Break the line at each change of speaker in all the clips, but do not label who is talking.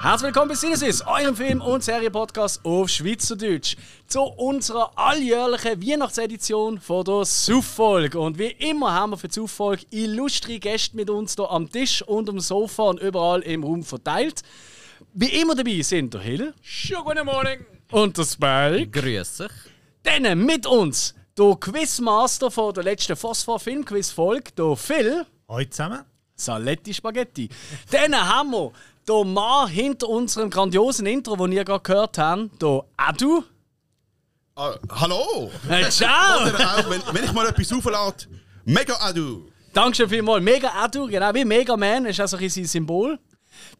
Herzlich willkommen bei Sinnesis, eurem Film- und Serienpodcast auf Schweizerdeutsch. Zu unserer alljährlichen Weihnachtsedition von der Sufffolge. Und wie immer haben wir für die Sufffolge illustre Gäste mit uns hier am Tisch und am Sofa und überall im Raum verteilt. Wie immer dabei sind der Hill
Schönen guten Morgen.
und der Spike.
Grüß dich.
Dann mit uns der Quizmaster von der letzten Phosphor-Film-Quiz-Folge, der Phil.
Heute zusammen.
Saletti Spaghetti. Dann haben wir den Mann hinter unserem grandiosen Intro, das ihr gerade gehört habt, den Adu.
Ah, hallo!
Hey, ciao!
Oder auch, wenn, wenn ich mal etwas auflade, mega adu!
Dankeschön vielmals. Mega Adu, genau wie Mega Man, ist auch so ein bisschen sein Symbol.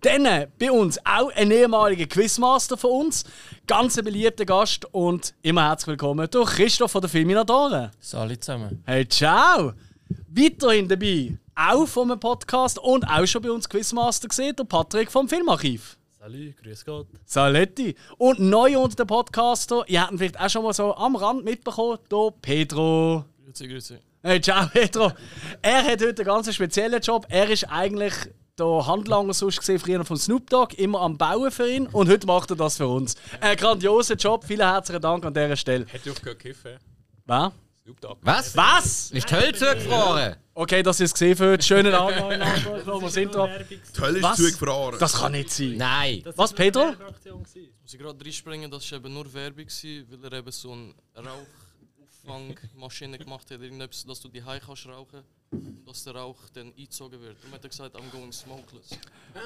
Dann äh, bei uns auch ein ehemaliger Quizmaster von uns, ganz ein beliebter Gast und immer herzlich willkommen durch Christoph von der Filminatoren.
Salut zusammen.
Hey, ciao! Weiterhin dabei, auch vom Podcast und auch schon bei uns Quizmaster gesehen, der Patrick vom Filmarchiv.
Salut, grüß Gott.
Saletti. Und neu unter den Podcaster, ihr habt ihn vielleicht auch schon mal so am Rand mitbekommen, der Pedro.
Grüezi, grüezi.
Hey, ciao Pedro. Er hat heute einen ganz speziellen Job. Er ist eigentlich der Handlanger sonst gesehen, früher von Snoop Dogg, immer am Bauen für ihn und heute macht er das für uns. Ein grandioser Job, vielen herzlichen Dank an dieser Stelle.
Hätte ich aufgehört kiffen.
Wer?
Was?
Was?
Ist die Hölle zugefroren?
Okay, das ist gesehen für Schönen Abend noch in Antwort, ich glaube, wir sind dran.
Die Hölle ist
Was?
zugefroren.
Das kann nicht sein.
Nein.
Was, Pedro?
muss ich gerade reinspringen, das war eben nur Werbung, gewesen, weil er eben so eine Rauchauffangmaschine gemacht hat, irgendetwas, dass du die Hause kannst rauchen und dass der Rauch dann eingezogen wird. Darum hat er gesagt, I'm going smokeless.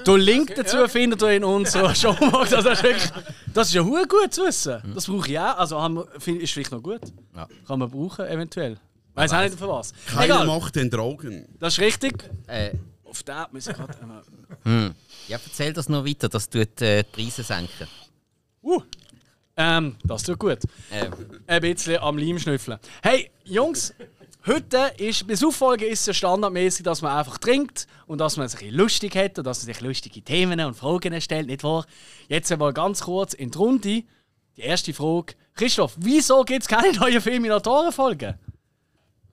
Den Link dazu findet ihr in unserer Showbox. Also das, ist wirklich, das ist ja hure gut zu wissen. Das brauche ich auch. Also haben wir, find- ist vielleicht noch gut.
Mhm. Ja.
Kann man brauchen, eventuell. Weiß auch nicht für was.
Keiner
Egal,
macht den Drogen.
das ist richtig.
Äh,
Auf den müssen wir gerade. einmal-
ja, erzähl das noch weiter, das tut äh, die Preise senken.
Uh. Ähm, das tut gut.
Äh,
Ein bisschen am Leim schnüffeln. Hey, Jungs, heute ist, bis Auffolgen ist es ja standardmäßig, dass man einfach trinkt und dass man sich ein bisschen lustig hat und dass man sich lustige Themen und Fragen stellt, nicht wahr? Jetzt einmal ganz kurz in die Runde. Die erste Frage. Christoph, wieso gibt es keine neuen Filminatoren-Folgen?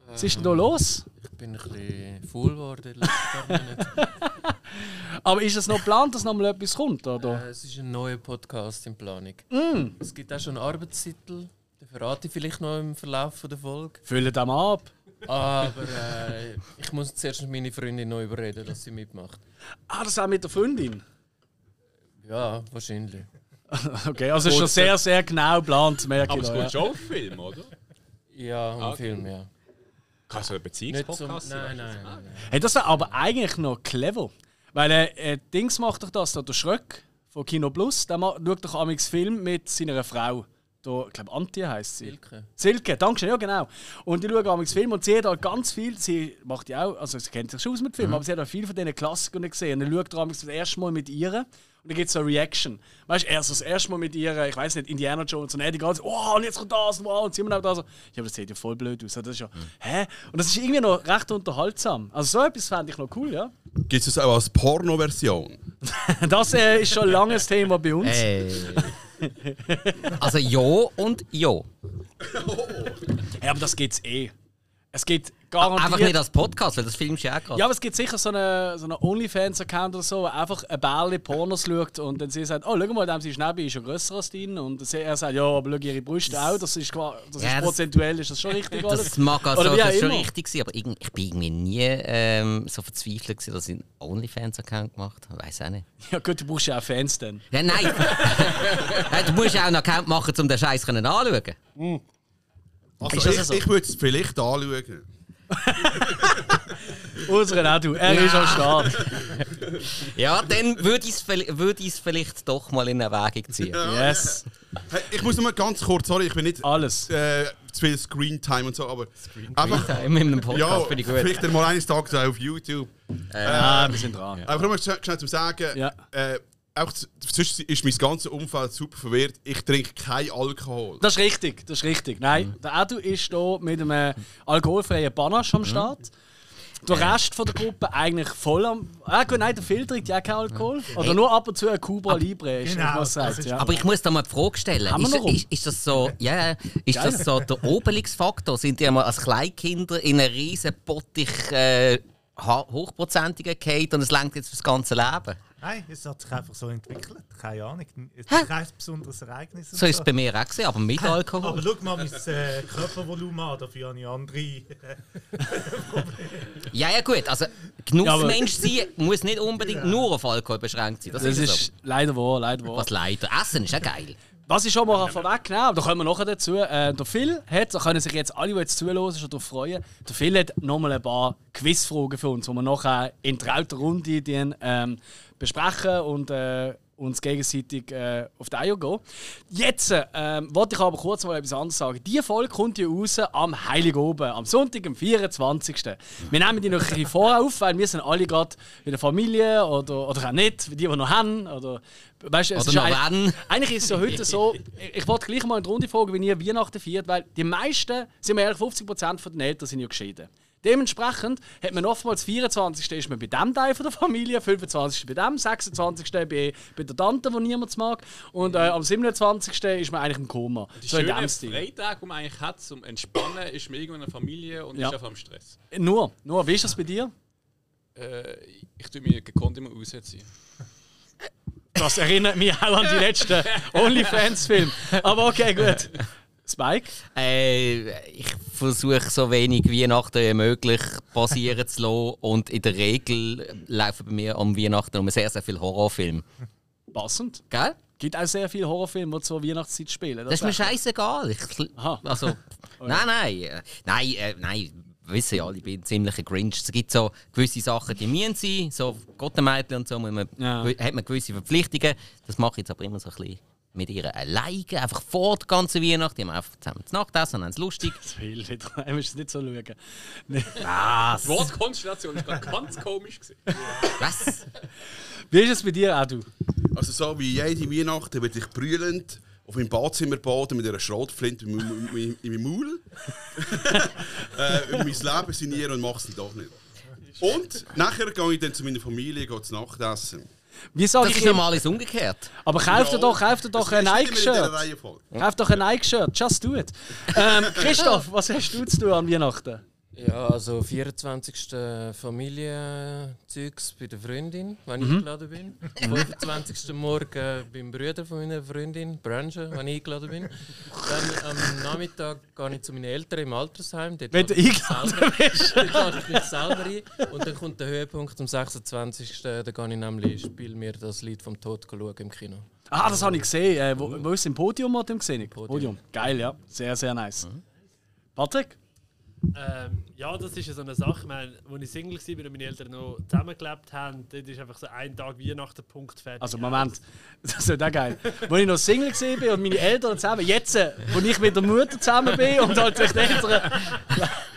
Was ist denn da los?
Ich bin ein bisschen faul geworden in den letzten paar Minuten.
Aber ist es noch geplant, dass noch mal etwas kommt?
Äh,
Oder? Mm.
Es ist ein neuer Podcast in Planung. Es gibt auch schon einen Arbeitstitel. Den verrate ich vielleicht noch im Verlauf der Folge.
Füllt dem ab.
Ah.
Aber äh, ich muss zuerst meine Freundin noch überreden, dass sie mitmacht.
Ah, das auch mit der Freundin.
Ja, wahrscheinlich.
Okay, also ist schon sehr, sehr genau geplant, merke
Aber
ich.
es
da, ja.
geht schon auf Film, oder?
Ja, im
Okay.
Film, ja.
Kann so ein Beziehungspodcast
Nein,
sein?
nein, nein. nein.
Hey, das wäre aber eigentlich noch clever. Weil äh, äh, Dings macht doch das, da, der Schröck von Kino Plus, der ma- schaut doch amix Film mit seiner Frau. Da, ich glaube, Antje heisst sie.
Silke.
Silke, danke schön, ja genau. Und ich schaue amix Film und sie hat halt ganz viel, sie macht ja auch, also sie kennt sich schon aus
Mhm.
mit Filmen, aber sie hat auch viel von diesen Klassikern gesehen. Und dann schaut er amix das erste Mal mit ihr und dann gibt es so eine Reaction. Weißt du, erst das erste Mal mit ihr, ich weiß nicht, Indiana Jones und dann die ganze, oh, und jetzt kommt das und wow, und sie immer noch da so, ja, aber das sieht ja voll blöd aus. Das ist
Mhm.
ja, hä? Und das ist irgendwie noch recht unterhaltsam. Also so etwas fände ich noch cool, ja.
Gibt es das auch als Porno-Version?
Das äh, ist schon ein langes Thema bei uns.
äh. Also ja und ja.
Ja, aber das gibt's eh. Es gibt
Einfach nicht
garantiert.
als Podcast, weil das filmst du ja auch gerade.
Ja, aber es gibt sicher so einen so eine OnlyFans-Account oder so, wo einfach ein Bärli Pornos schaut und dann sie sagt, oh, schau mal, dem sein Schnäbi ist ja grösser als dein. Und sie, er sagt, ja, aber schau ihre Brust auch, das ist, qua- das
Ja,
ist
das-
prozentuell, ist das schon richtig
das
alles?
mag also
Oder wie auch
das schon
immer.
richtig sein, aber irgend- ich bin irgendwie nie ähm, so verzweifelt, gewesen, dass ich einen OnlyFans-Account gemacht habe. Weiß auch nicht.
Ja gut, du brauchst ja auch Fans dann.
Ja, nein! ja, du musst ja auch einen Account machen, um den Scheiß können anzuschauen.
Hm. Also
Ist das
ich,
so?
ich würde es vielleicht anschauen.
Unseren auch du, er ist am Start.
Ja, dann würde ich es würd ich's vielleicht doch mal in Erwägung ziehen.
Yes,
Hey, ich muss noch mal ganz kurz, sorry, ich bin nicht
alles.
äh, zu viel Screentime und so, aber einfach,
Mit einem Podcast
ja,
finde ich gut.
vielleicht dann mal eines Tages auch auf YouTube.
Ah, wir sind dran.
Aber nur mal schnell schnell zu sagen,
Ja.
äh, auch z- sonst ist mein ganzes Umfeld super verwirrt. Ich trinke kein Alkohol.
Das ist richtig,
Mhm. Mhm.
das ist richtig. Nein, der Edu ist hier mit einem alkoholfreien Panache am Start. Der Rest von der Gruppe eigentlich voll am. Ah, gut, nein, der Phil trinkt ja keinen Alkohol. Oder nur ab und zu ein Cuba Libre ist,
Genau,
was man sagt.
das ist-
ja.
Aber ich muss da mal die Frage stellen.
Haben wir
Ist,
noch rum?
ist, ist das so, ja, ja, ist das so der Obelix-Faktor? Sind die mal als Kleinkinder in einen riesen Bottich äh, ha- hochprozentigen gehabt und es langt jetzt fürs ganze Leben?
Nein, es hat sich einfach so entwickelt. Keine Ahnung. Es ist kein besonderes Ereignis. und
So ist es bei mir auch gewesen, aber mit
Aber
Alkohol.
schau mal mein äh, Körpervolumen an, dafür habe ich andere. äh,
Ja, ja, gut. Also, Genussmensch sein muss nicht unbedingt nur auf Alkohol beschränkt sein. Das,
Das
ist, so.
ist leider wahr, leider wahr.
Was leider. Essen ist ja geil.
Was ich schon mal vorwegnehmen kann, da kommen wir nachher dazu. Äh, der Phil hat, da können sich jetzt alle, die jetzt zuhören, schon darauf freuen, der Phil hat nochmal ein paar Quizfragen für uns, die wir nachher in trauter Runde dann, ähm, besprechen und äh, uns gegenseitig äh, auf die Eier gehen. Jetzt ähm, wollte ich aber kurz mal etwas anderes sagen. Die Folge kommt hier raus am Heiligabend, am Sonntag, am 24. Wir nehmen die noch ein bisschen vorauf, weil wir sind alle gerade in der Familie oder, oder auch nicht, die, die wir noch haben. Oder, weißt, du, es
Oder
ist
noch
ein-
wenn.
eigentlich ist es ja heute so, ich- ich wollte gleich mal in die Runde fragen, wie ihr Weihnachten feiert, weil die meisten, sind wir ehrlich, 50% von den Eltern sind ja geschieden. Dementsprechend hat man oftmals 24. ist man bei dem Teil von der Familie, 25. bei dem, 26. bei, bei der Tante, die niemand mag und äh, am 27. ist man eigentlich im Koma.
Die
So in dem
schöne
Stil.
Freitag, den man eigentlich hat, zum Entspannen, ist man irgendwo in der Familie und
Ja.
ist einfach am Stress.
Nur, nur, wie ist das bei dir?
Äh, ich tue mich gekonnt immer aussetzen.
Das erinnert mich auch an die letzten OnlyFans-Filme. Aber okay, gut. Spike?
Äh, ich versuche so wenig Weihnachten wie möglich passieren zu lassen. Und in der Regel laufen bei mir am Weihnachten um sehr, sehr viel Horrorfilme.
Passend.
Gell?
gibt auch sehr viele Horrorfilme, die zur Weihnachtszeit spielen.
Das ist mir scheißegal. Ich,
Aha.
also,
Oh
nein, nein. äh, Nein, äh, nein. Wissen ja alle, ich bin ziemlich ein Grinch. Es gibt so gewisse Sachen, die müssen sein. So Gottemädchen und so muss man,
Ja.
gew- hat man gewisse Verpflichtungen. Das mache ich jetzt aber immer so ein bisschen mit ihr alleine. Einfach vor der ganzen Weihnacht. Die haben einfach zusammen zu Nacht essen und haben es lustig.
Bild wieder. Du musst es nicht so schauen.
Die Wortkonstellation ist gerade ganz komisch. Gewesen.
Was?
Wie ist es bei dir, Adu?
Also so wie jede Weihnachten werde ich brüllend auf meinem Badzimmerboden mit einer Schrotflinte in meinem- in meinem Maul äh, über mein Leben sinnieren und mache es dann doch nicht. Und nachher gehe ich dann zu meiner Familie, gehe zu Nachtessen.
Wie sage
Das
ich
ist
ihm?
normal alles umgekehrt.
Aber kauf dir
Ja,
doch, kauf dir doch
es
ein
ist nicht immer in dieser
Nike-Shirt.
Reihenfolge.
Kauf doch ein Nike-Shirt. Just do it. Ähm, Christoph, was hast du zu tun an Weihnachten?
Ja, also 24. Familienzeugs bei der Freundin, wenn
Mhm.
ich eingeladen bin. 25. Morgen beim Bruder von meiner Freundin, Branche, wenn ich eingeladen bin. Dann am Nachmittag gehe ich zu meinen Eltern im Altersheim. Dort
Wenn du
lade ich mich
eingeladen
selber- Dort lade ich mich selber ein. Und dann kommt der Höhepunkt am 26. Da gehe ich nämlich, spiele mir das Lied vom Tod schauen im Kino.
Ah, das habe ich gesehen. Äh, wo, wo ist es? Im Podium oder im gesehen? Podium.
Podium.
Geil, ja. Sehr, sehr nice.
Mhm.
Patrick?
Ähm, ja, das ist ja so eine Sache. Ich meine, als ich Single war und meine Eltern noch zusammengelebt haben, dort ist einfach so ein Tag Weihnachten, Punkt, fertig.
Also, Moment. Das ist auch geil. Als ich noch Single war und meine Eltern zusammen, jetzt, äh, wo ich mit der Mutter zusammen bin und halt durch die Eltern.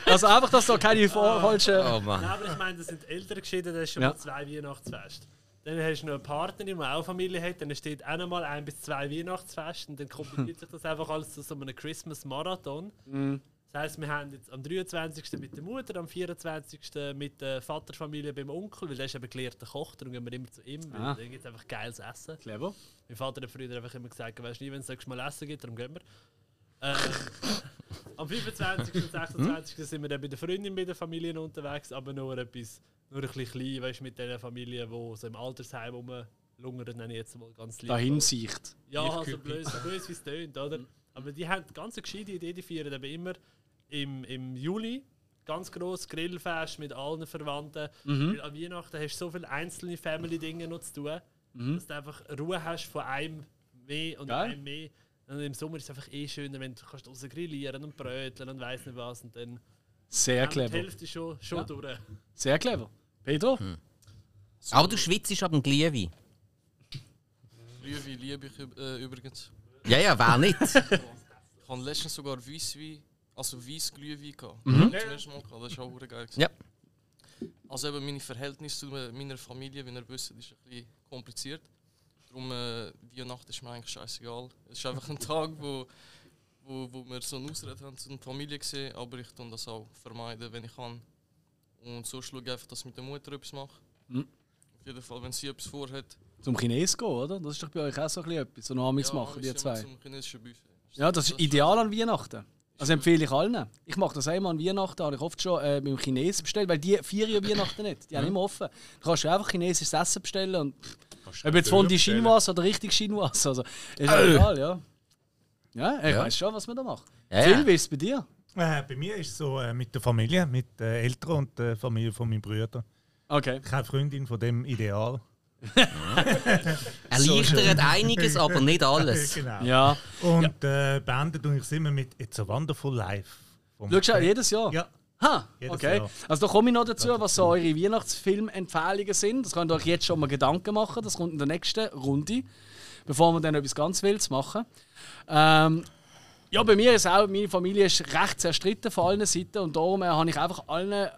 Also, einfach, dass da keine vor- falschen.
Oh Mann.
Nein, aber ich meine, das sind Eltern geschieden, das ist schon
Ja.
mal zwei Weihnachtsfeste. Dann hast du noch eine Partnerin, die auch Familie hat, dann steht auch noch mal ein bis zwei Weihnachtsfeste und dann kombiniert sich das einfach alles zu so einem Christmas-Marathon.
Mhm.
Das heisst, wir haben jetzt am 23. mit der Mutter, am 24. mit der Vaterfamilie beim Onkel, weil der ist eben gelehrter Koch, darum gehen wir immer zu ihm, weil
Ah.
dann gibt es einfach geiles Essen.
Clever.
Mein Vater hat früher einfach immer gesagt, weißt du nie, wenn es mal Essen gibt, darum gehen wir. Ähm, am 25. und
Hm?
26. sind wir dann bei der Freundin, bei der Familie unterwegs, aber nur etwas, nur ein bisschen klein, weißt du, mit den Familien, die so im Altersheim rumlungern, nenne ich jetzt mal ganz lieb.
Da Hinsicht.
Ja, so blöd, so blöd wie es tönt, oder? Aber die haben ganz eine gescheite Idee, die feiern eben immer im, im Juli ganz groß Grillfest mit allen Verwandten.
Mhm.
Weil an Weihnachten hast du so viele einzelne Family-Dinge noch zu tun, dass du einfach Ruhe hast von einem mehr und
Mhm. Geil.
einem mehr. Und im Sommer ist es einfach eh schöner, wenn du kannst draussen grillieren und bröteln und weiss nicht was. Und dann haben
Sehr
wir die
clever.
Hälfte schon, schon durch.
Sehr clever. Pedro?
Hm. Aber du schwitzt ab dem Glühwein.
Glühwein liebe ich üb- äh, übrigens.
Ja, ja, wer nicht?
Ich habe letztens sogar Weisswein, also weiß Glühwein gehabt. Mhm. Zum ersten Mal gehabt, das war auch verdammt geil. gewesen.
Ja.
Also eben meine Verhältnisse zu me- meiner Familie, wie ihr wisst, ist ein bisschen kompliziert. Darum, äh, Weihnachten ist mir eigentlich scheißegal. Es ist einfach ein Tag, wo, wo, wo wir so eine Ausrede haben zu der Familie gesehen, aber ich tue das auch vermeiden, wenn ich kann. Und so schaue ich einfach, dass ich mit der Mutter etwas mache.
Mhm.
Auf jeden Fall, wenn sie etwas vorhat.
Zum Chinesen gehen, oder? Das ist doch bei euch auch so ein bisschen etwas. So noch ja, machen, die
ist
zwei.
immer Zum chinesischen Buffet.
Ja, das ist ideal an Weihnachten. Also empfehle ich allen. Ich mache das einmal an Weihnachten, habe ich oft schon äh, beim Chinesen bestellt, weil die feiern ja Weihnachten nicht. Die haben immer offen. Du kannst du einfach chinesisches Essen bestellen und ob jetzt von die Chinoise oder richtig Chinoise. Also, ist
Äh.
ja egal, ja. Ja, ich weiß schon, was man da macht.
Ja,
Phil,
ja.
wie ist es bei dir?
Äh, bei mir ist es so äh, mit der Familie, mit den Eltern und der Familie von meinen Brüdern.
Okay.
Keine Freundin von dem Ideal.
Erleichtert einiges, aber nicht alles.
genau.
Ja.
Und äh, beenden tue ich es immer mit It's a Wonderful Life. Vom
Schaust du auch jedes Jahr?
Ja.
Ha,
Jedes
okay.
Jahr.
Also da komme ich noch dazu, was so eure Weihnachtsfilmempfehlungen sind. Das könnt ihr euch jetzt schon mal Gedanken machen. Das kommt in der nächsten Runde, bevor wir dann etwas ganz Wildes machen. Ähm, ja, bei mir ist auch, meine Familie ist recht zerstritten von allen Seiten und darum äh, habe ich einfach allen äh,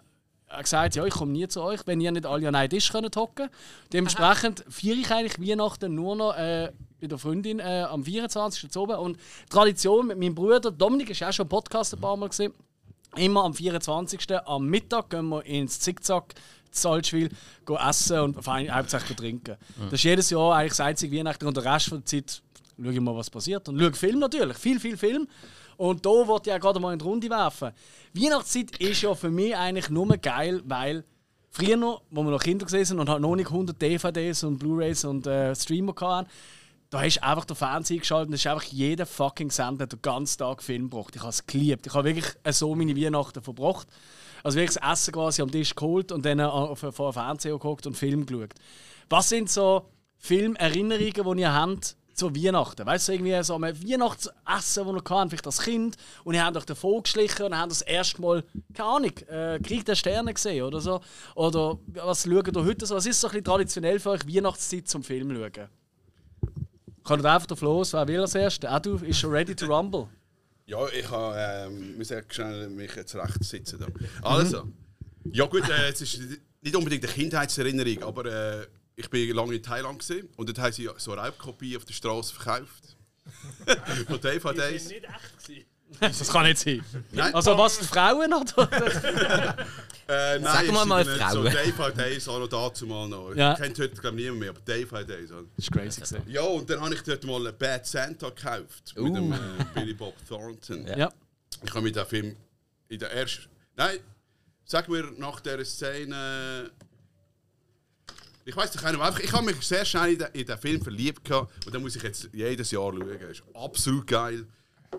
gesagt, ja, ich komme nie zu euch, wenn ihr nicht alle an einen Tisch könnt hocken Dementsprechend feiere ich eigentlich Weihnachten nur noch äh, bei der Freundin äh, am 24. zu oben. Und Tradition mit meinem Bruder, Dominik ist ja auch schon im Podcast ein paar Mal gesehen. Immer am 24. am Mittag gehen wir ins Zickzack in Salzwil gehen essen und vor allem hauptsächlich trinken. Das ist jedes Jahr eigentlich das einzige Weihnachten und der Rest von der Zeit schaue ich mal, was passiert. Und schaue Film natürlich, viel, viel Film. Und da wollte ich auch gerade mal in die Runde werfen. Weihnachtszeit ist ja für mich eigentlich nur geil, weil früher, noch, wo wir noch Kinder gesehen sind und halt noch nicht 100 DVDs und Blu-rays und äh, Streamer hatten, da hast du einfach den Fernseher eingeschaltet und hast einfach jeden fucking Sender den ganzen Tag Film gebracht. Ich habe es geliebt. Ich habe wirklich äh, so meine Weihnachten verbracht. Also wirklich das Essen quasi am Tisch geholt und dann äh, auf, vor den Fernseher geguckt und Film geschaut. Was sind so Filmerinnerungen, die ihr habt zu Weihnachten? Weißt du, irgendwie so ein Weihnachtsessen, das ihr habt, vielleicht als Kind, und ihr habt euch davon geschlichen und habt das erste Mal, keine Ahnung, äh, Krieg der Sterne gesehen oder so? Oder was schaut ihr heute so? Was ist so ein bisschen traditionell für euch Weihnachtszeit zum Film schauen? Kommt einfach drauf los, wer will als Erste? Auch du, ist schon ready to rumble.
Ja, ich habe, ähm, muss ja schnell mich jetzt recht sitzen. Da. Also, ja gut, äh, es ist nicht unbedingt eine Kindheitserinnerung, aber äh, ich bin lange in Thailand gewesen, und dort haben sie so Raubkopien auf der Straße verkauft. Von
Die
DVDs.
sind nicht echt gewesen.
Das kann nicht sein.
Nein.
Also was, die Frauen oder?
Äh,
Sagen
nein,
wir
es sind
mal
dann
Frauen.
So DVDs auch noch dazu mal noch.
Ja.
Ich kenne heute glaube ich niemand mehr, aber DVDs. Oder?
Das ist crazy gesehen.
Ja, und dann habe ich dort mal einen Bad Santa gekauft mit
Uh.
dem äh, Billy Bob Thornton.
Ja.
Ich habe mir den Film in der ersten. Nein, sag mir nach dieser Szene. Ich weiß doch einfach. Ich habe mich sehr schnell in den, in den Film verliebt gehabt, und den muss ich jetzt jedes Jahr schauen. Ist absolut geil.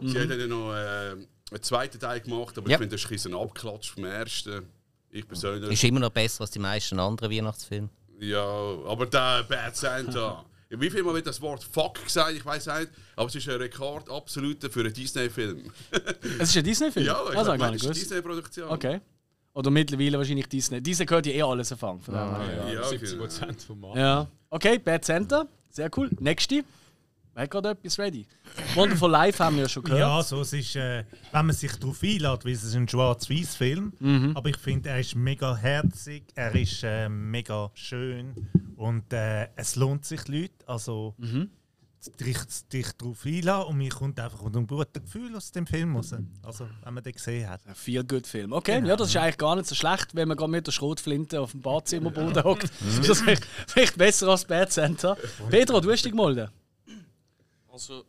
Mhm.
Sie haben dann noch äh, einen zweiten Teil gemacht, aber
Ja.
ich finde, das ist ein bisschen ein Abklatsch vom ersten. Ich persönlich.
Ist immer noch besser als die meisten anderen Weihnachtsfilme.
Ja, aber der Bad Santa. Wie viel Mal wird das Wort Fuck gesagt? Ich weiß nicht, aber es ist ein Rekord absoluter für einen Disney-Film.
Es ist ein Disney-Film?
ja, ich
das
glaube,
habe ich gar
das
nicht
ist eine
gewusst.
Disney-Produktion.
Okay. Oder mittlerweile wahrscheinlich Disney. Disney gehört ja eh alles erfangen. Von dem her.
Ja, okay.
70% vom Markt.
ja. Okay, Bad Center. Sehr cool. Nächste. Wer hat gerade etwas ready? Wonderful Life haben wir ja schon gehört.
Ja, so, es ist, äh, wenn man sich darauf einlädt, weil es ist ein schwarz weiß Film,
Mhm.
aber ich finde, er ist mega herzig, er ist äh, mega schön und äh, es lohnt sich, Leute, also
Mhm.
dich, dich darauf einladen und mir kommt einfach ein gutes Gefühl aus dem Film raus, also wenn man den gesehen hat. Genau.
Ein Feel Good Film. Okay, ja, das ist eigentlich gar nicht so schlecht, wenn man gerade mit der Schrotflinte auf dem Badzimmerboden hockt. Ist das vielleicht, vielleicht besser als Bad Center. Pedro, du hast dich gemolden.
Also,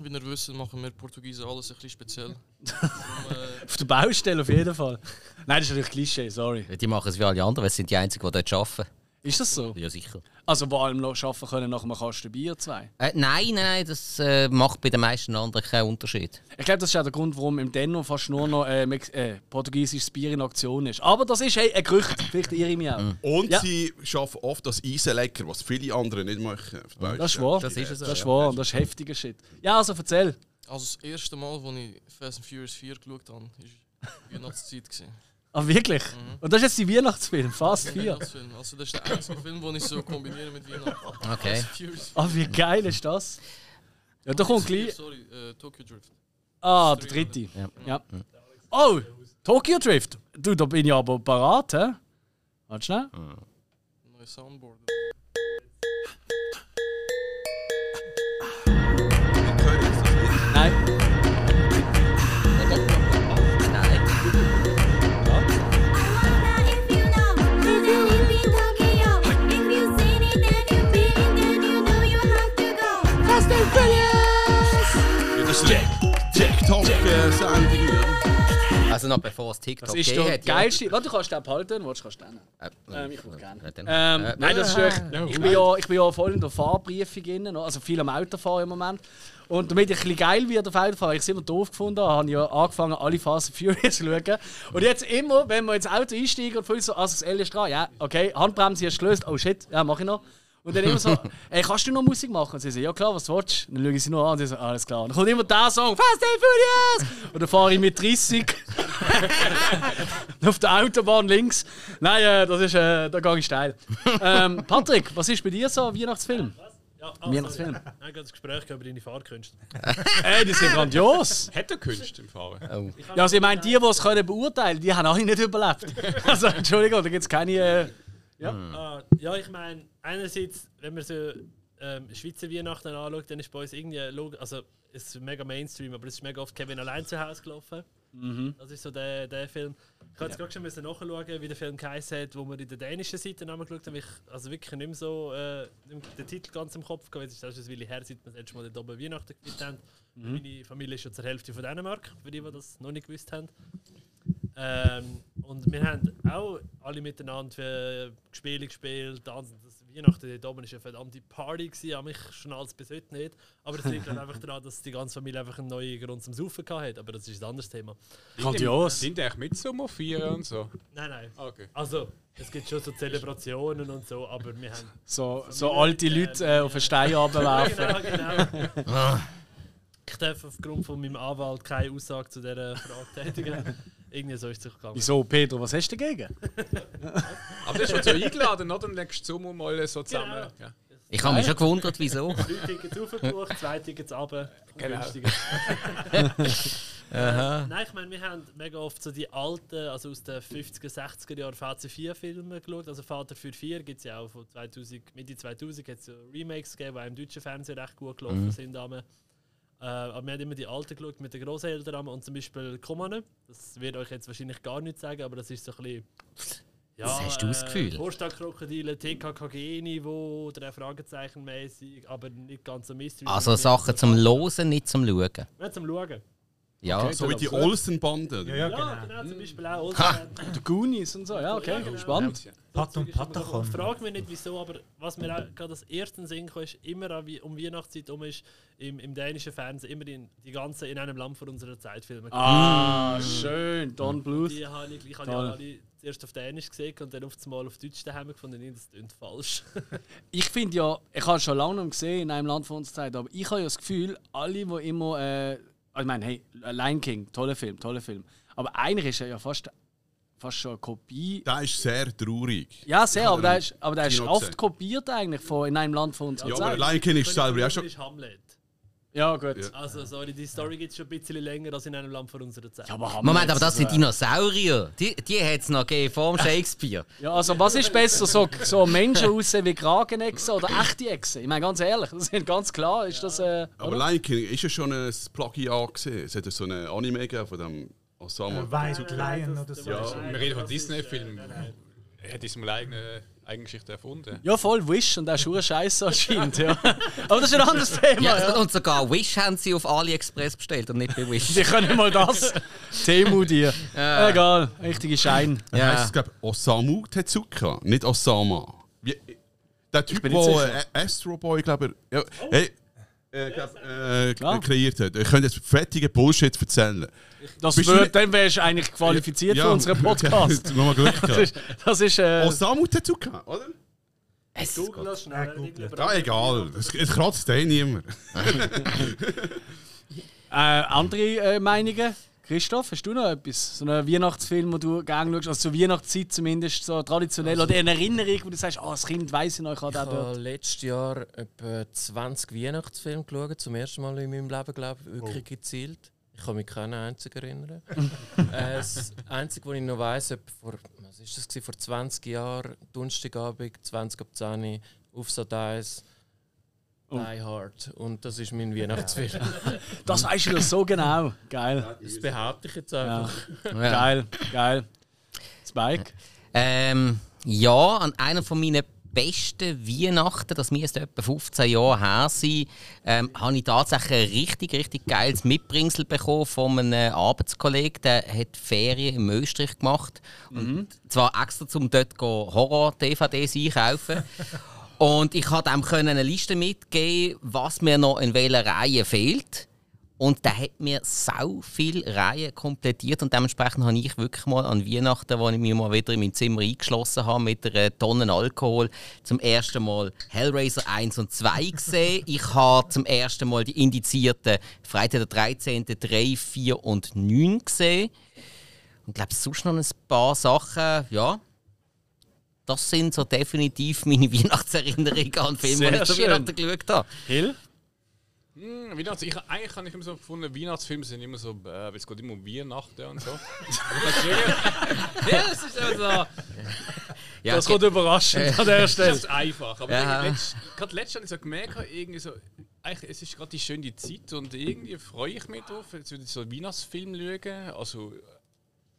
wie ihr wisst, machen wir Portugiesen alles ein bisschen speziell. Darum, äh,
Auf der Baustelle auf jeden Fall. Nein, das ist natürlich Klischee, sorry.
Die machen es wie alle anderen, weil es sind die Einzigen, die dort arbeiten.
Ist das so?
Ja, sicher.
Also vor allem noch arbeiten können nach einem Kasten Bier zwei.
Äh, nein, nein, nein, das äh, macht bei den meisten anderen keinen Unterschied.
Ich glaube, das ist auch der Grund, warum im Denno fast nur noch äh, Mex äh, portugiesisches Bier in Aktion ist. Aber das ist hey, ein Gerücht, vielleicht irre ich mich auch.
Und
Mm. Ja.
sie schaffen oft das Eisen lecker, was viele andere nicht machen. auf der
Das ist
Baustelle.
wahr.
Das ist es
Das ist
auch,
wahr, das ist heftiger Shit. Ja, also erzähl.
also, das erste Mal, als ich Fast and Furious 4 geschaut habe, war Weihnachtszeit. gewesen.
Ah, wirklich?
Mhm.
Und das ist jetzt die Weihnachtsfilm, Fast 4.
Weihnachtsfilm. Also, das ist der einzige Film, den ich so kombiniere mit Weihnachten.
Okay.
Furious
Ah, wie geil ist das? Ja, da kommt
4,
gleich...
sorry, äh, Tokyo Drift.
Ah, der dritte. Ja. Oh, Tokyo Drift. Du, da bin ich aber parat, hä? Warte schnell.
Neues Soundboard.
Nein.
Nein.
I
Also noch bevor es TikTok
Das ist
gegeben
der
hat, ja.
geilste. Warte, du kannst den behalten, willst, kannst du den. nehmen.
Äh,
Ähm, ich würde gerne.
äh, dann-
Ähm,
äh,
nein, das ist wirklich, ich, bin ja, ich bin ja voll in der Fahrbriefung drin, noch, also viel am Autofahren im Moment. Und damit ich ein bisschen geil werde auf Autofahren, ich es immer doof gefunden habe, habe ich ja angefangen, alle Phasen Furious zu schauen. Und jetzt immer, wenn wir ins Auto einsteigen und fühlen so, also das L ist dran, ja, okay, Handbremse ist gelöst, oh shit, ja, mach ich noch. Und dann immer so, ey, kannst du noch Musik machen? Und sie sagen, ja klar, was willst du? Dann schaue ich sie nur an und sie sagen, alles klar. Und dann kommt immer der Song, Fast and Furious! Und dann fahre ich mit 30 auf der Autobahn links. Nein, äh, das ist, äh, da gehe ich steil. ähm, Patrick, was ist bei dir so ein Weihnachtsfilm?
Ja,
Ein
also,
Weihnachtsfilm?
Nein, das Gespräch über deine Fahrkünste.
Ey, die sind grandios!
Hat er Künste im Fahren?
Ja, also ich meine, die, die es können beurteilen können, die haben alle nicht überlebt. Also, Entschuldigung, da gibt es keine... Äh,
Ah, ja, ich meine, einerseits, wenn man so ähm, Schweizer Weihnachten anschaut, dann ist bei uns irgendwie logisch, also es ist mega Mainstream, aber es ist mega oft Kevin allein zu Hause gelaufen. Das ist so der, der Film. Ich habe jetzt gerade schon müssen nachschauen, wie der Film geheißen hat, wo wir in der dänischen Seite nochmal geschaut haben. weil Ich, also wirklich nicht mehr so äh, nicht mehr den Titel ganz im Kopf gehabt. Jetzt ist das schon ein Weile her, seit wir das letzte Mal dort oben Weihnachten gespielt haben. Meine Familie ist schon zur Hälfte von Dänemark, für die, die das noch nicht gewusst haben. Ähm, und wir haben auch alle miteinander für Spiele gespielt, Tanzen. Das Weihnachten dort oben war eine verdammte Party, gewesen, an mich schnallt es bis heute nicht. Aber das liegt glaub ich, einfach daran, dass die ganze Familie einfach einen neuen Grund zum Saufen hatte. Aber das ist ein anderes Thema.
Grandios.
Sind die eigentlich mit Sommer feiern und so?
Nein, nein.
Okay.
Also, es gibt schon so Zelebrationen und so, aber wir haben...
So, so alte Leute äh, auf einen Stein Ah. runterwerfen.
genau, genau. ich darf aufgrund von meinem Anwalt keine Aussage zu dieser Frage tätigen. Irgendwie so ist es gegangen.
Wieso, Pedro, was hast du dagegen?
Aber das ist schon so eingeladen, oder? Und nächsten Sommer mal so zusammen. Ja.
Ich habe mich schon gewundert, wieso.
Drei Tickets aufgebucht, zwei Tickets runter.
Genau.
günstiger. Nein, ich meine, wir haben mega oft so die alten, also aus den 50er, 60er Jahren VC4-Filme geschaut. Also Vater für vier gibt es ja auch von 2000, Mitte 2000 hat es ja Remakes gegeben, die auch im deutschen Fernsehen recht gut gelaufen
Mhm.
sind. damals. Äh, aber wir haben immer die alten geschaut mit den Großeltern damals und zum Beispiel Kommane. Das wird euch jetzt wahrscheinlich gar nichts sagen, aber das ist so ein bisschen. Ja, äh,
Das hast du das Gefühl?
Vorstadtkrokodile, TKKG-Niveau, drei Fragezeichen mäßig, aber nicht ganz so mystery.
Also Sachen zum Losen, nicht zum Schauen.
Ja, zum Schauen.
Ja,
Ah, So wie die Olsen-Bande. oder?
Ja,
Ja,
genau.
genau, zum Beispiel auch. genau. Olsen-
Die Goonies und so, ja, okay, spannend.
Pat und
Patachon.
Patachon.
Frag mich nicht wieso, aber was mir auch gerade als ersten Sinn kam, ist immer an wie- um Weihnachtszeit um ist im, im dänischen Fernsehen immer die, die ganzen in einem Land von unserer Zeit Filme.
Mm.
Ah, schön, Don Bluth.
Die habe ich, ich habe die
Toll.
alle zuerst auf Dänisch gesehen und dann auf einmal auf Deutsch daheim gefunden. Nein, das klingt falsch.
ich finde ja, ich habe schon lange nicht mehr gesehen in einem Land von uns Zeit, aber ich habe ja das Gefühl, alle, die immer. Äh, ich meine, hey, Lion King, toller Film, toller Film. Aber eigentlich ist er ja fast, fast schon eine Kopie.
Der ist sehr traurig. genau.
Ja, sehr, aber der ist, aber der ist
Kino
oft
gesehen.
kopiert eigentlich von in einem Land von uns
Ja, aber
Zeit.
Lion King ist
König
selber ja
Arthur
schon.
ist Hamlet.
Ja, gut. Ja.
Also, sorry, die Story gibt es schon ein bisschen länger als in einem Land von unserer Zeit.
aber Hamlet,
Moment, aber das sind
also,
Dinosaurier. Die, die hat es noch gegeben, vor dem Shakespeare.
Ja, also was ist besser, so, so Menschen aussehen wie Kragenechsen oder echte Echsen? Ich meine, ganz ehrlich, das sind ganz klar, ist das... Äh,
Aber Lion King ist ja schon ein Plagiat gesehen. Es hat ja so eine Anime gegeben von dem Osama.
White Lion oder so.
Ja.
Wir reden von Disney-Filmen. Er hat diesmal eigene Eigengeschichte erfunden.
ja, voll Wish und auch schon scheiße anscheinend, ja. Aber das ist ein anderes Thema, ja.
Ja, und sogar Wish haben sie auf AliExpress bestellt und nicht bei Wish.
Sie können mal das. Temu dir. Egal, richtige Schein.
Ja.
Ja.
Heißt es, glaube Osamu Tezuka, nicht Osama. Wie, der Typ,
bin
der
nicht
äh, Astro Boy, glaube ich, ja, hey, äh, glaub, äh,
Klar.
kreiert hat. Ich könnte jetzt fettige Bullshit erzählen.
Das
Bist du
wird,
nicht-
dann wärst du eigentlich qualifiziert für unseren Podcast.
Jetzt haben wir Glück
Das
gehabt.
ist, das ist äh,
Osamu Tezuka, oder?
Google das schnell.
googeln.
Ja, egal. Es es kratzt eh niemand.
äh, andere äh, Meinungen. Christoph, hast du noch etwas? So einen Weihnachtsfilm, den du gerne schaust, also zur Weihnachtszeit zumindest, so traditionell, oder eine Erinnerung, wo du sagst, ah, das Kind weiss ich noch, ich habe
Also- Ich
den dort.
habe letztes Jahr etwa 20 Weihnachtsfilme geschaut, zum ersten Mal in meinem Leben, glaube ich, wirklich gezielt. Ich kann mich keinen einzigen erinnern. äh, das Einzige, was ich noch weiss, etwa vor, was ist das gewesen, vor 20 Jahren, Donnerstagabend, 20 ab 10 Uhr, auf Sat 1,
Oh.
Die Hard. Und das ist mein Weihnachtsfilm.
Das weisst du noch so genau. Geil,
das behaupte ich jetzt einfach.
Ja.
geil, geil. Spike?
Ähm, ja, an einer von meinen besten Weihnachten, das müsste etwa 15 Jahre her sein, ähm, habe ich tatsächlich ein richtig, richtig geiles Mitbringsel bekommen von einem äh, Arbeitskollegen, der hat Ferien in Österreich gemacht. Und zwar extra, um dort go Horror-DVDs einkaufen. Und ich konnte ihm können eine Liste mitgeben, was mir noch in welcher Reihe fehlt. Und der hat mir sau viele Reihen komplettiert und dementsprechend habe ich wirklich mal an Weihnachten, wo ich mich mal wieder in mein Zimmer eingeschlossen habe mit einer Tonne Alkohol, zum ersten Mal Hellraiser 1 und 2 gesehen. Ich habe zum ersten Mal die indizierten Freitag der 13., 3, 4 und 9 gesehen. Und glaube, sonst noch ein paar Sachen, ja. Das sind so definitiv meine Weihnachtserinnerungen an Filme, die
Sehr
ich zu
schön.
Weihnachten geschaut habe.
Hill?
Hm, Weihnachts ich, eigentlich habe ich immer so gefunden, Weihnachtsfilme sind immer so, äh, weil es geht immer um Weihnachten und so. ja, das ist also
Ja,
Das
ge-
kommt überraschend an der
das
Stelle.
ist einfach. Aber
Ja.
irgendwie letzt- gerade letztes habe ich so gemerkt, irgendwie so, eigentlich, es ist gerade die schöne Zeit und irgendwie freue ich mich drauf, jetzt würde ich so einen Weihnachtsfilm schauen. Also äh,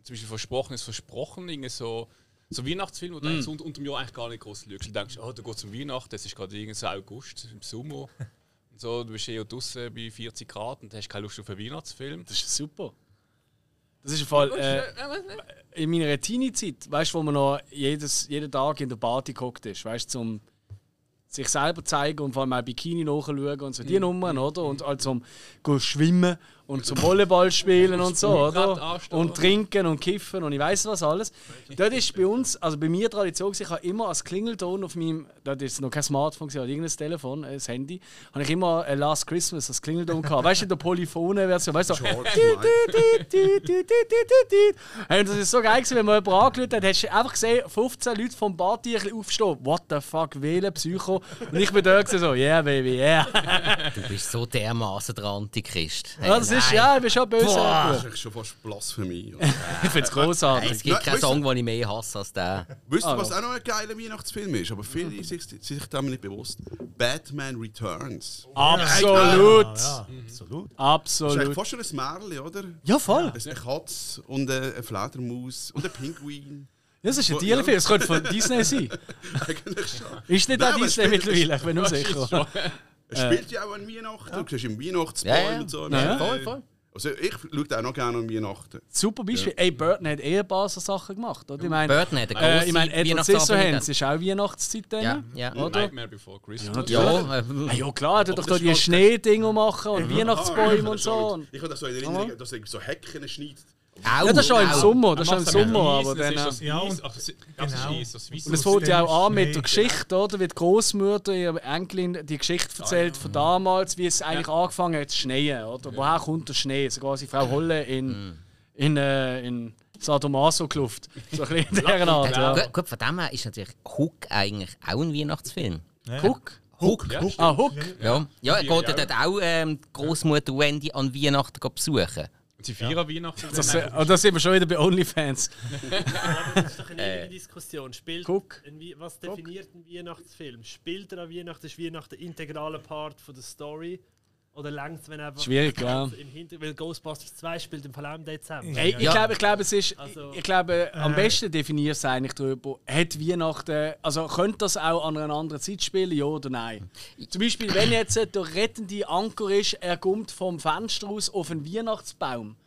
zum Beispiel Versprochen ist Versprochen, irgendwie so, so Weihnachtsfilm,
Mm.
wo du eigentlich so unter, unter dem Jahr eigentlich gar nicht groß schaust. Du denkst, oh, da geht es um Weihnachten, es ist gerade irgendwie so August, im Sommer. Und so, du bist eh draußen bei 40 Grad und hast keine Lust auf einen Weihnachtsfilm.
Das ist super. Das ist im Fall äh, in meiner Teenie-Zeit, weißt du, wo man noch jedes, jeden Tag in der Party geguckt ist, weißt du, um sich selber zeigen und vor allem auch Bikini nachschauen und so die Nummern, oder? Und halt zum go schwimmen und zum Volleyball spielen und so,
Sprungrad
oder?
anstehen.
Und trinken und kiffen und ich weiß was alles. Dort ist bei uns, also bei mir Tradition, gewesen, ich habe immer als Klingelton auf meinem, dort ist noch kein Smartphone, gewesen, aber irgendein Telefon, ein Handy, habe ich immer äh, Last Christmas als Klingelton gehabt. Weißt du, in der Polyphone-Version, weißt du, so,
George
Tiet, tiet, tiet, tiet, tiet, tiet. Hey, und das ist so geil, gewesen, wenn man jemanden angelötet hat, hast du einfach gesehen, 15 Leute vom Bartierchen aufstehen. What the fuck, wählen Psycho. Und ich bin da gewesen, so, yeah, baby, yeah.
Du bist so dermaßen der Antichrist. Hey,
Ja, das ist,
nein.
ja, ich bin schon böse.
Oh, Das
Boah.
ist eigentlich schon fast Blasphemie.
Ich find's
Nein,
großartig.
es gibt
Nein,
keinen Song, den ich mehr hasse als den.
Wisst ihr,
Ah,
was auch noch ein geiler Weihnachtsfilm ist? Aber viele sind sich, sind sich damit nicht bewusst. Batman Returns.
Oh, Absolut.
Ah, ja, absolut.
Das ist eigentlich
Absolut.
fast schon ein Märchen, oder?
Ja, voll.
Ein Katz und äh, eine Fledermaus und ein Pinguin.
Das ist ein Tierfilm, das könnte von Disney sein.
Eigentlich schon.
Ist nicht
Nein,
auch
aber es
Disney
spielt-
mittlerweile, ich bin nur sicher.
Es spielt ja auch an Weihnachten. Du siehst im Weihnachtsbaum
Ja, ja.
und so.
Ja, ja.
Voll, voll.
Also ich schaue auch noch gerne an Weihnachten.
Super Beispiel. Ey, Burton hat eh ein paar so Sachen gemacht, oder? Ich meine,
Burton hat eine große
äh, ich meine, Edward Scissorhands ist auch Weihnachtszeit dann.
Ja, ja.
Oder?
Nightmare Before Christmas.
Ja, äh,
Ah, ja klar, er hat doch da
das
die
ist schon-
Schneedinger machen und
Ah, ich
Weihnachtsbäume
hab
und
das schon
so.
mit- Ich habe das so in Erinnerung, dass er so Hecken schneidet.
auch,
Ja, das ist auch im
auch.
Sommer, das ist auch im
Massen mit
Sommer,
Eis,
aber
das
dann...
ist
äh,
das
Ja,
Eis,
und-
ach, das- ja, das ist
genau.
Eis, das Weiss.
Und es
aus
fängt ja auch
dem
an mit der
Schnee,
Geschichte, oder? Wie die Großmutter ihre Enkelin die Geschichte erzählt von damals, wie es eigentlich angefangen hat zu schneien, oder? Woher kommt der Schnee? So quasi Frau Holle in,
Mhm.
in, äh, in Sadomaso gekluft. So ein bisschen in dieser Art, ja.
Gut, gut, von dem her ist natürlich Hook eigentlich auch ein Weihnachtsfilm.
Hook?
Huck, Huck.
Ah, Hook?
Ja, ja er
Ja,
geht ja dort auch ähm, die Großmutter Wendy an Weihnachten go besuchen.
Und sie feiern Weihnachten.
Das, äh, oh, das sind wir schon wieder bei OnlyFans.
Das ist doch eine
Äh.
ewige Diskussion. Spielt
Guck.
ein, Wei- was definiert ein Weihnachtsfilm? Spielt er an Weihnachten? Ist Weihnachten ein integraler Part von der Story? Oder längt es, wenn einfach
Schwierig, ja.
im Hintergrund, weil Ghostbusters 2 spielt im Fall auch im Dezember.
Hey, ich
Ja.
glaube, ich glaube, es ist,
Also-
ich glaube, am besten definierst du es eigentlich darüber, hat Weihnachten, also könnte das auch an einer anderen Zeit spielen, ja oder nein? Zum Beispiel, wenn jetzt der rettende Anker ist, er kommt vom Fenster aus auf einen Weihnachtsbaum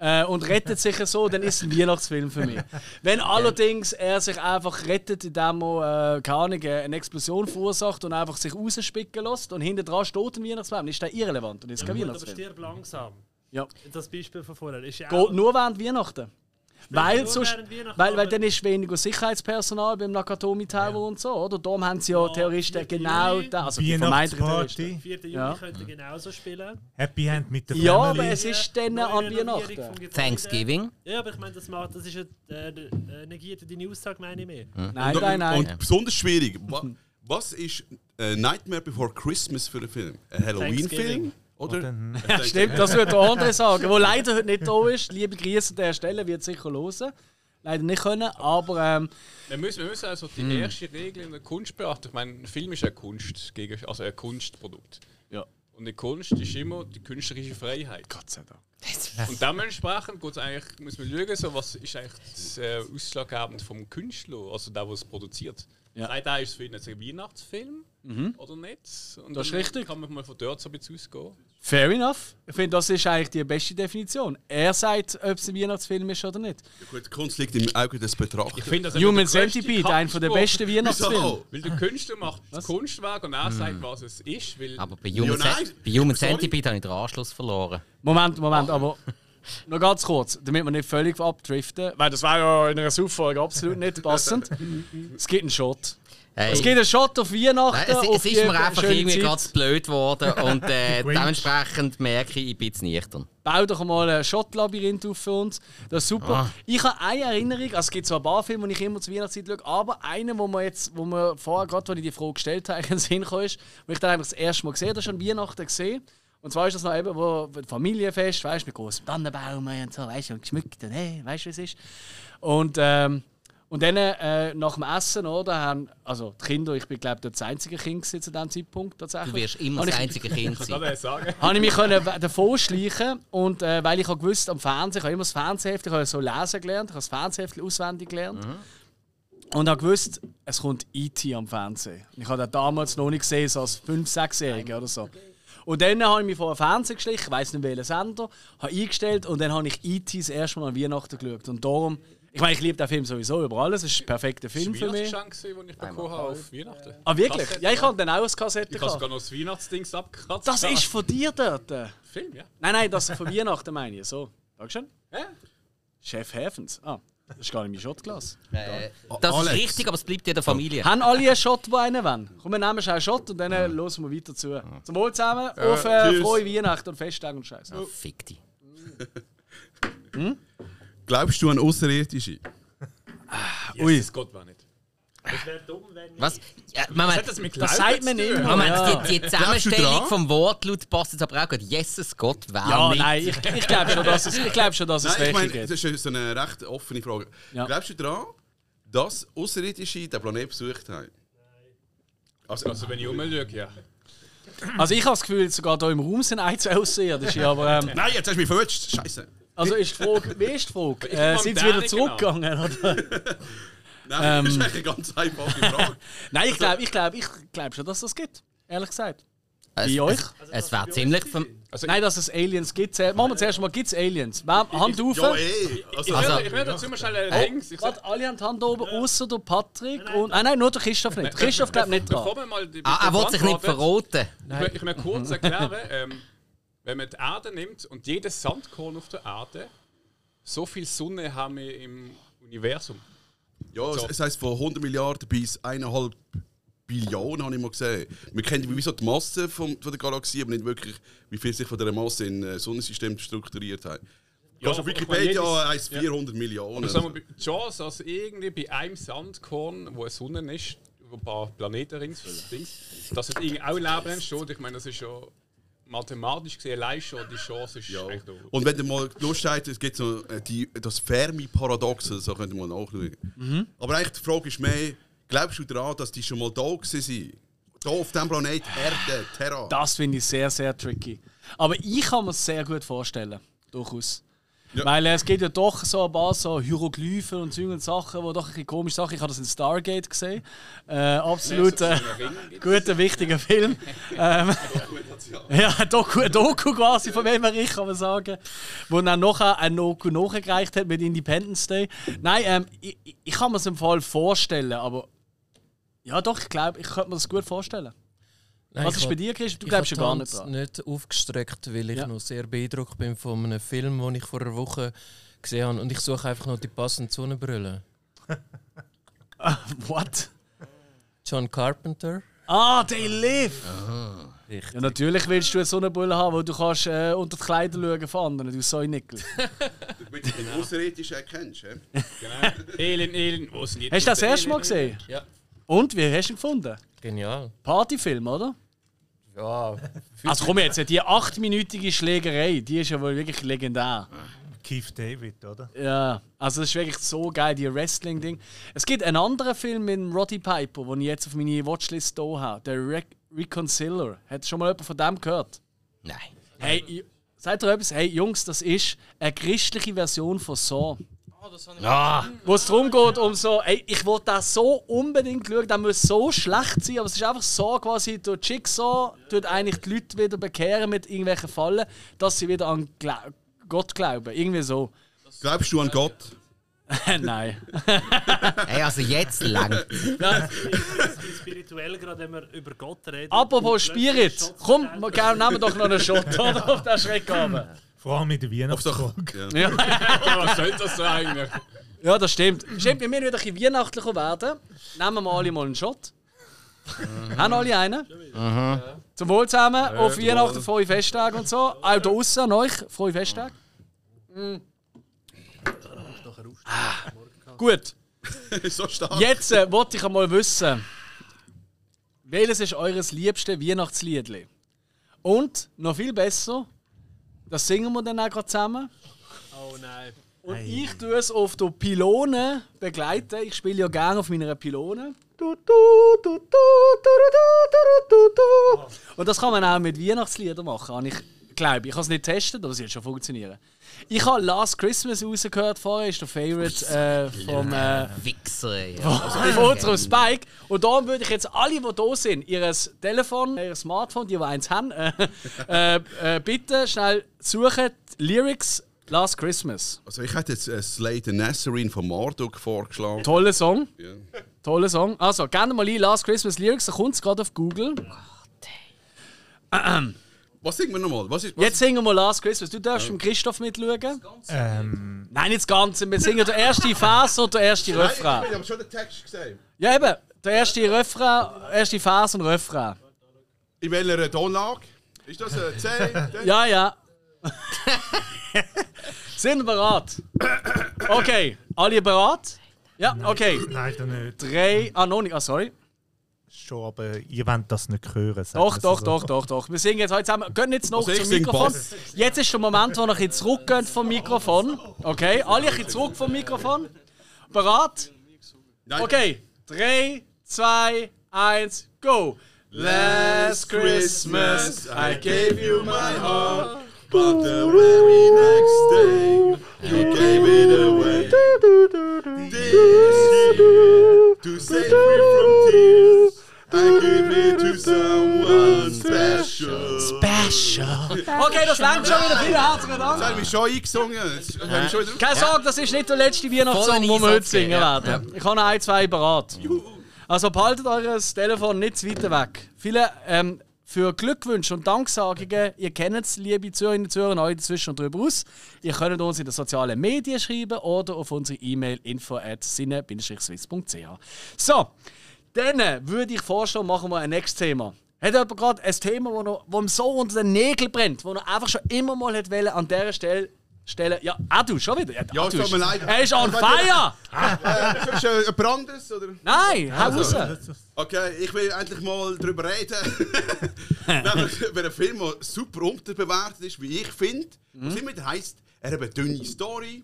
äh, und rettet sich so, dann ist es ein Weihnachtsfilm für mich. Wenn allerdings er sich einfach rettet, indem er, äh, keine Ahnung, äh, eine Explosion verursacht und einfach sich rausspicken lässt und hinten dran steht ein Weihnachtsbaum, dann ist der irrelevant und ist kein
Gut, aber
Weihnachtsfilm.
stirb langsam.
Ja.
Das Beispiel von vorher ist ja
Geht nur während Weihnachten. Weil,
nur
sonst,
während Weihnachten,
weil, weil
aber-
dann ist weniger Sicherheitspersonal beim Nakatomi Tower und so, oder? Darum haben sie ja Terroristen
Juli.
genau da. Also die vermeintlichen Terroristen.
Weihnachtsparty.
4. Juni
Ja.
könnte genauso spielen.
Happy End mit der
Ja, aber
Family.
es ist dann
Neue
an
Renovierung
Weihnachten.
vom Gebäude.
Thanksgiving.
Ja, aber ich meine, das, macht, das ist ja, äh, äh, negiert ja deine Aussage, meine ich mehr.
Nein,
und,
nein, nein.
Und besonders schwierig, wa, was ist äh, Nightmare Before Christmas für einen Film? Ein Halloween-Film?
Thanksgiving.
Oder?
Ja, stimmt, das würde der André sagen, der leider heute nicht da ist. Liebe Grüße an der Stelle, wird sicher hören. Leider nicht können, aber ähm,
Wir müssen, wir müssen also
Hm.
die erste Regel in der Kunst beachten. Ich meine, ein Film ist ein Kunst, also ein Kunstprodukt.
Ja.
Und die Kunst ist immer die künstlerische Freiheit.
Gott sei Dank.
Und dementsprechend geht's eigentlich, muss man schauen, so, was ist eigentlich das äh, Ausschlaggebend vom Künstler, also der, der es produziert.
Ja.
Zwei Teile ist es für ihn jetzt ein Weihnachtsfilm
Mhm.
oder nicht. Und
Das ist
dann
richtig.
Kann man mal von dort so ein bisschen ausgehen.
Fair enough. Ich finde, das ist eigentlich die beste Definition. Er sagt, ob es ein Weihnachtsfilm ist oder nicht.
Gut, die Kunst liegt im Auge des Betrachters.
finde,
Human Centipede, einer der besten Weihnachtsfilme.
Wieso?
Weil der Künstler macht das Kunstwerk und er sagt, was es ist. Weil
Aber bei Human,
Ja, nein.
Cent- bei Human
Sorry.
Centipede habe ich den Anschluss verloren.
Moment, Moment, aber noch ganz kurz, damit wir nicht völlig abdriften, weil das wäre ja in einer Sauffolge absolut nicht passend. es gibt einen Shot.
Hey.
Es gibt einen Shot auf Weihnachten.
Nein, es,
auf
es
die
ist mir einfach
schöne
irgendwie
Zeit.
gerade zu blöd geworden und äh,
Grinch.
dementsprechend merke ich, ich bin jetzt nüchtern.
Bau doch mal ein Shot-Labyrinth auf für uns. Das ist super. Ich habe eine Erinnerung, also es gibt zwar ein paar Filme, die ich immer zur Weihnachtszeit schaue, aber einen, wo mir jetzt, wo mir vorher gerade, als ich die Frage gestellt habe, in den Sinn kam, ist, wo ich dann einfach das erste Mal gesehen habe, schon Weihnachten gesehen. Und zwar ist das noch eben, wo wo Familienfest, weißt du, mit großem Tannenbaum und so, weißt du, und geschmückt und hey, weißt du, wie es ist. Und, ähm, und dann äh, nach dem Essen, oder, haben, also die Kinder, ich bin glaube ich das einzige Kind gewesen zu diesem Zeitpunkt
Du
tatsächlich.
wirst immer
Habe
das
ich-
einzige Kind sein.
kann ich sagen.
habe ich mich können we- davon schleichen und äh, weil ich auch gewusst am Fernsehen, ich habe immer das Fernsehheft, ich habe ja so lesen gelernt, ich habe das Fernsehheft auswendig gelernt
Mhm.
und habe gewusst, es kommt IT am Fernsehen. Und Ich habe das damals noch nicht gesehen, so als 5-, 6-Jähriger oder so. Und dann habe ich mich vor den Fernseher geschlichen, ich weiß nicht welchen Sender, habe eingestellt und dann habe ich IT das erste Mal an Weihnachten geschaut und darum, ich meine, ich liebe den Film sowieso über alles, es ist ein perfekter
Das
Film
war
für
ein
mich.
Weihnachtsgeschenk, gewesen, das ich bekommen habe auf Weihnachten.
Ah wirklich?
Kassette.
Ja, ich habe dann auch eine Kassette
Ich habe
gehabt.
sogar noch das Weihnachtsdings abgekratzt.
Das ist von dir dort.
Film, ja.
Nein, nein, das von Weihnachten meine ich. So, Dankeschön.
Hä?
Chef Hefens. Ah, das ist gar nicht mein Shotglas.
Äh, das ist
Alex.
richtig, aber es bleibt jeder Familie.
Oh, Haben alle einen Shot, der einen wollen? Komm, wir nehmen schon einen Shot und dann äh, hören wir weiter zu. Zum Wohl zusammen, auf äh,
tschüss.
frohe Weihnachten und Festtage und Scheiß.
Ah, Fick dich.
Glaubst du an Außerirdische?
Ah, Ui.
Das geht mir nicht.
Es wäre dumm, wenn ich
Was? Ja, Moment,
das mit
Das
Glauben
sagt man
zu tun?
immer.
Moment
ja,
die, die
Glaubst du
Zusammenstellung
dran?
vom Wortlaut passt jetzt aber auch gut. Jesus Gott, wer
ja
nicht?
nein, ich, ich glaube schon, dass es, ich glaub schon, dass es
Nein, ich
welche
meine, das ist
gibt.
ja so eine recht offene Frage.
Ja.
Glaubst du daran, dass Außerirdische den Planeten besucht haben? Also,
Also, wenn ich rumschaue, ja.
Also ich habe das Gefühl, sogar hier im Raum sind ein, zwei Außerirdische, aber ähm,
nein, jetzt hast du mich verwünscht. Scheiße.
also ist die Frage, wie ist die Frage?
bin
Äh,
am
sind sie wieder
Dänen,
zurückgegangen? Oder?
Nein, das ist eigentlich eine ganz einfache Frage.
Ähm,
Also
Nein, ich glaube ich glaub, ich glaub schon, dass das gibt. Ehrlich gesagt.
Es,
Bei euch? Also,
es, es wäre ziemlich. verm-
Nein, dass es Aliens gibt. Zuerst- Machen wir zuerst mal, gibt es Aliens? Wer- Hand auf.
ja, eh. Also,
Also-
Ich will dazu mal schnell einen Dings. Ich
Gerade
sag,
Oh, alle haben die Hand oben, außer der Patrick und. Ah, nein, nur der Christoph nicht. Christoph glaubt nicht dran.
bevor wir mal die
Ah, er will sich nicht
beantworten,
verraten.
Ich will- Ich möchte kurz erklären, ähm, wenn man die Erde nimmt und jedes Sandkorn auf der Erde, so viel Sonne haben wir im Universum.
ja es, es heisst von 100 Milliarden bis 1,5 Billionen, habe ich mal gesehen. Wir kennen wie so die Masse vom, von der Galaxie, aber nicht wirklich, wie viel sich von dieser Masse in äh, Sonnensystem strukturiert hat. Ja, auf
aber Also, ich
Wikipedia
meine,
heisst 400 Millionen.
jedes- Sagen wir, die Chance, dass irgendwie bei einem Sandkorn, wo eine Sonne ist, wo ein paar Planeten rings, Dings, dass es irgendwie auch Leben entsteht, ich meine, das ist ja mathematisch gesehen allein schon, die Chance ist
Ja.
echt hoch.
Und wenn ihr mal Lust habt, es gibt so äh, die, das Fermi-Paradoxon, so könnt ihr mal nachschauen.
Mhm.
Aber eigentlich die Frage ist mehr, glaubst du daran, dass die schon mal da waren? Da auf dem Planet Erde, Terra.
Das finde ich sehr, sehr tricky. Aber ich kann mir es sehr gut vorstellen. Durchaus.
Ja.
Weil äh, es gibt ja doch so ein paar so Hieroglyphen und solche Sachen, wo doch ein bisschen komische Sachen. Ich habe das in Stargate gesehen. Äh, absolut äh, guter, wichtiger Film. ähm, ja, Doku, Doku quasi von wem ich kann man sagen, wo dann nachher ein Doku nachgereicht hat mit Independence Day. Nein, ähm, ich, ich- ich kann mir es im Fall vorstellen, aber ja doch, ich glaube, ich könnte mir das gut vorstellen.
Nein,
Was
ich
ist
hab-
bei dir, Chris? Du
ich
glaubst ja
hab
gar
die
nicht
Hand
dran.
nicht aufgestreckt, weil ich
Ja.
noch sehr beeindruckt bin von einem Film, den ich vor einer Woche gesehen habe. Und ich suche einfach noch die passende Sonnenbrille.
What?
John Carpenter.
Ah, they live! Ja, natürlich willst du so eine Bulle haben, wo du kannst, äh, unter die Kleider schauen von anderen, du so Nickel.
Damit du den Außerirdischen erkennst. hä?
Elin, Elin, Genau. wo sind die?
Hast du das erste Mal gesehen?
Ja.
Und wie hast du ihn gefunden?
Genial.
Partyfilm, oder?
Ja.
Also komm jetzt, die achtminütige Schlägerei, die ist ja wohl wirklich legendär.
Keith David, oder?
Ja, also das ist wirklich so geil, die Wrestling-Ding. Es gibt einen anderen Film mit dem Roddy Piper, den ich jetzt auf meine Watchlist da habe. Der Re Reconciler. Hat schon mal jemand von dem gehört?
Nein.
Hey, Ju- sagt ihr etwas? Hey Jungs, das ist eine christliche Version von Saw.
Ah, das habe ich
Ah. Wo es darum geht, um so, ey, ich wollte das so unbedingt schauen, das muss so schlecht sein, aber es ist einfach so quasi, durch Jigsaw tut eigentlich die Leute wieder bekehren mit irgendwelchen Fallen, dass sie wieder an Gla Gott glauben. Irgendwie so.
Glaubst du an Gott?
Nein.
Hey, also jetzt lang.
spirituell, gerade wenn wir über Gott reden.
Apropos Spirit, komm, wir gehen- nehmen doch noch einen Shot, oder? Auf den Schreck haben.
Vor allem in der
Auf der
Weihnachtszeit.
ja.
Was soll das so eigentlich?
Ja, das stimmt. Stimmt, wir müssen wieder ein bisschen weihnachtlicher werden. Nehmen wir alle mal einen Shot.
Mhm.
Haben alle einen? Zum Wohl zusammen, auf Weihnachten, frohe Festtage und so. Auch da draussen an euch, frohe Festtage. Mm. Ah, gut,
so stark.
jetzt äh, wollte ich einmal wissen, welches ist eures liebste Weihnachtsliedli? Und noch viel besser, das singen wir dann auch gerade zusammen.
Oh nein.
Und ich tue es auf der Pylone begleiten. Ich spiele ja gerne auf meiner Pylone. Du, du, du, du, du, du, du, du, du. Und das kann man auch mit Weihnachtsliedern machen, habe ich glaube ich. Ich habe es nicht getestet, aber es wird schon funktionieren. Ich habe Last Christmas rausgehört vorher, ist der Favorite äh, vom, äh,
Wichser, ey. Ja. Also,
von unserem Spike. Und darum würde ich jetzt alle, die da sind, ihr Telefon, ihr Smartphone, die, die eins haben, äh, äh, äh, bitte schnell suchen die Lyrics Last Christmas.
Also ich hätte jetzt äh, Slay the Nazarene von Marduk vorgeschlagen.
Toller Song.
Ja.
Toller Song. Also, gerne mal ein Last Christmas Lyrics, da kommt es gerade auf Google.
Was singen wir nochmal? Was ist, was
Jetzt singen wir Last Christmas. Du darfst mit Christoph mitschauen.
Ähm,
Nein, nicht das Ganze. Wir singen den ersten Vers und den ersten
Nein, ich
Refrain.
habe schon den Text gesehen.
Ja, eben. Der erste Refrain, erste Vers und Refrain.
In welcher Tonlage? Ist das äh, ein 10?
Ja, ja. Sind wir bereit? Okay. Alle bereit? Ja, okay.
leider nicht.
Drei. Ah, noch nicht. Ah, sorry.
Schon, aber ihr wollt das nicht hören. sagen
Doch,
wir
doch,
so.
doch, doch, doch. Wir singen jetzt heute zusammen. Geht jetzt noch
Also ich
zum
sing
Mikrofon.
Bass.
Jetzt ist der Moment, wo ihr ein bisschen zurückgeht vom Mikrofon. Okay, alle ein bisschen zurück vom Mikrofon. Bereit?
Nein.
Okay, 3, 2, 1, go! Last Christmas I gave you my heart.
But the very next day you gave it away. This year, to save me from tears, I give it to someone special.
Okay, das langt schon wieder. Vielen herzlichen Dank.
Jetzt haben wir schon eingesungen. Jetzt haben wir schon wieder
Keine Sorge, das ist nicht der letzte
Voll
Weihnachtssong,
ein
den wir heute
Einsatz
singen
gegeben, ja.
werden. Ich habe noch ein, zwei parat. Also behaltet euer Telefon nicht zu weit weg. Viele ähm, für Glückwünsche und Danksagungen, ihr kennt es, liebe Zürcherinnen und Zürcher, euch dazwischen und drüber aus. Ihr könnt uns in den sozialen Medien schreiben oder auf unsere E-Mail info.sinne-swiss.ch. So, dann äh, würde ich vorstellen, machen wir ein nächstes Thema. Hat jemand gerade ein Thema, das wo, wo ihm so unter den Nägeln brennt, wo er einfach schon immer mal hat wollen, an dieser Stelle stellen? Ja, auch du, schon wieder.
Ja, es
du
tut mir leid.
Er ist on fire!
Äh, ist äh, jemand anderes? Oder? Also,
Nein, hau raus!
Okay, ich will endlich mal drüber reden. Nämlich über einen Film, der super unterbewertet ist, wie ich finde. Was immer heisst, er hat eine dünne Story.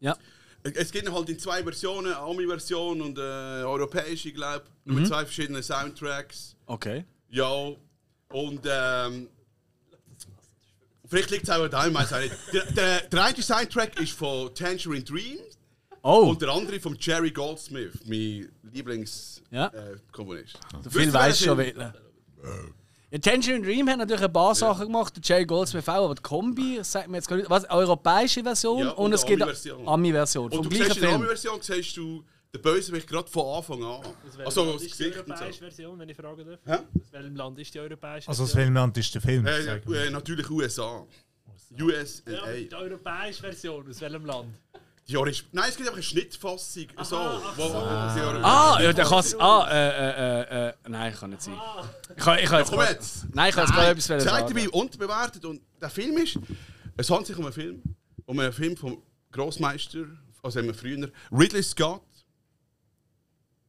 Mhm. Ja.
Es gibt ihn halt in zwei Versionen, Ami-Version und äh, europäische, glaube ich.
Mhm.
Mit zwei verschiedenen Soundtracks.
Okay.
Ja, und ähm, vielleicht liegt es auch da, ich weiß auch nicht. Der, der, der eine Soundtrack ist von Tangerine Dream
Oh,
und der andere von Jerry Goldsmith, mein Lieblingskomponist.
Ja.
Äh, Komponist.
viel
Wisst ihr,
weiß
wer
schon
das
wählen. Ja, Tangerine Dream hat natürlich ein paar Sachen gemacht, der Jay Goldsmith auch, aber die Kombi, sagt mir jetzt gar nicht, was, europäische Version
Ja,
und,
und
es
die
gibt
Ami-Version.
eine Ami-Version
Und
vom
du siehst
gleichen
in der
Film.
Ami-Version siehst du den Bösewicht gerade von Anfang an. Also das Gesicht und so.
europäische Version, wenn ich fragen darf?
Hä?
Aus welchem Land ist die europäische
Also, das
Version?
Filmland ist der Film.
Äh,
sagen wir.
äh, natürlich USA. USA.
Ja, aber die europäische Version, aus welchem Land?
Die Orange. Nein, es gibt einfach eine Schnittfassung. so, wo, wo, die Orange-
Ah, ja, der kann es. Ah, äh, äh, äh, äh, nein, kann nicht sein. Ich kann, ich kann jetzt
Komm
grad-
jetzt!
Nein, ich kann jetzt gerade etwas
Das
sagen.
Zweite wie unterbewertet. Und der Film ist, es handelt sich um einen Film, um einen Film vom Grossmeister, also immer früher, Ridley Scott.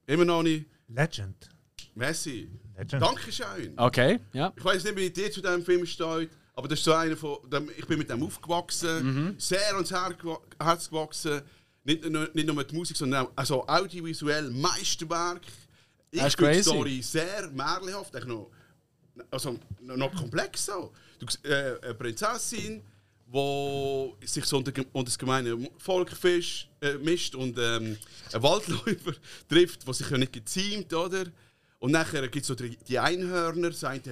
Immer noch nicht
Legend.
Messi.
Legend.
Dankeschön.
Okay, ja.
Ich weiß nicht, wie die Idee zu diesem Film steht, aber das ist so einer von. dem- Ich bin mit dem aufgewachsen,
Mhm.
sehr ans Her- gewa- Herz gewachsen. Nicht, nur- nicht nur die Musik, sondern auch also audiovisuell Meisterwerk. Ich
Das ist
finde die
crazy.
Story sehr märchenhaft, eh, eigentlich noch, also noch noch komplex so. Du, s- äh, eine Prinzessin, wo sich so unter, unter das gemeine eh, Volk fisch, äh, mischt und ähm, ein Waldläufer trifft, der sich ja nicht geziemt, oder? Und nachher gibt es so die, die Einhörner, das eine hat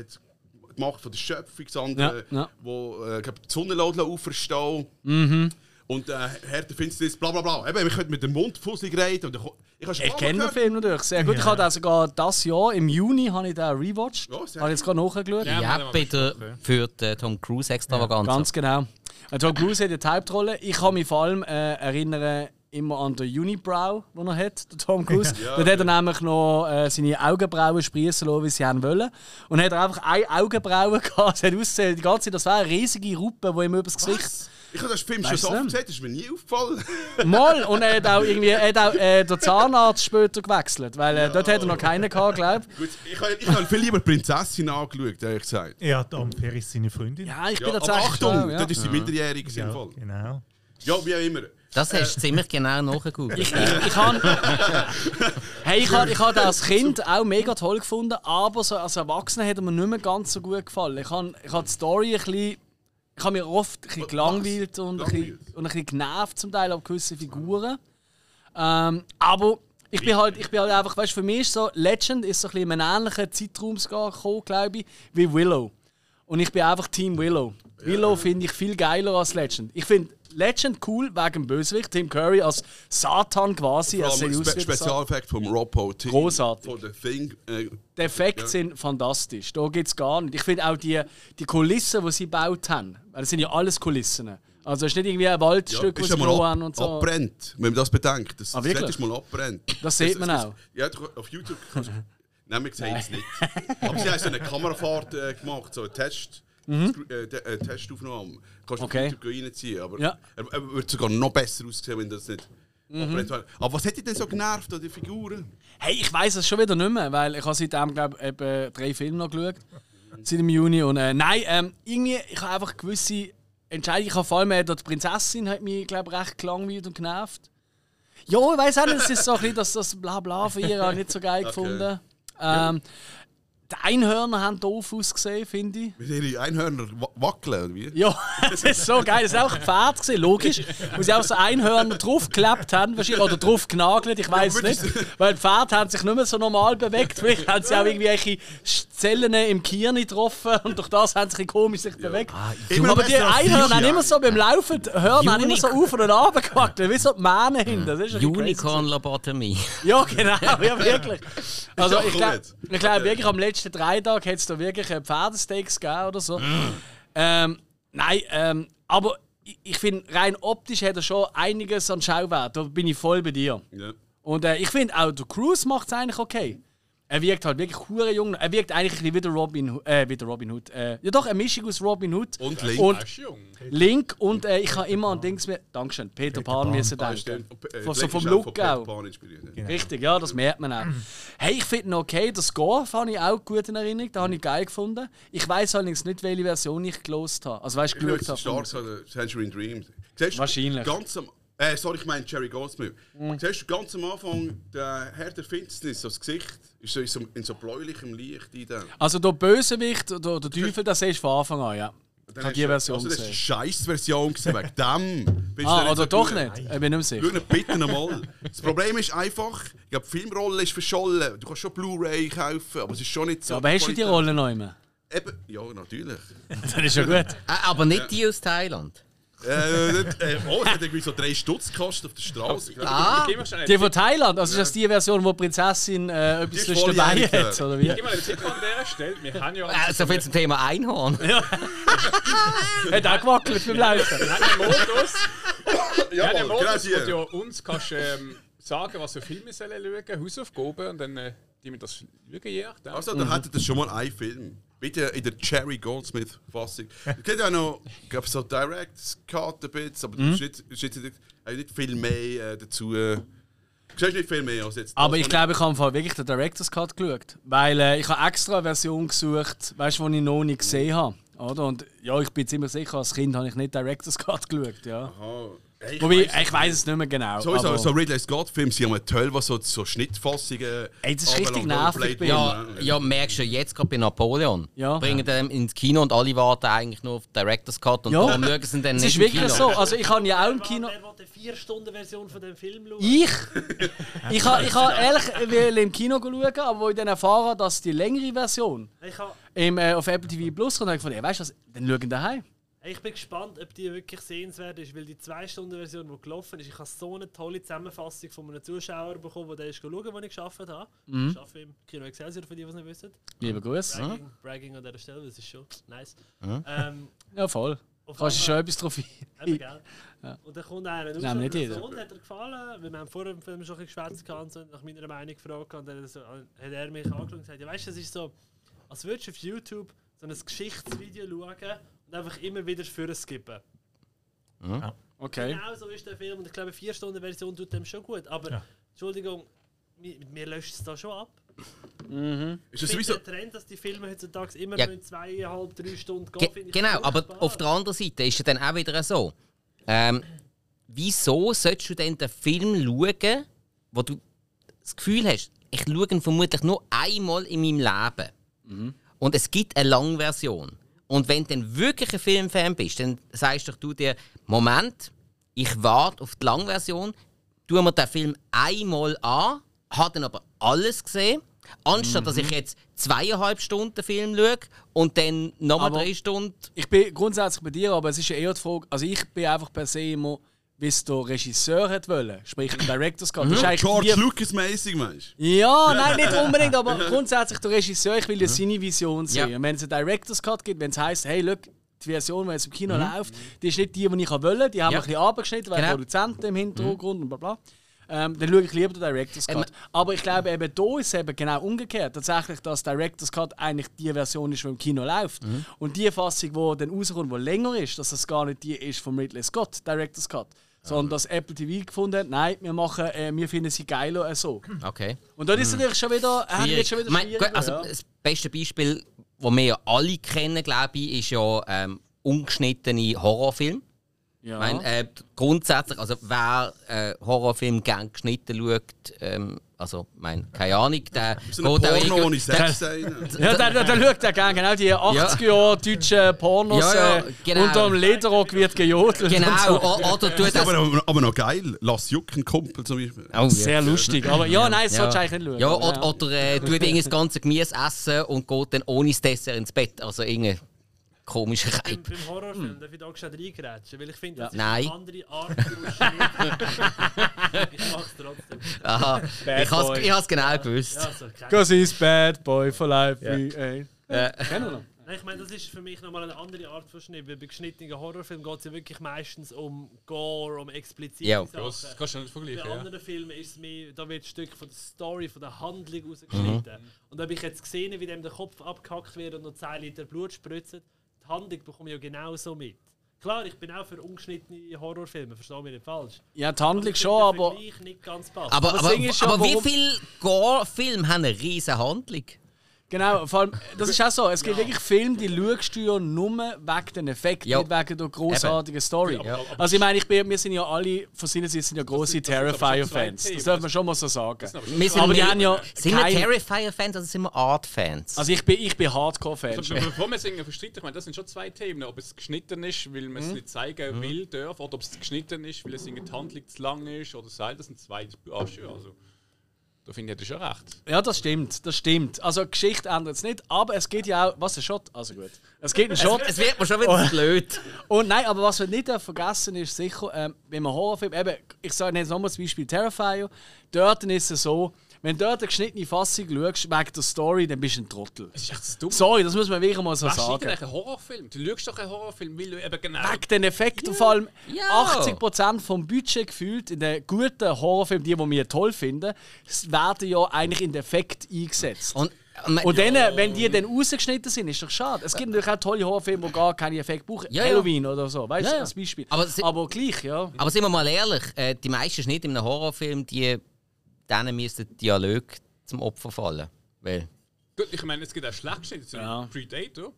die Macht von der Schöpfung, das andere,
Ja, ja.
wo äh, ich glaub, die Sonne lässt auferstehen
Mhm.
und äh, Härte Finsternis, bla bla bla. Eben, wir können mit dem Mund fusselig reden. Und dann ko- ich habe schon
Ich
mal
kenne den
gehört.
Film natürlich sehr gut. Ich habe den sogar das Jahr, im Juni, habe ich den rewatched.
Ja, sehr
habe ich jetzt gerade nachgeschaut.
Ja,
Ja,
haben wir
bitte für die Tom Cruise Extravaganza.
Ganz genau. Und Tom Cruise hat ja die Hauptrolle. Ich kann mich vor allem äh, erinnern immer an den Unibrow, den er hat, der Tom Cruise.
Ja.
Dort hat er nämlich noch äh, seine Augenbrauen sprießen lassen, wie sie haben wollen. Und hat er einfach eine Augenbraue gehabt. Es hat ausgesehen, die ganze Zeit, das wäre eine riesige Ruppe, die ihm übers Gesicht...
Ich habe das Film schon
Weißt
so
du
oft
nicht?
gesagt, das ist mir nie aufgefallen.
Mal! Und er hat auch irgendwie... Er hat auch äh, den Zahnarzt später gewechselt, weil äh, dort hat er noch keinen gehabt, glaube ich.
Gut, ich habe ich habe viel lieber Prinzessin angeschaut, ehrlich gesagt.
Ja, die Ampere ist seine Freundin.
Ja, Ah, ich
Ja,
bin
aber
tatsächlich...
Achtung,
ja.
das ist die Minderjährige ja. Fall.
genau.
Ja, wie auch immer. Äh,
Das hast du ziemlich genau nachgeguckt.
Ich, ich, ich habe hey, ich hab, ich hab den als Kind auch mega toll gefunden, aber so als Erwachsener hat er mir nicht mehr ganz so gut gefallen. Ich habe ich hab die Story ein bisschen. Ich habe mich oft ein bisschen gelangweilt und ein bisschen,
Langweilt?
und ein bisschen genervt zum Teil an gewissen Figuren. Ähm, aber ich bin, halt, ich bin halt einfach, weißt du, für mich ist so, Legend ist so ein bisschen in einem ähnlichen Zeitraum gekommen, glaube ich, wie Willow. Und ich bin einfach Team Willow. Willow finde ich viel geiler als Legend. Ich finde Legend cool wegen dem Bösewicht. Tim Curry als Satan quasi.
Vor
Er sieht
allem
aus
Spe
wie der Satan.
Spezialeffekt vom Rob Poe
Großartig.
Von The Thing. Äh,
Die Effekte
Ja.
sind fantastisch. Da geht es gar nicht. Ich finde auch die, die Kulissen, die sie gebaut haben, weil das sind ja alles Kulissen. Also es ist nicht irgendwie
ja,
ein Waldstück,
ist
was
ja
sie
mal
gebaut
ab,
haben und so.
abbrennt, wenn man das bedenkt. Das,
Ah,
das Set
wirklich?
ist mal abbrennt.
Das sieht man
es-
auch.
Ja, du- auf YouTube kannst du... Nein, wir sehen es nicht. Aber sie haben so eine Kamerafahrt äh, gemacht, so eine Test... Äh, de- äh, Testaufnahme. Kannst du
Mhm. Okay.
auf YouTube reinziehen. Aber
Ja. Mhm.
er, er würde sogar noch besser aussehen, wenn das nicht abbrennt wäre. Aber was hätte denn so genervt an den Figuren?
Hey, ich weiß es schon wieder nicht mehr, weil ich habe seitdem, glaube ich, etwa drei Filme noch geschaut. Seit dem Juni. Und äh, nein, ähm, irgendwie, ich habe einfach gewisse Entscheidungen. Ich habe vor allem äh, die Prinzessin hat mich, glaube ich, recht gelangweilt und genervt. Ja, ich weiß auch nicht, es ist so ein bisschen, dass das Blabla von ihr auch nicht so geil gefunden. Ähm, die Einhörner haben doof ausgesehen, finde ich.
Mit ihren Einhörner wa- wackeln, oder wie?
Ja, das ist so geil. Das war auch ein Pferd, gewesen, logisch. Wo sie auch so Einhörner draufgeklebt haben, wahrscheinlich, oder draufgenagelt, ich weiß nicht. Weil die Pferde haben sich nicht mehr so normal bewegt. Vielleicht haben sie auch irgendwelche Zellen im Kirn getroffen und durch das haben sie sich komisch sich bewegt.
Immer
Aber die
besser als
Einhörner haben
CGI.
immer so beim Laufen, die Hörner haben immer so
Unicorn.
auf und runter gewackelt, wie so die Mähne hinten. Das ist ein bisschen crazy.
Unicorn Lobotomie.
Ja, genau, ja, wirklich. Also,
doch
ich glaube
gut.
ich glaub, wirklich, am letzten drei Tagen hätte es da wirklich äh, Pferdesteaks gegeben oder so. ähm, nein, ähm, aber ich, ich finde, rein optisch hat er schon einiges an Schauwert. Da bin ich voll bei dir.
Ja.
Und äh, ich finde auch, der Cruise macht es eigentlich okay. Er wirkt halt wirklich hure jung. Er wirkt eigentlich ein bisschen wie der Robin, Ho- äh, wie der Robin Hood. Äh, ja, doch, eine Mischung aus Robin Hood
Und Link.
und
Ist jung.
Link. Und äh, ich habe immer an Dings mehr. Dankeschön, Peter, Pan
Pan.
müssen
Ah,
denken.
stimmt. Äh,
Von,
Link
so
ist
vom
auch
Look
von Peter
auch.
Pan inspiriert, ja.
Richtig, ja, das merkt man auch. Hey, ich finde ihn okay. Den Score fand ich auch gut in Erinnerung. Den habe ich geil gefunden. Ich weiß allerdings nicht, welche Version ich gelost habe. Also, weißt du,
Ich glaube, es
geschaut
ist
habe.
stark an Century in Dreams. Siehst du,
Wahrscheinlich. Mhm.
Ganz am, äh, sorry, ich meine Jerry Goldsmith. Siehst du, ganz am Anfang, der Herr der Finsternis, so das Gesicht, ist so in so, in so bläulichem Licht in dem.
Also, der Bösewicht oder der Teufel, das siehst du von Anfang an, ja. Ich habe die Version
also, das war eine
gesehen.
Scheiß-Version, gewesen, wegen dem. Bist du
Ah,
nicht so
oder doch
gut.
nicht? Ich bin nicht mehr sicher.
Schau, bitte nochmal. Das Problem ist einfach, ich glaube, die Filmrolle ist verschollen. Du kannst schon Blu-ray kaufen, aber es ist schon nicht so.
Aber hast du die
Qualität.
Rolle noch immer?
Eben, ja, natürlich.
Das ist ja gut.
Ah, Aber nicht die aus Thailand.
äh, nicht- äh, oh, es hat irgendwie so drei Stutz gekostet auf der Straße.
Ah,
Gib mir schnell
Die
einen
von Thailand, also ist das die Version, wo die Prinzessin äh, etwas
ist
zwischen
voll
den Beinen
jährlich,
hat,
ja.
oder wie?
Gib mir einen Tipp an dieser Stelle. Wir haben ja
äh, so viel zum Thema Einhorn.
Hat auch gewackelt beim Laufen.
wir haben einen Modus.
Ja,
Ja, der Modus
grazie.
und ja, uns kannst ähm, sagen, was für Filme sollen schauen, Hausaufgaben und dann äh, die mit das schauen je nachdem.
Also,
Mhm.
dann hättet ihr schon mal einen Film. Bitte in der Cherry Goldsmith-Fassung. Es gibt ja noch, ich glaube, so Directs Cut ein bisschen,
Mhm.
aber es ist nicht- es ist jetzt nicht, äh, nicht viel mehr äh, dazu. äh, Du siehst nicht viel mehr als jetzt.
Aber
das,
ich
was
glaube, ich habe im Fall wirklich den Director's Cut geschaut. Weil äh, ich habe extra eine Version gesucht, weißt du, die ich noch nicht gesehen habe. Oder? Und ja, ich bin ziemlich sicher, als Kind habe ich nicht Director's Cut geschaut. Ja.
Aha. Ich
Wobei,
weiss-
ich weiß es nicht mehr genau.
Sowieso,
aber-
so also- Ridley Scott-Filme sind ja toll, was so, so Schnittfassungen.
Ey, das ist richtig
anbelangt,
nervig
Roleplay-
bei-
Ja,
ne?
ja, merkst du jetzt gerade bei Napoleon.
Ja.
Bringen den ins Kino und alle warten eigentlich nur auf den Director's Cut und
Ja.
darum schauen sie ihn dann
Es
nicht
ist
im Kino.
wirklich so. Also ich habe ja auch im Kino.
Wer will eine 4-Stunden-Version von dem Film schauen?
Ich? Ich habe ich ha ehrlich will im Kino schauen, aber wo ich dann erfahre, dass die längere Version
Ich, hab,
im, äh, auf Apple TV Plus kommt, habe ich gedacht, ey, weißt du was, dann schauen wir daheim.
ich bin gespannt, ob die wirklich sehenswert ist, weil die 2-Stunden-Version, die gelaufen ist, ich habe so eine tolle Zusammenfassung von einem Zuschauer bekommen, der den ist schauen, wo ich gearbeitet habe. Ich arbeite im Kino Excelsior, für die, die es nicht wissen.
Mhm. Lieber Gruß.
Bragging, bragging an dieser Stelle, das ist schon nice. Ähm,
Ja, voll.
auf
Kannst du schon
einmal-
etwas drauf
Eben,
ein.
gell? Und dann kommt einer raus.
Nehmen nicht
und
jeder.
so, Und hat er gefallen, weil wir haben vor dem Film schon ein bisschen geschwätzt gehabt und nach meiner Meinung gefragt und dann so, hat er mich angeschaut und gesagt, ja weißt du, es ist so, als würdest du auf YouTube so ein Geschichtsvideo schauen und einfach immer wieder vorne skippen.
Okay.
Genau so ist der Film und ich glaube, eine 4-Stunden-Version tut dem schon gut, aber Entschuldigung, wir, wir löschen es da schon ab.
Ist
Ich
das
finde
sowieso.
den Trend, dass die Filme heutzutage immer
Ja.
nur in zweieinhalb, drei Stunden
Ge
gehen, finde ich
genau, aber
furchtbar.
auf der anderen Seite ist es dann auch wieder so. Ähm, wieso solltest du denn den Film schauen, wo du das Gefühl hast, ich schaue ihn vermutlich nur einmal in meinem Leben. Und es gibt eine lange Version. Und wenn du dann wirklich ein Filmfan bist, dann sagst doch du dir, Moment, ich warte auf die lange Version, tue mir den Film einmal an, habe dann aber alles gesehen, anstatt dass ich jetzt zweieinhalb Stunden Film schaue und dann nochmal
Aber-
drei Stunden.
Ich bin grundsätzlich bei dir, aber es ist ja eher die Frage, also ich bin einfach per se immer, wie es der Regisseur hat wollen, sprich der Director's
Mhm.
Cut. Das ist eigentlich
Mhm. George
die-
Lucas-mäßig, Mensch.
Ja, nein, nicht unbedingt, aber grundsätzlich der Regisseur, ich will ja seine Vision sehen.
Ja.
Und Wenn es einen Director's Cut gibt, wenn es heisst, hey, schau, die Version, die jetzt im Kino läuft, die ist nicht die, die ich wollte, die haben
Mhm. Ja.
wir ein bisschen abgeschnitten, weil
Genau.
Produzenten im Hintergrund und bla bla. Ähm, dann schaue ich lieber den Director's
Ähm,
Cut. aber ich glaube, eben da ist es eben genau umgekehrt. Tatsächlich, dass Director's Cut eigentlich die Version ist, die im Kino läuft.
Mhm.
Und die Fassung, die dann rauskommt, die länger ist, dass das gar nicht die ist von Ridley Scott, Director's Cut.
Ah.
Sondern dass Apple TV gefunden hat, nein, wir, machen, äh, wir finden sie geiler äh, so.
Okay. Mhm.
Und dann ist es natürlich schon wieder, er hat jetzt schon wieder
Mein-
schwierig.
gut, also Das beste Beispiel, das wir ja alle kennen, glaube ich, ist ja ähm, ungeschnittene Horrorfilme.
ja.
Ich meine, äh, grundsätzlich, also wer äh, Horrorfilm gerne geschnitten schaut, ähm, also, ich meine, keine Ahnung, der
So ein
geht auch
Porno ohne
irgendwie-
Sex sein.
ja, da, da, da schaut er gerne, genau die 80er Jahre deutschen Pornos
Ja, ja,
äh,
genau.
unter dem Lederrock wird gejodelt. Und
Genau,
so.
oh,
o- oder tut das.
Aber, aber noch geil. Lass Jucken, Kumpel zum Beispiel.
Oh, ja.
Sehr lustig, aber ja, nein, das
Ja.
solltest du eigentlich nicht schauen. genau.
Ja, oder, oder äh, tut irgendwie das ganze Gemüse essen und geht dann ohne das Dessert ins Bett. Also irgendein komischer
Beim,
Reib.
beim Horrorfilm darf ich da auch schon reingrätschen, weil ich finde, das ist
Nein.
eine andere Art von Schnitt. ich mach's trotzdem.
Aha. Ah, Ich
Boy.
habe es genau gewusst.
Ja, also, keine
Cause he's bad boy for life. Yeah. Kennen wir noch?
Nein, ich meine, das ist für mich nochmal eine andere Art von Schnitt, weil bei geschnittenen Horrorfilmen geht es ja wirklich meistens um Gore, um explizite
Ja.
Sachen.
Ja, das kannst du nicht
Bei
vergleichen. Ja.
anderen Filmen ist es mehr, da wird ein Stück von der Story, von der Handlung rausgeschnitten.
Mhm.
Und da habe ich jetzt gesehen, wie dem der Kopf abgehackt wird und noch 10 Liter Blut spritzt. Die Handlung bekomme ich ja genauso mit. Klar, ich bin auch für ungeschnittene Horrorfilme, verstehe mich nicht falsch.
Ja, die Handlung
Ich
schon,
finde den
aber.
Vergleich nicht ganz passt.
Aber,
das
aber,
Ding ist ja,
aber wie
warum-
viele Gore-Filme haben eine riesige Handlung?
Genau, vor allem, das ist auch so. Es gibt wirklich Filme, die schaust du ja nur wegen den Effekten,
Ja.
nicht wegen der grossartigen Story. Also ich meine, ich bin, wir sind ja alle, von seiner Seite sind ja grosse Terrifier-Fans. Das darf man schon mal so sagen.
Wir
Aber die haben ja
Sind wir
kein-
Terrifier-Fans oder sind wir Art-Fans?
Also ich bin, ich bin Hardcore-Fan.
Also, be- bevor wir es irgendwie verstreiten, ich meine, das sind schon zwei Themen. Ob es geschnitten ist, weil
Hm?
man es nicht zeigen will, darf, oder ob es geschnitten ist, weil es in der Hand liegt, zu lang ist, oder so. Das sind zwei Anschüsse. Also, da finde ich, hat er schon recht.
Ja, das stimmt, das stimmt. Also die Geschichte ändert es nicht, aber es geht ja auch... Was, ein Shot? Also gut. Es geht einen Shot.
es wird mir schon wieder blöd.
Und nein, aber was wir nicht dürfen vergessen ist sicher, ähm, wenn man Horrorfilm, eben, ich sage jetzt nochmal zum Beispiel Terrifier, dort ist es so, wenn du dort eine geschnittene Fassung schaust, wegen der Story, dann bist du ein Trottel.
Das ist echt das dumm.
Sorry, das muss man wirklich mal so
Was ist denn
sagen.
eigentlich ein Horrorfilm? Du schaust doch einen Horrorfilm, weil du eben genau.
Wegen den Effekten, vor allem
Ja.
80% vom Budget gefühlt in den guten Horrorfilmen, die, die wir toll finden, s- werden ja eigentlich in den Effekt eingesetzt.
Und, und,
Und dann, wenn die dann rausgeschnitten sind, ist doch schade. Es gibt natürlich auch tolle Horrorfilme, die gar keine Effekte brauchen.
Ja, ja.
Halloween oder so, weißt du,
Ja, ja.
als Beispiel.
Aber sie-
aber gleich, ja.
aber sind wir mal ehrlich, äh, die meisten Schnitte in einem Horrorfilm, die, denen müsste der Dialog zum Opfer fallen. Weil,
Gut, ich meine, es gibt auch schlecht geschnitten.
Ja. Äh,
Predator.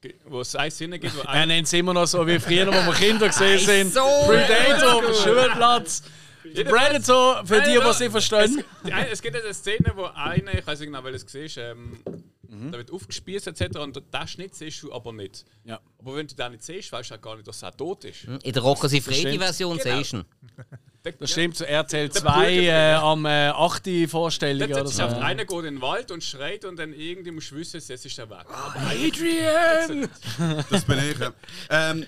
ge- wo es einen Sinn gibt, wo
Er
ein
nennt es immer noch so wie früher, wo wir Kinder gesehen sind.
so
Predator auf dem Schulplatz. Der Predator, für die, was sie verstehen.
Die eine- Es gibt eine Szene, wo einer, ich weiß nicht genau, welches gesehen ist, ähm,
Mhm.
da wird aufgespießt etc. und den Schnitt siehst du aber nicht.
Ja.
Aber wenn du den nicht siehst, weißt du auch gar nicht, dass er tot ist.
In der Rocco Sifredi
stimmt.
Version
Genau.
siehst du ihn.
Das stimmt, so RTL
Bruder-
2 äh, am äh, 8. Vorstellung
Jetzt
oder
setzt sich
so.
auf einer, geht in den Wald und schreit und dann irgendwie musst du wissen, jetzt ist er weg.
Adrian!
Das bin ich. ja. Ähm,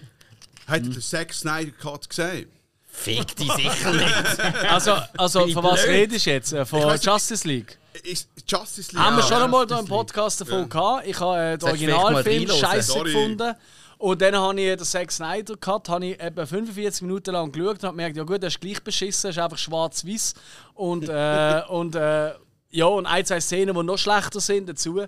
hat der Zack Snyder Cut gesehen?
Fick dich sicher nicht.
Also, also von was redest du jetzt? Äh, Von
Ich weiss- Also,
Justice League?
Ist Justice League.
Haben wir schon
Ja.
einmal hier im Podcast davon gehabt. Ich habe äh, den
Sollst du vielleicht mal
Originalfilm
reinhören?
scheiße
Sorry.
gefunden. Und dann habe ich den Zack Snyder gehabt, habe ich etwa 45 Minuten lang geschaut und habe gemerkt, ja gut, der ist gleich beschissen, ist einfach schwarz-weiß. Und, äh, und, äh, ja, und ein, zwei Szenen, die noch schlechter sind dazu.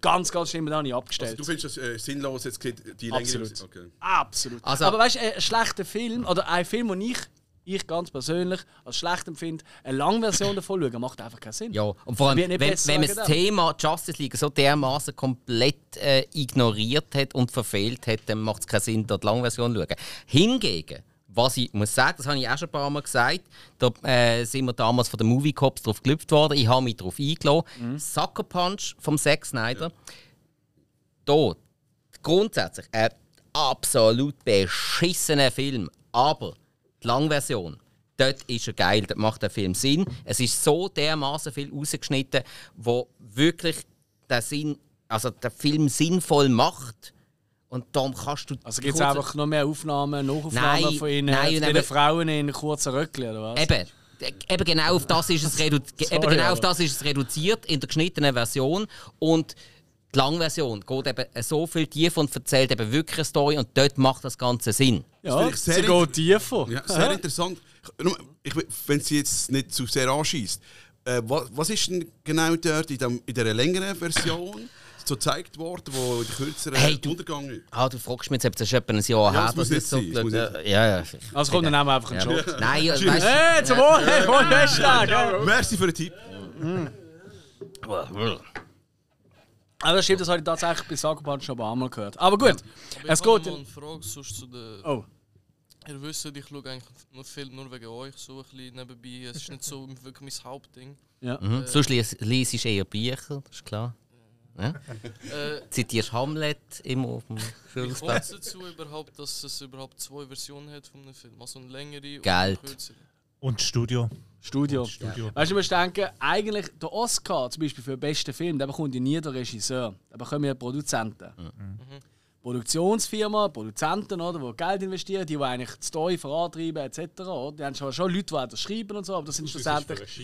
Ganz, ganz schlimm, da habe ich abgestellt.
Du findest das äh, sinnlos, jetzt geht die längere.
Absolut.
Okay.
Absolut.
Also-
Aber weißt du, ein schlechter Film, oder ein Film, den ich, ich ganz persönlich als schlecht empfinde, eine lange Version davon schauen, macht einfach keinen Sinn.
Ja, und vor allem,
Wird
wenn,
nicht
wenn
besser
man
genau. wegen
das
dem.
Thema Justice League so dermaßen komplett äh, ignoriert hat und verfehlt hat, dann macht es keinen Sinn, dort die Langversion zu schauen. Hingegen, was ich muss sagen, das habe ich auch schon ein paar Mal gesagt, da äh, sind wir damals von den Movie Cops drauf geklüpft worden, ich habe mich drauf eingeladen.
Mhm.
Sucker Punch vom Zack Snyder. Hier, grundsätzlich ein absolut beschissener Film, aber die Langversion, dort ist er geil, dort macht der Film Sinn. Es ist so dermaßen viel rausgeschnitten, wo wirklich der Sinn, also der Film sinnvoll macht. Und darum kannst du
Also gibt es
kurz-
einfach noch mehr Aufnahmen, Nachaufnahmen
Nein,
von ihnen,
nein,
nein,
nein,
den
aber-
Frauen in kurzen Röckchen oder was?
Eben, eben genau auf das ist es reduziert. eben
Sorry,
genau auf
aber-
das ist es reduziert in der geschnittenen Version und die Langversion geht eben so viel tiefer und erzählt eben wirklich eine Story und dort macht das Ganze Sinn.
ja,
vielleicht
sie
sehr
geht tiefer.
Ja, sehr interessant. Ich- nur, Ich, wenn sie jetzt nicht zu sehr anschießt, äh, was, was ist denn genau dort in, dem, in der längeren Version so gezeigt worden, wo die kürzere
Hey, du-
untergegangen ist?
Ah, du fragst mich jetzt, ob das ist etwa ein Jahr her
das muss
dass
nicht
ich
sein, das muss nicht
ja, ja, ja.
Also kommt dann auch einfach ein Shot.
Nein, ja, weißt du,
Hey, zum Wohl, hey, wohl, Hashtag! hey.
Merci für den Tipp.
Aber Ah, das stimmt, das habe ich tatsächlich bei Sagopan schon ein paar Mal gehört. Aber gut,
Aber
es
ich habe
geht...
noch mal eine Frage sonst zu den.
Oh,
Ihr wisst, ich schaue eigentlich nur Film nur wegen euch, so ein bisschen nebenbei. Es ist nicht so wirklich mein Hauptding.
ja.
Äh.
mhm. sonst lies- liest du eher Bücher, das ist klar. Ja? Zitierst Hamlet immer auf dem
Wie
Schulsplatz.
kommt es dazu überhaupt, dass es überhaupt zwei Versionen hat von einem Film? Also eine längere und eine
Geld.
kürzere.
Und das Studio.
Studio.
Studio.
Weißt du, du musst denken, eigentlich der Oscar zum Beispiel für den besten Film, der bekommt ja nie der Regisseur, der bekommen ja die Produzenten. Produktionsfirmen, Produzenten, oder, die Geld investieren, die, die eigentlich die Story vorantreiben etc. Oder? Die haben schon, schon Leute, die auch das schreiben und so, aber das sind schlussendlich...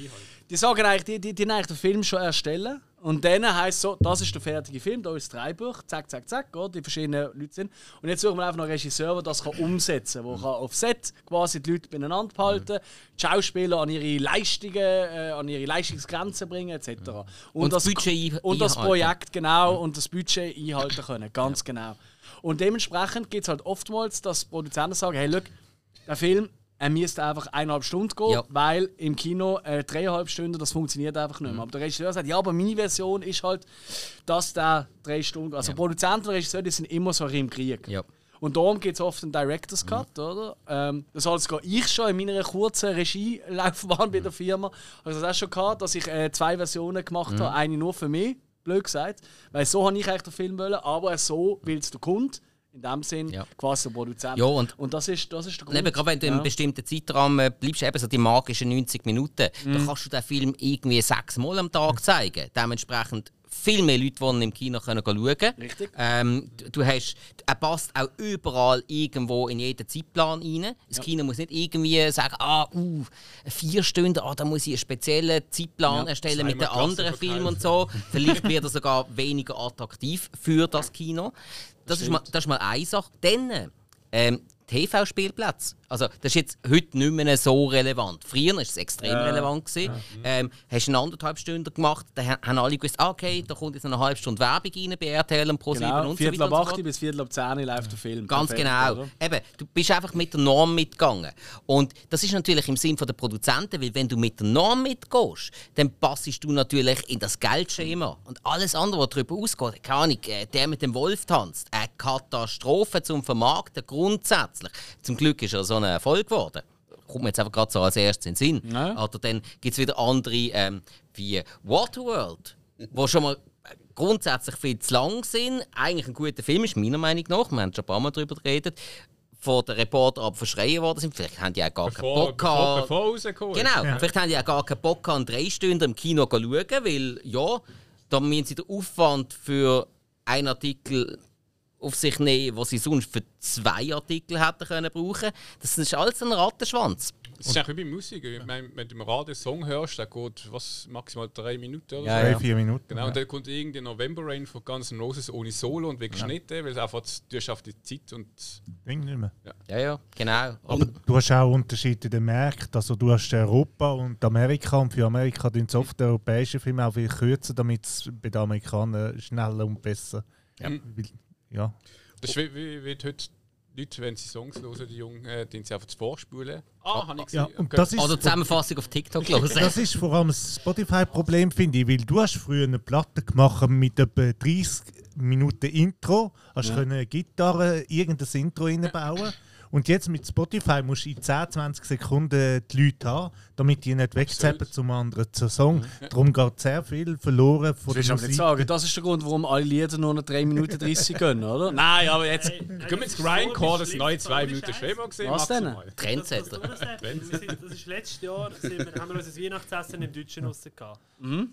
Die sagen eigentlich, die, die, die haben eigentlich den Film schon erstellen und dann heisst so, das ist der fertige Film, da ist das Drehbuch, zack, zack, zack, oder? die verschiedenen Leute sind. Und jetzt suchen wir einfach noch einen Regisseur, der das kann umsetzen kann, der kann auf Set quasi die Leute beieinander behalten, die Schauspieler an ihre Leistungen, äh, an ihre Leistungsgrenzen bringen etc. Und,
Und das Budget ein-
und das
einhalten.
Projekt genau und das Budget einhalten können, ganz genau. Und dementsprechend gibt es halt oftmals, dass Produzenten sagen, hey, schau, der Film er müsste einfach eineinhalb Stunden gehen,
Ja.
weil im Kino äh, dreieinhalb Stunden, das funktioniert einfach
Mhm.
nicht mehr. Aber der Regisseur sagt, ja, aber meine Version ist halt, dass der drei Stunden... Also Produzenten und Regisseure, die sind immer so ein bisschen im Krieg.
Ja. Mhm.
Und darum gibt es oft einen Director's Cut, oder? Ähm, das alles gehe ich schon in meiner kurzen Regielaufbahn
Mhm.
bei der Firma. Habe ich das auch schon gehabt, dass ich äh, zwei Versionen gemacht
Mhm.
habe. Eine nur für mich, blöd gesagt. Weil so habe ich eigentlich den Film wollen, aber so will es der Kunde. In dem Sinn,
Ja.
quasi der Produzent.
Ja, und-
das ist, das ist der
Und eben, gerade wenn du in einem bestimmten Zeitrahmen äh, bleibst, eben so die magischen 90 Minuten, dann kannst du den Film irgendwie sechs Mal am Tag zeigen. Dementsprechend viel mehr Leute, die ihn im Kino können gehen schauen
Richtig.
Ähm, du, du hast, er passt auch überall irgendwo in jeden Zeitplan rein. Das Kino muss nicht irgendwie sagen, ah, uh, vier Stunden, ah, da muss ich einen speziellen Zeitplan erstellen mit den
Zweimal Klasse
anderen
verteilt.
Filmen und so. Vielleicht wird er sogar weniger attraktiv für das Kino. Das, ist, mal, das ist mal eine Sache. Dann ähm, TV-Spielplätze. Also, das ist jetzt heute nicht mehr so relevant. Früher war es extrem relevant. Gewesen.
Mhm.
Ähm, hast du eine anderthalb Stunden gemacht, dann ha- haben alle gewusst, ah, okay, da kommt jetzt noch eine halbe Stunde Werbung rein bei RTL und Pro7
Genau,
und so
Viertel
weiter
ab
und so
8
fort.
bis Viertel ab 10 läuft der Film.
Ganz
Perfekt,
genau.
oder?
Eben, du bist einfach mit der Norm mitgegangen. Und das ist natürlich im Sinn der Produzenten, weil wenn du mit der Norm mitgehst, dann passest du natürlich in das Geldschema. Und alles andere, was darüber ausgeht, keine Ahnung, äh, der mit dem Wolf tanzt, eine Katastrophe zum Vermarkten grundsätzlich. Zum Glück ist er so ein Erfolg geworden. Kommt mir jetzt einfach gerade so als erstes in den Sinn.
Ja.
Oder dann gibt es wieder andere ähm, wie Waterworld, wo schon mal grundsätzlich viel zu lang sind. Eigentlich ein guter Film ist, meiner Meinung nach. Wir haben schon ein paar Mal darüber geredet. Von den Reporter ab verschreien worden sind. Vielleicht haben die auch gar keinen
Bevor,
Bock
bevor,
gehabt.
bevor rausgekommen ist.
Genau, vielleicht haben die auch gar keinen Bock gehabt, drei Stunden im Kino zu schauen, weil ja, da müssen sie den Aufwand für einen Artikel auf sich nehmen, was sie sonst für zwei Artikel hätten können brauchen. Das ist alles ein Rattenschwanz.
Das ist eigentlich wie bei Musik. Ich meine, wenn du im Radio einen Song hörst, der geht was, maximal drei Minuten oder so.
Ja,
Drei,
ja.
vier Minuten.
Genau, und dann kommt irgendein November Rain von Guns N' Roses ohne Solo und wegen Schnitte, weil es einfach zu- du hast auf die Zeit und
Ding nicht mehr.
Ja, ja, genau.
Aber du hast auch Unterschiede in den Märkten. Also du hast Europa und Amerika und für Amerika tun sie oft die europäischen Filme auch viel kürzer, damit es bei den Amerikanern schneller und besser. Ja. Weil, ja.
das ist wie, wie, wie die heute die Leute, wenn sie Songs hören, die Jungen, äh, die sie einfach zu vorspulen. Ah, habe ich
ja.
gesehen.
Und das
Oder
ist,
Zusammenfassung auf TikTok hören.
das ist vor allem das Spotify-Problem, finde ich, weil du hast früher eine Platte gemacht mit etwa 30 Minuten Intro, hast können eine Gitarre, irgendein Intro reinbauen und jetzt mit Spotify musst du in 10, 20 Sekunden die Leute haben, damit die nicht wegzappen zum anderen zu Song. Darum geht sehr viel verloren von
Das
der
ist aber nicht
Musik.
sagen. Das ist der Grund, warum alle Lieder nur noch 3 Minuten 30 können, oder? Nein, aber jetzt.
Gehen wir ins Grindcore, das neue zwei Minuten Schema gesehen.
Was denn?
maximal.
Das,
Trendsetter.
das, das ist letztes Jahr, sind wir, haben wir unser Weihnachtsessen im Deutschen raus gehabt.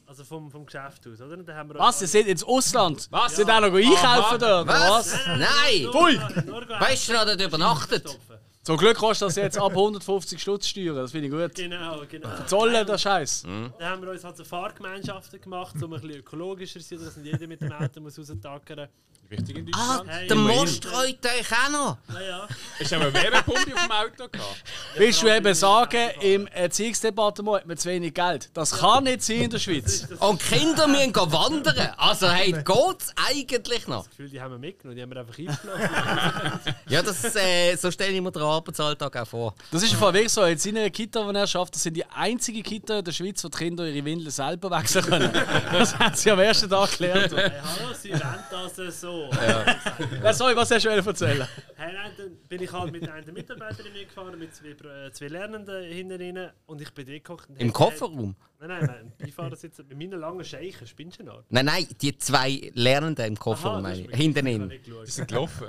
Also vom, vom Geschäft aus, oder? Und dann haben wir
Mhm.
halt
Was? Ihr seid ins Ausland?
Was? Ah,
Seid ihr auch noch einkaufen dort? oder
Was?
was?
Nein!
Pfui!
Weißt du noch, dass du übernachtet?
Stopfen.
Zum Glück kostet das jetzt ab 150 Stutz Steuern. Das finde ich gut.
Genau, genau.
Zollen, der Scheiß.
Mhm.
Dann haben wir uns halt so Fahrgemeinschaften gemacht, um ein bisschen ökologischer zu sein, dass nicht jeder mit dem Auto muss raustackern
Wichtig in
Ah,
Deutschland.
der Most streut euch auch noch.
muss. Ja, ja.
Hast du aber eine Wärmepumpe auf dem Auto gehabt?
Willst du eben sagen, im Erziehungsdepartement hat man zu wenig Geld? Das kann nicht sein in der Schweiz.
Und die Kinder müssen gehen wandern. Also, hey, geht's eigentlich noch?
Das Gefühl, die haben wir mitgenommen, die haben wir einfach eingelassen.
Ja, das, äh, so stelle ich mir den Arbeitsalltag auch vor.
Das ist im Fall wirklich so. Jetzt in einer Kita, die er schafft, das sind die einzige Kita in der Schweiz, wo die Kinder ihre Windeln selber wechseln können. Das hat sie am ersten Tag gelernt.
hey, hallo, sie wollen das äh, so.
Ja, sorry, was hast du wollen erzählen?
Hey, nein, dann bin ich halt mit einer Mitarbeiterin mitgefahren, mit zwei, äh, zwei Lernenden hinten rein und ich bin dort gekocht.
Im Kofferraum?
Nein, nein, nein, im Beifahrersitz, mit meinen langen Scheichen, spinnst du noch?
Nein, nein, die zwei Lernenden im
Ah,
Kofferraum, meine ich. Hinten in.
Die sind gelaufen.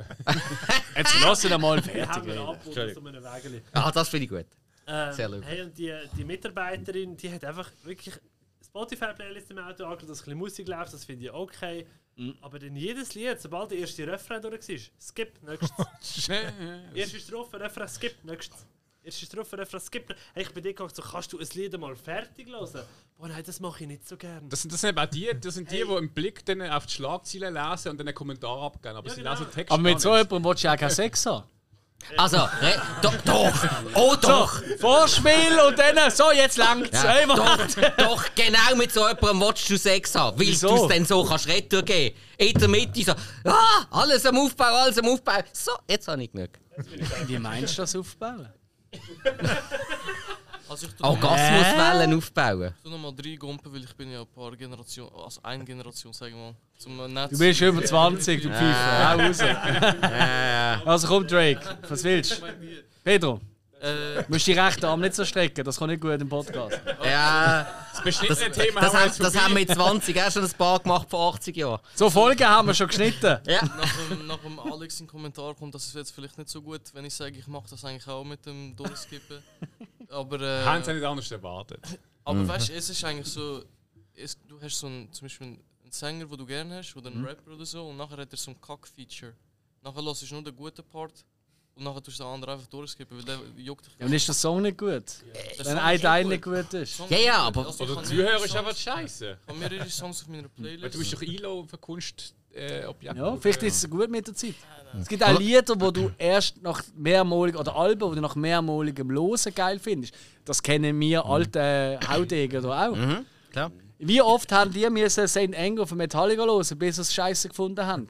Jetzt lass ihn einmal fertig.
Wir haben einen Abwurf aus einem Wägeli.
Ah, das finde ich gut.
Ähm,
Sehr lieb.
Hey, und die, die Mitarbeiterin, die hat einfach wirklich Spotify-Playlist im Auto angeschaut, dass ein bisschen Musik läuft, das finde ich okay.
Mhm.
Aber dann jedes Lied, sobald der erste Refrain durch ist, skip,
Oh,
nächstes. erste Strophe, Refrain, skip, nächstes. Erste Strophe, Refrain, skip. Hey, ich bin dir gegangen, so, kannst du ein Lied mal fertig hören? Boah, nein, das mache ich nicht so gern.
Das sind, das sind eben auch die, das sind die, die im Blick dann auf die Schlagzeilen lesen und dann einen Kommentar abgeben. Aber sie
genau.
lesen den Text
Aber mit
gar
so
nicht.
jemandem willst du ja auch keinen Sex haben.
Also, re- doch, doch! Oh, doch!
Vorspiel und dann, so, jetzt langt's.
Ja,
Hey,
doch,
warte.
doch, genau mit so jemandem willst du Sex haben, weil
Wieso?
du es dann so kannst retten In der Mitte so, ah, alles am Aufbau, alles am Aufbau. So, jetzt habe ich genug.
Wie meinst du das aufbauen?
Also ich tu
Orgasmuswellen aufbauen.
tu noch mal drei Gumpen, weil ich bin ja ein paar Generationen, also eine Generation, sagen wir mal, zum äh, Netz.
Du bist über 20, du Pfeife. Hau raus. Also komm, Drake, was willst du? Pedro,
Äh,
du musst die rechte Arm nicht so strecken, das kommt nicht gut im Podcast.
Ja,
Das
das,
beschnittene
das,
Thema
das,
haben
haben,
wir
das
jetzt
haben
vorbei.
wir in 20 auch schon ein paar gemacht vor 80 Jahren.
So, Folgen haben wir schon geschnitten.
Ja.
nach, dem, nach dem Alex im Kommentar kommt, das ist jetzt vielleicht nicht so gut, wenn ich sage, ich mache das eigentlich auch mit dem Durchskippen. Aber,
Haben sie
äh,
nicht anders erwartet.
aber weißt du, es ist eigentlich so, es, du hast so einen, zum Beispiel einen Sänger, den du gerne hast, oder einen Rapper oder so, und nachher hat er so ein Kack-Feature. Nachher lässt du nur den guten Part und nachher tust du den anderen einfach durchskippen, weil der juckt dich
Ja, und ist der Song nicht
Äh,
gut?
nicht. Der
Wenn
Song
ein
ist
Teil
schon
nicht
gut.
gut ist.
Song
Ja,
ist
ja,
schon gut.
aber-
Also ich
Oder
habe
Zuhörer
mehrere
ist einfach
Songs-
scheiße.
Ich habe mehrere Songs auf meiner
Weil
Playlist.
du bist doch Ilo für Kunst äh, Objekt.
Ja, vielleicht ist es gut mit der Zeit. Es gibt auch Lieder, wo du erst nach mehrmalig oder Alben, wo du nach mehrmaligem Losen geil findest. Das kennen wir alte Haudegen da auch.
Klar.
Wie oft haben die müssen St. Anger von Metallica hören, bis sie es scheiße gefunden haben?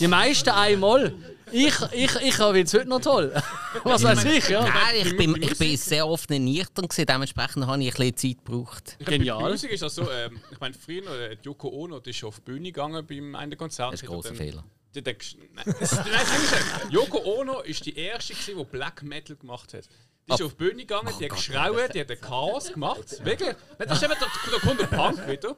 Die meisten einmal. Ich, ich, ich finde es heute noch toll. Was weiß ich, ja.
Nein, ich bin, ich bin sehr oft nicht nüchtern gewesen, dementsprechend habe ich ein bisschen Zeit gebraucht.
Bei
Genial.
Musik ist das so, ähm, ich meine, früher, äh, die Yoko Ono, die ist schon auf die Bühne gegangen beim einen Konzert.
Das ist ein grosser
Und dann-
Fehler.
Du denkst, nein, das, nein, das ist nicht so. Yoko Ono ist die erste, gewesen, die Black Metal gemacht hat. Die ist auf die Bühne gegangen,
Oh
die hat geschrauen, die hat ein Chaos gemacht. Wirklich? Nein, Das ist eben der, der kommt der Punk wieder.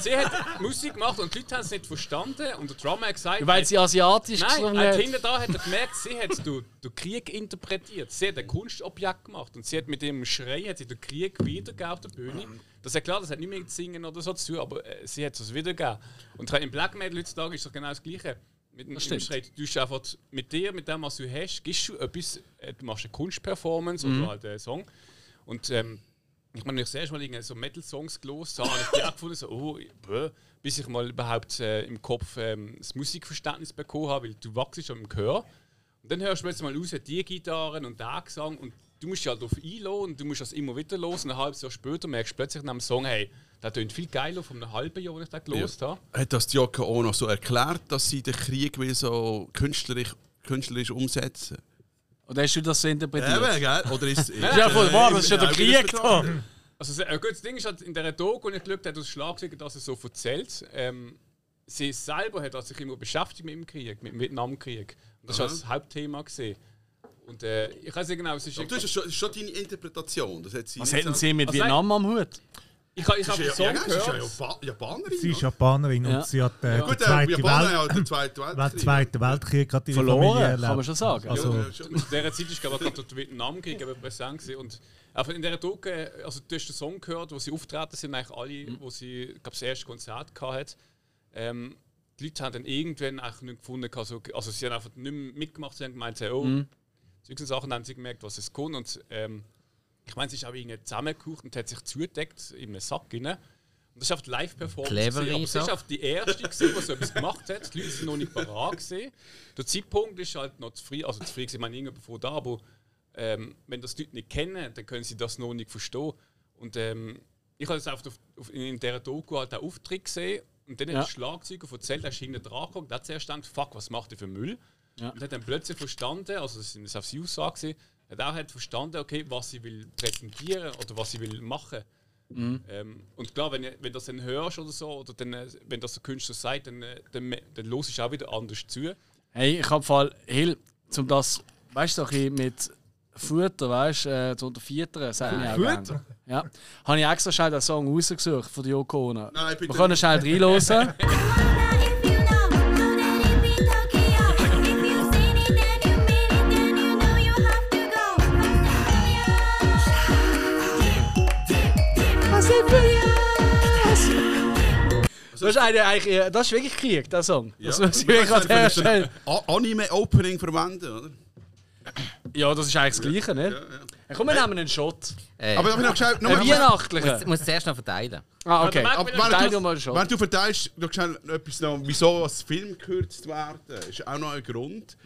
Sie hat Musik gemacht und die Leute haben es nicht verstanden. Und der Drummer hat gesagt, äh,
Weil sie asiatisch
Nein,
gesungen
halt
hat.
hinter da hat er gemerkt, sie hat den, den Krieg interpretiert. Sie hat ein Kunstobjekt gemacht und sie hat mit ihrem Schrei hat sie den Krieg wiedergegeben auf der Bühne. Das ist ja klar, das hat nicht mehr zu singen oder so zu, aber äh, sie hat es wiedergegeben. Und im Black Metal heutzutage ist doch genau das Gleiche. Mit dem
stimmt.
Schrei, du tust einfach mit dir, mit dem, was du hast, gibst du etwas, äh, du machst eine Kunstperformance oder halt einen Song. Und ähm, ich meine, wenn ich zuerst mal irgendeine so Metal-Songs gelost habe, habe ich die auch gefunden, so, oh, bäh, bis ich mal überhaupt äh, im Kopf ähm, das Musikverständnis bekommen habe, weil du wachst schon im Gehör. Und dann hörst du jetzt mal raus, die Gitarren und der Gesang und du musst dich halt auf einladen und du musst das immer wieder los. Und ein halbes Jahr später merkst du plötzlich nach dem Song, hey, der tönt viel geiler von einem halben Jahr, als ich den gelost habe.
Hat das die Joko Ono so erklärt, dass sie den Krieg wie so künstlerisch, künstlerisch umsetzen?
Oder hast du das so interpretiert?
Eben, gell? Oh, Oder ist
Ja, voll wahr, das ist ja der
Äh,
Krieg da.
Also se- ein gutes Ding ist halt in der Doku, und ich glaube, der hat aus Schlagzeilen das so erzählt. Ähm, sie selber hat sich immer beschäftigt mit dem Krieg, mit dem Vietnamkrieg. Und das war das Hauptthema gesehen. Und äh, ich weiß nicht genau, es ist
Aber Das ist schon, das ist schon deine Interpretation. Das hat sie
Was
nicht
hätten
so-
sie mit
Also,
Vietnam am Hut?
ich, ich, ich
Das
habe den
ist ja, ja,
Song
ja, das ist ja
gehört.
Japa- Japanerin.
Sie ist
oder?
Japanerin
Ja.
und sie hat äh, den
Gut, äh,
Zweiten
Japaner
Welt
hat den Zweiten
Welt-
Weltkrieg.
Zweiten Weltkrieg hat ihre Familie
Verloren,
erlebt.
kann man schon sagen.
Also,
Ja, schon.
Zu dieser Zeit ist, glaube ich, auch gerade der Vietnamkrieg eben präsent. Gewesen. Und einfach in dieser Doku, also du hast den Song gehört, wo sie auftreten sind, eigentlich
Mhm.
alle, wo sie, glaube ich, das erste Konzert gehabt hat. Ähm, die Leute haben dann irgendwann eigentlich nicht gefunden, also, also sie haben einfach nicht mehr mitgemacht, sie haben gemeint, oh,
Mhm.
solche Sachen haben sie gemerkt, was es kann. Und ähm, ich meine, sie ist auch irgendwie zusammengekauft und hat sich zugedeckt in einem Sack rein. Und das ist auf die Live-Performance.
Clevere
gewesen. Aber sie ist
Sache.
auf die erste, gewesen, die so etwas gemacht hat. Die Leute sind noch nicht parat. Gewesen. Der Zeitpunkt ist halt noch zu früh. Also zu früh, gewesen, ich meine, irgendwo von da, aber ähm, wenn das die Leute nicht kennen, dann können sie das noch nicht verstehen. Und ähm, ich habe das auf, auf, auf, in dieser Doku halt den Auftritt gesehen und dann
Ja.
hat der Schlagzeuger von Zelt, der ist hinten dran gekommen, der hat zuerst gedacht, fuck, was macht der für Müll? Und hat dann plötzlich verstanden, also das ist auf seine Aussage, gewesen, hat auch hat verstanden, okay, was sie will präsentieren oder was sie will machen. Ähm, und klar, wenn, wenn du das dann hörst oder so, oder dann, äh, wenn das der Künstler sagt, dann, äh, dann, dann los ist auch wieder anders zu.
Hey, ich hab Fall, Hill, zum das, weißt du, so ein bisschen mit Futter, weißt du, äh, zu unterfüttern, sagen wir auch gerne. Ja. Habe ich extra schnell den Song rausgesucht von der Yoko Ono.
Nein, bitte
Wir können schnell reinhören. Das ist, eine, eigentlich, äh, das ist wirklich Krieg, der Song.
Ja.
Das muss ich
Man
mir
kann
gerade
es dann für
herstellen.
ein A- Anime-Opening verwenden, oder?
Ja, das ist eigentlich das Gleiche, ne? Ja, Komm, wir nehmen einen Shot.
Äh,
Aber
aber
darf ich noch schnell... Noch
Einen
mal-
ich
weihnachtlichen.
muss zuerst noch verteilen.
Ah, okay.
Aber-
aber
Teil
wenn,
dir mal einen
du,
Shot.
wenn du verteilst, noch schnell etwas noch, wieso als Film gekürzt werden, ist auch noch ein Grund.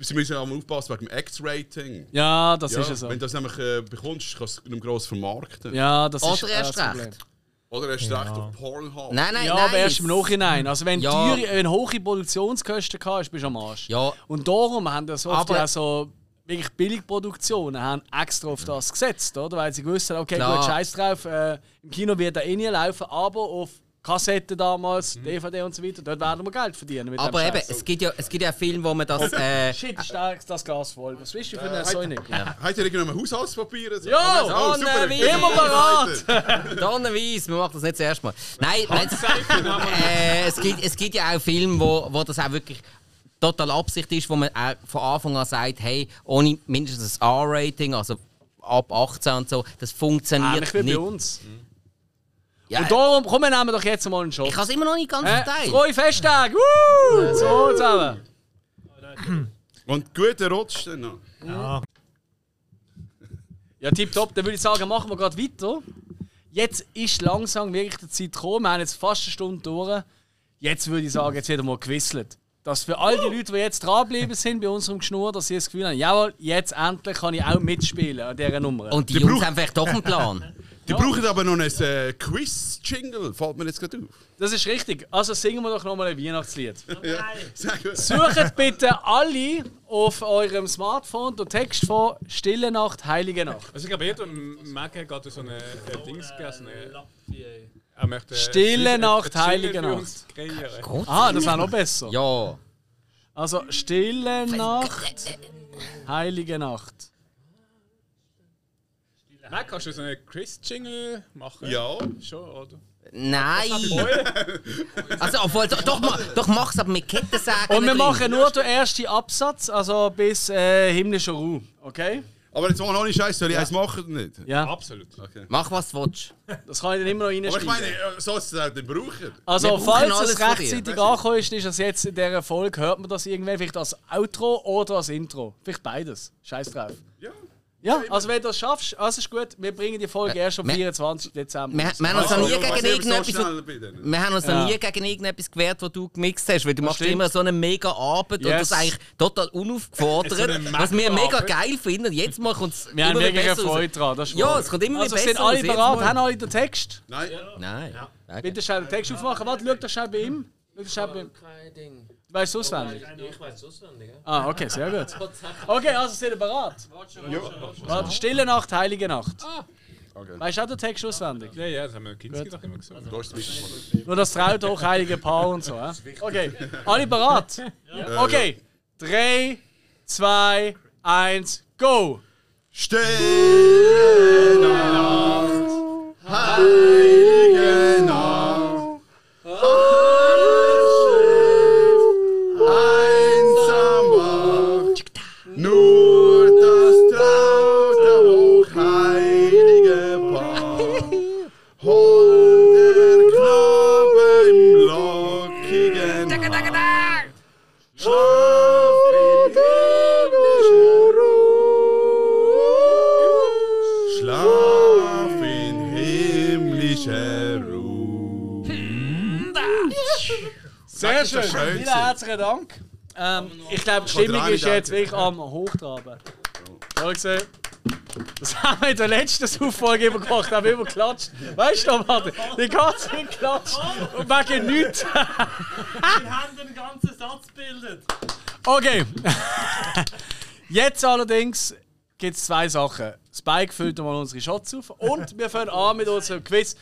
Sie müssen auch mal aufpassen wegen dem X-Rating.
Mhm. Ja, das
Ja,
ist es so.
Wenn du das nämlich äh, bekommst, kannst du es nicht gross vermarkten.
Ja, das ist
Oder
äh,
erst
das Problem.
recht.
Oder hast du recht auf Pornhub?
Nein, nein,
Ja,
nein.
aber erst im Nachhinein. Also wenn
Ja.
teure, wenn hohe Produktionskosten hast, bist du am Arsch.
Ja.
Und darum haben das oft
Aber-
ja so wirklich Billigproduktionen haben extra auf das gesetzt, oder? Weil sie gewusst haben, okay,
Klar.
gut, scheiß drauf, äh, im Kino wird er eh nie laufen, aber auf Kassette damals,
Mhm.
DVD und so weiter, dort werden wir Geld verdienen mit
Aber
dem
eben,
Scheiß. Oh,
es gibt ja, es gibt ja Filme, wo man das. Äh,
Shit, ist das, das Glas voll. Was bist du für
Äh,
eine Sonic?
Habt ihr irgendwann Haushaltspapier?
Ja,
oh, super.
Anne, wie
immer parat.
Donnerweiss, man macht das nicht zuerst mal. Nein, nein äh, es, gibt, es gibt ja auch Filme, wo, wo das auch wirklich total Absicht ist, wo man auch von Anfang an sagt, hey, ohne mindestens ein R-Rating, also ab 18 und so, das funktioniert
Ähnlich wie bei
nicht.
uns.
Mhm.
Ja,
Und darum, komm, wir nehmen doch jetzt mal einen Shot.
ich habe es immer noch nicht ganz
Äh,
verteilt.
frohe Festtage! Woo! So zusammen.
Und guter Rutsch dann noch.
ja,
Ja, tipptopp. Dann würde ich sagen, machen wir gerade weiter. Jetzt ist langsam wirklich die Zeit gekommen. Wir haben jetzt fast eine Stunde durch. Jetzt würde ich sagen, jetzt wird er mal gewisselt. Dass für all die Leute, die jetzt dranbleiben sind bei unserem Geschnur, dass sie das Gefühl haben, jawohl, jetzt endlich kann ich auch mitspielen an dieser Nummer.
Und die
Der
Jungs
braucht-
haben vielleicht doch einen Plan.
Die brauchen aber noch einen äh, Quiz-Jingle, fällt mir jetzt gerade auf.
das ist richtig. Also singen wir doch nochmal ein Weihnachtslied.
Nein,
Sag mal.
Sucht bitte alle auf eurem Smartphone den Text von Stille Nacht, Heilige Nacht.
Also ich glaube, jeder Mac hat gerade so eine äh, Dings gegessen. äh,
Lappi.
Er möchte, äh,
Stille
ein-
Nacht,
ein Jingle
heilige
für
Nacht.
uns kreieren.
Ah, das war noch besser.
Ja.
Also Stille Nacht, Heilige Nacht.
Mac, kannst du so einen Chris-Jingle machen?
Ja.
Schon, oder?
Nein! also, obwohl, doch, doch, ma- doch mach's aber mit Kettensägen.
Und wir
drin.
machen nur den ersten Absatz, also bis äh, himmlischer Ruhe, okay?
Aber jetzt machen wir noch nicht Scheiße, soll ich eins machen oder nicht?
Ja,
Absolut.
Mach, was du willst.
das kann ich dann immer
Aber
noch
ich meine,
reinschneiden.
äh, soll es auch den brauchen?
Also,
wir brauchen
falls
alles
es
von dir.
rechtzeitig angekommen ist, ist es jetzt in dieser Folge, hört man das irgendwann vielleicht als Outro oder als Intro. Vielleicht beides. Scheiß drauf.
Ja.
Ja, also wenn du das schaffst, alles ist gut. Wir bringen die Folge
Äh,
erst am
wir-
24. Dezember.
Wir,
raus.
wir haben uns noch nie
Also, ich weiß
gegen
nicht, ob ich so
irgendetwas.
schnell bin
ne?
dann.
Wir haben uns
Ja.
noch nie gegen irgendetwas gewehrt, was du gemixt hast, weil du machst
stimmt.
immer so eine mega Arbeit und
Yes.
das ist eigentlich total unaufgefordert,
So eine
was wir mega
Mac-Arbeit.
geil finden. Jetzt mal kommt es
Wir haben
immer
wirklich
besser
Freude
raus.
dran. Das ist
Ja,
wahr.
es kommt immer
also
besser
sind alle
raus, jetzt
bereit,
mal.
haben alle den Text?
Nein.
Nein. Danke.
Bitte schnell den Text aufmachen. Warte, schau doch schnell bei ihm. Schau doch schnell bei ihm.
Kein Ding.
Du weißt es auswendig.
Ich weiß es auswendig. ja.
Ah, okay, sehr gut. Okay, also sind ihr bereit? Warte, Stille Nacht, Heilige Nacht. Weißt du auch den Text auswendig?
Ja, ja, das haben wir Kinski doch immer gesagt.
Da ist das Mikrofon.
Nur das traut auch heilige Paar und so. hä? Okay, alle bereit? Okay, 3, 2, 1, go!
Stille Nacht, heilige Nacht, alles schläft, einsam wacht, nur das traute hochheilige Paar. Holder Knabe im lockigen Haar. Schlaf in himmlischer Ruhe. Schlaf in himmlischer Ruhe. Sehr schön. schön
Vielen herzlichen Dank. Ähm, ich glaube, die Stimmung ist jetzt wirklich am Hochtraben. Toll gesehen. Das haben wir in der letzten Auffolge immer gemacht, haben wir immer geklatscht. Weißt du, Martin? Die ganze Zeit geklatscht und wegen nichts.
Wir haben den ganzen Satz gebildet.
Okay. Jetzt allerdings gibt es zwei Sachen. Spike füllt mal unsere Shots auf und wir fangen an mit unserem Quiz.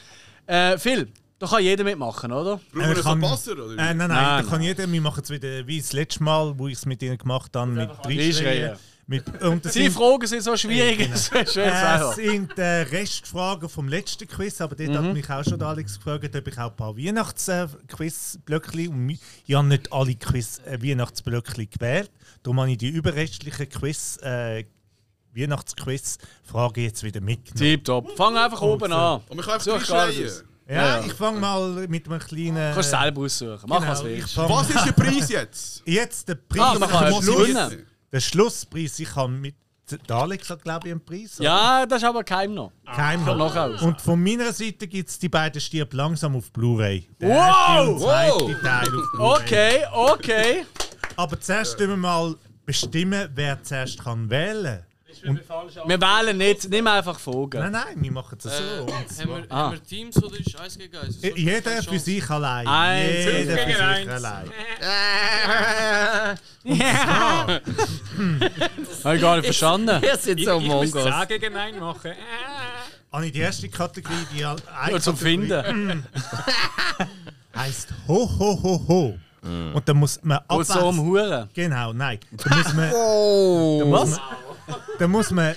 Äh, Phil, da kann jeder mitmachen, oder?
Brauchen wir
Äh,
noch einen Passer? Oder?
Äh, nein, nein,
Nein,
da kann jeder. Wir machen es wieder wie das letzte Mal, wo ich es mit ihnen gemacht habe, mit drei
Reinschreien.
Schreien. Mit, und das
Die
sind,
Fragen sind so schwierig, es ist schön
äh,
selber.
sind äh, Restfragen vom letzten Quiz, aber dort
Mhm.
hat mich auch schon der Alex gefragt, ob ich auch ein paar Weihnachtsquiz-Blöckchen und mi- ich habe nicht alle Quiz äh, Weihnachtsblöckchen gewählt, darum habe ich die überrestlichen Quiz äh, Weihnachtsquiz-Fragen jetzt wieder mitgenommen.
Tipptopp. Fang einfach oben an.
Und man kann
Such
einfach schreien.
alles.
Ja,
Ja.
ich fange mal mit einem kleinen.
Kannst du selber aussuchen. Mach was
Äh, Genau, ich
willst.
fang-
Was ist der Preis jetzt?
Jetzt der Preis.
Ah, man kann
am
etwas
Schluss.
gewinnen.
Der Schlusspreis, ich habe mit. Der Alex hat, glaube ich, einen Preis.
Ja, das ist aber kein noch.
Kein
noch aus.
Und von meiner Seite gibt es die beiden Stirb langsam auf Blu-ray. Der
Wow!
erste und zweite Teil auf Blu-ray.
Okay, okay.
Aber zuerst müssen wir mal bestimmen, wer zuerst kann wählen
Wir wählen nicht, nimm einfach Vogel.
Nein, nein, wir machen es so. Und
Äh, Haben wir,
Ah.
haben wir Teams oder ist eins gegen eins?
z- Äh, jeder für sich allein.
Eins,
jeder für
gegen
sich
eins.
allein. Um
Ja. Habe ich gar nicht verstanden.
Wir sind
Ich,
so
ich muss
Mongos.
sagen gegen Nein machen.
Ah. Habe ich die erste Kategorie, die al- eine
Nur zum
Kategorie Mm.
Finden.
heisst Ho, Ho, Ho, Ho. Und dann muss man
Und so um
abwechseln.
Huren.
Genau, nein. Da muss man.
Was?
Da muss man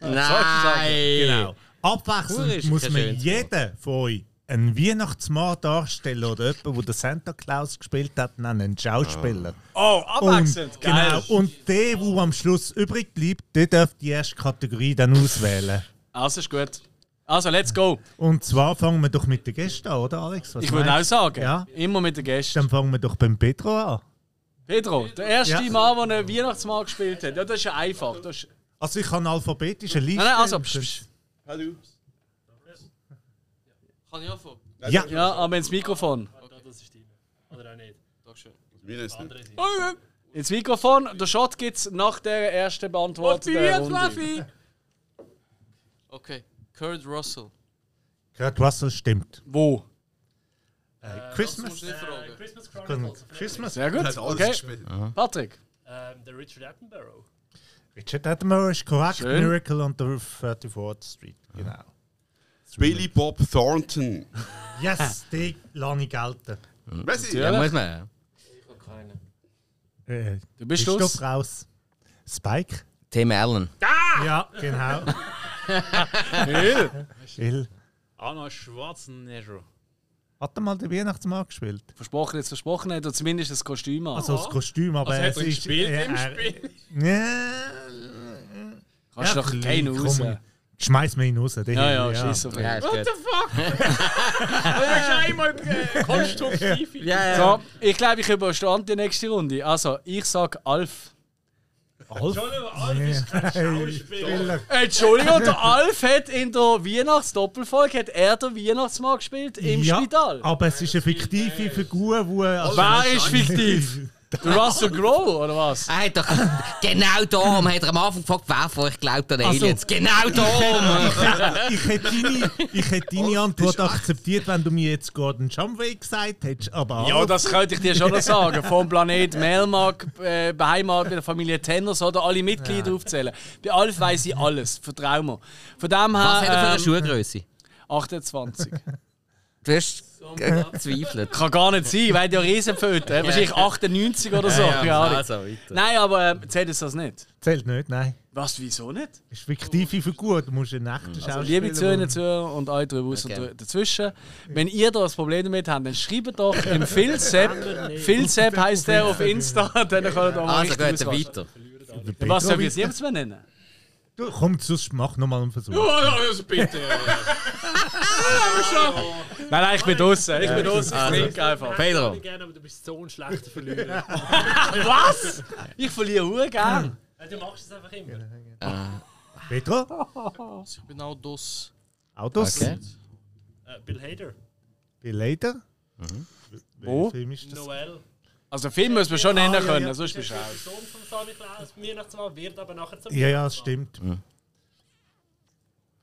Nein!
genau,
Hure
abwechselnd
ist
muss
kein
man
schönes
jeden von euch einen Weihnachtsmann darstellen oder jemanden, der den Santa Claus gespielt hat, nennen einen Schauspieler.
Oh,
und, genau, und der, der am Schluss übrig bleibt, der darf die erste Kategorie dann auswählen.
Also ist gut. Also, let's go.
Und zwar fangen wir doch mit den Gästen an, oder Alex? Was
Ich würde auch
meinst du?
sagen,
Ja.
immer mit den Gästen.
Dann fangen wir doch beim Pedro an.
Pedro, der erste
Ja.
Mann, der einen Weihnachtsmann gespielt hat. Ja, das ist ja einfach. Das ist...
Also ich habe alphabetische Liste.
Nein, nein, also. Psch, psch.
Hallo.
Kann ich anfangen?
Ja,
Ja, aber ins Mikrofon.
Ah, Das ist deine. andere auch nicht.
Dankeschön.
Mir ist nicht.
Andere
Oh,
sind.
Ins Mikrofon, der Shot gibt es nach der ersten beantworteten Runde.
Okay, Kurt Russell.
Kurt Russell stimmt.
Wo?
Äh,
Musst
Christmas.
du nicht
Äh,
fragen.
Christmas Chronicles. auf
Christmas.
Sehr gut.
Er hat alles
Okay.
gespielt.
Netflix.
Patrick.
Ähm, der Richard Attenborough.
Richard Attenborough ist korrekt.
Schön.
Miracle on the 34th Street. Genau.
Billy Bob Thornton.
Yes, die lasse ich gelten.
Hm.
Weißt
Da
du?
muss man.
Ich habe keinen.
Äh,
Du bist los.
Christoph raus. Spike?
Tim Allen.
Ja, genau. Will.
Anna Schwarzenegger.
Hat er mal den Weihnachtsmarkt gespielt?
Versprochen jetzt versprochen hat, oder zumindest das Kostüm an.
Also das Kostüm, aber
Also hat
es
er
ist...
gespielt
äh,
im
er-
Spiel?
Ja.
Kannst du
Ja,
doch keinen
komm,
raus.
Schmeiß mir ihn raus. Den
Ja, ja,
ja.
scheiß auf ihn.
Ja, ist gut.
Einmal äh, konstruktiv.
Ja, ja.
So, ich glaube, ich überstand die nächste Runde. Also, ich sag Alf.
Alf? Schauspieler.
Entschuldigung, der Alf hat in der Weihnachtsdoppelfolge hat er den Weihnachtsmann gespielt im
ja,
Spital.
aber es ist eine fiktive Figur, die... Also,
Wer ist fiktiv? Der Russell Crowe, oder was?
Er hat doch, genau darum hat er am Anfang gefragt, wer von euch glaubt an
Also.
Aliens. Genau darum!
Also- ich hätte deine, ich hätte
Oh,
deine
ist
Antwort
echt.
akzeptiert, wenn du mir jetzt Gordon Shumway gesagt hättest, aber...
Ja,
Alf-
das könnte ich dir schon noch sagen. Vom Planet Melmark, äh, beheimatet bei der Familie Tenners oder alle Mitglieder aufzählen. Bei Alf weiss ich alles. Vertrau mir. Von dem her.
Was hat er für eine
ähm,
Schuhgröße?
28.
Du hast Äh, gezweifelt.
Kann gar nicht sein, weil die ja Riesenpföte. äh, Wahrscheinlich 98 oder so. keine Ahnung.
also
Nein, aber äh, zählt es das nicht?
Zählt nicht, nein.
Was, wieso nicht?
Ist fiktive Figur, du musst einen echten Schauspieler...
Also, liebe Zöhne,
Zöhne
Zuhörer und alle drüber aus und
Okay.
drü- dazwischen, wenn ihr da ein Problem damit habt, dann schreibt doch im Philsepp. Philsepp heisst der auf Insta, dann kann er da mal
Also
richtig
gut,
ausrasten.
weiter.
Was soll ich jetzt niemals mehr nennen?
Du, komm, sonst mach nochmal einen Versuch.
Also bitte.
Ah, Nein, nein, ich bin draußen. Ich bin draußen. Ich trinke einfach.
also. Pedro.
Ich gerne, aber du bist so ein schlechter Verlierer.
Was? Ich verliere Uhr gern.
Äh, du machst es einfach immer.
Ah.
Pedro?
Also Ich bin auch DOS.
Autos?
Okay.
Äh, Bill Hader.
Bill Lader?
Mhm.
Wo?
Film ist das?
Noel.
Also den Film müssen wir schon nennen
Ah, ja, ja.
können, sonst bist du
Der
raus.
Sohn von Sonic Klaus, mir nach zwei, wird aber nachher zum
Ja, ja, das stimmt.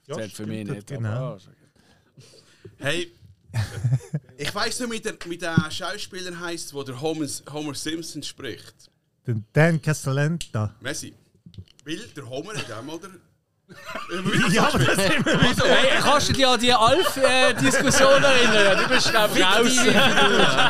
Ja,
Zählt für mich
stimmt,
nicht.
Genau.
aber-
Hey. Ich weiß nicht, wie der, wie der Schauspieler heißt, wo der Homer, Homer Simpson spricht.
Den Dan Castellanta.
Messi. Weil der Homer hat auch mal der.
Ja, aber das sind wir wieder.
Also, Hey, kannst du dich an die Alf-Diskussion erinnern? Du bist glaub ich raus.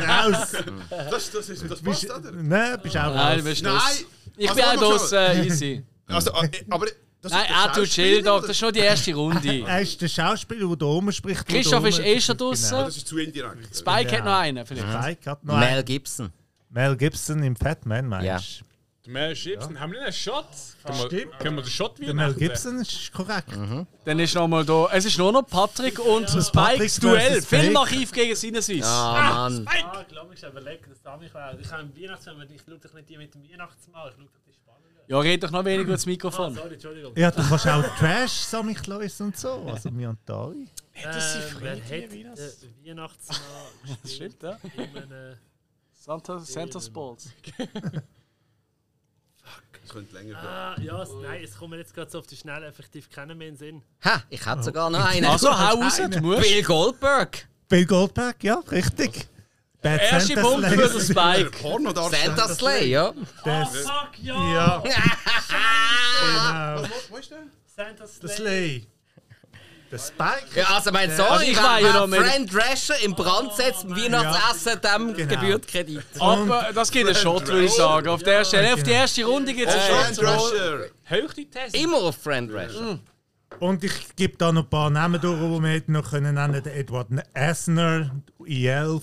raus.
Das, das, ist, das
Bist,
passt, oder?
nein, bist auch
Nein,
raus.
du bist
Nein!
raus. Ich
Also,
bin auch
warte mal
raus,
schon.
äh, easy.
Also, äh, aber. Das
Nein,
ist der
er tut
Schauspieler,
chill doch,
oder?
das ist schon die erste Runde.
Er ist der Schauspieler, der da oben spricht. der
Christoph
da
ist
oben-
eh schon draußen.
Genau. Das ist zu indirekt.
Spike hat
Ja.
noch einen vielleicht.
Nein, gerade noch
Mel
Mel.
Gibson.
Mel Gibson im Fat Man, meinst
Mehr Chips, haben wir nicht einen Shot? Können wir-
Stimmt.
Können wir den Shot
du?
wieder?
Mel Gibson ist korrekt.
Dann ist nochmal da. Es ist nur noch Patrick und Spikes
Patrick
Duell.
versus Fake.
Filmarchiv gegen Sinneswiss.
Ah, Mann.
Ah, ich glaube, ich habe überlegt, dass Sonic Klaus. Ich habe im Weihnachtsmann, aber ich schaue doch nicht die mit dem Weihnachtsmann, ich schaue doch die Spannende.
Ja, red doch noch weniger ins
Ah,
Mikrofon.
sorry, Entschuldigung.
Ja, du kannst auch Trash, Sammy Klaus und so. Also Miantari.
das ist Ähm, Wer hat den Weihnachtsmann gespielt?
Stimmt, ja?
in einem-
Santa, Santa Sports.
Das könnte länger gehen.
Ah, ja, es- nein, es kommen jetzt gerade so auf die Schnelle effektiv keinen mehr in den Sinn.
Ha, ich hätte
Oh.
sogar noch einen.
Also, hau raus, du musst.
Bill Goldberg.
Bill Goldberg, ja, richtig. Bad
Erster
Santa
Punkt für
Slayer.
den
Der
Spike.
Pornodarsteller.
Santa Slay, Ah. ja.
Das,
Fuck ja!
ja. genau.
Wo ist der?
Santa
Der
Slay!
Slay. Der Spike.
Ja, also mein
Also,
sorry,
ich
ich
war
war
ja noch mit-
Friend Rasher im Brand setzt, im Weihnachtsessen, dem
Genau.
gebührt Kredit.
Aber äh, das geht einen Shot, würde ich sagen. Auf der Stelle, auf die
genau.
erste Runde gibt es
Brand
einen Shot.
Rusher.
Höchste Test.
Immer auf Friend Rasher.
Und ich gebe da noch ein paar Namen durch, die wir hätten noch können nennen können. Edward Asner, E-Elf,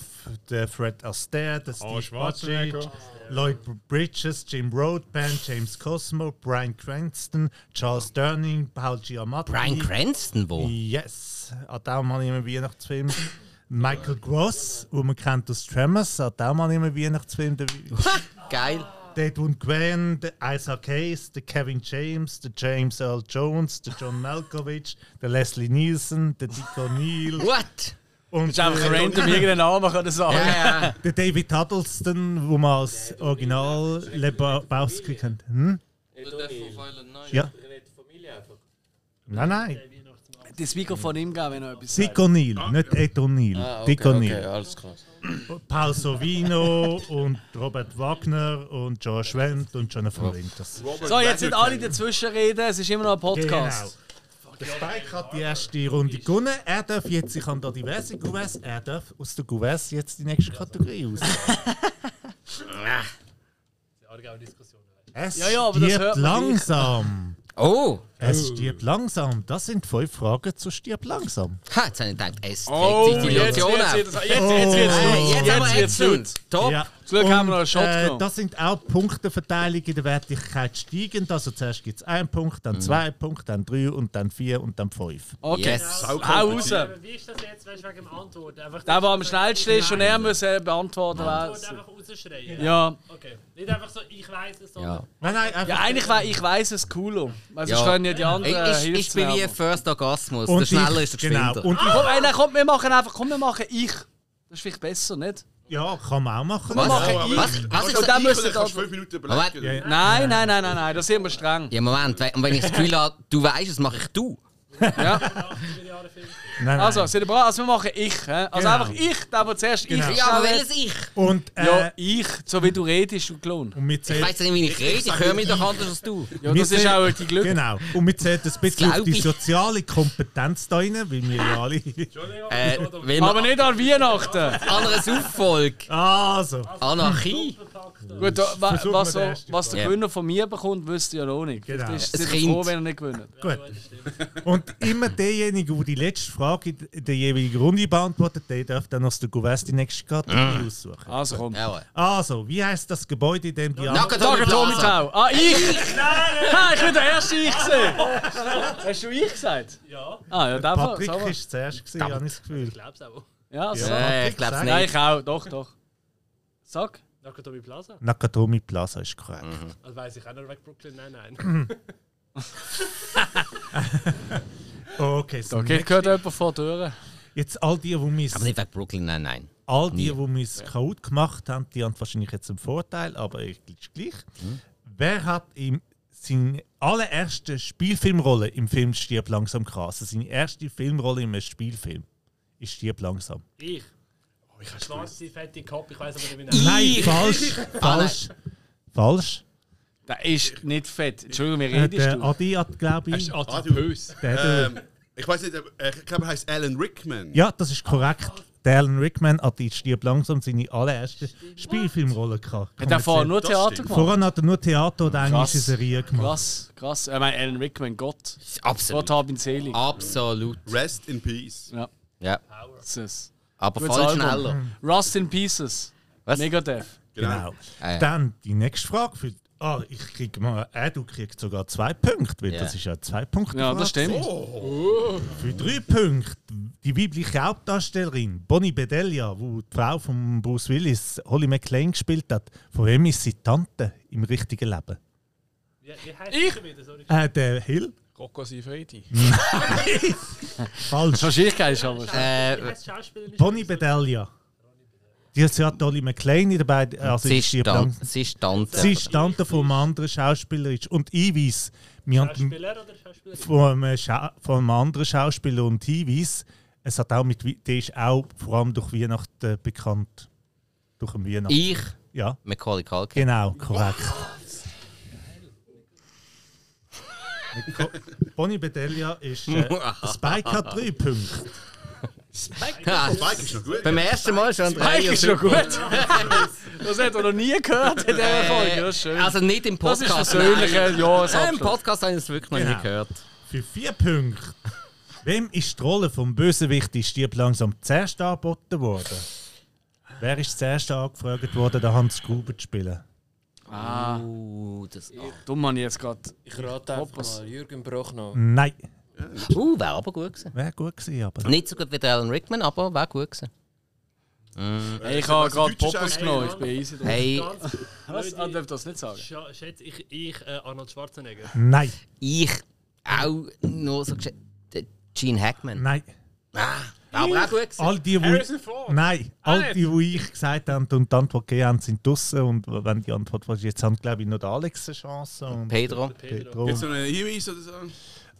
der Fred Astaire, der Steve
Schwarzenegger.
Buttigieg, Lloyd Bridges, Jim Broadbent, James Cosmo, Brian Cranston, Charles Durning, Paul Giamatti.
Brian Cranston, wo?
Yes, hat auch mal immer Weihnachtsfilm. Michael Gross, wo man kennt aus Tremors, hat auch mal immer Weihnachtsfilm. Der
Geil.
Deadwood Gwen, der Isaac Hayes, der Kevin James, der James Earl Jones, der John Malkovich, der Leslie Nielsen, der Dick O'Neill
What?
Und
ist einfach
äh,
random irgendeinen Namen können sagen.
Ja, ja.
der David Huddleston, wo man als Original Lebowski kennt. Hm?
The Death of Violent Night.
Ja.
Familie einfach.
Nein, nein.
Das Mikrofon ihm geben, wenn er etwas
Dick
Ah,
O'Neill, nicht Ed O'Neill. Dick O'Neill.
Ah, alles klar.
Paul Sovino und Robert Wagner und Josh Wendt und Jonathan Winters.
So, jetzt sind alle dazwischen reden, es ist immer noch
Genau.
ein Podcast.
Der Spike hat die erste Runde gewonnen. Er darf jetzt, ich habe da diverse Gouvers, er darf aus der Gouvers jetzt die nächste Kategorie aus. Es
Ja, ja, aber das
stirbt
hört man
langsam.
Oh!
Es stirbt langsam. Das sind fünf Fragen zu stirbt langsam.
Ha, jetzt habe ich gedacht, es trägt
Oh,
sich die
jetzt
Lotion
wird's
ab.
wieder- jetzt- jetzt wird's
Hey,
gut.
jetzt haben wir
Jetzt wird's
Action.
gut.
Top!
Oh. Ja.
Zum Glück haben wir
Und,
noch einen Shot
äh,
genommen.
Das sind auch die Punkteverteilung in der Wertigkeit steigend. Also zuerst gibt es einen Punkt, dann zwei Punkte, dann drei und dann vier und dann fünf.
Okay,
Mhm. Yes.
hau raus. Der,
Aber wie ist das jetzt, weißt du, wegen dem Antworten? Einfach
der am schnellsten ist und er muss äh, beantworten.
Antwort
wer-
einfach rausschreien.
Ja.
Okay. Nicht einfach so, ich weiß es, sondern.
Ja.
Nein, nein, einfach.
Ja, eigentlich wäre ich weiss es cooler. Weil sonst
Ja.
können Also, ja die anderen äh,
Ich, ich, ich bin wie
Hilfswerber. Ah,
First Orgasmus.
Und
der schneller
ich-
ist der
genau.
geschwinder.
Und ich,
Komm, ey, nein, komm, wir machen einfach, komm, wir machen ich. Das ist vielleicht besser, nicht?
ja, kann man auch machen.
Was?
machen
aber
ich.
Was? Was
Und
ist
dann
Also, Ich
müssen
kann
wir...
kannst fünf Minuten
Moment.
überlegen.
Ja, ja.
Nein, nein, nein, nein, nein, da sind wir streng.
Ja, Moment, we- und wenn ich das Gefühl habe, du weißt, das mache ich du.
Ja.
Nein, nein.
Also, sind wir bereit? Also, wir machen ich. hä? Also
Genau.
einfach ich, der, der zuerst
Genau.
ich
Ja, aber
schnell-
welches ich?
und, äh,
Ja, ich, so wie du redest, du Klon.
und wir
Ich
zählen,
weiß nicht, wie ich rede. Ich höre mich doch anders als du.
Ja,
Wir
das ist
sind-
auch die Glück.
genau. Und wir zählen ein bisschen auf
glaub
die
ich.
soziale Kompetenz da rein, weil wir ja alle.
Äh, wenn
Aber
man
nicht an Weihnachten.
anderes Auffolg.
Also,
Anarchie.
Gut, da, wa,
Versuchen wir den
was, so,
ersten
was der
Fall.
Gewinner von mir bekommt, wisst ihr ja noch nicht.
Genau.
Das
Ein
ist
Kind.
froh, wenn er nicht gewinnt.
gut. Und immer derjenige, der die letzte Frage in der jeweiligen Runde beantwortet, der darf dann aus der Gouvers die nächste Kategorie
Ah.
aussuchen.
Also komm.
Jawohl.
Also, wie heißt das Gebäude, in dem die Antwort-
Nakatomi
Tage Tommy
Plaza. Äh,
Tau. Ah, ich! Ha, ich bin der erste Ich gesehen. Hast du ich gesagt?
Ja,
Ah, ja, der
Patrick
so.
ist zuerst gewesen, habe ich das Gefühl.
ich glaube es auch.
Ja, so.
Ja.
Äh, ich glaube es
Nein,
nicht.
ich auch. Doch, doch. Sag.
Nakatomi Plaza?
Nakatomi Plaza ist korrekt.
Mhm.
Das weiß ich auch noch wegen Brooklyn. Nein, nein.
Okay, so
Okay,
okay.
gehört jemand vor die Türen.
jetzt all die, die mich,
Aber nicht wegen Brooklyn, nein, nein.
all die, die mich kaputt gemacht haben, die haben wahrscheinlich jetzt einen Vorteil, aber ich ist gleich.
Mhm.
Wer hat im seine allererste Spielfilmrolle im Film Stirb langsam krass? Also seine erste Filmrolle im Spielfilm ist Stirb langsam.
Ich. Schwarze, fette Kopf, ich weiß aber nicht, wie
Ich.
er
Nein, falsch, falsch, falsch.
Der ist nicht fett. Entschuldigung, wie
Äh,
redest
der
du?
Adi hat, glaube ich,
Adipös.
der, der,
Ähm, ich weiß nicht, äh, ich glaube, er heißt Alan Rickman.
Ja, das ist korrekt. Der Alan Rickman hat in Stirb langsam seine allererste Spielfilmrolle gehabt.
Hat er vorher nur
Das
Theater
stimmt.
gemacht?
Voran hat er nur Theater oder englische Serien gemacht.
Krass, krass. Ich meine, Alan Rickman, Gott. Gott
Absolut.
hab ihn selig.
Absolut.
Rest in Peace.
Ja.
Ja.
Jesus.
Aber
Gutes
voll
Album.
schneller.
Rust in Pieces.
Was?
Megadeth.
Genau.
Ah, ja.
Dann die nächste Frage. Für, ah, ich krieg mal, äh, du kriegst sogar zwei Punkte, weil
Ja.
das ist ja zwei Punkte.
Ja, das stimmt.
Für drei Punkte die weibliche Hauptdarstellerin Bonnie Bedelia, wo die Frau von Bruce Willis, Holly McLean, gespielt hat. Von wem ist sie Tante im richtigen Leben?
Wie, wie heißt ich? wieder? Sorry.
Äh, der Hill?
Rocco Siffredi.
Falsch.
eh
Wahrscheinlichkeit ist aber.
Wie
Äh,
heißt die Schauspielerin?
Bonnie Bedelia. Die sie hat Dolly McLean in der beiden. Also
sie
ist die
ist
Blank-
Tante. Sie ist Tante.
sie ist Tante von einem anderen Schauspieler. ist. Und Ivis. Wir haben
Schauspieler oder Schauspielerin?
von einem, Schau von einem anderen Schauspieler und Ivis. Es hat auch mit. Wi- Die ist auch vor allem durch Weihnachten äh, bekannt. Durch den Weihnachten.
Ich,
ja,
Macaulay Culkin.
genau, korrekt. Nico- Bonnie Bedelia ist. Äh, Spike hat drei Punkte.
Ah,
Mike ist noch gut.
Beim ersten Mal schon drei
Mike ist
oder
schon gut. das hat er noch nie gehört in dieser Folge. Das ist
drei.
schön.
Also nicht im
das ist
Podcast.
persönlich
nein. Nein,
ein ja,
Im
ein Abschluss.
Podcast habe ich es wirklich noch
Genau.
nie gehört.
Für vier Punkte. Wem ist die Rolle vom Bösewicht in Stirb langsam zuerst angeboten worden? Wer ist zuerst angefragt worden, den Hans Gruber zu spielen?
Uh, das,
Ah. Dumm, man jetzt gerade.
Ich rate einfach
Hoppers.
mal, Jürgen Brochner.
Nein.
uh wäre aber gut gewesen.
Wäre gut gewesen, aber...
Nicht so gut wie der Alan Rickman, aber wäre gut gewesen.
Hey, ich habe
was
gerade
ein deutscher
Poppers
Schauspieler.
genommen. Ich bin easy. drauf.
Hey,
Ganz
Was? Ah, darf
blöde-
das nicht sagen?
Scha schätze ich, ich äh, Arnold Schwarzenegger.
Nein.
ich auch noch so gesch- der Gene Hackman. Ah,
Nein.
aber auch gut gewesen.
All die,
Äh,
wo ich,
Harrison Ford!
nein, all
nicht?
die, wo ich gesagt habe und die Antwort gegeben haben, sind draußen. Und wenn die Antwort war, jetzt haben, glaube ich, noch der Alex eine Chance. Und
Pedro.
Pedro.
Jetzt so einen Hinweis oder so?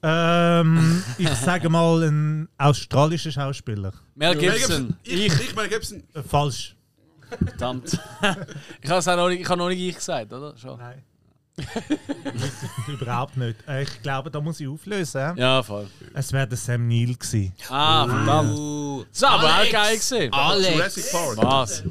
Ähm, ich sage mal, ein australischer Schauspieler.
Mel
Mel
Gibson.
Ich, ich, Mel Gibson.
Äh, falsch.
Verdammt. ich habe noch, nicht- ich habe noch nicht ich gesagt, oder? Schon.
Nein. Überhaupt nicht. Äh, ich glaube, da muss ich auflösen.
Ja, voll.
Es wäre der Sam Neill gewesen.
Ah, verdammt. Das war aber auch geil gewesen.
Uh, Ah, Jurassic Park.
Was?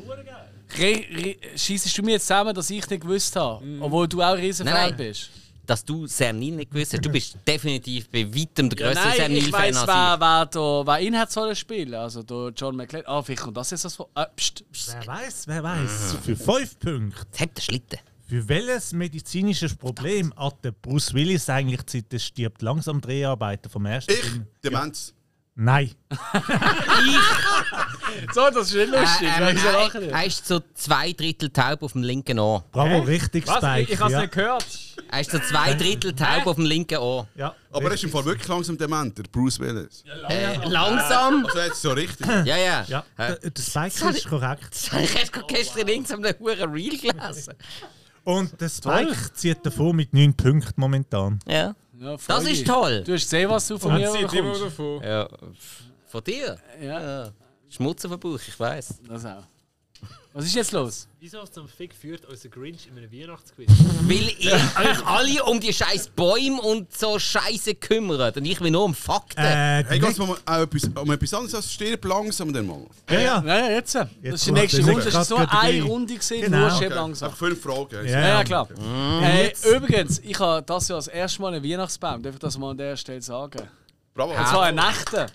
Schießest du mir jetzt zusammen, dass ich nicht gewusst habe?
Mhm.
Obwohl du auch Riesenfan
Nein, nein.
bist.
Dass du Sam Neill nicht gewusst hast. Du bist definitiv bei weitem der grösste Sam
ich
Neill-Fan
weiss,
als
wer,
ich.
wer, da, wer ihn hat sollen spielen. Also da John McClane. Ah, vielleicht kommt das jetzt das vor. Äh, pst, pst.
Wer weiß, wer
Äh.
weiß. Für fünf Punkte.
Jetzt habt ihr Schlitten.
Für welches medizinisches Problem hat der Bruce Willis eigentlich seit er stirbt? Langsam Dreharbeiten vom ersten
Ich,
Film?
Demenz.
Nein.
So, das ist nicht lustig.
Äh,
Weiss
ähm,
ich auch
er-
nicht.
er ist so zwei Drittel taub auf dem linken Ohr.
Bravo, richtig,
Was?
Spike.
Ich, ich hab's
ja.
nicht gehört.
Er ist so zwei Drittel taub auf dem linken Ohr.
Ja,
Aber er ist
richtig.
im Fall wirklich langsam dement, der Bruce Willis.
Äh, langsam.
Also jetzt so richtig.
Ja, ja.
Ja,
Äh,
der, der Spike ist korrekt.
das habe ich erst gerade gestern in irgendeinem Huren Reel gelesen.
Und der Spike zieht davon mit 9 Punkten momentan.
Ja.
Ja, voll.
Das ist toll.
Du hast gesehen, was du von mir
Man sieht immer
bekommst.
davon.
Ja, f- von dir.
Ja,
Schmutzenverbrauch, ich weiß.
das auch. Was ist jetzt los?
Wieso zum Fick führt unser Grinch in einem Weihnachtsquiz?
Weil ihr euch alle um die scheiß Bäume und so Scheiße kümmert. Und ich will nur um Fakten.
Äh,
Hey,
die
geht's mal um auch etwas, um etwas anderes als stirb langsam dann mal.
ja, ja.
Nein, jetzt. äh, Das ist
Jetzt
die nächste
kommt-
Runde. Das war so
Gerade
eine
gleich.
Runde, gewesen,
Genau.
nur schön
Okay.
langsam.
Nach fünf Fragen.
Ja, ja,
Ja,
klar.
Mhm.
Äh, übrigens, ich habe das Jahr das erste Mal einen Weihnachtsbaum. Darf ich das mal an der Stelle sagen?
Bravo.
Und zwar einen echten.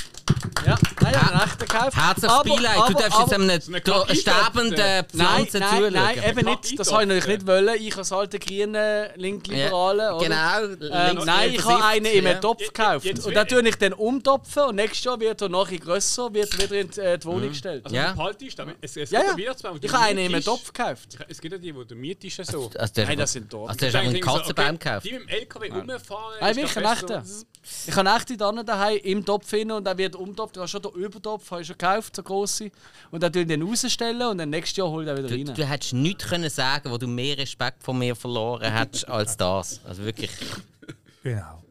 Ja, nein, ich habe einen echten gekauft.
Herzlich
Aber-
Beileid, du
aber-
darfst jetzt
aber-
einem
eine
do-
Kacke
sterbenden
Nein,
Pflanze
nein,
zuschauen.
nein, eben nicht. Das habe ich natürlich
Ja.
nicht wollen. Ich als alter grüner Linkliberale.
Ja,
äh, oder?
genau.
Ähm,
Links-
nein, ich habe einen in einem
Ja.
Topf gekauft.
jetzt
Und
will
dann
ich-
tue ich den umtopfen und nächstes Jahr wird er nachher grösser, wird er wieder in die, äh, die Wohnung gestellt.
Also,
Mhm. Ja.
ja. Halt ist, aber es, es
Ja,
gibt
ja.
einen Weihnachtsbaum, wo du
Ich habe einen in einem
mietest.
Topf gekauft.
Es gibt ja die, wo du mietest so.
Also, der-
Nein, das sind Dornen.
Also, du hast auch einen
Ich denke,
Katzenbaum
okay,
gekauft.
Die mit dem LKW rumfahren.
Nein,
ist
wirklich,
doch
einen
besser.
echten. Ich habe echte Tanne daheim im Topf hin und dann wird umtopft. Du hast schon den Übertopf, habe ich schon gekauft, so grosse. Und dann tue ich den rausstellen und dann nächstes Jahr hole ich den wieder
Du,
rein.
du hättest nichts können sagen, wo du mehr Respekt von mir verloren hättest als das. Also wirklich.
Genau.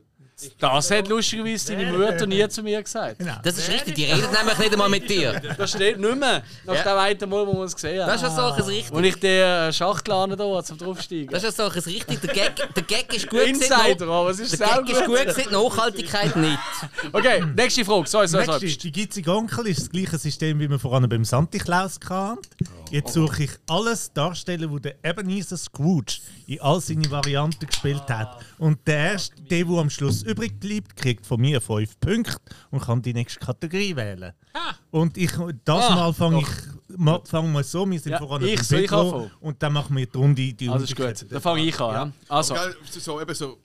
Das hat lustigerweise deine Mutter nie zu mir gesagt.
genau.
Das ist richtig, die redet nämlich nicht einmal mit dir.
Das steht nicht mehr, nach
Ja.
dem einen Mal, wo wir uns gesehen
Das ist
haben.
ja so ein richtig.
Und ich den Schachtel an da habe, zum draufsteigen.
Das ist ja so ein richtig. Der Gag, der Gag ist gut. gewesen,
Insider,
no-
aber es ist
Der Gag ist gut,
saugut.
gewesen, die Nachhaltigkeit nicht.
Okay, nächste Frage. Sorry, sorry,
Nächste,
sorry.
die Gitzig Onkel ist das gleiche System, wie wir voran beim Santiklaus hatten. Jetzt suche ich alles darstellen, wo der Ebenezer Scrooge in all seine Varianten gespielt hat. Und der erste, der, der am Schluss übrig bleibt, kriegt von mir fünf Punkte und kann die nächste Kategorie wählen. Und ich, das Mal fange ich ma, fangen wir so, wir sind
Ah, Ja,
voran
ich-
beim
soll ich
Pedro
anfangen?
und dann machen wir die Runde. Die
Also ist
Runde-
gut. Dann fange ich an. Ja. Also,
Gell, so, so, eben so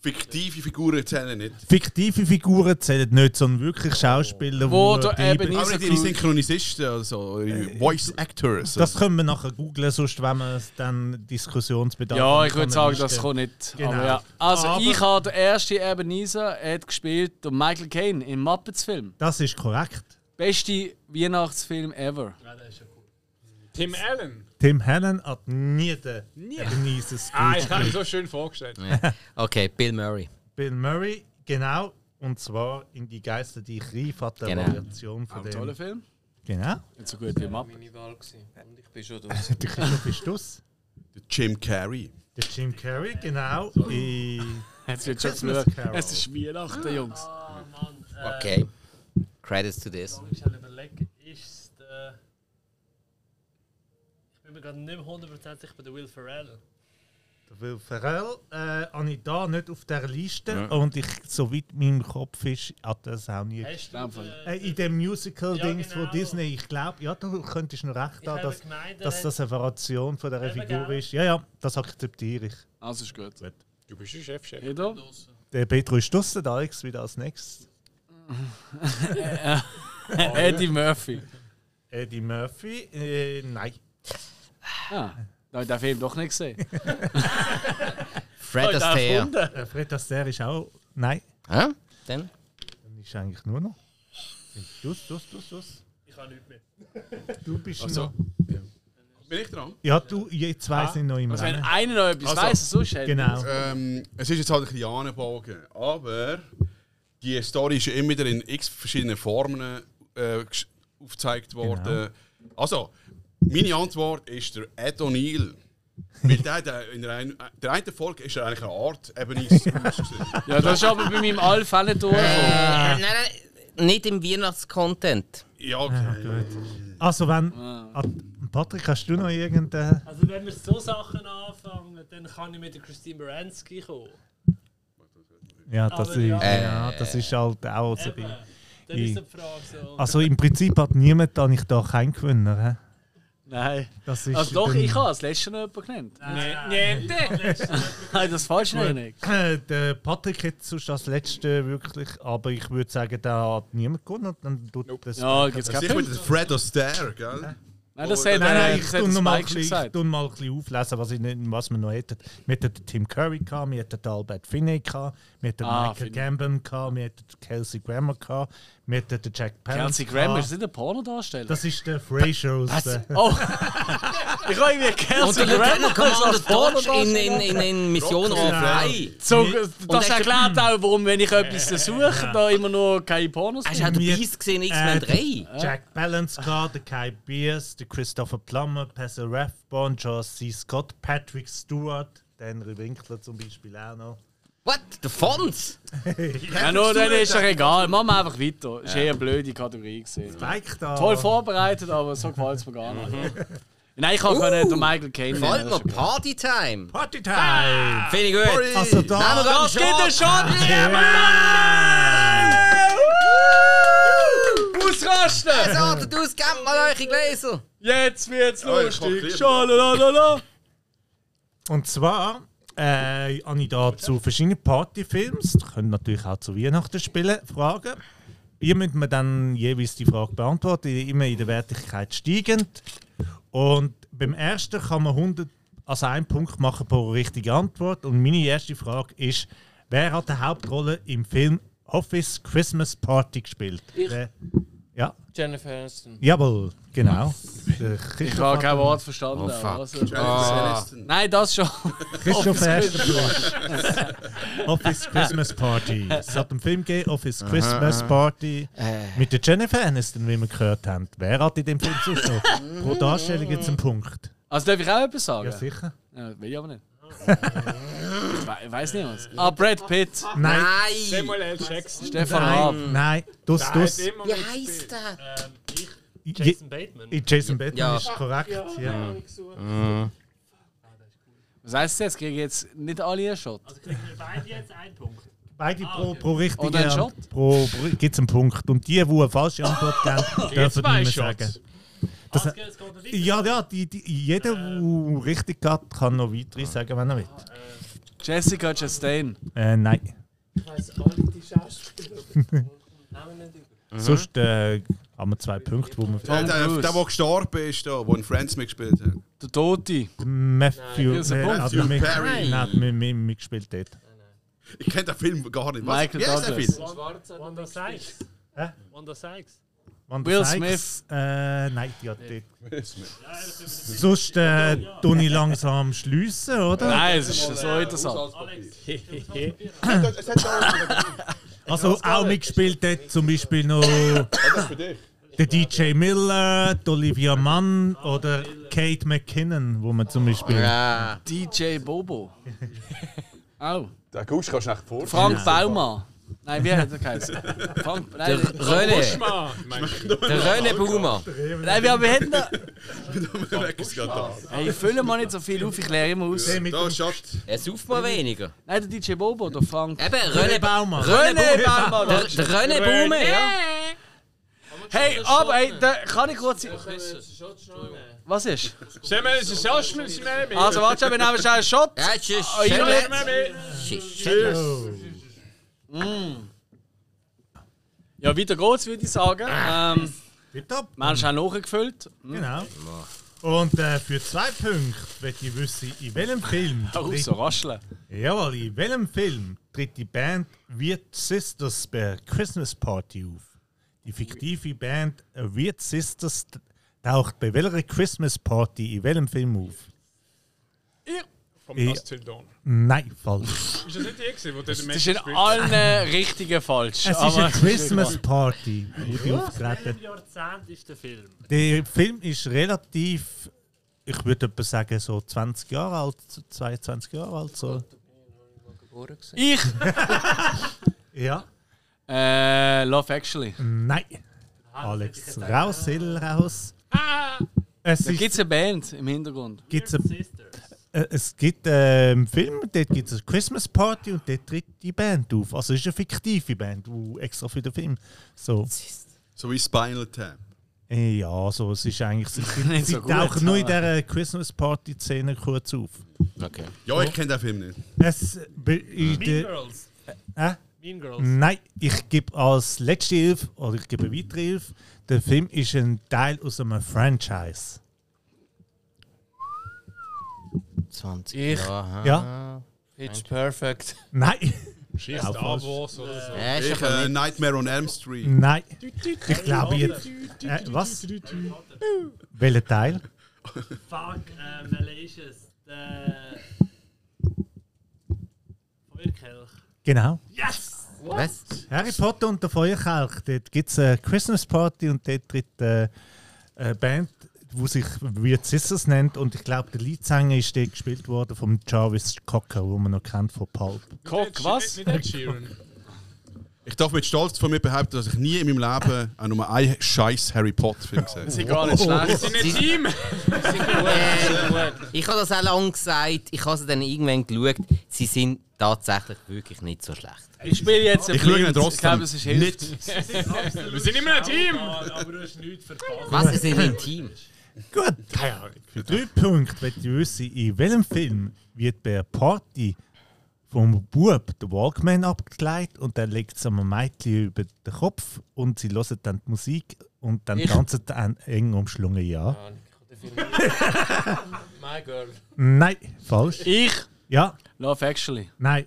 fiktive Figuren zählen nicht.
Fiktive Figuren zählen nicht, sondern wirklich Schauspieler,
Wo
die
der
bleiben.
Ebenezer-
Aber nicht ihre Synchronisisten oder so, ihre Voice Actors.
Das können wir nachher googlen, sonst wenn wir es dann Diskussionsbedarf
ja,
haben,
ich
kann
würde
man
sagen,
feststellen.
das kommt nicht.
Genau.
Aber ja. Also,
Aber-
ich habe den ersten Ebenezer, er hat gespielt, den Michael Caine im Muppets-Film.
Das ist korrekt.
Beste Weihnachtsfilm ever.
Tim Allen.
Tim Helen hat nie den Ebenezer
Ah,
Scrooge
ich habe mir
gespielt.
so schön vorgestellt.
Okay, Bill Murray.
Bill Murray, genau. Und zwar in die Geister, die ich rief, hat der
Genau.
Variation von
Toller
dem.
Film.
Genau.
Nicht so gut wie Muppets.
Meine Wahl gewesen. Und ich bin schon durch.
Der Christoph ist das.
Jim Carrey.
Der Jim Carrey, genau. In
Jetzt wird schon
Christmas
geschaut.
Carol.
Es ist Weihnachten, Jungs.
Okay. Credits to this.
Ich muss überlegen, ist es der. Ich bin mir gerade nicht mehr 100% sicher bei der Will Ferrell.
Der Will Ferrell äh, habe ich da nicht auf der Liste. Und ich, soweit mein Kopf ist, hat das auch nie.
Hast du
Ja,
den-
voll.
Äh, in dem Musical-Dings
Ja, genau.
von Disney, ich glaube, ja, du könntest noch recht
Ich
haben,
habe
dass,
gemeint, er
dass
hat-
das eine Variation von dieser
Eben,
Figur
gell?
ist. Ja, ja, das akzeptiere ich.
Also ist gut.
Du bist ein Chefchef.
Edo?
Der Petro ist draussen, der Alex wieder als nächstes.
Eddie Murphy.
Eddie Murphy, äh, nein.
Ah, da habe ich den Film doch nicht gesehen.
Fred Astaire.
Äh, Fred Astaire ist auch, nein.
Hä? Dann?
Dann ist eigentlich nur noch. Dus, dus, dus, dus.
Ich habe nichts mehr.
Du bist
Also,
noch...
Bin ich dran?
Ja, du, je zwei
Ah,
sind noch im
Also wenn
Rennen.
einer noch etwas
Also,
weiss, halt sonst hat
Genau.
Ähm, es ist jetzt halt ein bisschen Janenbogen, aber die Story ist ja immer wieder in x verschiedenen Formen äh, gesch- aufgezeigt worden. Also, meine Antwort ist der Ed O'Neill. Weil der, der in der, ein, der einen Folge ist er eigentlich eine Art eben ist.
Ja, das ist aber bei meinem Alf auch nicht durchgekommen.
Äh, Nein, nein, nicht im Weihnachtscontent.
ja, okay.
Gut. Also wenn... Ah, Patrick, hast du noch irgendeinen...
Also wenn wir so Sachen anfangen, dann kann ich mit der Christine Baranski kommen.
Ja, das
Aber
ist,
ja.
Äh.
ja, das ist halt auch so
Eben.
ein
Dann ist so die Frage so.
Also im Prinzip hat niemand da nicht da keinen Gewinner.
Nein.
He? Das ist
Also doch,
dann-
ich habe das letzte noch jemanden genannt.
nein,
Nein, nein, das ist falsch noch nicht.
Äh, Der Patrick hat sonst als letzte wirklich, aber ich würde sagen, da hat niemand gewonnen. und Dann tut das
Ja, gibt's keinen
Sicher mit
Punkt.
der Fred Astaire, gell?
Nein, das hat,
Nein,
äh,
nein, ich
das hat
tue noch mal ein
Spike schon
bisschen, ich
gesagt.
tue mal ein bisschen auflesen, was, ich, nicht- was wir noch hätten. Wir hatten den Tim Curry, gehabt, wir hatten den Albert Finney, gehabt, wir hatten
Ah,
Michael
Finney.
Gambon, gehabt, wir hatten den Kelsey Grammer, gehabt, wir hatten den Jack Palance.
Kelsey Grammer, ist
gehabt.
das nicht ein Pornodarsteller?
Das ist der Frasier aus
Was?
der-
Oh! ich habe irgendwie
Und
Kelsey
der Lieutenant
Grammer
Commander
als
Dodge in, in, in,
Pornodarsteller.
in Mission
Rock-
Rafai.
So,
Und
das
hast du-
erklärt auch, warum, wenn ich etwas suche, da immer nur keine Pornos
Hast du auch
gibt.
den
Wir-
Beast gesehen in X-Men
äh,
3?
Jack Palance, gehabt, der Kai Beers, der Christopher Plummer, Passer Rathbone, George C. Scott, Patrick Stewart, der Henry Winkler zum Beispiel auch noch.
What? Der Fonz?
Ja, nur dann ist doch egal. Machen wir einfach weiter. Ist eher eine blöde Kategorie gesehen.
Bike da.
Voll vorbereitet, aber so gefällt es mir gar nicht. Nein, ich kann uh, den Michael Caine
Mhm. Gefällt
nennen.
mir Party Time.
Party Time!
Finde ich gut.
Also da.
Nehmen wir
Das
den
gibt
Shot.
es schon!
Ja!
Ausrasten!
Also, du gebt mal eure Gläser.
Jetzt wird's
Ja, ich
lustig.
koche
Schalalala.
Und zwar äh, habe ich da zu verschiedenen Partyfilms, das können natürlich auch zu Weihnachten spielen, Fragen. Ihr müsst mir dann jeweils die Frage beantworten, immer in der Wertigkeit steigend. Und beim ersten kann man 100 also einen Punkt machen pro richtige Antwort. Und meine erste Frage ist, wer hat die Hauptrolle im Film Office Christmas Party gespielt? Wer- Ja,
Jennifer Aniston.
jawohl, genau.
Ich habe kein
Oh,
Wort verstanden. also.
Ah.
Nein, das schon.
Christoph erster Office Christmas Party. Es hat einen Film gegeben, Office Christmas Party. Mit der Jennifer Aniston, wie wir gehört haben. Wer hat in dem Film sonst noch? Pro Darstellung jetzt einen Punkt.
Also darf ich auch etwas sagen?
Ja, sicher.
Ja, will ich aber nicht. ich we weiß niemand. Ah, Brad Pitt,
Nein,
Nein.
Samuel L. Jackson.
Stefan Raab.
nein, nein. Dus, dus.
Immer
Wie
mit
heisst der?
Je-
Jason Bateman.
Jason Bateman
Ja.
ist korrekt. Ja.
Was heisst das jetzt? Kriegen jetzt nicht alle einen Shot?
Also kriegen wir beide jetzt einen Punkt.
Beide
Ah,
pro, pro
Oder ein
richtige
Shot?
Ant- pro, pro gibt es einen Punkt. Und die, die eine falsche Antwort geben, dürfen
zwei
nicht mehr
Shots.
sagen.
Das geht es geht noch weiter.
Ja, ja, die, die, jeder, der richtig geht, kann noch weitere sagen, wenn er will.
Jessica Chastain.
Äh, nein.
Ich weiss alle die Schauspieler. Namen nicht über.
Sonst äh, haben wir zwei Punkte, wo wir
Der, der,
Cruise.
der, der gestorben ist, da, der in Friends mitgespielt hat.
Der Tote.
Matthew,
Nein,
äh,
Matthew
also mit,
Perry.
Nein, wir, wir, wir gespielt dort.
Ich kenne den Film gar nicht. Was?
Michael
Wie heißt der
Douglas.
Film?
Schwarzer
Wanda Sykes.
Hä?
Wanda Sykes.
Wanda
Will
Sykes, Äh, nein, die hat dort. Sonst äh, tue ich langsam schliessen, oder?
Nein, es ist so interessant.
Es hat
Also
auch-
auch mitgespielt dort zum Beispiel noch
Das ist für dich.
der DJ Miller, die Olivia Mann oder Kate McKinnon, wo man zum Beispiel.
Ja.
DJ Bobo. Oh. Auch.
Den Gusch kannst du nicht vorstellen.
Frank Baumann. Nein, wie hat er geheißen? Frank. Nein,
Der René. Der René Baumer.
nein wir haben hinten. noch-
Weg ist gerade da.
Hey, füllen wir nicht so viel auf, ich leere immer aus.
Der mit
Da,
dem
Schat.
Er sauft mal weniger.
Nein, der DJ Bobo, der Frank.
Eben, René
Baumann.
René
René Baumann.
Baumer. Der, der René Baumer, ja.
Hey, aber hey, da kann ich kurz. Was ist?
Samuel L. Jackson. Samuel L.
Also, warte, wir nehmen schon einen Shot.
Ja, es ist
ihr
Schelle-
Jackson.
Mm. Ja, weiter geht's, würde ich sagen. Ähm,
Tipptopp.
wir haben schon nachgefüllt.
Ah. Genau.
Hm.
Und äh, für zwei Punkte möchte ich wissen, in welchem Film
Oh, so rascheln.
Jawohl, in welchem Film tritt die Band Weird Sisters bei Christmas Party auf? Die fiktive Band A Weird Sisters taucht bei welcher Christmas Party in welchem Film auf?
Vom
Ja.
Dust Till Dawn.
Nein, falsch.
Ist das nicht die, gewesen, wo der Mensch
Das ist in
gespielt hat?
allen richtigen falsch.
Es ist
aber-
eine Christmas Party, wo die auftreten.
Welchem Jahrzehnt ist der Film?
Der Film ist relativ, ich würde etwa sagen, so 20 Jahre alt, 22 Jahre alt. So.
Geboren gewesen.
Ich!
Ja.
Äh, Love Actually.
Nein. Alex, raus, Hill, raus. Es,
Ah! Da
ist,
gibt es eine Band im Hintergrund.
gibt's ein,
Sisters.
äh, es gibt äh, einen Film, dort gibt es eine Christmas Party und dort tritt die Band auf. Also es ist eine fiktive Band, die extra für den Film. So.
So wie Spinal Tap.
Äh, Ja, so, es ist eigentlich. Sie, sie,
Nicht
sie
so gut,
tauchen nur in
aber-
dieser Christmas Party-Szene kurz auf.
Okay.
Ja, ich kenne den Film nicht.
Es, be- in
Mean
der-
Girls.
Hä?
Mean Girls.
Nein, ich gebe als letzte Hilfe, oder ich gebe eine weitere Hilfe, der Film ist ein Teil aus einem Franchise.
20
Ich.
Jahre.
Ja.
Pitch Perfect.
Nein,
Schießt
Ja,
Star
falsch.
Wars oder so.
Ja, ist
Ich,
aber
äh,
nicht.
Nightmare on Elm Street.
nein. Ich glaube jetzt. Äh, was? Welcher Teil?
Fuck, äh, Malicious. Der. Feuerkelch.
Genau.
Yes!
Was?
Harry Potter und der Feuerkelch. Dort gibt es eine Christmas Party und dort tritt äh, eine Band, die sich Weird Sisters nennt. Und ich glaube, der Leadsänger ist dort gespielt worden von Jarvis Cocker, den man noch kennt von Pulp.
Cock, was?
Nicht Ed Sheeran.
Ich darf mit Stolz von mir behaupten, dass ich nie in meinem Leben auch nur einen scheiß Harry Potter-Film gesehen
Das
habe.
Oh, ist gar nicht schlecht.
Sind ein Team.
Äh, ich habe das auch lange gesagt. Ich habe sie dann irgendwann geschaut. Sie sind tatsächlich wirklich nicht so schlecht.
Ich spiele jetzt ein
Ich schaue ihn
Blind. Ich glaube,
trotzdem
das ist hilft.
nicht.
Wir sind immer ein Team.
Aber du hast nichts verpasst.
Was ist in dem Team?
Gut. Für drei Punkte möchte ich wissen, in welchem Film wird bei einer Party vom Bub der Walkman abgeleitet und dann legt es einem Mädchen über den Kopf und sie hören dann die Musik und dann
Ich-
tanzen sie ein- eng umschlungen, ja.
Nein, ich hab den Film nicht. My Girl.
Nein, falsch.
Ich,
Ja,
Love Actually.
nein.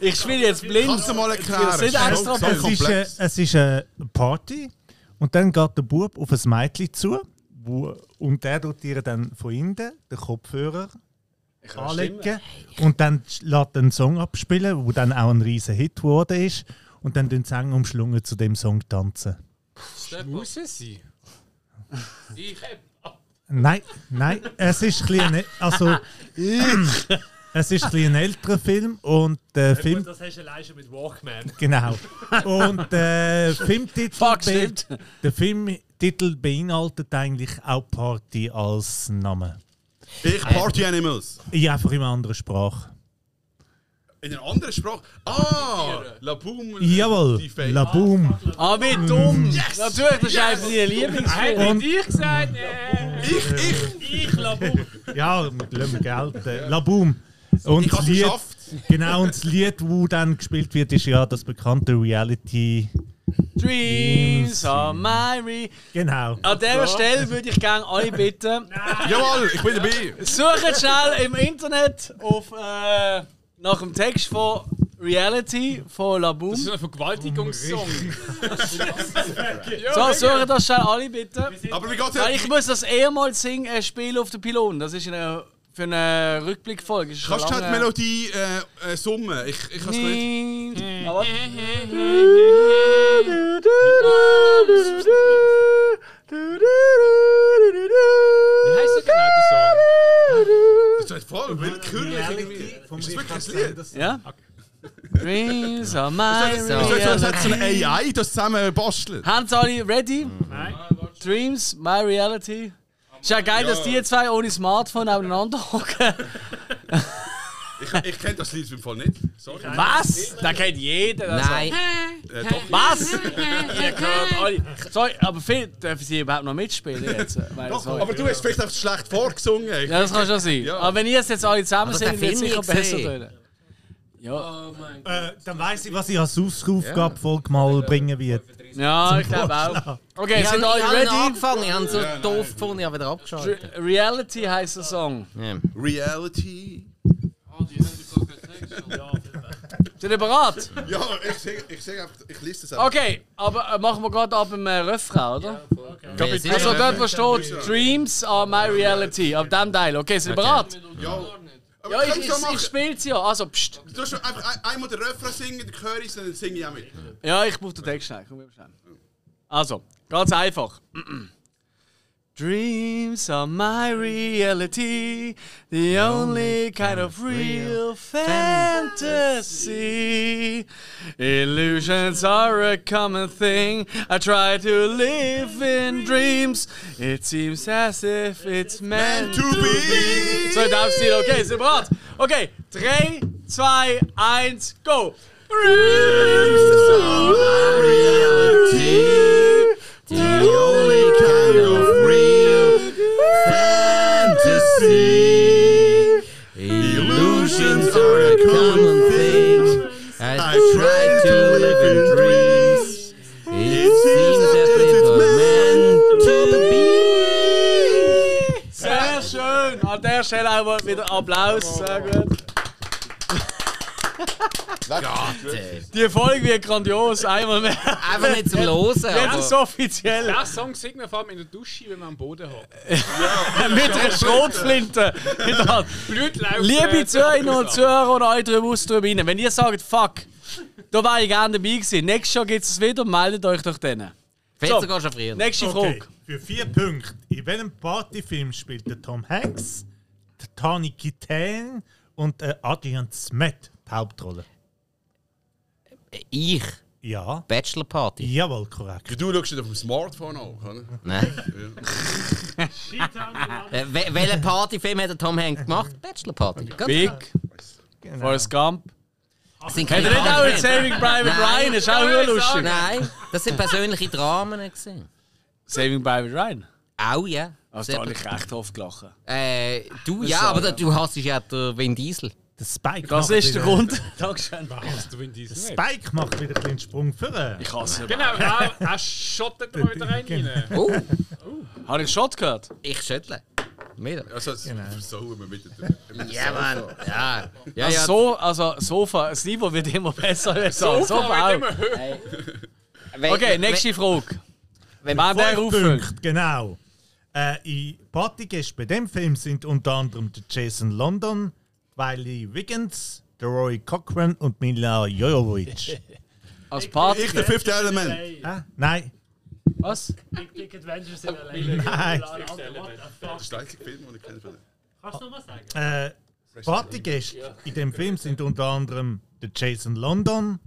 Ich spiele jetzt blind.
Kannst du mal erklären?
Das sind extra
so,
Punkte.
so
Es ist, eine,
komplex.
es ist eine Party und dann geht der Bub auf ein Mädchen zu wo, und der tut ihr dann von hinten den Kopfhörer anlegen und dann sch- lässt er einen Song abspielen, wo dann auch ein riesen Hit geworden ist und dann den Sänger umschlungen zu dem Song tanzen.
Step up.
Muss es sein?
Ich.
Nein, nein, es ist ein bisschen, also es ist ein, bisschen ein älterer Film und der
Film.
Film
Das hast du allein schon mit Walkman.
genau und äh, der Filmtitel
Fuck,
be-
stimmt.
der Filmtitel beinhaltet eigentlich auch Party als Name. Äh,
Ich Party Animals.
Ja, einfach in einer anderen Sprache.
In einer anderen Sprache. Ah! La
Hm,
Boom. Mm.
Jawohl,
Die Fake.
La Boom.
Ah, wie dumm. Natürlich, das ist einfach deine Lieblingsfilm.
Und
Ich gesagt, äh.
Ich, ich,
Ich glaube,
Ja, mit Löhm gelten. La Boom. Und
ich
das
habe es
Lied,
geschafft.
genau, und das Lied, das dann gespielt wird, ist ja das bekannte Reality.
Dreams are my re
Genau.
An dieser Stelle würde ich gerne alle bitten,
Jawohl, ich bin dabei.
sucht schnell im Internet auf, äh, nach dem Text von Reality
Das ist
von Laboom.
ein Vergewaltigungssong.
So, sucht das schnell alle bitte.
Aber wie geht's
Nein,
jetzt?
ich muss das eher mal singen, äh, spielen auf den Pylon. Das ist eine, für eine Rückblickfolge. Das ist schon
Kannst du halt die
lange-
Melodie äh, äh, summen? Ich, ich kann es nicht.
Nicht. Ah, warte.
Wie heißt der genau der Song?
Das ist voll willkürlich irgendwie. Ist das wirklich ein Lied?
Ja? Dreams are my
Ist
So.
das jetzt so
reality.
eine AI, das zusammen bastelt?
Hands alle ready?
Nein.
Dreams, my reality. Ist ja geil, dass die zwei ohne Smartphone nebeneinander hocken.
Ich, ich kenne das Lied im Fall nicht. Sorry.
Was? Da kennt jeder also. das.
Nein,
Äh, doch.
Was? Ihr gehört alle. Sorry, aber Phil, dürfen Sie überhaupt noch mitspielen jetzt? Ich Meine,
Doch,
sorry.
aber du hast vielleicht auch schlecht vorgesungen. Ich-
Ja, das kann schon sein.
Ja.
Aber wenn ihr es jetzt alle zusammen
Also,
seht,
den
wird es
Film
sicher
nie
besser
gesehen.
tun. Ja,
Äh, dann weiss ich, was ich als Hausaufgabe mal bringen wird.
ja ich glaube auch.
Vorschlag.
Okay,
ich
sind
habe
alle
hab
ready?
angefangen, ich habe so
nou,
doof gefunden, ich habe wieder abgeschaltet.
Re- Reality heisst der Song. Oh,
Ja.
Reality.
Ah, die haben die Kakerlaken schon.
Das Sind ihr bereit?
Ja, ich sehe ich seh einfach, ich lese das einfach.
Okay, aber äh, machen wir gerade ab dem äh, Refrain, oder?
Weil es ist-
Also dort, wo steht Dreams are my reality. Ab dem Teil. Okay, sind ihr bereit?
Ja, aber
Ja, ich,
kannst
ich,
du auch machen.
ich spiel's ja. Also, pst.
Du hast schon einfach ein, einmal den Refrain singen, dann höre ich es, dann singe ich auch mit.
Ja, ich brauche den Text schnell. Komm, wir schnell. Also, ganz einfach. Dreams are my reality, the only kind of real fantasy. Illusions are a common thing. I try to live in dreams. It seems as if it's meant to be. So, darf ich Okay, sind wir bereit? Okay, 3, 2, 1, go!
Illusions are a common thing. I try to live in dreams. It seems that they were meant to be.
Sehr schön! An der Stelle auch mal wieder
Oh,
Applaus. Sehr gut. Die Folge wird grandios, einmal mehr.
Einfach nicht zum Losen.
Jetzt ist es
aber-
offiziell.
Der Song singt man vor allem in der Dusche, wenn man am Boden hat.
Mit einer Schrotflinte. in der Hand.
Blöd laufen.
Liebe
äh,
Zuhörerinnen und Zuhörer und alle drüben aus drüben rein, wenn ihr sagt, fuck, da wäre ich gerne dabei gewesen. Nächstes Jahr gibt es wieder, meldet euch doch denen.
Besser gehst du frieren.
Nächste Frage.
Okay, für vier Punkte. In welchem Partyfilm spielt der Tom Hanks, der Tani Kitaen und der Adrian Smet die Hauptrolle?
Ich,
Ja.
Bachelor Party.
Jawohl, korrekt.
Du schaust nicht auf dem Smartphone an, oder?
Nein. Äh, wel- Welchen Partyfilm hat der Tom Hanks gemacht? Bachelor Party. Ganz
Big, Genau.
klar.
Forrest Gump.
Das sind
Hat
keine
er nicht auch in
Partyfilme.
Saving Private
Nein.
Ryan? Ist auch nur lustig.
Nein, das sind persönliche Dramen. Gewesen.
Saving Private Ryan?
Auch, ja.
Also, da
Sehr-
habe ich recht oft gelachen.
äh, du, ja,
so,
aber
ja.
du hast ja den Vin Diesel.
Der Spike
Das
macht
ist der
wieder-
Grund. Dankeschön.
Hast du in diesem nicht?
Spike macht wieder einen kleinen Sprung vor.
Ich hasse ihn.
Genau, auch, auch schottet mal wieder rein. rein.
Genau.
Oh,
Habe ich Shot gehört?
ich schüttle. Wieder.
Also, das versauen wir wieder.
Ja, Mann. Ja, ja. ja.
Also, so, also Sofa, das Niveau wird immer besser.
Sofa
Sofa, Sofa
wird immer
auch.
Wenn-
Okay, nächste Frage.
wenn-
Wer
Fünf
wer auffüllt?
Punkte, genau. Äh, in Partygäste bei dem Film sind unter anderem der Jason London, Wiley Wiggins, der Roy Cochran und Mila Jovovich.
Als Part.
Ich, der fünfte Element.
Hä? Nein,
Was?
Big Dick Adventures in LA.
Nein.
Das ist der einzige Film, den ich kenne. von denen.
Kannst du nochmal sagen?
äh, Partygäste in dem Film sind unter anderem der Jason London,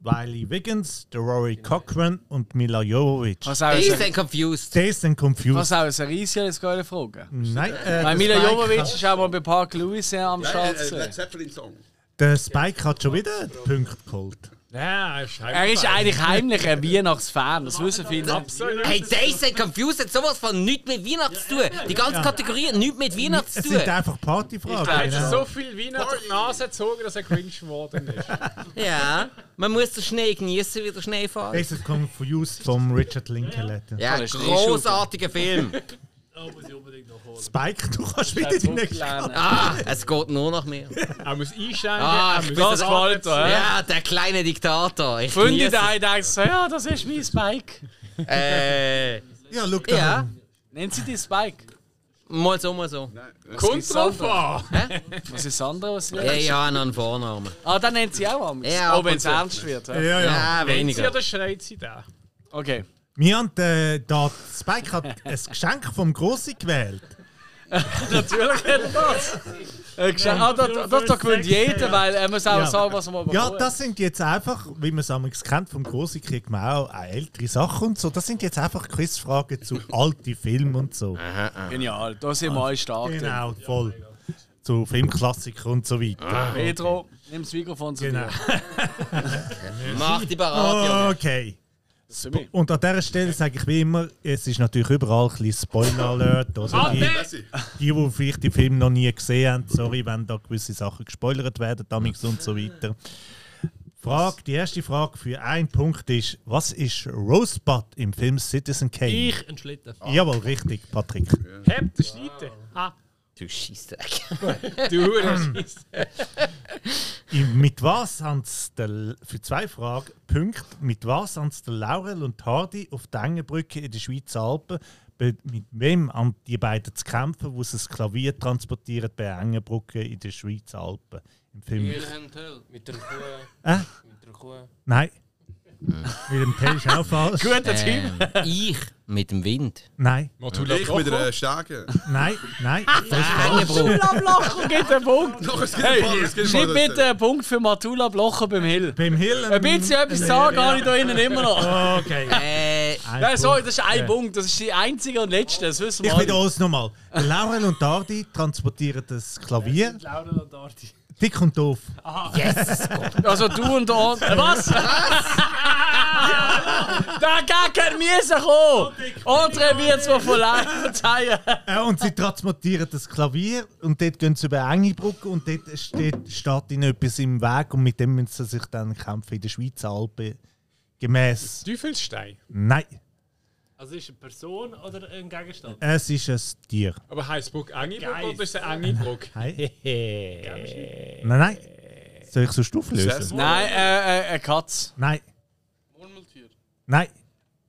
Wiley Wiggins, der Rory Cochran und Mila Jovovich.
Was auch
Ich
ist
bin confused.
Jason Confused.
was auch ist eine riesige jetzt geile Frage.
Nein, äh,
Weil Mila
der Spike
Jovovic
hat-
ist auch mal bei Park Louis am
Nein, äh,
Start.
äh, Led
gewesen.
Zeppelin-Song.
Der Spike hat schon wieder den Punkt geholt.
Ja, ist
Er ist eigentlich heimlich ein Weihnachtsfan, das wissen viele.
Absolut.
Hey, Jason Confused hat sowas von nichts mit Weihnachten zu tun. Die ganze Kategorie hat nichts mit Weihnachten
Es
zu
sind
tun.
einfach Partyfragen.
Er
genau.
hat so viel Wein an der Nase gezogen, dass er cringe geworden ist.
Ja, man muss den Schnee genießen, wie der Schnee fällt.
Jason Confused vom Richard Linklater.
Ja,
Voll Schnee
großartiger Film.
Oh, muss ich unbedingt noch holen.
Spike, du kannst wieder die nächste.
Ah, es geht nur nach mir.
Er muss einsteigen,
Ah,
er muss
Das gefällt
raten.
dir, hä?
Ja, der kleine Diktator. Ich
Freunde
genieße
da einen denken so, ja, das ist mein Spike.
es. Äh,
Ja, schau da.
ja,
Nennt sie die Spike?
mal so, mal so.
Kommt drauf an.
Was ist das andere, was sie
Ja, ich habe noch einen Vornamen.
Ah, dann nennt sie auch am.
Ja,
oh, wenn es
ab und zu.
ernst wird. Ja.
Ja, ja.
Ja,
Denkt sie
weniger.
oder schreit sie da?
Okay.
Wir haben äh, da, Spike hat ein Geschenk vom Grossi gewählt.
Natürlich hat er das. Äh, geschenkt. ah, das, das, das gewinnt jeder, weil er muss auch
Ja.
sagen, was er mal
Ja,
bekommen hat.
das sind jetzt einfach, wie man es damals kennt, vom Grossi kriegt man auch eine ältere Sachen und so. Das sind jetzt einfach Quizfragen zu alten Filmen und so.
Ah.
Genial, da sind wir alle stark. drin.
Genau, voll. Zu Filmklassikern und so weiter.
Ah. Pedro, nimm das Mikrofon zu
Genau. Oh,
dir.
Mach die Parade.
Okay.
Das ist für mich.
Und an dieser Stelle sage ich wie immer, es ist natürlich überall ein bisschen Spoiler-Alert.
Ah,
oder die-
Das ist-
die, die vielleicht den Film noch nie gesehen haben, sorry, wenn da gewisse Sachen gespoilert werden, damals und so weiter. Frage, die erste Frage für einen Punkt ist, was ist Rosebud im Film Citizen Kane?
Ich ein Schlitten.
Jawohl, Ah. richtig, Patrick.
Hebt der Schneiden. Ah,
Hmm.
Du Scheissdreck.
du Hurenscheiss.
I- Mit was haben sie den- für zwei Fragen Punkt, mit was haben sie den Laurel und Hardy auf der Engenbrücke in den Schweizer Alpen, be- mit wem haben die beiden zu kämpfen, wo sie das Klavier transportieren bei Engenbrücke in den Schweizer Alpen? Im Film.
Wilhelm Tell.
halt Mit der Kuh.
Äh,
Mit der Kuh.
nein.
Äh.
mit dem Tell ist auch falsch.
Guter Typ.
Ähm, ich mit dem Wind.
Nein,
Matula
Ich mit einer Stege.
nein, nein. Das ist falsch.
Engenbruch.
Blocher gibt einen Punkt.
Doch, es gibt
Hey,
ein paar, es gibt ein paar
schreib bitte einen Punkt für Matula Blocher beim Hill.
Beim Hill. ähm, Oh,
Ein bisschen etwas sagen habe ich da innen immer noch.
Okay.
Äh,
Ein
Nein, sorry,
Punkt.
das ist ein
Ja.
Punkt. Das ist die einzige und letzte. Das wissen wir
Ich
alle.
wiederhole es nochmal. Laurel und Dardi transportieren das Klavier.
Laurel und Arti.
Dick und doof.
Also du und Ort. Was? Der Gag hat müssen kommen. Andere wird es mir von Leib verzeihen.
Äh, und sie transportieren das Klavier und dort gehen sie über enge Brücke und dort steht, steht ihnen etwas im Weg und mit dem müssen sie sich dann kämpfen in der Schweizer Alpen. Gemäß.
Teufelsstein.
Nein,
Also ist es eine Person oder ein Gegenstand?
es ist ein Tier.
Aber heisst Burg Engiburg
Geist.
oder ist es eine Engiburg?
Nein, nein. nein. Soll ich so Stufe lösen?
Nein, äh, äh, eine Katz.
Nein,
Murmeltier.
nein.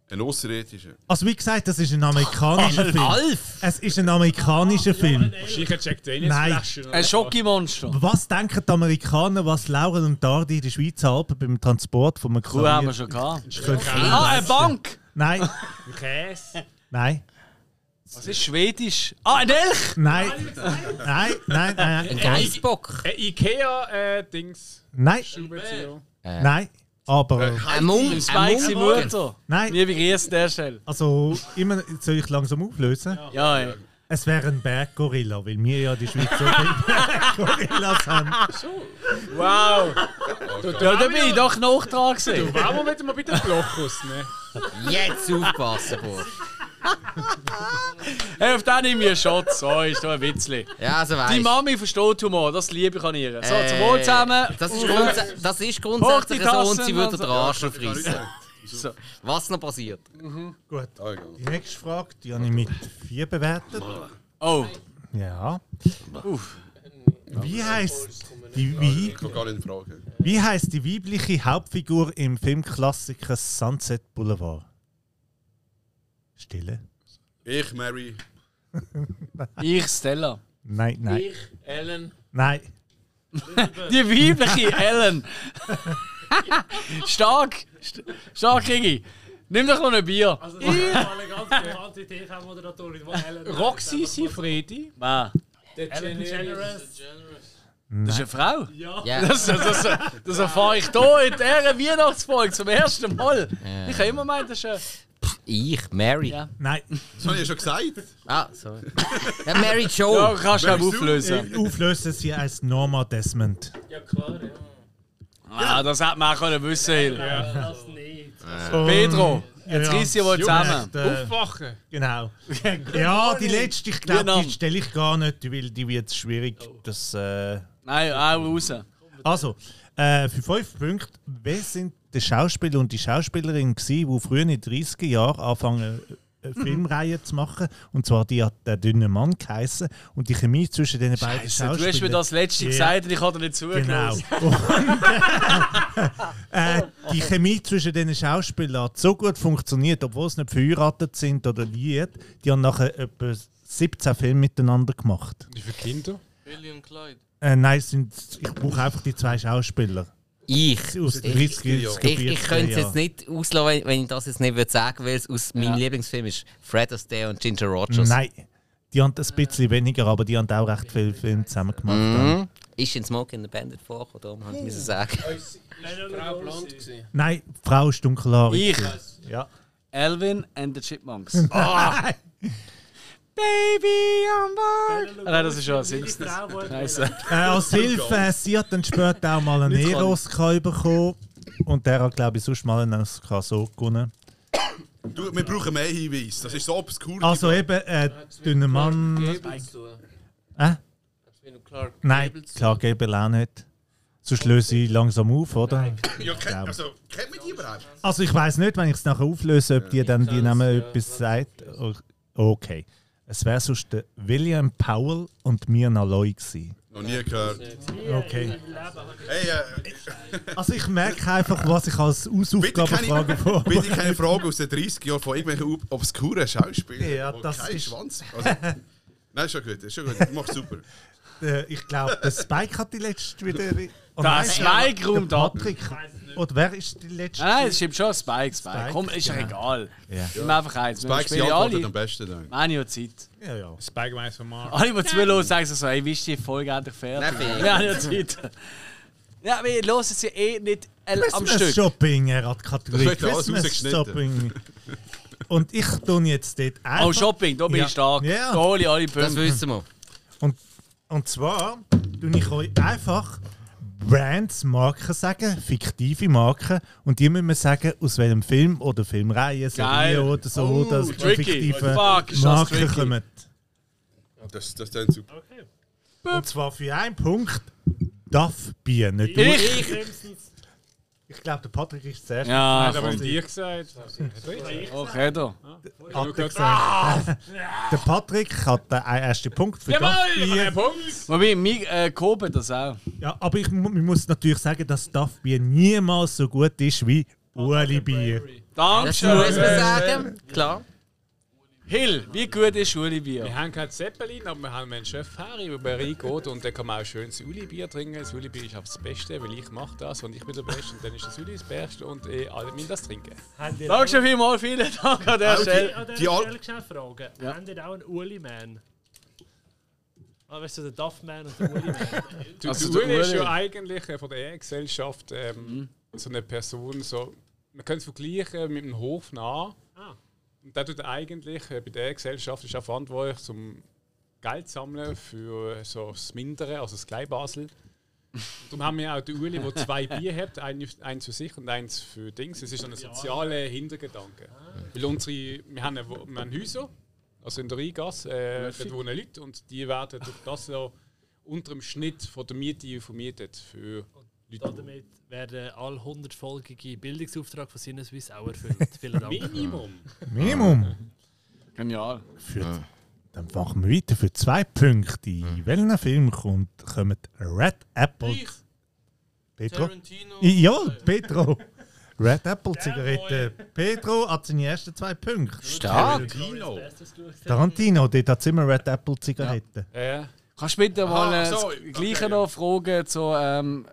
Ein außerirdischer.
Also wie gesagt, das ist ein
Oh,
amerikanischer Film.
Alf!
Es ist ein amerikanischer Film.
Wahrscheinlich checkt den
Nein.
Ein Schokimonster.
Was denken die Amerikaner, was Laurel und Dardi in der Schweizer Alpen beim Transport von einem
Kuh haben wir
Klavier...
schon gehabt.
Können?
Ah, eine Bank.
Nein,
Käse.
nein,
Das ist schwedisch. Ah, ein Elch.
nein, nein, nein, nein,
Ein
nein,
Geissbock!
Ein äh, Ikea-Dings.
nein,
Subvention.
nein,
Äh,
aber
Ein Mung!
Spike, seine Mutter.
nein,
Liebe Grüße an der Stelle.
also immer, soll ich langsam auflösen?
Ja, ja.
Es wäre ein Berggorilla, weil wir ja die Schweizer Berggorillas haben.
Wow. Ja, da bin ich doch noch dran
Oh, Du,
gewesen.
warum wollen wir bitte einen Block rausnehmen?
Jetzt aufpassen, Bursch!
Hey, auf den nehme ich einen Shot. So, ist doch ein Witzli.
Ja, also
Die
weißt Äh,
Mami versteht Humor, das liebe ich an ihr. So, zum Wohl zusammen.
Das ist, grundsä das ist grundsätzlich
Hoch die
so und sie
Tassen,
würde den Arsch
Ja, kann ich
also.
aufreißen.
So.
Was noch passiert?
Gut,
Ah, egal.
die nächste Frage, die habe ich mit 4 bewertet.
Oh,
Ja. Wie heißt die Weib?
Ah, Ich kann gar nicht fragen.
Wie heißt die weibliche Hauptfigur im Filmklassiker Sunset Boulevard? Stille.
Ich, Mary.
ich Stella.
Nein, nein,
Ich, Ellen.
nein.
Die weibliche Ellen. Stark. St- Stark, Rigi. Nimm doch noch ein Bier.
Also das ist mal eine ganz bekannte TV-Moderatorin, die Ellen
Roxy Sifredi.
Wow.
Ellen DeGeneres.
Das ist eine Frau.
Ja.
Ja.
Das, das, das, das erfahre ich hier in dieser Weihnachtsfolge zum ersten Mal. Ich habe immer gemeint, das ist eine...
Ich, Mary.
Ja.
Nein,
Das habe ich ja schon gesagt.
Ah, sorry. Ja, Mary Jo.
Ja, Oh, kannst du
Wer
auch
bist du?
auflösen.
ich auflöse sie als Norma Desmond.
ja, klar, ja.
Ah, das hätte man auch können wissen Hill.
Das nicht.
Pedro, jetzt
Ja.
reiss ich wohl zusammen.
Und, äh,
Aufwachen.
genau. Ja, die letzte, ich glaube,
Vietnam.
die stelle ich gar nicht, weil die wird schwierig. Das, äh
Nein, auch raus.
also, äh, für fünf Punkte, wer sind die Schauspieler und die Schauspielerinnen gewesen, die früher in den 30er Jahren anfangen, äh,
Mhm.
äh, Filmreihen zu machen? Und zwar die hat der dünne Mann geheißen und die Chemie zwischen den beiden
So, du hast mir
Schauspielern.
das letzte
Ja.
gesagt und ich habe dir nicht zugehört.
Genau. Und, äh, äh, die Chemie zwischen diesen Schauspielern hat so gut funktioniert, obwohl sie nicht verheiratet sind oder liiert. Die haben nachher etwa 17 Filme miteinander gemacht.
Wie viele Kinder?
Billy und Clyde.
Äh, nein, es sind, ich brauche einfach die zwei Schauspieler.
Ich.
Aus den
Ich,
30 er
ich, ich könnte es jetzt nicht auslassen, wenn- wenn ich das jetzt nicht würde sagen weil es aus meinem Lieblingsfilm ist Fred Astaire und Ginger Rogers.
Nein, die haben ein bisschen weniger, aber die haben auch recht viele Filme zusammen gemacht.
Hm? Ist in Smoke in the Bandit vorgekommen, darum habe ich müssen sagen.
Frau Blond gesehen.
Nein, die Frau ist dunkelhaarig.
Ich,
Ja. Ah.
Alvin and the Chipmunks. Baby on board. Ah, nein, das ist schon
Die
Simpsons.
Frau, die
Scheiße.
Äh, als Hilfe, äh, sie hat dann später auch mal einen
Nicht
Eros-Oscar bekommen. Und der hat, glaube ich, sonst mal einen Oscar so gewonnen.
Du, wir brauchen mehr Hinweise. Das ist so obskur.
Also eben, äh, dünner Mann. Äh?
Clark.
Nein, klar, Gable auch nicht. Sonst löse ich langsam auf, oder?
ja, kennt, also, kennt man die überhaupt?
genau. Also ich weiß nicht, wenn ich es nachher auflöse, ob die dann die Namen etwas sagt. Okay. Es wäre sonst der William Powell und Mirna Loy gewesen.
Noch nie gehört.
Okay.
Hey, äh,
Also ich merke einfach, was ich als
bitte,
Hausaufgabenfrage
keine,
vor.
bitte keine Frage aus den 30 Jahren von irgendwelchen ob- obskuren Schauspielern.
Ja,
die
das
keinen
ist-
Schwanz. Also, nein, ist schon gut, ist schon gut. Du machst super.
Äh, Ich glaube, der Spike hat die letzte wieder. Oh,
Der
nein,
Spike
der
räumt ab.
Patrick. Oder wer ist die letzte?
Nein, nein, es stimmt schon. Spike, Spike.
Spike,
Komm, ist ja
ja.
egal.
Ja.
Nimm einfach eins. Wir
Bikes
spielen
antwortet am
alle.
besten. Dann.
Wir haben ja Zeit.
Ja, ja.
Spike-Weiß von Mark.
Alle, die zuhören, sagen so, ey, wie ist die Folge endlich fertig?
Nein,
Wir haben ja Zeit. Ja, wir hören sie eh nicht äh, am
Christmas
Stück.
Shopping, er hat die Kategorie
Das wird alles
Christmas
rausgeschnitten.
Shopping. Und ich tue jetzt dort einfach.
Oh, Shopping, da bin
Ja.
ich stark.
Ja.
Da hole ich alle
Das
Punkte.
wissen wir.
Und zwar tue ich euch einfach Brands, Marken sagen, fiktive Marken. Und die müssen wir sagen, aus welchem Film oder Filmreihe,
Geil.
Serie oder so,
Oh,
dass die
tricky.
fiktiven
Fuck, ist das
Marken
tricky.
kommen.
Das, das klingt super.
Und zwar für einen Punkt darf Bier nicht.
Ich-
Simpsons.
Ich glaube, der Patrick ist zuerst.
Ja,
Hat aber
komm.
dir gesagt.
Okay, da.
Hat er gesagt.
Ah!
der Patrick hat den einen ersten Punkt für Duff Bier.
Punkt!
Wobei, mein äh, Kobe das auch.
Ja, aber ich, mu- man muss natürlich sagen, dass Duff Bier niemals so gut ist wie Ueli Bier.
Das muss
Eh,
Dankeschön.
man sagen. Klar.
Hill, wie gut ist Schulebier?
Wir haben kein Zeppelin, aber wir haben einen Chef Harry, der reingeht und der kann man auch schön das Uli-Bier trinken. Das Uli-Bier ist auch das Beste, weil ich mache das und ich bin der Beste und dann ist das Uli das Beste und eh alle müssen das trinken.
Dankeschön vielmals, vielen Dank an der
Auch
Stelle.
An dieser
Die Al-
Stelle schnell fragen.
Ja.
Haben ihr auch einen Uli-Man? Ah, weißt du, der Duff-Man und der Uli-Man.
Du,
Also
du
der Mhm.
Uli ist
Uli.
ja eigentlich äh, von der E-Gesellschaft ähm, so eine Person, so, man kann es vergleichen mit einem Hofnarr.
Ah.
Und der tut eigentlich äh, bei der Gesellschaft ist auch verantwortlich zum Geld sammeln für äh, so das Mindere, also das Kleinbasel. Und darum haben wir auch den Uli, der zwei Bier hat, ein- eins für sich und eins für Dings. Es ist so ein sozialer Hintergedanke. Weil unsere, wir haben, eine, Wo- wir haben Häuser, also in der Rheingasse, äh, dort wohnen Leute und die werden durch das so unter dem Schnitt von der Miete vermietet für Leute.
Damit werden alle 100-folgige Bildungsauftrag von Sinneswiss auch erfüllt. Vielen Dank.
Minimum.
Minimum.
Genial.
Für Dann machen wir weiter für zwei Punkte. In welchem Film kommt, kommen Red Apple?
Ich,
Petro?
Tarantino.
Ja, Petro. Red Apple Zigarette. Petro hat seine ersten zwei Punkte. eh,
Stark.
Dino.
Tarantino, dort hat es immer Red Apple Zigarette.
Äh,
Kannst du bitte mal
Aha,
äh,
so,
das Gleiche
okay.
noch fragen zu ähm,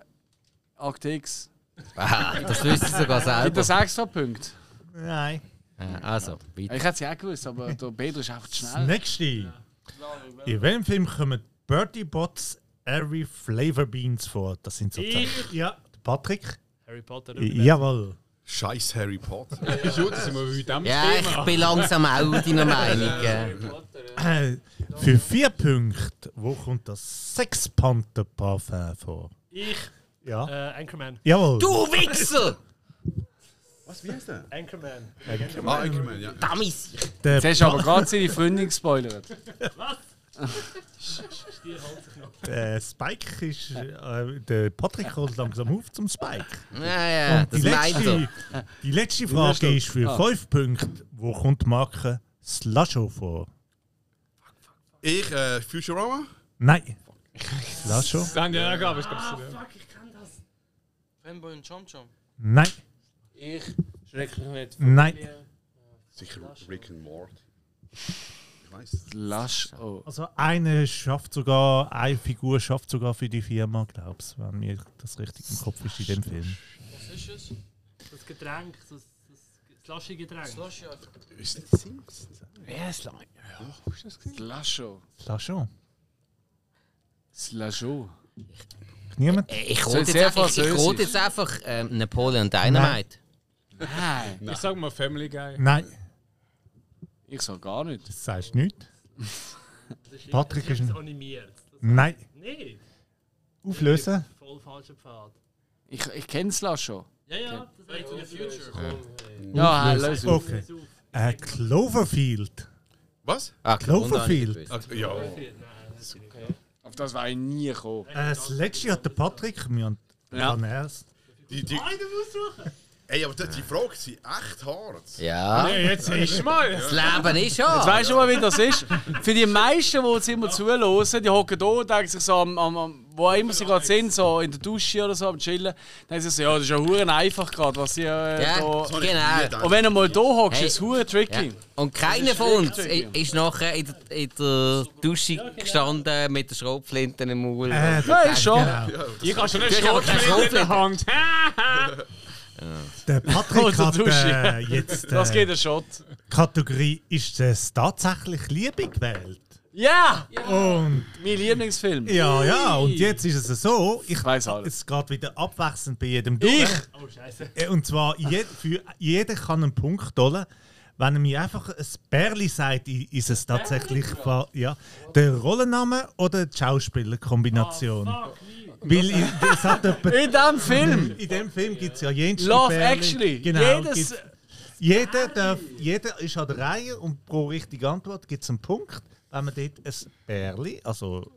Akt X?
Ah, das wissen sie sogar
Gibt
selber.
das extra Punkte?
Nein.
Ah, Also, weiter.
Ich hätte es ja auch gewusst, aber der Pedro ist einfach zu
Das
schnell.
nächste. In welchem Film kommen Birdie Bots Every Flavor Beans vor? Das sind so
Ich?
Ja. Patrick?
Harry Potter.
Jawohl.
Scheiß Harry Potter.
gut, sind wir wieder am
Ja, ich bin langsam auch deiner Meinung. äh.
Äh, für vier Punkte, wo kommt das Sex Panther Parfum vor?
Ich,
Ja.
äh, Anchorman.
Jawohl.
Du Wichser!
Was, wie heißt der?
Anchorman.
Ah, Anchorman, ja.
Dummies!
Der,
Jetzt hast du aber gerade seine Freundin gespoilert.
der Spike ist. Äh, der Patrick holt langsam auf zum Spike.
Ja, ja,
die,
das meint er.
letzte, die letzte Frage ist für fünf Punkte, wo kommt die Marke Slasho vor?
Ich, äh, Futurama?
Nein. Slasho?
Das haben die auch gehabt, aber ich glaube es nicht.
Fanboy und Chum Chum.
Nein.
Ich schrecklich nicht.
Nein.
Sicher Rick and Morty. Ich weiss.
Lasch. Oh.
Also eine schafft sogar, eine Figur schafft sogar für die Firma, glaubst wenn mir das richtig im Kopf ist in dem Film.
Was ist es?
Das Getränk, das, das, das lasche Getränk.
Slush einfach.
Ist nicht Simpsons?
Slasho.
Slasho.
Slasho.
Niemand?
Äh, Ich
So
rote jetzt,
sehr
einfach- ich
französisch.
rote jetzt einfach ähm, Napoleon Dynamite.
Nein,
Ich sag mal Family Guy.
Nein,
ich sag gar nicht.
das sagst du nicht. Patrick ist
Das
ein...
animiert. Das,
Nein.
nee,
Auflösen?
voll falscher Pfad.
Ich, ich kenne Slasho.
Ja, ja, das ist
The Future.
Ja, löse auf.
Okay. Äh, Cloverfield.
Was?
Ah,
Cloverfield.
Grunde habe ich nicht gewusst.
Ah, ja.
Auf das war ich nie gekommen.
Äh, das letzte hat der Patrick, wir haben
Ja.
ja. erst.
Die, die,
Nein, du musst suchen!
Ey, aber die Frage sind echt hart.
Ja.
Jetzt ist mal.
Das Leben ist ja.
Weißt du mal, wie das ist? Für die meisten, die es immer zuhören, die hocken da und denken sich so, am, am, am, wo auch immer sie gerade sind, so in der Dusche oder so, am Chillen, denken sie so, ja, das ist ja huren einfach gerade, was sie äh,
Ja,
da...
Das habe ich nie
genau.
gedacht.
Und wenn du mal da hockst,
Hey.
ist es huren tricky.
Ja. Und keiner von uns i- ist nachher in der, in der Dusche gestanden mit der Schrotflinte im Maul.
Äh,
Nein, schon.
Ich kann schon nicht
hast aber keine
Schrotflinte in der Hand.
der
Oder
Patrick hat
Dusche.
äh, jetzt
Also, Das geht
äh,
ein Shot.
Kategorie «Ist es tatsächlich Liebe?» gewählt.
Ja!
Und
Mein Lieblingsfilm.
ja, ja, und jetzt ist es so, ich
weiss alles.
Es geht wieder abwechselnd bei jedem
Ich!
Oh, Scheiße.
Äh, Und zwar, jed, für jeder kann einen Punkt holen. Wenn er mir einfach ein Bärli sagt, i- ist es tatsächlich fa- ja, der Rollenname oder die Schauspielerkombination.
Oh,
Weil i- das hat jemand-
In diesem Film!
in dem Film gibt es ja jeden
Love Actually.
Genau,
Jedes-
gibt's- jeder, darf, jeder ist an der Reihe und pro richtige Antwort gibt es einen Punkt. Wenn man dort ein Bärli, also,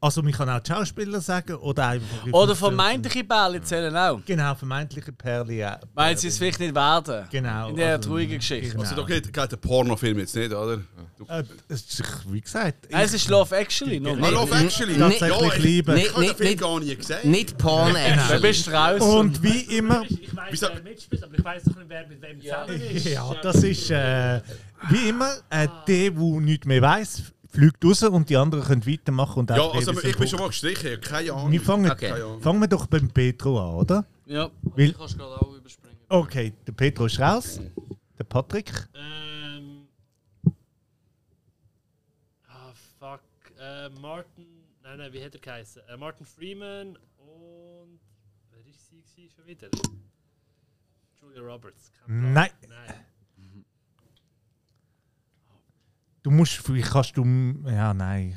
also man kann auch die Schauspieler sagen oder einfach...
Oder vermeintliche Bälle zählen auch.
Genau, vermeintliche Perli. auch.
Weil sie es vielleicht nicht werden.
Genau.
In der
also,
traurigen Geschichte.
Genau.
Also, da geht, geht der Pornofilm jetzt nicht, oder? Du,
Äh, es ist- wie gesagt,
Nein, es ist Love Actually. Nur.
I love actually.
Nee.
ja,
tatsächlich
ich,
Liebe.
Nee.
ich habe den Film
Nicht-
gar nie gesehen.
Nicht Porn
Dann
actually.
bist du raus.
Genau. Und wie immer,
Ich weiß,
Wieso-
wer mitspielt, aber ich weiß doch nicht, wer mit wem zusammen ist.
ja, das ist äh, wie immer, äh, der, der nichts mehr weiß, fliegt raus und die anderen können weitermachen. Und
Ja,
auch
also
jeweils
ich bin
einen
schon
Punkt.
mal gestrichen, ich habe keine Ahnung.
wir fangen,
Okay.
Keine Ahnung.
fangen wir doch beim Petro an, oder?
Ja.
Weil,
Kannst gerade auch überspringen.
okay, der Petro ist raus, der Patrick.
Ähm. Ah, fuck. Äh, Martin. Nein, nein, wie hat er geheißen? Äh, Martin Freeman und. Wer ist sie gewesen? schon wieder? Julia Roberts. Kein Plan.
Nein,
Nein.
du musst, vielleicht kannst du, ja nein,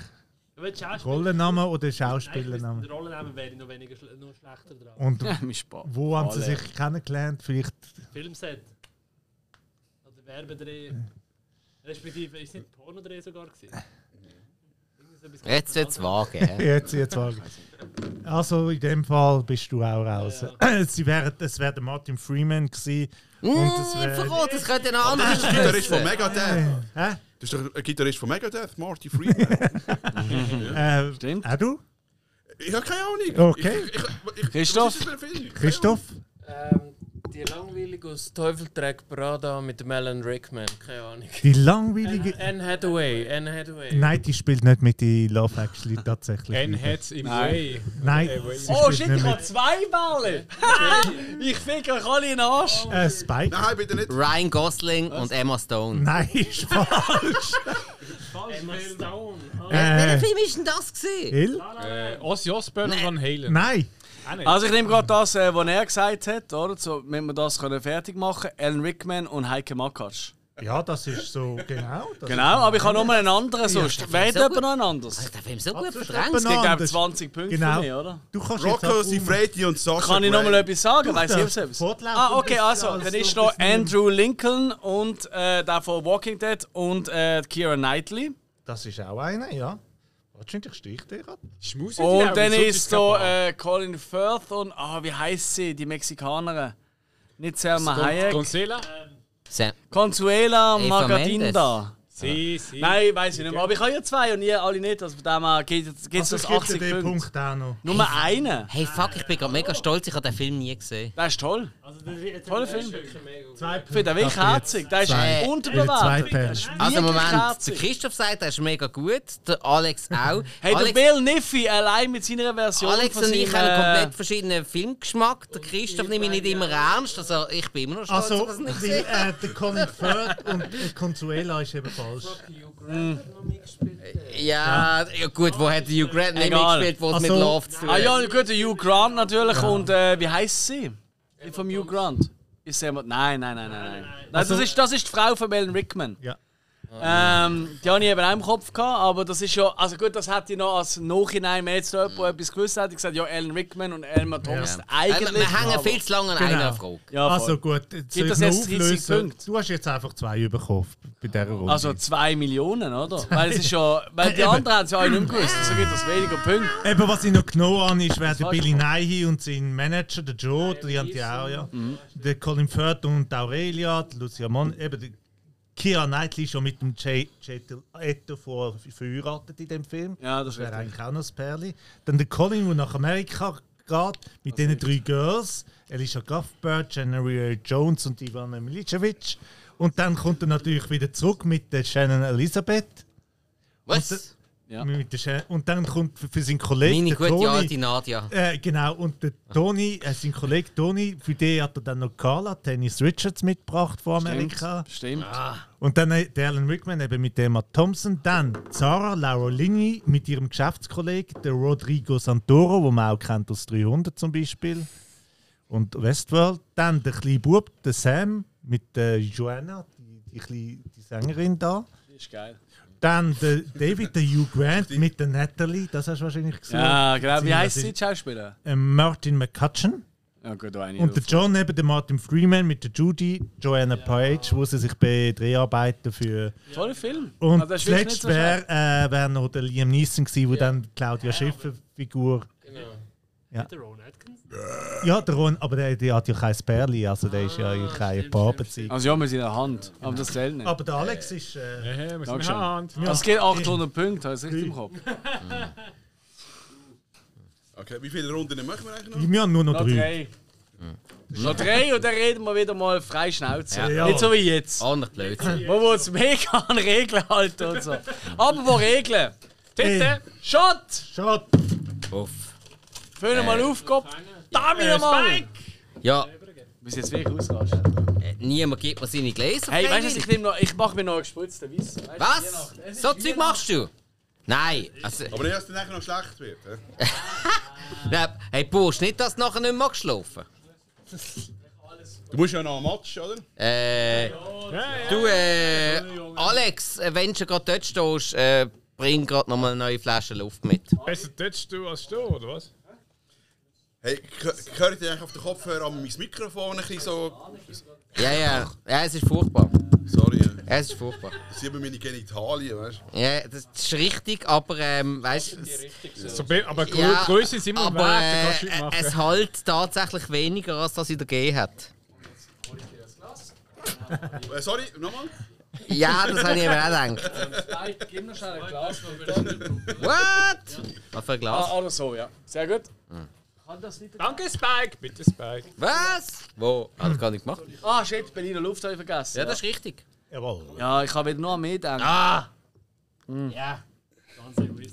Aber die Schauspieler-
Rollenname oder
Nein, ich wüsste,
Schauspielername.
der Rollenname wäre ich noch, weniger, schl- noch schlechter dran.
Und
Mein Spaß.
wo haben sie
Alle.
sich kennengelernt? Vielleicht
Filmset. Oder Werbedreh. Respektive, ist es nicht Pornodreh sogar gewesen? Irgendwas etwas ganz
Jetzt wird es
anderes.
wagen. hä?
Jetzt, jetzt war Also in dem Fall bist du auch raus. Sie wären, es wäre der Martin Freeman gewesen. Und es
Mm,
wäre.
Verrot, das könnte ein anderer
Das ist der Gitarrist von
wissen.
Megadeth.
Hä?
Das ist der Gitarrist von Megadeth, Marty Freeman.
Äh,
Stimmt.
Auch du?
ich habe keine Ahnung.
Okay.
Ich, ich, ich,
Christoph?
Was ist das für ein Film?
Christoph?
Ähm, die langweilige aus Teufeltrack Prada mit Melon Rickman. Keine Ahnung.
Die langweilige.
Anne Hathaway. Anne Hathaway.
Nein, die spielt nicht mit die Love Actually tatsächlich.
N hat's im Way.
Nein, sie
Oh
spielt
shit,
nicht
ich habe
mit.
zwei Bälle! ich fick euch alle in den Arsch!
Äh, Spike?
Nein, bitte nicht.
Ryan Gosling und Emma Stone.
Nein, ist
Äh,
falsch.
Emma Stone. Ah,
Welcher
äh,
Film ist denn das gesehen?
Hill?
Äh, Ozzy Osbourne und Van Halen.
Nein.
Also ich nehme gerade das, äh, was er gesagt hat, oder? So, damit wir das können fertig machen können. Alan Rickman und Heike Makatsch.
Ja, das ist so, genau. Das
Genau, aber ich habe noch mal einen anderen sonst.
Ja.
Wer hat jemand noch einen anders?
Ich den Film so gut
sonst
verdrängt.
jemand
Ich glaube
anders.
20 Punkte
Genau.
für mich, oder?
Du kannst jetzt halt um-
Rocco,
auch-
sie Freddy und Sasha.
Kann ich noch mal
Grey.
etwas sagen?
Du
Weiß
darfst
ich selbst.
fortlaufen,
Ah, okay,
bis-
also,
alles
dann ist
so,
noch
bis wir-
Andrew Lincoln und äh, der von Walking Dead und äh, Keira Knightley.
Das ist auch einer, ja. Wahrscheinlich sticht der gerade.
Schmusi,
Und dann ist so äh, Colin Firth und, ah, wie heißt sie, die Mexikanerin? Nicht Selma Hayek.
Gonzela?
Sam.
Consuela
Eva
Margadinda.
Sie, sie.
Nein, weiß ich nicht mehr. Aber ich habe ja zwei und ihr alle nicht. Also von dem her geht es
Also
das
ich gebe dir
80
den
Punkte.
Punkt auch noch.
Nur einen.
Hey, fuck, ich bin gerade mega stolz, ich habe den Film nie gesehen.
Das ist toll.
Also, der jetzt
Toller Film.
Zwei
Ich finde den wirklich herzig. Der ist
Zwei. Zwei
unterbewertet.
Perlen.
Also
Wirklich
Moment, der
herzig.
Christoph sagt, er ist mega gut, der Alex auch.
Hey, der
Alex,
Bill Niffy allein mit seiner Version
Alex
von
und ich
seinem,
haben einen
äh,
komplett verschiedenen Filmgeschmack. Der Christoph nimmt mich nicht immer ernst, also ich bin immer noch stolz,
Also,
dass ich nicht
die,
gesehen
äh, der Colin Firth und äh, Consuela ist eben falsch.
Genau.
Genau.
habe. Ja, ja gut, wo hat Hugh Grant nicht
Egal.
mitgespielt, wo es mit
Also-
Love zu tun
Ah
hat?
ja, gut, der Hugh Grant natürlich. Und äh, wie heißt sie? Die vom Hugh Grant. Ist sie jemand? Nein, nein, nein, nein. nein. nein das, ist, das ist die Frau von Ellen Rickman.
Also- Ja.
Ähm, die hatte ich eben auch im Kopf, gehabt, aber das ist ja. Also gut, das hätte ich noch als Nachhinein, wenn jetzt noch
Mhm.
jemand etwas gewusst hätte, ich gesagt, ja, Alan Rickman und Elmer Thomas eigentlich.
wir, wir hängen viel zu lange an
Genau.
einer Frage.
ja, voll.
Also gut, jetzt soll
das
ich noch
jetzt 30
auflösen.
Punkte?
Du hast jetzt einfach zwei bekommen bei dieser Runde.
Also 2 Millionen, oder? Weil es ist ja. Weil die
Eben.
anderen haben es ja alle nicht mehr gewusst, also gibt es weniger Punkte.
Eben, was ich noch genommen habe, ist, wer der
war
Billy
schon.
Nighy und sein Manager, der Joe, die haben die auch, ja.
Mhm.
Der Colin Firth und Aurelia, die Lucia Mon, eben der Kira Knightley ist schon mit dem Jay Eto vor verheiratet in dem Film.
Ja, das
Das wäre
wäre
eigentlich auch noch das Perli. Dann der Colin, der nach Amerika geht, mit diesen drei Girls. Elisha Cuthbert, January Jones und Ivana Milicevic. Und dann kommt er natürlich wieder zurück mit der Shannon Elizabeth.
Was?
Ja.
Mit der Shan und dann kommt für, für seinen Kollegen
Meine
der
gute
Tony-
alte Nadia.
äh, genau, und der Toni, äh, sein Kollege Toni, für den hat er dann noch Carla Tennis Richards mitgebracht von Amerika.
Stimmt. Stimmt.
Ah.
Und dann äh, der Alan Rickman eben mit dem Matt Thompson. Dann Zara Laurolini mit ihrem Geschäftskollegen, der Rodrigo Santoro, den man auch kennt aus 300 zum Beispiel. Und Westworld. Dann der kleine Bub, der Sam, mit der Joanna, die, die, kleine, die Sängerin da.
Ist geil.
Dann der David, der Hugh Grant mit der Natalie, das hast du wahrscheinlich gesehen.
Ja, genau. Wie
Das
heisst
ist-
sie, die Schauspieler?
Äh, Martin McCutcheon.
Ja, gut, da eine.
Und der John eben, der Martin Freeman mit der Judy, Joanna Page, wo sie sich bei Dreharbeiten für.
Toller Film.
Und
Also, das ist wirklich
zuletzt
nicht so schlecht.
wäre äh, wär noch der Liam Neeson gewesen, wo dann Claudia Schiffer-Figur.
Genau.
Der Ron Atkins.
Ja, der Ron, aber der, der hat ja kein Sperli, also der ist ja
Ah,
in keine Paarbeziehung.
Also ja, wir sind in der Hand, aber das zählt nicht.
Aber der Alex ist. Äh,
Hey, wir
Dankeschön.
Hand.
Das geht 800 Punkte, habe ich es richtig im Kopf.
Okay, wie viele Runden machen wir eigentlich noch?
wir haben nur noch
Noch
drei.
drei. Noch drei und dann reden wir wieder mal frei Schnauze.
Ja.
Nicht so wie jetzt.
Ordentlich Blödsinn.
Wo wir uns mega an Regeln halten und so. Aber wo Regeln? Titte, Shot!
Schade.
Uff.
Föhnen mal
Äh.
auf, Kopf. Da
Äh,
wieder mal!
Ja,
Müssen jetzt wirklich ausrasten.
äh, niemand gibt mir seine Gläser.
Hey, weißt du,
freiwillig.
was, ich, nehm noch, ich mache mir noch einen gespritzten Weiss. Weißt du,
Was?
Weihnachten. Es ist
So Zeug machst du? Nein, also,
Aber nicht, dass es nachher noch schlecht wird. hä?
nein, hey Bursch, nicht, dass du nachher nicht mehr geschlafen
Du musst ja noch einen Match, oder?
Äh, du, äh, Alex, äh, wenn du schon gerade dort stehst, äh, bring gerade nochmal eine neue Flasche Luft mit.
Besser tätst du als du, oder was?
Hey, geh- hört ihr eigentlich auf den Kopfhörer an mein Mikrofon ein bisschen so?
Ja, ja, ja, es ist furchtbar.
Sorry, ja.
Ja, es ist furchtbar.
das sind eben meine Genitalien, weißt du?
Ja, das ist richtig, aber ähm, weißt du.
So, be- aber Grö
Ja,
Größe ist immer
aber
weg, da kannst du
äh,
nichts machen.
es hält tatsächlich weniger, als das in der G hat.
Äh, sorry, nochmal?
Ja, das habe ich mir auch gedacht.
Nein, Äh, gib mir schnell ein Glas.
What? Was für ein Glas?
Ah, oder so, ja. Sehr gut.
Danke, Spike! Bitte, Spike.
Was? Wo? Hat er gar nicht gemacht?
Ah, shit, Berliner Luft habe ich vergessen.
Ja, das ist richtig.
Jawohl.
Ja, ich habe wieder nur an mich gedacht. Hm.
Ah!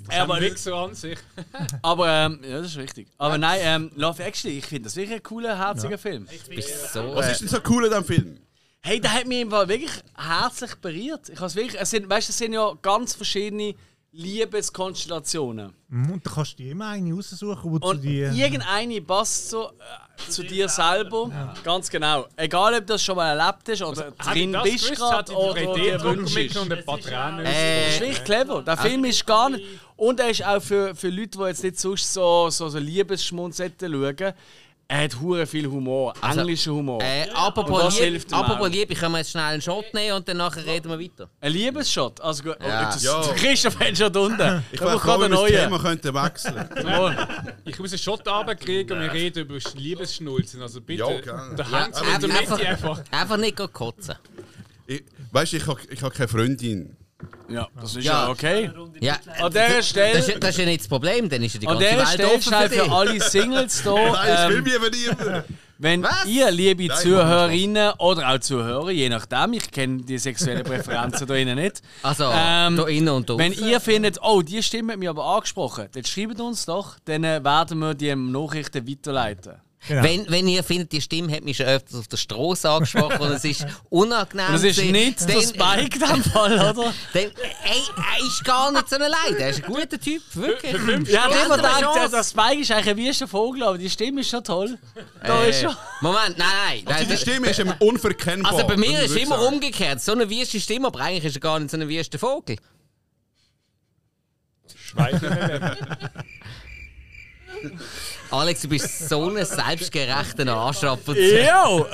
Aber
aber,
nicht so an sich.
aber ähm, ja, das ist richtig. Aber nein, ähm, Love Actually, ich finde das wirklich ein cooler, herziger Film.
Bist so.
Was
äh,
ist denn so cool an diesem Film?
Hey, der hat mich im Fall wirklich herzlich berührt. Ich has wirklich, es sind, weißt, es sind ja ganz verschiedene Liebeskonstellationen.
Und dann kannst du dir immer eine raussuchen, wo du
Und
die.
irgendeine passt so äh, zu dir selber. Ganz genau. Egal, ob du das schon mal erlebt hast oder drin
Also, das
bist
gewusst, hat
gerade
die
Also, oder dir
3D-Druck
Wunsch ist.
und ein paar Tränen.
Das ist
Äh,
wirklich clever. Der Film ist gar nicht. Und er ist auch für, für Leute, die jetzt nicht sonst so, so, so Liebesschmunzetten schauen, er hat hure viel Humor. Englischen Humor.
äh, apropos
ah. das
lieb,
hilft ihm
apropos
auch.
lieb, ich kann mir jetzt schnell einen Shot nehmen und danach reden wir weiter.
Ein Liebesshot. Also gut.
Ja.
Oh, das,
Ja.
der Christoph hat schon unten.
Ich
Da braucht
wäre froh,
gerade
wenn
einen
wir das
neuen.
Thema könnten wechseln
Jawohl.
Ich muss einen Shot runterkriegen und wir reden über Sch- Liebesschnulzen. Also bitte,
Ja, gerne.
der Hand
Ja,
ja,
aber-
damit die einfach.
Einfach nicht gleich kotzen.
Ich- Weißt du, ich habe ich hab keine Freundin.
Ja, das ist
Ja.
ja okay.
Ja,
An dieser
das ist,
Stelle.
das ist ja nicht das Problem, dann ist ja die
An
ganze
dieser
Welt
Stelle
offen für
schnell für
dich.
alle Singles da.
Nein, ich
Ähm,
will mich eben nicht.
wenn
Was?
ihr, liebe
mach
Zuhörerinnen oder auch Zuhörer, je nachdem, ich kenne die sexuellen Präferenzen da innen nicht.
Also,
Ähm,
da innen und da
Wenn
aussen.
ihr findet, oh, die Stimme hat mich aber angesprochen, dann schreibt uns doch, dann äh, werden wir die Nachrichten weiterleiten.
Genau.
Wenn, wenn ihr findet, die Stimme hat mich schon öfters auf der Straße angesprochen und es ist unangenehm.
Und es ist
gewesen,
nicht der Spike in dem Fall, oder?
Dann, ey, er ist gar nicht so allein. Er ist ein guter Typ, wirklich.
Ja,
Gebt
der
ihm eine
gedacht, der,
Chance.
der Spike ist eigentlich ein wüster Vogel, aber die Stimme ist schon toll. Da
Äh,
ist schon.
Moment, nein,
Also
nein.
Seine
nein
Stimme ist ihm unverkennbar.
also bei mir
Das
ist
würde ich
immer
sagen.
umgekehrt. So eine wüste Stimme, aber eigentlich ist er gar nicht so ein wüster Vogel. Alex, du bist so ein selbstgerechter Arschapper.
Jo!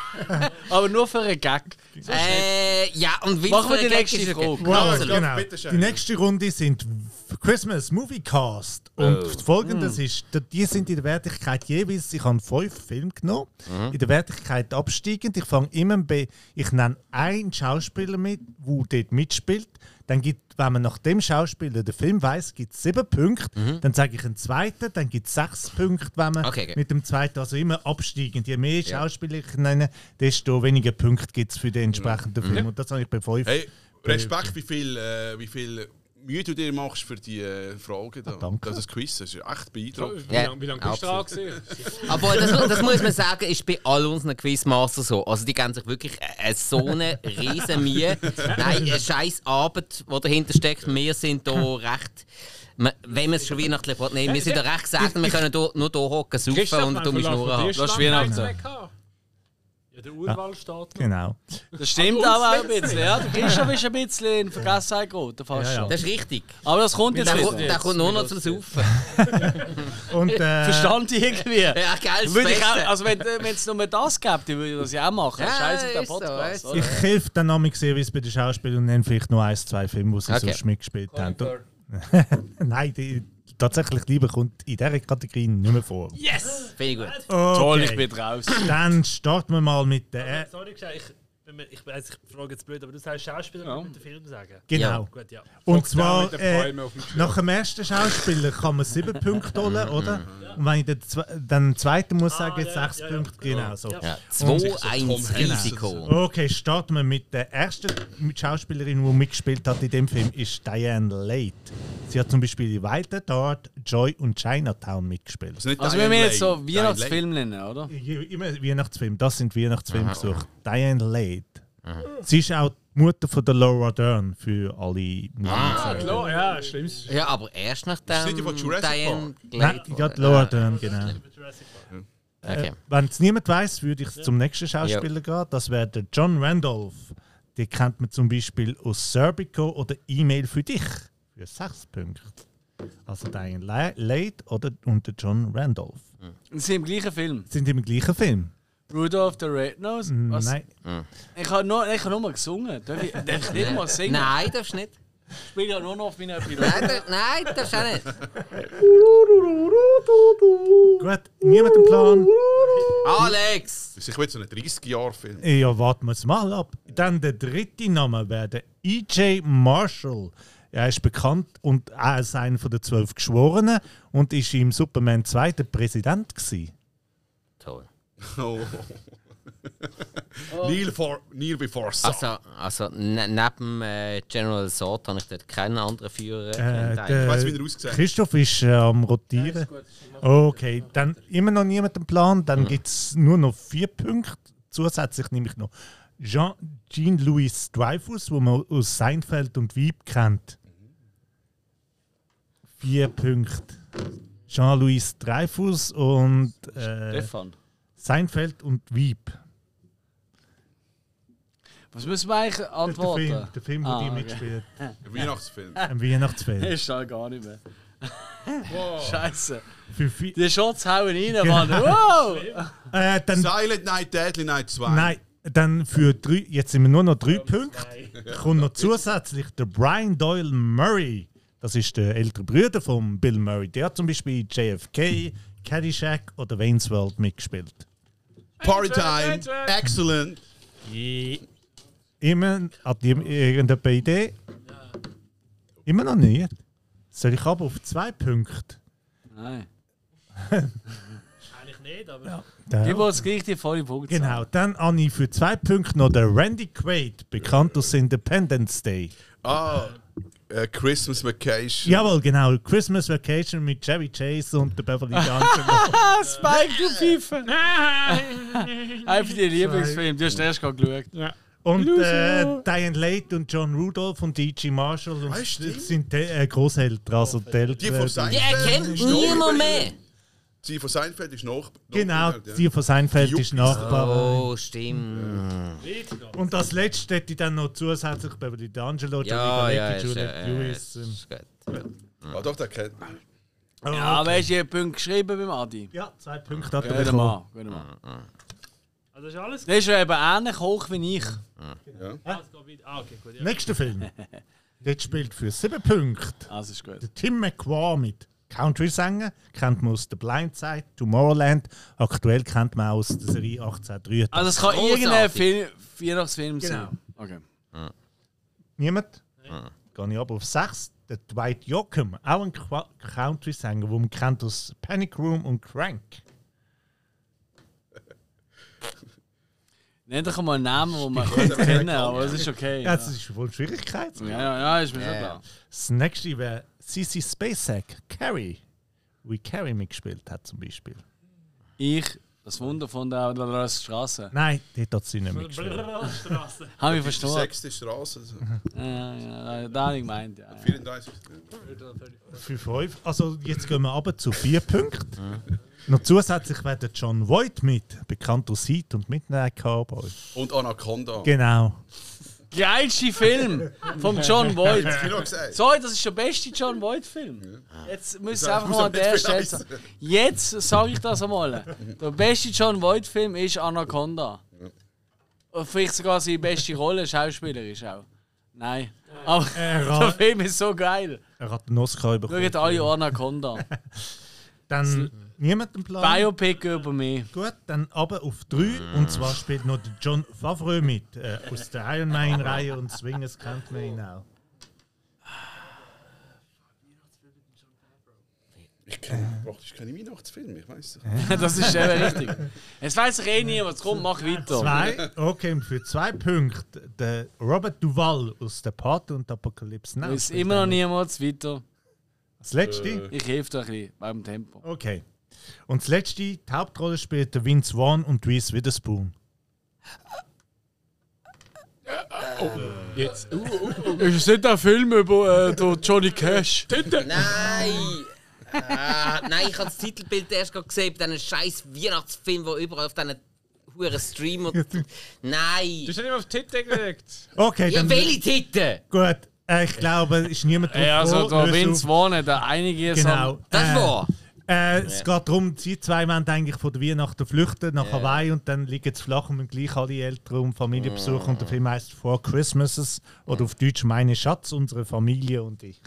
aber nur für einen Gag.
Äh, ja, und weil
Machen
für
wir die
ein Gag
nächste
ist-
Frage.
Wow,
Absolut.
genau.
Bitte schön.
Die nächste Runde sind F- Christmas Movie Cast.
Oh.
Und folgendes
Mm.
ist, da- die sind in der Wertigkeit jeweils, ich habe fünf Filme genommen,
Mhm.
in der Wertigkeit absteigend. Ich fange immer bei, ich nenne einen Schauspieler mit, der dort mitspielt. Dann gibt, wenn man nach dem Schauspieler den Film weiß, gibt es sieben Punkte. Dann sage ich einen zweiten, dann gibt es sechs Punkte, wenn man
Mhm. Okay, okay.
mit dem zweiten, also immer absteigend. Je mehr Schauspieler ich nenne, desto weniger Punkte gibt es für
Mhm.
den entsprechenden Film. Und das habe ich bei fünf.
Hey, Respekt, wie viel, äh, wie viel Mühe du dir machst für die äh, Fragen. Da.
danke.
Das ist ein Quiz, das ist echt beeindruckend.
Ja,
Wie lange wie lang bist du dran gewesen?
Aber das, das muss man sagen, ist bei all unseren Quizmasters so. Also die geben sich wirklich äh, so eine riesen Mühe. Nein, eine scheiß Arbeit, die dahinter steckt. Wir sind da recht... man- Wenn man es schon weihnachtlich will, nehmen, wir sind da recht gesagt, wir können da, nur hier hocken, saufen und dumme Schnur haben.
Das ist Weihnachten.
Ja, der Urwald steht noch.
Genau.
Das stimmt aber auch ein bisschen. Ja, du bist schon ein bisschen in Vergessenheit geraten, fast
Ja, ja.
schon.
Das ist richtig.
Aber das kommt jetzt
Der,
wieder.
der kommt nur noch zum Saufen.
Und, äh,
Verstand ich irgendwie.
Ja, geil, das
Würde ich auch,
Beste.
also wenn es nur das gäbe, dann würde ich das ja auch machen.
Ja,
Scheiß auf den
ist so,
Podcast.
ist
oder?
Ich
Also
helfe dann noch mal sehen, wie es bei den Schauspielern und nenne vielleicht nur ein, zwei Filme, die sie
Okay.
sonst mitgespielt haben. Nein, die, tatsächlich lieber kommt in dieser Kategorie nicht mehr vor.
Yes!
Finde ich gut.
Okay.
Toll, ich bin raus.
Dann starten wir mal mit der. Äh,
Sorry, gesagt, ich, wenn man- ich weiß, ich frage jetzt blöd, aber du sagst Schauspieler,
Ja.
ja. mit dem Film sagen.
genau.
Gut, ja.
Und zwar
mit den
äh,
Bäumen auf dem Schirm.
nach dem ersten Schauspieler kann man sieben Punkte holen,
Mhm,
oder? Und wenn ich den, zwe den zweiten muss sagen,
ja,
jetzt
ja,
sechs
ja, ja.
Punkte, genau so.
Ja,
sicher so Tom
2-1
Hanks.
Risiko.
Okay, starten wir mit der ersten mit Schauspielerin, die mitgespielt hat in dem Film, ist Diane Late. Sie hat zum Beispiel in Wilder Dart, Joy und Chinatown mitgespielt.
nicht
Also wir
Diane
müssen jetzt
Lane.
so
Diane Lane.
Weihnachtsfilm nennen, oder?
Je- Immer Weihnachtsfilme, das sind Weihnachtsfilme gesucht. Diane Late. Sie ist auch die Mutter von der Laura Dern für alle ah,
Klar, ja, schlimmst.
Ja, aber erst
Ist
nachdem
nicht die von Jurassic
Diane
Nein,
Glade-
die hat Laura Dern, genau. Äh,
Okay.
Wenn es niemand weiß, würde ich zum nächsten Schauspieler gehen. Das wäre der John Randolph. Den kennt man zum Beispiel aus Serbico oder E-Mail für dich. Für sechs Punkte. Also Diane La- Late oder und der John Randolph.
Sie sind im gleichen Film.
Sind im gleichen Film?
Rudolph the Red-Nose.
Mm,
Was?
Nein.
Hm.
Ich habe nur, ich habe nur mal gesungen. Darf ich, darf ich nicht mal singen?
Nein, darfst nicht.
Ich spiele ja nur noch auf meiner
Nein,
Piloten.
dar- nein, darfst auch nicht.
Gut, niemand im Plan.
Alex!
Das ist sicher jetzt so ein 30-Jahr-Film.
Ja, warten wir es mal ab. Dann der dritte Name wäre der E.J. Marshall. Er ist bekannt und er ist einer von den zwölf Geschworenen und ist im Superman 2 der Präsident gewesen.
Toll.
Oh. Neil, for, Neil before Sun.
Also, also ne, neben äh, General Sword habe ich dort keinen anderen Führer.
Äh,
kennt eigentlich.
der-
weiss, wie er ausgesehen hat.
Christoph ist äh, am Rotieren. okay, dann immer noch niemand im Plan. Dann gibt es nur noch vier Punkte. Zusätzlich nehme ich noch Jean, Jean-Louis Dreyfus, wo man aus Seinfeld und Wieb kennt. Vier Punkte. Jean-Louis Dreyfus und äh,
Stefan.
Seinfeld und Wieb.
Was müssen wir eigentlich
Der
antworten?
Film, der Film, wo
Ah,
die
okay.
mitspielt.
Ein Weihnachtsfilm.
Ein Weihnachtsfilm.
Ist da gar nicht mehr. Scheiße.
Für vi-
Die Shots hauen rein, Mann. Wow!
Genau. äh, dann
Silent Night, Deadly Night 2.
Nein, dann für drei, jetzt sind wir nur noch drei Punkte. Kommt noch zusätzlich der Brian Doyle Murray. Das ist der ältere Bruder von Bill Murray. Der hat zum Beispiel JFK, Caddyshack oder Wayne's World mitgespielt.
Party Time. Excellent.
Immer, hat jemand irgendeine Idee? Immer noch nicht. Soll ich aber auf zwei Punkte?
Nein.
Eigentlich nicht, aber ja.
Ja.
Die, die es gleich die volle Punkte
Genau, dann Anni für zwei Punkte noch der Randy Quaid, bekannt aus Independence Day.
Ah, äh, Christmas Vacation.
Jawohl, genau. Christmas Vacation mit Chevy Chase und der Beverly Johnson.
Ah, Spike, du Pfeife! Einfach dein Lieblingsfilm, du hast den erst gerade geschaut.
und äh, Diane Late und John Rudolph und D.G. Marshall und
Ah, stimmt.
sind die, äh, Großeltern, also die Eltern.
Die von Seinfeld.
Die erkennt
ist noch
niemand
über-
mehr.
Die von Seinfeld ist noch. noch
Genau,
über-
die von Seinfeld ist
Die
Nachbar.
Oh, stimmt.
Und als letztes hätte ich dann noch zusätzlich Beverly D'Angelo,
Ja,
Johnny
ja,
Galecki,
ist,
Juliette
äh,
Lewis.
ist
ähm,
gut.
Ah, doch, der kennt man.
oh,
Ja, weißt du, ich habe Punkte geschrieben beim Adi.
ja, zwei Punkte hat er
Guter
bekommen.
Mann, guter Mann.
Also ist alles?
Der ist ja eben ähnlich hoch wie ich.
Ah, es geht weiter. Ah, okay, gut. Ja.
Nächster Film. Dort spielt für sieben Punkte
Also ist gut.
der Tim McQuarrie mit. Country-Sänger kennt man aus The Blind Side, Tomorrowland. Aktuell kennt man auch aus der Serie 1883.
Also es kann
Großartig.
irgendein Film, Weihnachtsfilm
Genau.
sein. Okay.
Niemand? Gehe ich aber auf 6. Der Dwight Yoakam, auch ein Qua- Country-Sänger, den man kennt aus Panic Room und Crank.
Nenn doch mal einen Namen, den man könnte kennen aber es ist okay.
Ja,
Ja,
das ist wohl eine Schwierigkeit.
ja, ja, ist mir schon klar.
Das nächste wäre CC Spacek, Carrie, wie Carrie mitgespielt hat zum Beispiel.
Ich, das Wunder von der, der, der Straße.
Nein, dort hat sie nicht mitgespielt.
Straße.
Habe ich
Die
verstanden.
sechste Straße. Also.
Mhm.
Ja, ja, da habe ich gemeint. Ja.
Vielen Dank.
Für fünf. Also jetzt gehen wir runter zu vier Punkten. Noch zusätzlich wäre der John Voight mit, bekannt aus Heat und Midnight Cowboy.
Und Anaconda. Genau.
Genau.
Geilste Film von John Boyd.
Ich habe gesagt.
Sorry, das ist der beste John Voight-Film. Jetzt müssen wir
Ich
einfach
muss
mal an
aber
der
nicht
Stelle
beweisen.
sagen. Jetzt sage ich das einmal. Der beste John Voight-Film ist Anaconda. Und vielleicht sogar seine beste Rolle, Schauspieler ist auch. Nein. Aber
Er
der
hat,
Film ist so geil.
Äh, er hat einen Oscar
Schaut
bekommen.
alle Anaconda.
Dann niemand einen Plan.
Biopic über mich.
Gut, dann aber auf drei. Und zwar spielt noch der John Favreau mit, äh, aus der Iron Man-Reihe und Swingers Genau. kennt man ihn auch.
Ich kenne praktisch keine Weihnachtsfilme, ich weiß es.
Das ist eben richtig. Jetzt weiß ich eh nie, was kommt, mach weiter.
Zwei, okay, und für zwei Punkte der Robert Duval aus der Pate und Apokalypse Now.
Ist immer noch niemals weiter.
Das
Äh.
letzte?
Ich helfe dir ein bisschen beim Tempo.
Okay. Und das letzte, die Hauptrolle spielt der Vince Vaughn und Reese Witherspoon.
Oh. Äh.
Jetzt. Uh,
Ist es nicht der Film über äh, Johnny Cash?
Nein! Ah, nein, ich habe das Titelbild erst gerade gesehen bei diesem scheiß Weihnachtsfilm, der überall auf diesen huren Stream und.
du
Nein!
hast ja nicht mal auf die Titel gelegt.
Okay,
Ja,
dann
welche Titel?
gut. Äh, ich glaube, es ist niemand
Ey, also
draufgekommen,
der
löse
Vince
auf.
Vaughn hat da einige
Genau.
Das
äh,
war.
Äh, Es geht darum, sie zwei wollen eigentlich von der Weihnachten flüchten nach Hawaii und dann liegen sie flach und müssen gleich alle Eltern um Familie besuchen. Und der Film heißt Four Christmases oder auf Deutsch Meine Schatz, unsere Familie und ich.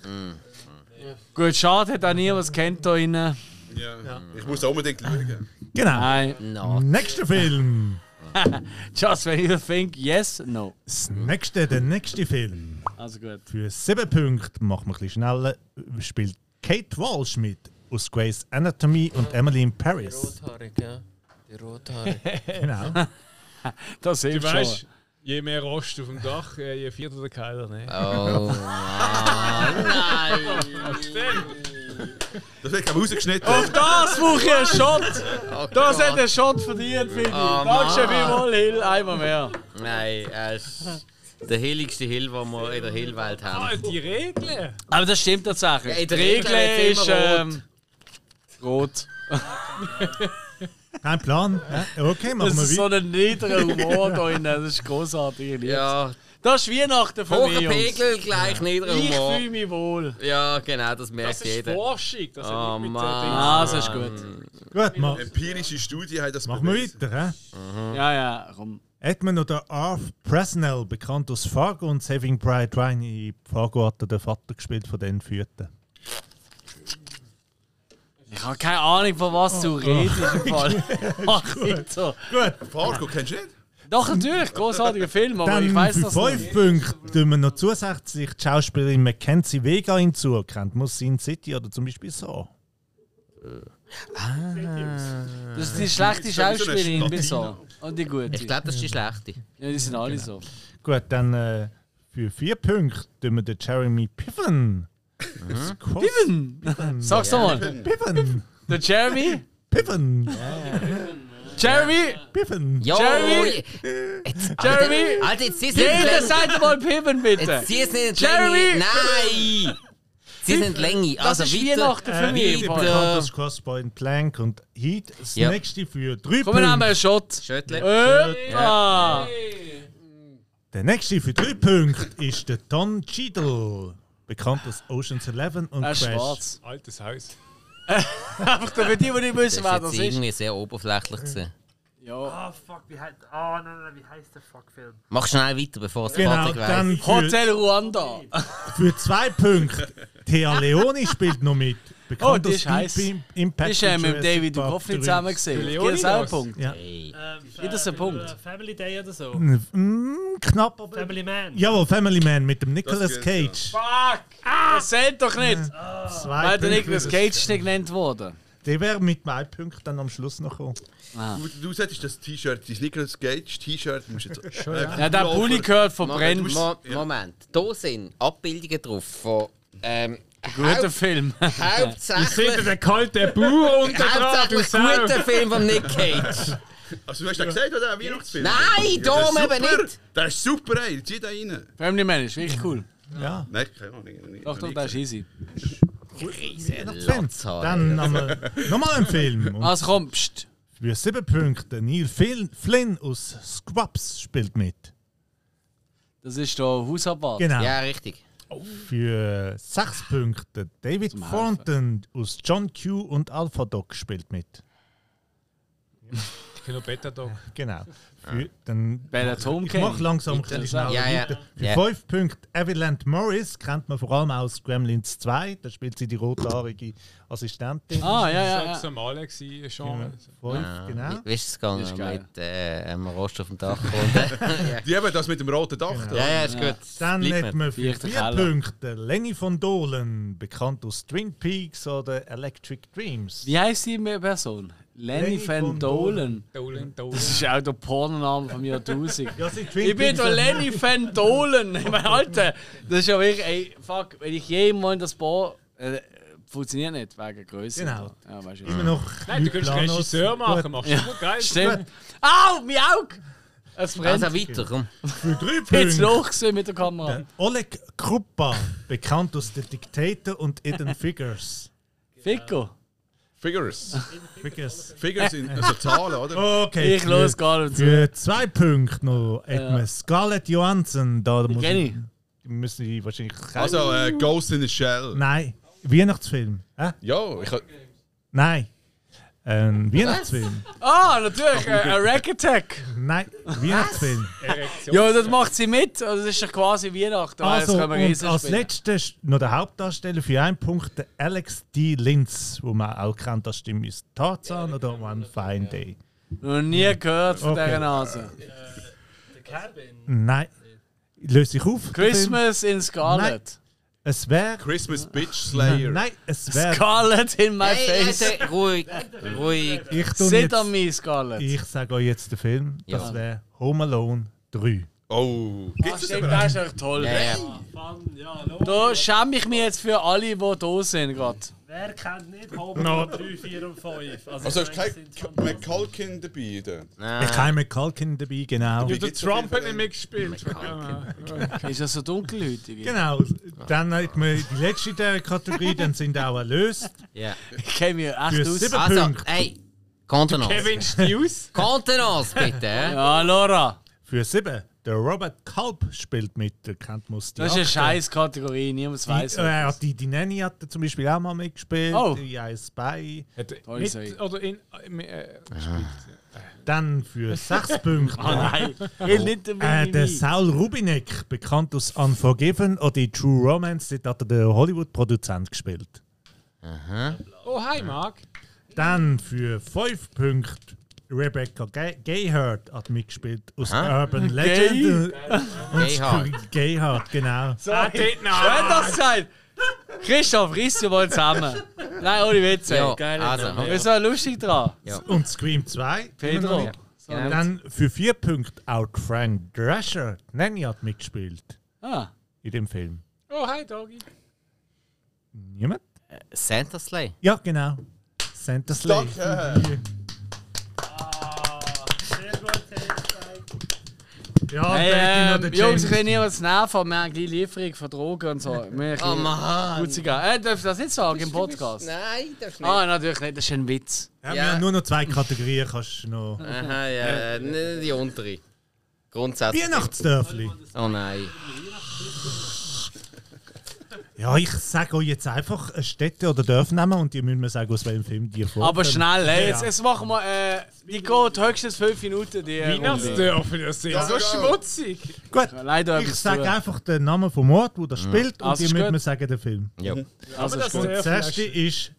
Gut, schade, hat auch niemand was kennt da innen.
Ja. Ich muss da unbedingt schauen.
Genau.
Nein.
No.
Nächster Film.
Just when you think yes, no.
Das nächste, der nächste Film.
Also gut.
Für sieben Punkte, machen wir ein bisschen schneller, spielt Kate Walsh mit aus Grey's Anatomy und Emily in
Die
Paris.
Rothaarig, ja. Die Rothaarig.
Genau.
Das
Du
hilft
weißt,
schon.
je mehr Rost auf dem Dach, äh, je vierter der Keiler. Ne?
Oh, nein!
Das wird gerade rausgeschnitten. Oh
Auf das brauche ich einen Shot! Das hat einen Shot verdient, finde ich.
Ah,
Dankeschön
Oh, Mann.
vielmals, Hill. Einmal mehr.
Nein, er ist der heiligste Hill, den wir in der Hillwelt haben.
Die Regeln!
Aber das stimmt tatsächlich.
Ja, in der
Die
Regel ist
ist
immer
ähm, rot.
Kein Plan. Ja, Okay, machen
Das
wir
ist so
weiter.
ein niederer Humor da innen. Das ist großartig. ich lieb's.
Ja,
Das ist Weihnachten für
hoher
mich. Jungs.
Pegel, gleich niedriger
Ich
Humor.
fühle mich wohl.
Ja, genau, das merkt
Das ist
jeder.
Forschung, das
Oh
hat nicht mit äh, Dings-
Mann.
Ah, das ist gut.
Gut, ma
Empirische Studie hat das
machen wir
bewiesen.
weiter. hä?
Ja, ja, komm.
Hat man noch den Arv Presnell, bekannt aus Fargo und Saving Private Ryan. In Fargo hat er den Vater gespielt von den Führten.
Ich habe keine Ahnung, von was
Oh.
du redest im Fall. Mach weiter.
Fargo, kennst du nicht?
Doch, natürlich, großartiger Film, aber
Dann
ich weiß
für
das
fünf
nicht.
Punkte tun wir noch zusätzlich die Schauspielerin Mackenzie Vega hinzu. Kennt man aus Sin City oder zum Beispiel so.
Äh.
Äh.
Das ist die schlechte
ist sowieso eine
Schauspielerin, bin so.
Statina.
Und die gute.
Ich glaube, das ist die schlechte.
Ja, die sind alle so.
Gut, dann äh, Für vier Punkte tun wir den Jeremy Piven. Piven?
Mhm. Sag's doch mal.
Piven.
Der Jeremy?
Piven.
Jeremy?
Piven.
Jo,
Jeremy!
Jetzt,
Jeremy!
Alter, Alter, jetzt zieh's nicht in die
Jeder
Länge.
sagt mal Pippen, bitte!
Jetzt zieh's nicht in die
Jeremy!
Länge. Nein! Zieh's nicht in die Länge.
Hm. Das
Also
ist
weiter.
Weihnachten für
wie
mich.
die
Paul.
Bra-
Counters, Crosspoint, Plank und Heat. Das
Ja.
nächste für drei
Komm, wir Äh?
Punkte.
nehmen einen Shot.
Schöttle.
Hoppa!
Der nächste für drei Punkte ist der Don Cheadle. Bekannt aus Ocean's Eleven und
Er ist
Crash.
schwarz.
Altes Haus.
Einfach für die, die
Das
nicht wissen, wer
war
das
jetzt
ist.
irgendwie sehr oberflächlich.
Mhm.
Gewesen.
Ja.
Ah, fuck, wie heißt. Ah, nein, nein, wie heißt der Fuck-Film?
Mach schnell weiter, bevor es
Genau,
Patrick weiss.
dann für,
Hotel Ruanda.
für zwei Punkte. Thea Leoni spielt noch mit.
Oh, die
aus
ist heiß.
Deep Im- Impact
Das ist ja mit dem
Jurassic
David
Park
Duchovny
3.
zusammen gesehen. Gibt
Leonidas.
es auch einen Punkt?
Ja.
Hey.
Ähm,
Jeder ist ein
äh,
Punkt.
äh, Family Day oder so.
Mm, knapp, aber...
Family Man.
Jawohl, Family Man mit dem Nicolas
geht,
Cage.
Fuck!
Ah.
Das zählt doch nicht!
Zwei
Weil der
Punkte.
Nicolas dus Cage ist nicht genannt worden.
Der wäre mit meinem Punkt dann am Schluss noch gekommen.
Ah.
Du, du solltest das T-Shirt, dein Nicolas Cage T-Shirt, musst jetzt. Schön.
Ja, der Pulli gehört verbrennt.
Moment,
Mo Moment, da sind Abbildungen drauf von. Ähm,
Guter Film.
hauptsächlich.
der kalte Bauer unter
Hauptsächlich guter Film von Nick Cage.
Also, du hast ja gesagt, oder? Ein Weihnachtsfilm.
Nein,
Der ist
da oben
super.
nicht.
Der ist super, ey. Zieh da rein.
Family Man ist wirklich cool.
Ja,
Nein, keine Ahnung.
Doch, doch, der ist easy.
Riesen
Film.
Latzhaar.
Dann nochmal nochmal ein Film. Und
Also komm, pst.
für sieben Punkte Neil Fil- Flynn aus Scrubs spielt mit.
Das ist der Hausabwart.
Genau.
Ja, richtig.
Oh.
Für sechs Punkte David Thornton aus John Q und Alpha Dog spielt mit.
Ich kenne Beta Dog.
Genau. Für, dann
Bei der Tom
ich mache langsam ein bisschen schneller
Ja, ja.
weiter. Für
Ja.
fünf Punkte Evelyn Morris kennt man vor allem aus Gremlins 2. Da spielt sie die rothaarige Assistentin.
Ah, ja,
Das
ja,
war
ja.
das normale gewesen, Genre.
Fünf, genau.
Ah, Wie wie ist es
Das ist
gegangen?
geil.
Mit äh, einem Rost auf dem Dach. gefunden?
Die haben das mit dem roten Dach. da.
ja, ja, ist gut.
Dann
Bleibt
hat man für
Vierter
vier
Keller.
Punkte Lenny von Dolen, bekannt aus Twin Peaks oder Electric Dreams.
Wie heisst die Person? Lenny
Lenny
van
van
Dolen.
Dolan, Dolan.
Das ist auch der Pornoname vom Jahr 1000.
Ja, sind Twin
Ich bin
Peaks
der
und-
Lenny van Dolen. Ich meine, Alter, das ist ja wirklich, ey, fuck, wenn ich jemals in das Paar. Äh, funktioniert nicht, wegen Größe.
Genau.
Ja, weißt du.
Immer noch.
Nein, du könntest
Luke Lanos.
Regisseur machen, machst du immer geil.
Stimmt. Au, mein Auge! Es brennt.
Also weiter, komm.
Für drei
Jetzt
Punkte.
Loch gewesen mit der Kamera.
Oleg Krupa, bekannt aus The Dictator und Hidden Figures.
Fico.
Figures.
Figures.
Figures sind also Zahlen, oder?
Okay.
Ich
für-
los gar nicht zu.
Für zwei Punkte noch hat man Scarlett Johansson. Da muss
kenn
ich,
ich.
müssen die wahrscheinlich.
Also, äh, Ghost in a Shell.
Nein, Weihnachtsfilm. Hä?
Ja, ich hab-
Nein. Ein Weihnachtsfilm.
Ah, natürlich, äh, ein Rack Attack.
Nein, Weihnachtsfilm.
Ja, das macht sie mit. Also, das ist ja quasi Weihnachten.
Also,
das
und als letztes noch der Hauptdarsteller für einen Punkt, der Alex D. Linz, wo man auch kennt als Stimme ist Tarzan oder One Fine Day.
Noch nie gehört von
Okay.
dieser Nase.
Nein, löse ich auf. den
Christmas in Scarlet.
Film. Es wäre.
Christmas Bitch Slayer.
Nein, es wäre.
Scarlet in my
Hey,
face.
Leute, also, ruhig, ruhig.
Ich, tu
Sit on
jetzt,
me, Scarlet.
ich sage euch jetzt den Film, das
Ja.
wäre Home Alone 3.
Oh,
Ah,
gibt's das
stimmt,
aber?
das ist echt toll.
Ja, ja.
Ah, Mann, ja, los.
Da schäme ich mich jetzt für alle, die da sind. Gerade.
Wer kennt nicht Home Alone 3, 4 und 5? Also,
Also,
ich
ist kein
meine, es sind schon-
McCulkin dabei. da.
Ich habe McCulkin dabei, genau.
Du-
Der Trump hat nicht mitgespielt.
Ist das so dunkelhäutig?
Genau, dann hat man die letzte in dieser Kategorie, dann sind auch erlöst.
Ja.
Ich kenne mich echt
Für
aus.
sieben
Also,
Punkte.
hey, Kontenance.
Kevin Stews.
Kontenance, bitte. äh.
Ja, Laura.
Für sieben, der Robert Kalb spielt mit, der kennt muss die
Das ist eine
Akte.
scheiß Kategorie, niemand weiß
Die, äh, die, die Nanny hat da zum Beispiel auch mal mitgespielt.
Oh.
Die I Spy.
Hat er
Sorry, sorry.
mit oder in. Äh,
Dann für sechs Punkte.
Ah nein, ich nicht der
Äh, der
Mimimi.
Saul Rubinek, bekannt aus Unforgiven oder die True Romance, dort hat er den Hollywood-Produzent gespielt.
oh, hi, Marc.
Dann für fünf Punkte Rebecca Gay Gayheart hat mitgespielt aus
Aha.
Urban
Gay?
Legend.
Gayheart.
Gayheart, genau.
Ah, dort noch.
Schön, das sein! Christoph, riss sie mal zusammen. Nein, ohne Witz. ey.
Ja,
Geil.
also,
Was ist da lustig dran?
Und Genau. Scream 2. immer noch
Pedro.
mit. Dann für vier Punkte auch Fran Drescher, Nanny hat mitgespielt.
Ah.
in dem Film?
Oh, hi, Doggy.
Niemand?
Äh, Santa Slay.
Ja, genau. Santa Slay.
Danke.
Sehr gut, Einstein.
Ja,
Hey,
hey,
ähm,
oder
Jungs,
James.
ich will niemals nerven, aber wir haben gleich Lieferung von Drogen und so. Wir
Oh Mann!
Gut zu gehen. Äh, darf ich das nicht sagen im Podcast?
Nein, das ist nicht.
Ah, natürlich nicht, das ist ein Witz.
Ja,
Ja.
Wir haben nur noch zwei Kategorien, kannst du noch.
Aha, ja, äh, nicht die untere. Grundsätzlich.
Weihnachtsdörfli.
Oh nein.
Ja, ich sage euch jetzt einfach eine Städte oder Dörfnamen und ihr müsst mir sagen, aus welchem Film die vorkommen.
Aber schnell, hey,
Ja.
jetzt, jetzt machen wir. Äh, die geht höchstens 5 Minuten. Die äh, Runde.
das ist so
Ja.
schmutzig.
Gut,
Leider
ich
etwas
sage
zu.
einfach den Namen vom Ort, wo das spielt und
Also
ihr
ist
müsst
gut.
mir sagen, den Film.
Ja.
Also, ist gut.
Das erste ist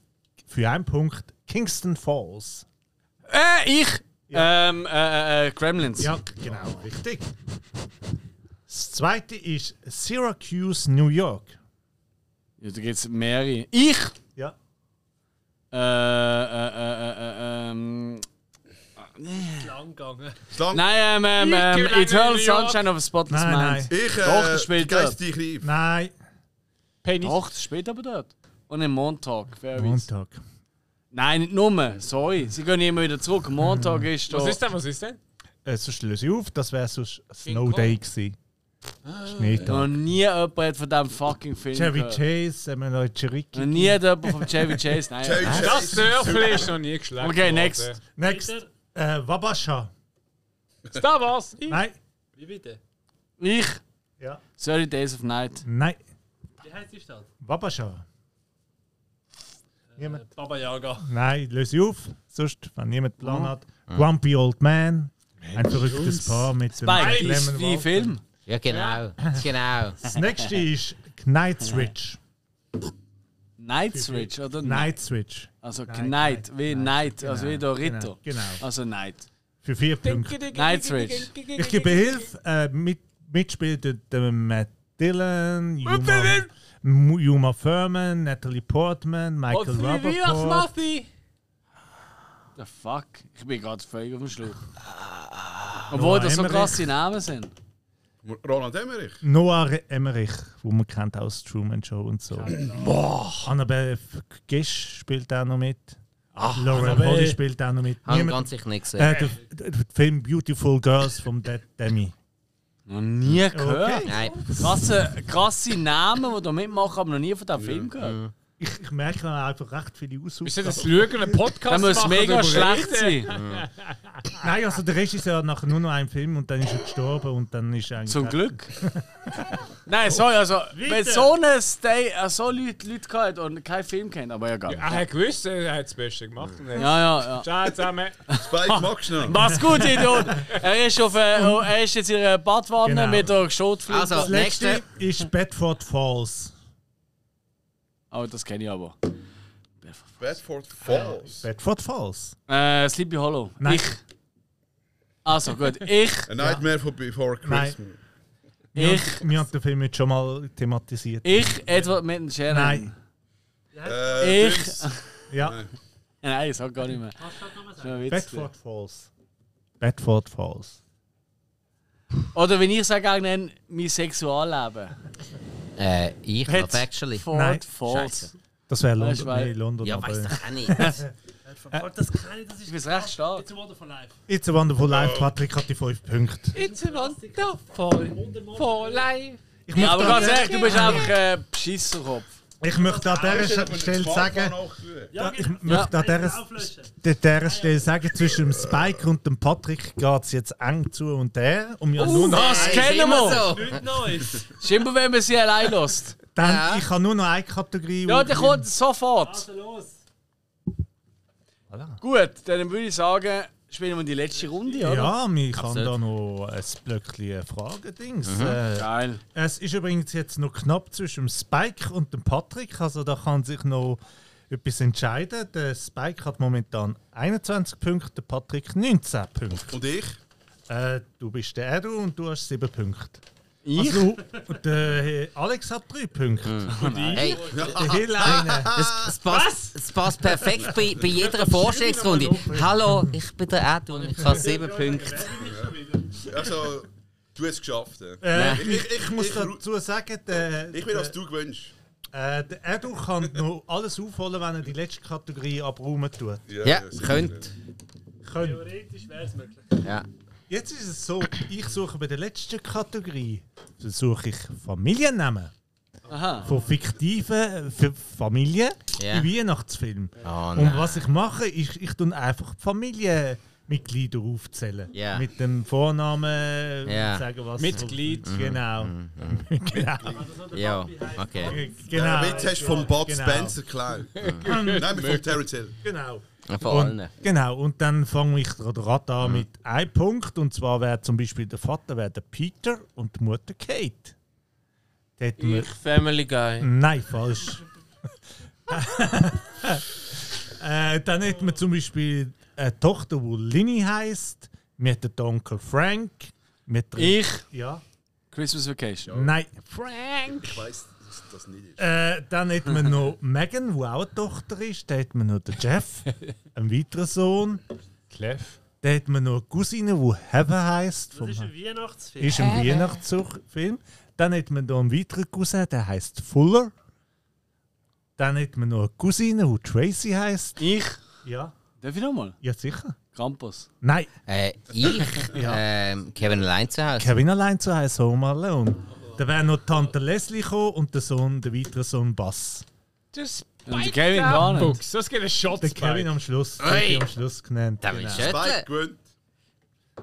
für einen Punkt Kingston Falls.
Äh, ich! Ähm, äh, äh, Gremlins.
Ja, genau, richtig. Das zweite ist Syracuse, New York.
Ja, da gibt es mehrere. Ich!
Ja.
Äh, äh, äh, äh, äh, ähm.
Lang gegangen.
Schlank.
Nein, ähm, ähm, ähm
Gelangen
Eternal
in New York.
Sunshine of a Spotless
Nein,
Mind.
Ich,
Doch,
äh,
das
die
spielt
Geist dich lieb.
Nein,
Penny.
Doch, das spielt aber dort. Und im Montag, wer weiß.
Montag.
Nein, nicht nur, sorry. Sie gehen immer wieder zurück. Montag ist da.
Was ist denn, was ist denn?
Äh, sonst löse ich auf, das wäre sonst Snow
Kong.
Day gewesen.
Noch
Schneetag.
nie jemand hat von diesem fucking Film.
Chevy
gehört.
Chase, Samuel L. Cherokee.
Noch nie jemand vom Chevy Chase. Nein.
Hey,
Das Dörfli ist noch nie geschlagen.
Okay, next.
worden.
Next, äh, Wabasha.
Star Wars.
Nein,
Wie bitte?
Ich.
Ja.
30 Days of Night.
nein,
Wie heißt die Stadt? Äh,
Wabasha. Niemand?
Baba Yaga.
Nein, löse ich auf. Sonst, wenn niemand Plan hat. Grumpy Old Man. Ein verrücktes Paar mit dem
Bei
Clement
wie
Walton.
Film?
Ja, genau. Genau.
Das nächste ist Knightswitch.
Night Switch, oder?
Knightswitch.
Also Knight, wie Knight, also wie der Ritter.
Genau. genau.
Also Knight.
Für vier Punkte.
Night Switch.
Ich gebe Hilfe. Äh, mit, mitspielt der Matt Dillon, Juma, Mu- Juma Furman, Natalie Portman, Michael Rappaport.
The fuck? Ich bin gerade völlig auf dem Schluss. Obwohl das so
Emmerich.
krasse Namen sind.
Roland Emmerich.
Noah Re- Emmerich, wo man kennt aus Truman Show und so.
genau.
Annabelle F- Gish spielt auch noch mit. Lauren Holly spielt auch noch mit.
Haben wir
Niemand-
ganz sicher nicht gesehen.
äh, der, der der Film Beautiful Girls von Dead Demi.
Noch nie gehört.
Okay.
Nein.
Krasse, krasse Namen, die da mitmachen, aber noch nie von diesem Film gehört.
Ich, ich merke dann einfach recht viele Aussagen.
Wir sollten jetzt schauen, einen Podcast
Da muss
machen
mega
darüber
schlecht
reden.
sein.
Nein, also der Regisseur hat nachher nur noch einen Film und dann ist er gestorben und dann ist eigentlich...
Zum Glück. Nein, sorry, also, wenn so eine Stay, äh, so Leute, Leute gehabt und keinen Film kennt, aber ja, gar nicht.
Er hat gewusst, er hat das Beste gemacht. Und er-
Ja, ja, ja.
Ah, Ciao zusammen.
Spike magst du noch?
Mach's gut, Idiot! Er ist, auf, äh, oh, er ist jetzt in einer Badwanne
Genau.
mit der Schotflinte.
Also,
Das letzte
nächste.
ist Bedford Falls.
oh, das kenne ich aber.
Bedford Falls.
Bedford Falls.
Äh, Sleepy Hollow.
Nein.
Ich. Also gut, ich,
A Nightmare for Before Christmas.
Nein.
ich,
Wir haben den Film jetzt schon mal thematisiert.
ich, Edward mit Shannon.
Nein.
Äh,
Ich.
Prinz-
Ja,
Nein, ich sag gar nicht mehr. Das ist ein Witz.
Bedford Falls. Bedford Falls.
Oder wenn ich sage, nein, mein Sexualleben.
Äh, ich
Pet
glaube, actually.
Ford
Nein.
Falls.
Scheiße.
Das wäre
Weißt
London.
du, weil-
Nee, London
Ja,
aber-
weiß doch auch nicht.
Fuck, das kann ich, das ist.
Du bist recht stark.
It's a Wonderful Life.
It's a Wonderful
Oh.
Life. Patrick hat die 5 Punkte.
It's a wonderful for life.
Ich
Ja, aber
möchte,
ganz
an,
ehrlich, du bist einfach äh, Schisserkopf.
ich möchte an
Hast
dieser
du
Stelle
den Smartphone
sagen...
auch gesehen?
Ja,
Ich
genau.
möchte an
Ja,
dieser
auflöschen.
an dieser Stelle sagen, zwischen dem Spike und dem Patrick geht es jetzt eng zu und her. Und wir haben nur noch,
Uh, Das
Nein,
kennen
immer
wir!
so.
Nichts Neues.
Ist immer, wenn man sie allein lässt.
dann,
Ja.
ich habe nur noch eine Kategorie.
Ja,
wo
der
wir-
kommt sofort.
Also los.
Gut, dann würde ich sagen, spielen wir die letzte Runde, oder?
Ja, wir haben
Absolut.
da noch ein Blöckchen Fragendings.
Mhm.
Äh,
Geil.
Es ist übrigens jetzt noch knapp zwischen dem Spike und dem Patrick. Also da kann sich noch etwas entscheiden. Der Spike hat momentan 21 Punkte, der Patrick 19 Punkte.
Und ich?
Äh, du bist der Edu und du hast 7 Punkte.
Ich?
Also, und der Alex hat 3 Punkte.
Hey,
Der Hill einen.
das, das, passt, das passt perfekt bei, bei jeder Vorstellungsrunde. Hallo, ich bin der Ed und ich habe sieben Punkte.
Also, Du hast es geschafft. ja.
Äh,
Ich-
ich,
ich-
ich,
ich-
muss
ich-
dazu sagen, der,
Ich bin, als du gewünscht.
der, äh, der Erdogan kann noch alles aufholen, wenn er die letzte Kategorie abräumen tut.
Ja,
sicher.
könnt.
Könnte.
Theoretisch wäre es möglich.
Ja.
Jetzt ist es so, ich suche bei der letzten Kategorie suche ich Familiennamen
Aha.
von fiktiven äh, für Familien
Ja.
in Weihnachtsfilmen.
Oh
Und
nein.
was ich mache, ist, ich tue einfach die Familienmitglieder aufzählen.
Ja.
Mit dem Vornamen,
Ja. Mhm.
sagen was.
Mitglied.
Genau.
Mhm,
genau.
Also Ja, okay.
genau.
Den Witz hast du vom Bob
Genau.
Spencer geklaut.
Mhm.
Nein, mit vom Terence Hill.
Genau.
Von allen. Mhm.
Genau, und dann fange ich gerade an mit einem Punkt. Und zwar wäre zum Beispiel der Vater wäre der Peter und die Mutter Kate. Da hätten wir-
Ich Family Guy.
Nein, falsch. äh, dann hätten wir zum Beispiel eine Tochter, die Lini heißt. Wir hätten den Onkel Frank. Wir hätten-
Ich,
Ja.
Christmas Vacation.
Nein, Frank.
Ich weiss, dass das nicht ist.
Äh, dann hätten wir noch Megan, die auch eine Tochter ist. Dann hätten wir noch den Jeff, einen weiteren Sohn.
Clef.
Dann hätten wir noch eine Cousine, die Heaven heisst.
Das
Vom
ist ein Weihnachtsfilm.
ist ein Weihnachtsfilm. Dann hätten wir noch einen weiteren Cousin, der heißt Fuller. Dann hätten wir noch eine Cousine, die Tracy heißt.
Ich,
Ja.
darf ich nochmal?
Ja, sicher.
Krampus.
Nein,
Äh, ich, ähm, Kevin allein zu Hause.
Kevin allein zu heißt Home Alone. Da wäre noch die Tante Leslie gekommen und der Sohn, der weitere Sohn Bass.
Das
Und Kevin gar nicht.
Fuchs, das geht ein Shot.
Der Kevin am Schluss, den
Oi.
ich am Schluss genannt. Genau.
Da will ich
Spike
schütteln.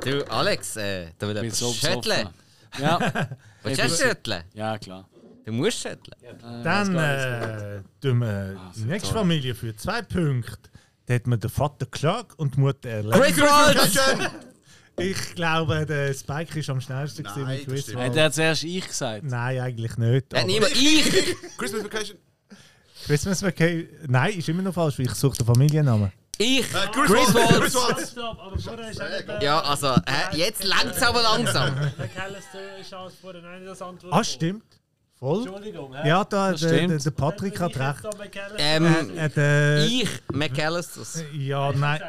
gewinnt.
Du, Alex, äh, da will
Ich bin
ich
so
schütteln.
besoffen. Ja,
Willst du auch schütteln?
ja, klar.
Du musst schütteln.
Dann äh, tun
Ah,
wir die nächste Familie für zwei Punkte. Da hat man den Vater Clark und die Mutter Ellen.
Chris Rolls!
Ich glaube, der Spike ist am schnellsten gewesen
Nein,
mit
das
Chris
stimmt.
Hat
Rock.
er zuerst ich gesagt?
Nein, eigentlich nicht.
Hat
aber-
niemand ich!
Christmas Vacation.
Christmas Vacation. Nein, ist immer noch falsch, weil ich suche den Familiennamen.
Ich!
Äh, Griswold.
Griswold.
Griswold.
Stopp, aber vorher ist auch der
Ja, also, äh, jetzt langsam aber langsam.
McAllister ist auch vorher eine das Antwort.
Ah, stimmt. Voll.
Entschuldigung.
Ja, da, der, der,
stimmt.
der Patrick hat recht.
Ähm,
Äh, der,
ich, McAllisters.
ja, nein.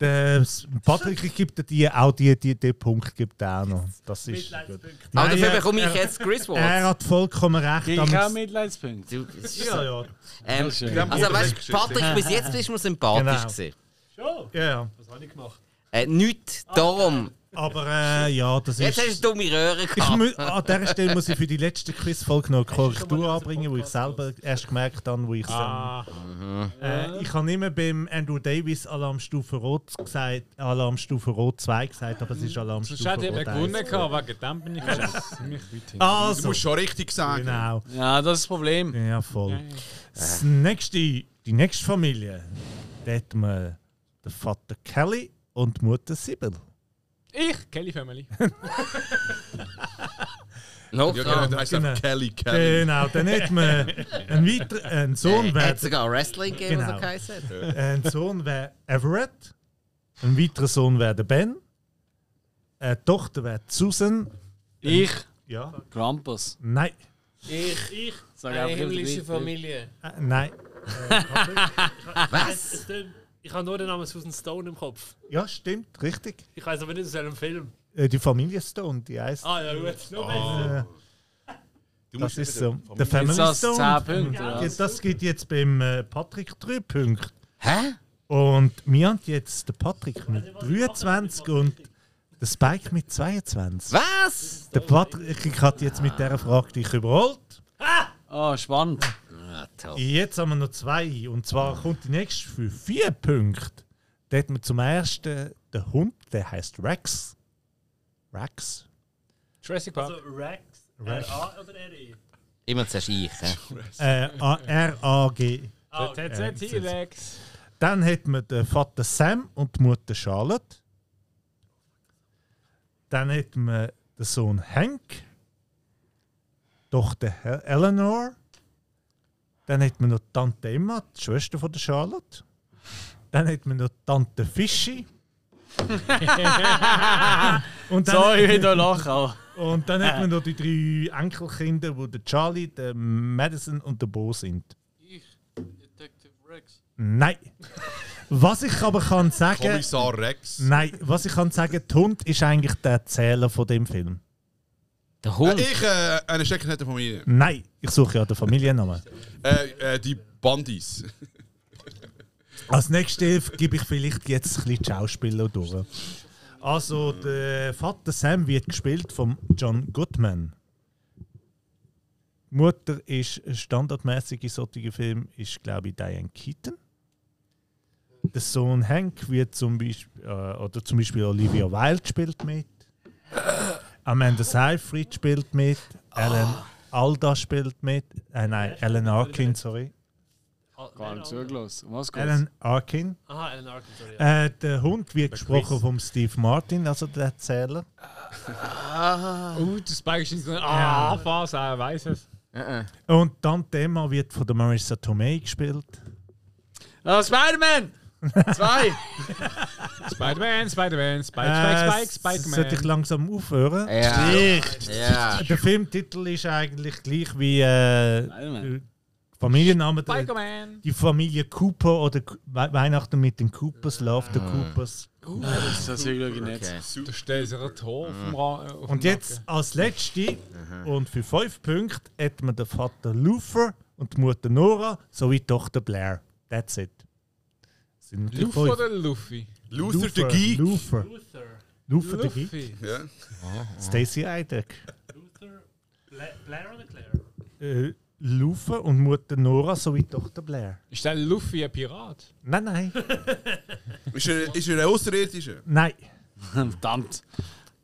Der S- Patrick gibt dir die, auch die, die, den Punkt gibt er auch noch. Das ist gut.
Mitleidspunkt.
Aber
Nein,
dafür
er-
bekomme ich
er-
jetzt
Er
Chris Waltz.
hat vollkommen recht.
Krieg ich
aber-
auch Mitleidspunkte?
Du, das ist
Ja,
so.
ja.
Ähm,
Sehr schön.
also, weißt du, Patrick, bis jetzt bist du mir sympathisch
Genau.
gewesen.
Schon?
ja, ja.
Was habe ich gemacht? Ah,
Äh, nicht darum.
Aber äh, ja, das
Jetzt hast
ist...
du dumme Röhre
Ich
gehabt.
mü- an dieser Stelle muss ich für die letzte Quizfolge noch eine Korrektur
mal
anbringen, wo ich selber erst gemerkt habe, wo ich es...
Ah.
Mhm.
Äh, ich habe immer beim Andrew Davis Alarmstufe Rot gesagt, Alarmstufe Rot 2 gesagt, aber es
Mhm.
ist
Sonst
Alarmstufe
hätte ich
Rot
eben
1.
gewonnen gehabt, wegen dem bin ich ziemlich weit hin.
Du
Also,
musst schon richtig sagen.
genau.
Ja, das ist das Problem.
Ja, voll. Das nächste, die nächste Familie, da hat man den Vater Kelly und die Mutter Sibyl.
Ich, Kelly Family.
Noch
Ja, genau.
dran.
Der heißt einfach Kelly Kelly.
Genau, dann hat man einen weiteren einen Sohn,
Äh,
wäre
hat sogar Wrestling gegeben,
Genau.
was er geheißen hat.
ein Sohn wäre Everett, ein weiterer Sohn wäre der Ben, eine Tochter wäre Susan.
Ich,
Ja.
Krampus.
Nein,
Ich,
Ich,
Sag
eine
einfach
himmlische
gleich.
Familie.
äh, nein.
Was?
es stimmt. Ich habe nur den Namen Susan Stone im Kopf.
Ja, stimmt, richtig.
Ich weiß aber nicht aus welchem Film.
Äh, die Familie Stone, die heißt.
Ah, ja, gut. Noch besser.
Äh,
Du
das
musst
ist
wieder-
so. Der Family
Ist das 10
Stone.
Punkte?
Ja,
oder?
das gibt jetzt beim äh, Patrick 3 Punkte.
Hä?
Und wir haben jetzt den Patrick mit 23 und den Spike mit 22.
Was?
Der Patrick hat jetzt mit dieser Frage dich überholt.
Oh, spannend.
Ah, toll.
Jetzt haben wir noch zwei. Und zwar kommt die nächste für 4 Punkte. Da hat man zum ersten den Hund, der heißt Rex. Rex?
Jurassic
Also
Park.
Rex.
Rex.
R-A oder E? R-E?
Immer zuerst ich. hä?
Äh, A- R-A-G.
Ah, okay.
TZ T-Rex.
Dann hat man den Vater Sam und die Mutter Charlotte. Dann hat man den Sohn Hank, die Tochter Hel- Eleanor. Dann hat man noch die Tante Emma, die Schwester von der Charlotte. Dann hat man noch die Tante Fischi. und,
Sorry,
dann,
ich da lachen. aber-
und dann hat man noch die drei Enkelkinder, wo der Charlie, der Madison und der Bo sind.
Ich, Detective Rex.
Nein. Was ich aber kann sagen.
Kommissar Rex.
Nein, was ich kann sagen, der Hund ist eigentlich der Zähler von dem Film.
Der Hund.
Ich, äh, eine Stecknette von mir.
Nein, ich suche ja den Familiennamen.
Äh, äh, die Bandis.
Als nächstes gebe ich vielleicht jetzt ein bisschen die Schauspieler durch. Also, der Vater Sam wird gespielt von John Goodman. Mutter ist standardmäßig in solchen Filmen, ist, glaube ich, Diane Keaton. Der Sohn Hank wird zum Beispiel, äh, oder zum Beispiel Olivia Wilde spielt mit. Amanda Seyfried spielt mit. Alan Alda spielt mit. Äh, nein, Alan Arkin, sorry.
Gar nicht zugelassen. Um Was geht's?
Alan Arkin.
Aha, Alan Arkin, sorry. Ja.
Äh, der Hund wird gesprochen vom Steve Martin, also der Erzähler.
Ah.
Oh, der Spike ist in so einer Anfass, er weiß es.
Und Tante Emma wird von der Marissa Tomei gespielt.
Äh,
Ah, Spider-Man! Zwei!
Spider-Man, Spider-Man,
Äh,
Spike, Spike,
Sollte
Spike,
ich
Spider-Man.
langsam aufhören?
Ja.
Nicht.
Ja.
Der Filmtitel ist eigentlich gleich wie äh,
Spider-Man.
Familienname. Der-
Spider-Man.
Die Familie Cooper oder K- We Weihnachten mit den Coopers, Love the
Ah.
Coopers.
Uh,
Das ist wirklich nicht.
Okay.
Da steht so ein Tor auf dem Ra- äh, auf dem
Und jetzt als letzte und für fünf Punkte hat man den Vater Luther und die Mutter Nora sowie die Tochter Blair. That's it. Das Sind
Nacken.
natürlich
Luffy
fünf.
oder Luffy?
Luther the Geek.
Luther.
Luther.
Luther the Geek.
Luffy.
Ja.
Stacey Eideck.
Luther. Bla Blair oder Claire?
Äh, Luther und Mutter Nora sowie Tochter Blair.
Ist der Luffy ein Pirat?
Nein, nein.
Ist er, ist er ein Außerirdischer?
nein.
Verdammt.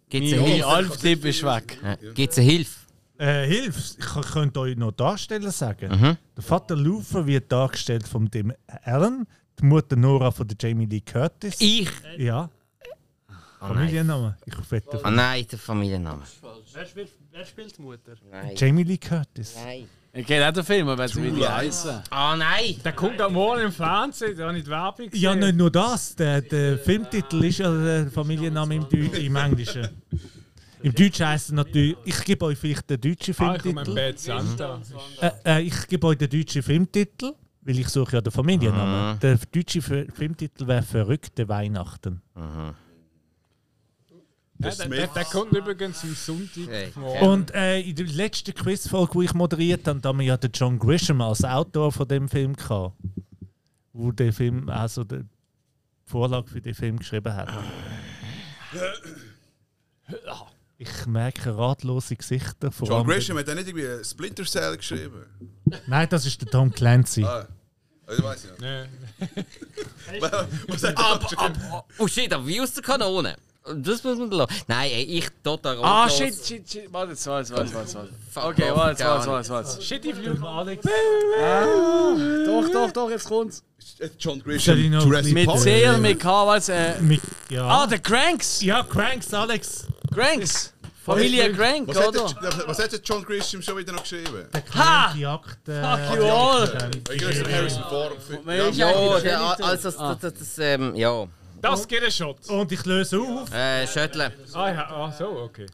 Gibt es eine
Mein
Hilfe?
Alf-Tipp ist weg.
Gibt's eine Hilfe?
Äh, Hilf, ich kann- könnte euch noch Darsteller sagen.
Mhm.
Der Vater Luther wird dargestellt von dem Alan, die Mutter Nora von der Jamie Lee Curtis.
Ich!
ja,
Oh nein.
Familienname. Ich wette
Oh nein, der Familienname.
Wer spielt, wer spielt die Mutter?
Nein.
Jamie Lee Curtis.
Nein.
Ich kenne auch den Film, aber wie die heißen.
Oh nein!
Der kommt am Morgen im Fernsehen, da habe ich die Werbung
Ja,
gesehen.
nicht nur das. Der, der Filmtitel ist ja der Familienname im, Deu im Englischen. Im Deutschen heisst es natürlich. Ich gebe euch vielleicht den deutschen
Ah, ich komme im
Filmtitel.
Bad Santa.
Äh, äh, ich gebe euch den deutschen Filmtitel, weil ich suche ja den Familiennamen. Der deutsche Fi- Filmtitel wäre Verrückte Weihnachten.
Ja, der, der, der kommt übrigens am Sonntag.
Okay.
Und äh, in der letzten Quizfolge, die ich moderiert habe, da haben wir ja den John Grisham als Autor von dem Film gehabt, wo der Film also die Vorlage für den Film geschrieben hat. Ich merke ratlose Gesichter vor
John
allem-
Grisham hat auch nicht irgendwie Splinter Cell geschrieben.
Nein, das ist der Tom Clancy.
Ah. Ich weiß ja.
Ja.
Was sagt ab, ab.
Oh shit, aber wie aus der Kanone? Das muss man lassen. Nein, ey, ich total
Ah,
ratlos.
shit, shit, shit. Warte, jetzt, warte, warte, warte, warte.
Oh, Fuck
Okay,
off,
warte,
gar
warte, warte, warte. Ah,
Shit, ich fliege.
Doch, doch, doch, jetzt kommt's.
Äh, John
Soll ich
Grisham,
noch
Jurassic
ein
Mit
Park.
bisschen-
Seher, mit K, was, äh.
Mit, ja.
Ah, der Cranks!
ja, Cranks, Alex.
Cranks! Familie Crank,
Was hat,
oder?
der, was hat der John Grisham schon wieder noch geschrieben?
Der Clancy-Akt.
Fuck
Äh,
you all!
Ich glaube, es ist Harrison Ford. Ja,
Mensch.
Ja, der, also das, das, das, das ähm, ja.
Das geht ein Shot.
und ich löse auf.
Äh, Schöttle.
Ah, ja, ah, so, okay.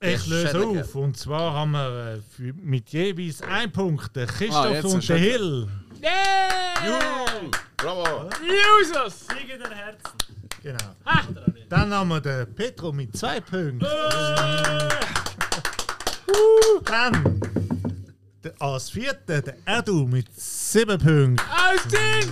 Ich löse
Schädlinge.
auf. Und zwar haben wir äh, für, mit jeweils einem Punkt den
Ah,
Christoph
jetzt
und
ein
den Hill.
Bravo.
Users!
Sieg in den Herzen.
Genau. Dann haben wir den Petro mit zwei Punkten.
Äh!
Uh, Dann der- als vierter der Erdu mit sieben Punkten.
Aus Ding!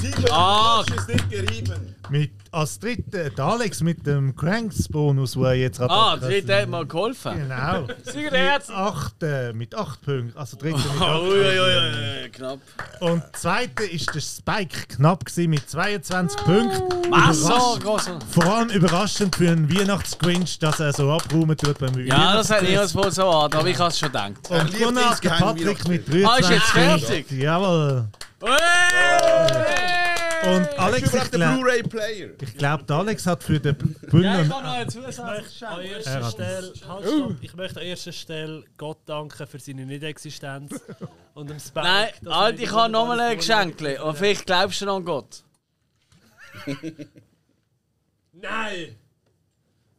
Sieben.
Ah.
Das ist nicht gerieben.
Mit, als dritter der Alex mit dem Cranks-Bonus, wo er jetzt gerade
Ah, der
abgerissen
dritte hat
hat.
mal geholfen.
Genau.
Sieger der Herzen!
Achter mit acht Punkten. Also dritter mit acht
Äh,
Uiuiui, knapp.
Und zweiter ist der Spike knapp gewesen mit 22 Punkten.
Wasser,
Überraschend-
großer.
Vor allem überraschend für einen Weihnachtsgrinch, dass er so abräumen tut beim
Ja, das hat
Weihnachtsfest.
ich als wohl so an, aber ich hab's schon gedacht.
Und
liebt
Gunnar
insgeheim
Patrick
Weihnachten.
mit
Ah, ist
23
jetzt fertig?
Punkten. Jawohl. Und Alex, ich
Überhaupt der
glaube,
Blu-ray-Player.
ich glaub, der Alex hat für den Bühnen...
noch einen
An
Zusatz.
erster Stelle, halt,
Oh.
stopp. ich möchte an erster Stelle Gott danken für seine Nicht-Existenz und dem Spike.
Nein,
dass er
Alter,
nicht
ich habe nochmal ein
wunderbares
Geschenk. Oh, Und vielleicht glaubst du noch an Gott.
Nein!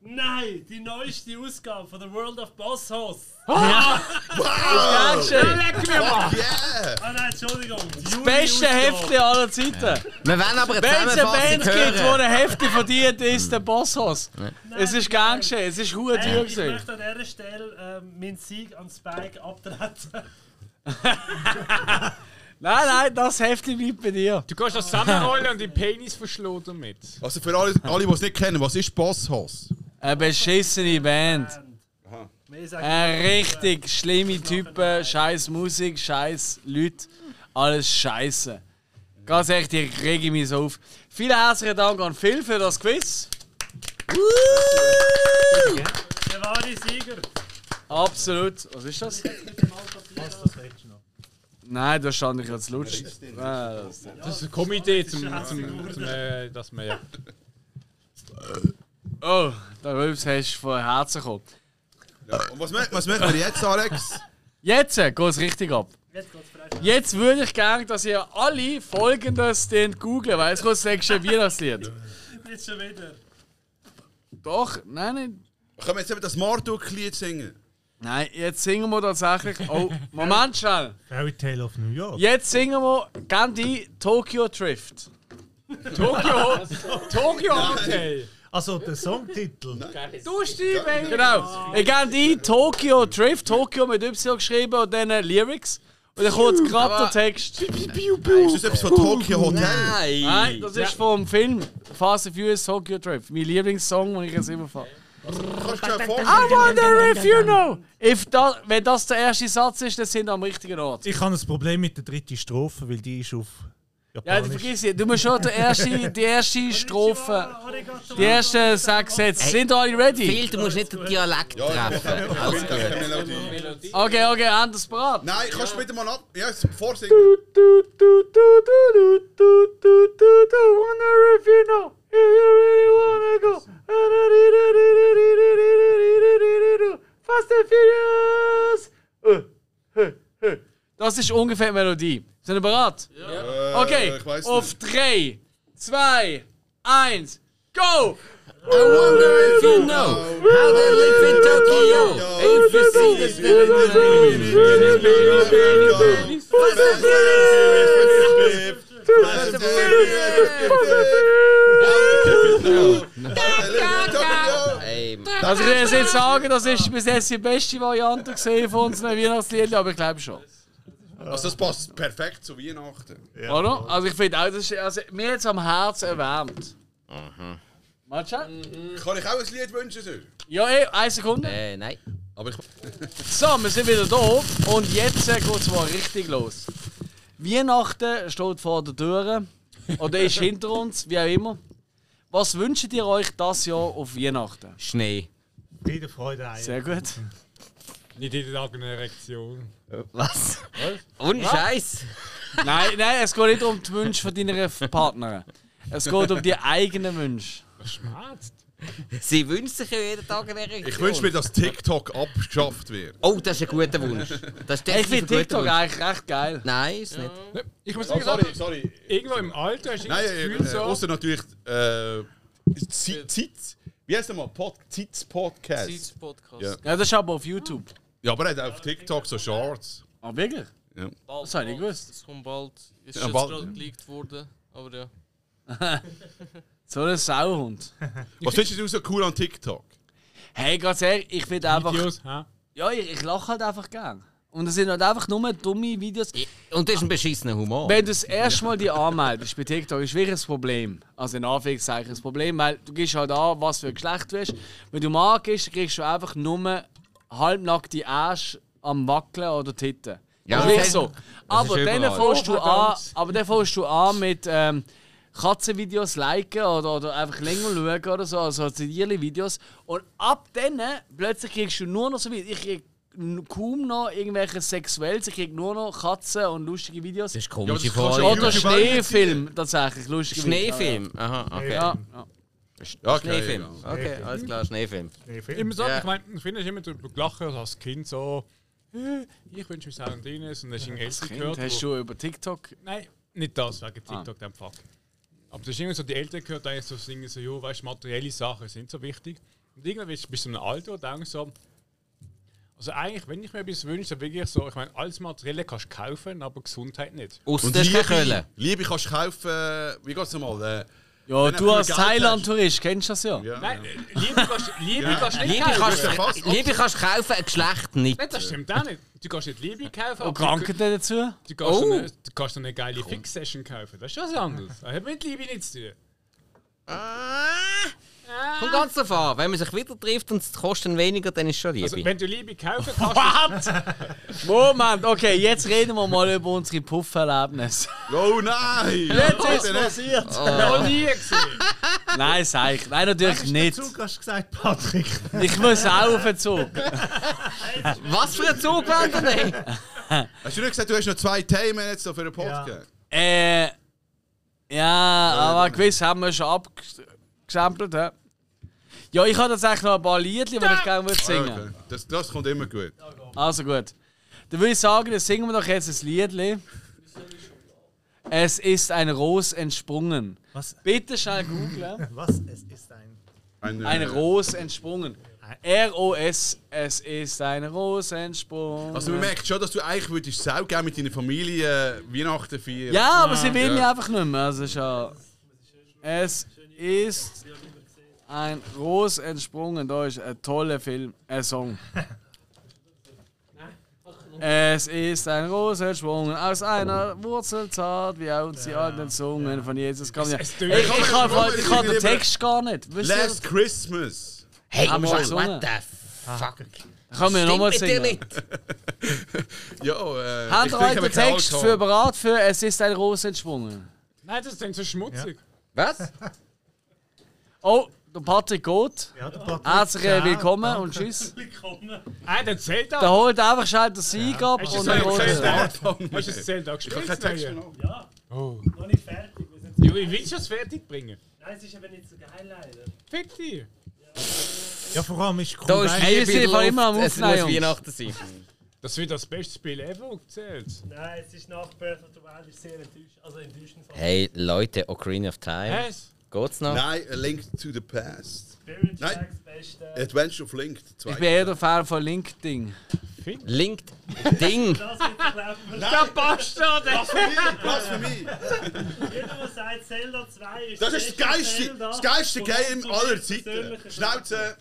Nein, die neueste Ausgabe von The World of Ah. Boss Hoss.
Wow!
Leck mich
Yeah!
mal!
Ah nein, Entschuldigung. Die Juni
Beste
Ausgabe.
Hefte aller Zeiten!
Wir wollen aber eine
Wenn es eine Band
Zusammenfassung
gibt, wo
hören.
eine Hefte verdient, ist der Bosshaus. Es ist gern geschehen, es ist hure
Hey,
teuer
ich
gewesen.
möchte an dieser Stelle ähm, meinen Sieg an Spike abtreten.
Nein, nein, das Hefte bleibt bei dir.
Du kannst das zusammenrollen und den Penis verschlagen damit.
Also für alle, alle die es nicht kennen, was ist Bosshaus?
Eine beschissene Band.
Mehr sage ich
Eine richtig schlimme Typen, scheiß Musik, scheiß Leute. Alles scheiße. Ganz ehrlich, ich rege mich so auf. Vielen herzlichen Dank an Phil für das Quiz.
nicht. Der wahre Sieger.
Absolut. Was ist das? Nein, da stand ich jetzt lutsch. Ah, das-
Das ist ein Komitee, zum, zum, zum, äh, dass man ja.
Oh, der Rülps hast du von Herzen gekommen.
Und was, mö- was möchten wir jetzt, Alex?
Jetzt geht es richtig ab.
Jetzt geht's frei.
Jetzt würde ich gerne, dass ihr alle folgendes denn googlen, weil es kommt das nächste Weihnachtslied.
Nicht schon wieder.
Doch, nein, nein.
Können wir jetzt eben das Marduk-Lied singen?
Nein, jetzt singen wir tatsächlich. Oh, Moment schnell.
Fairy Tale of New York.
Jetzt singen wir Gandhi Tokyo Drift.
Tokio! Tokio Hotel!
Also der Songtitel.
Du Stimme! Genau. Ich Gandhi Tokyo Drift, Tokyo mit Y geschrieben und dann äh, Lyrics. Und dann kommt gerade der Text.
Ist das etwas von Tokyo Hotel?
Nein, das ist vom Film Fast and Furious Tokyo Drift. Mein Lieblingssong, den ich jetzt immer fahre.
Kannst du dir
I
vorstellen?
wonder if you know. If da, wenn das der erste Satz ist, dann sind wir am richtigen Ort.
Ich habe ein Problem mit der dritten Strophe, weil die ist auf
Ja, die
Japanisch.
vergiss ich. Du musst schon die erste, die erste Strophe,
Arigato.
die ersten sechs Sätze. Sind alle ready?
Phil, du musst nicht den Dialekt
Ja, ich
treffen. Also,
mache bitte eine Melodie.
Okay, okay, anders bereit.
Nein, kannst du bitte mal ab. Ja, jetzt vorsingen.
Das ist ungefähr die Melodie. Sind wir bereit?
Äh,
Okay,
ich weiß
auf
nicht.
3, 2, 1, go!
I wonder if you know how they live in Tokyo. If you see the
Also ich will jetzt nicht sagen, das ist bis jetzt die beste Variante gesehen von unseren Weihnachtsliedern, aber ich glaube schon.
Also das passt perfekt zu Weihnachten.
Oder? Also ich finde auch, das ist also, mir jetzt am Herz erwärmt. Matcha?
Kann ich auch ein Lied wünschen, Sir?
Ja, eh, eine Sekunde.
Äh, nein.
Aber ich...
So, wir sind wieder da und jetzt äh, geht es mal richtig los. Weihnachten steht vor der Tür oder ist hinter uns, wie auch immer. Was wünscht ihr euch das Jahr auf Weihnachten?
Schnee.
Jede Freude ein.
Sehr gut.
Nicht jeden Tag eine Erektion.
Oh,
Was? Ohne Scheiß.
Nein, nein, es geht nicht um die Wünsche von deiner Partnerin. Es geht um die eigenen Wünsche.
Schmerzt.
Sie wünscht sich ja jeden Tag eine Erektion.
Ich wünsche mir, dass TikTok abgeschafft wird.
Oh, das ist ein guter Wunsch. Das ist
Ich
definitiv
finde
ein guter
TikTok
Wunsch.
eigentlich recht geil.
Nein, ist nicht.
Ich muss
Oh,
sagen,
sorry, sorry.
irgendwo im Alter hast du
Nein,
das
äh,
Gefühl
äh,
so.
außer natürlich... Äh, Zeit... Zeit- Wie heißt der mal? Pod, Zeit's Podcast.
Seeds Podcast.
Ja.
Ja, das ist aber auf YouTube.
Ja, aber er hat auf TikTok so Shorts.
Ah, wirklich?
Bald,
Das hab ich nicht
bald.
gewusst.
Das kommt bald. Ist
Ja,
jetzt
bald.
gerade geleakt worden. Aber ja.
So ein Sauhund.
Was findest du so cool an TikTok?
Hey, ganz ehrlich, ich finde einfach.
Videos, hä?
Ja, ich, ich lache halt einfach gern. Und es sind halt einfach nur dumme Videos.
Und das ist ein beschissener Humor.
Wenn du das erste Mal dich anmeldest bei TikTok, ist wirklich ein Problem. Also in Anführungszeichen ein Problem, weil du gibst halt an, was für ein Geschlecht du bist. Wenn du Mann bist, kriegst du einfach nur halbnackte Arsch am Wackeln oder Titten.
Ja, Oh,
Ja, das
das
ist wirklich so.
ist-
Aber
ist
dann
überall.
fängst du an, aber dann fängst du an mit ähm, Katzenvideos liken oder, oder einfach länger schauen oder so, also zitierliche Videos. Und ab dann plötzlich kriegst du nur noch so weit. Ich krieg n- kaum noch irgendwelche sexuelles, ich krieg nur noch Katzen und lustige Videos.
Das ist komisch.
Ja,
Ja,
aber das kannst
Vorliebe.
du
Oder
YouTube
Schneefilm tatsächlich, lustige
Schneefilm. Aha, okay.
Ja, ja.
Ja, okay,
genau. Schneefilm.
ja.
Okay, alles klar, Schneefilm.
Nee, viel.
Immer so,
Ja.
ich meine, ich finde es immer drüber gelachen, also als Kind so, äh, ich wünsche mir Sarah und Ines und dann hast du
Das
Eltern
Kind
gehört.
hast
wo-
du über TikTok.
Nein, nicht das, wegen
Ah.
TikTok, dem Fuck. Aber das ist irgendwie so, die Eltern gehört eigentlich so singen, so, jo, weißt du, materielle Sachen sind so wichtig. Und irgendwann bist du bis zu einem Alter und denkst so, also eigentlich, wenn ich mir etwas wünsche, dann wirklich so, ich meine, alles Materielle kannst du kaufen, aber Gesundheit nicht.
Aus der Köln.
Liebe kannst du kaufen, äh, wie geht's nochmal? Äh,
Ja,
Wenn
du
er
als
viel Geld
Thailand-Tourist kennst das ja.
ja.
Nein, äh, Liebe kannst Liebe kannst du nicht
Liebe
kaufen.
kannst,
ja fast
du- Liebe kannst du kaufen, ein Geschlecht nicht.
äh,
Nein, das stimmt auch nicht. Du kannst nicht Liebe kaufen,
Und
aber du,
Kranken dazu.
du, kannst
Oh.
eine, du kannst eine geile Fix-Session kaufen. Das ist was anderes. Das hat mit Liebe nichts zu tun.
Ah.
Kommt ganz drauf an. Wenn man sich wieder trifft und es kostet weniger, dann ist schon Liebe.
Also, wenn du Liebe kaufen kannst,
Moment, okay, jetzt reden wir mal über unsere Pufferlebnisse.
Oh nein!
Jetzt ist es passiert!
Oh.
noch nie gesehen.
Nein, sag ich. Nein, natürlich nicht.
Zug hast du gesagt, Patrick.
Ich muss auch auf den Zug.
Was für ein Zug wollt ihr denn?
Hast du nicht gesagt, du hast noch zwei Themen jetzt noch für den Podcast?
Äh. Ja, aber gewiss haben wir schon abgestempelt. hä? Ja, ich habe tatsächlich noch ein paar Liedchen, die ich gerne würde
Ja.
singen
Ah, Okay. Das, das kommt immer gut.
Also gut. Dann würde ich sagen, dann singen wir doch jetzt ein Liedli. Es ist ein Ros entsprungen.
Was?
Bitte schnell googeln.
Was? Es ist ein.
Ein, äh,
Ein Ros entsprungen. R-O-S. Es ist ein Ros entsprungen.
Also man merkt schon, dass du eigentlich würdest sau gerne mit deiner Familie äh, Weihnachten feiern.
ja, aber sie will
Ja.
mich einfach nicht mehr. Also ist ja, es ist ein Ros entsprungen. Da ist ein toller Film, ein Song. Es ist ein Ros entsprungen aus einer Wurzel zart, wie auch die alten Zungen von Jesus kam. Ich,
Es
ich,
tönt-
ich, kann voll- ich kann den Text gar nicht. Wisst ihr?
Last Christmas.
Hey,
Haben wir schon
Mann,
gesungen.
what the fuck?
Können wir nochmal
Stimmt mit dir
singen?
nicht?
Ja, äh,
Habt
ich trinke
ihr euch
aber
den
keinen
Text
Alkohol.
für bereit für Es ist ein Ros entsprungen?
Nein, das ist so schmutzig.
Was?
Oh, der Patrick geht.
Ja, der Patrick.
Herzlich
Ciao.
willkommen und tschüss.
Nein, dann zählt
Der
das.
holt einfach schnell den Sieg ab
Hast du
und
das
dann
nicht
holt er.
gesehen?
Smartphone.
Hast du das zählt auch gespielt?
Kein Text mehr. noch.
Noch nicht fertig. Wir sind
Ja, wie willst du das fertig bringen?
Nein, es ist eben nicht so geil, leider.
Fick dich.
Ja, vor allem ist cool.
Da ist
weißt-
Hey, wir
Liebe
sind
in der
voll immer am
Luft. Es muss
Aufnehmen, Jungs.
Weihnachten sein.
Das wird das beste Spiel ever gezählt.
Nein, es ist nach Breath of the Wild ist sehr enttäuschend. Also enttäuschend von
Hey, Leute, Ocarina of Time.
Was?
Geht's noch?
Nein, A Link to the Past.
Spirit
Nein.
Tracks Beste.
Adventure of Link. der
Ich
zweite.
bin eher der Fan von LinkedIn.
Linkt
Hm.
Ding.
Das wird glauben.
Der Bastard! ey.
Was für mich?
Jeder, der sagt, Zelda 2 ist
Das ist das geilste,
Zelda
das geilste
und
Game
absolut
aller
persönlicher
Zeiten.
Vergleich.
Schnauze.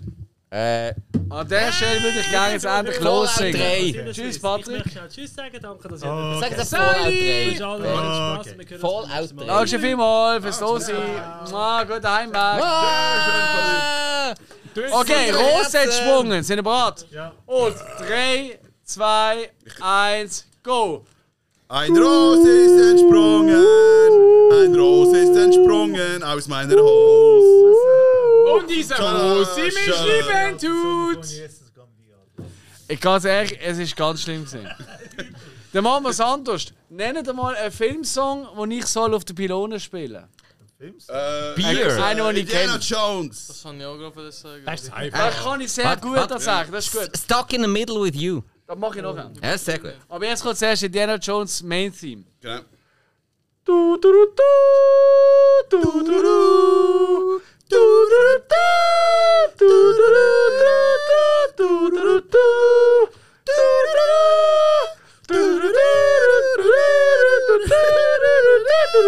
Äh,
An der Stelle würde ich gerne jetzt endlich
Fallout
lossingen.
3.
Sinnes
Tschüss,
Wiss.
Patrick.
Ich möchte schnell Tschüss sagen, danke, dass ihr
Oh,
sag
okay.
das Fallout 3.
Spaß.
Okay.
Wir hören uns
Fallout
beim nächsten Mal.
drei.
Dankeschön vielmals fürs Losen. Ah, guten Heimweg.
Ah!
Okay, Rose
Herzen.
entsprungen. Sind ihr bereit?
Ja.
Und 3, 2, 1, go!
Ein Ros ist entsprungen. Ein Ros ist entsprungen aus meiner Hose.
Und dieser Rose, mich
Tschau.
lieben tut!
Jesus, komm, wir.
Ich ganz ehrlich, es ist ganz schlimm gewesen. Dann machen wir es anders. Nennt mal einen Filmsong, den ich soll auf der Pylone spielen
Äh,
soll. Einen, den ich
Indiana
kenne.
Jones.
Das habe ich auch gerade wollen sagen.
Das ist einfach.
Das kann ich sehr
Warte,
gut
warte.
tatsächlich. Das ist gut.
Stuck in the middle with you.
Das mache ich noch einmal.
Ja, sehr gut.
Aber jetzt kommt zuerst Indiana Jones Main Theme.
Genau.
Du, du, du, du, du, du, du. Du, du, du, du, du, du, du, du, du, du, du. Du, du, du, du, du, du, du, du, du,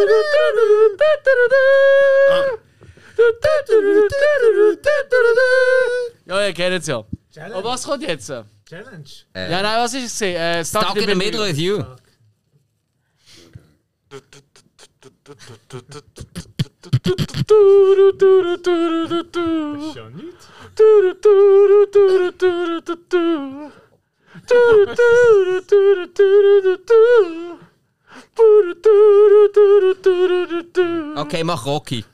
du, du, du, du, du. Ja, ihr kennt es ja. Aber
Challenge.
was kommt jetzt? Ja,
Challenge.
nein, was ist es? gewesen? Äh,
Stuck in the middle with you.
Ja, nicht.
Okay, mach Rocky.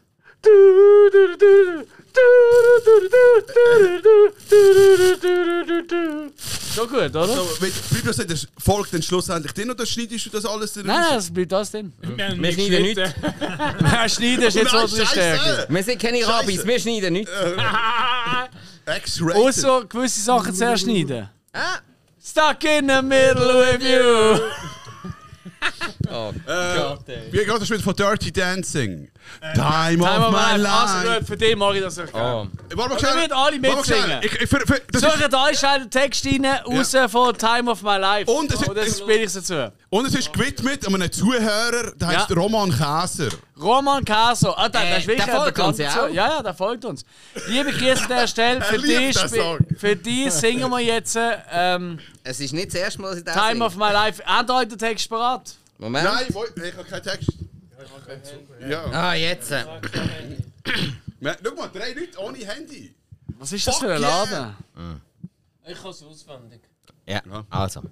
So gut, oder?
So, wenn die Bibel sagt, das folgt dann schlussendlich dir oder schneidest du das alles dann
Nein, nein,
raus?
das bleibt das denn.
Wir schneiden nichts.
Schneiden ist jetzt
Nein,
unsere Stärke.
Scheiße!
Wir sind keine
Scheiße. Äh.
Rabbis, wir schneiden nichts.
X-Rated.
Außer gewisse Sachen zuerst
Äh.
schneiden. Stuck in the middle with you.
Oh,
Gott, Wie geht das mit von Dirty Dancing? Eh, Time,
Time
of
of
my
Life,
life.
absolut, für dich mache ich das nicht.
oh.
Warte mal
Und dann
schnell.
wird alle
Warte mal schnell.
mitsingen.
Ich, ich, für, für, das ist,
Suche da ist einen Text rein, raus von Time of My Life.
Und es ist-
Und das spiele ich dazu.
und es ist gewidmet einem Zuhörer, der heißt
Ja.
Roman Käser.
Roman Caso. Ah, der,
Äh,
der ist wirklich
der folgt
bekannt
uns ja
dazu.
auch.
Ja, ja, der folgt uns. Liebe Grüße an der Stelle. Für
Er liebt
die,
den
spi-
Song.
für die singen wir jetzt ähm,
Es ist nicht das erste Mal, dass ich das
Time
singe.
of My Life. Hat euch den Text parat?
Moment.
Nein, wo- ich habe keinen Text. Ja.
Ah, jetzt. äh.
Man, Schau mal, drei Leute ohne Oh, Handy.
Was ist das
Fuck
für ein
yeah.
Laden?
Ich kann es auswendig.
Mm. Ja,
Ja.
also.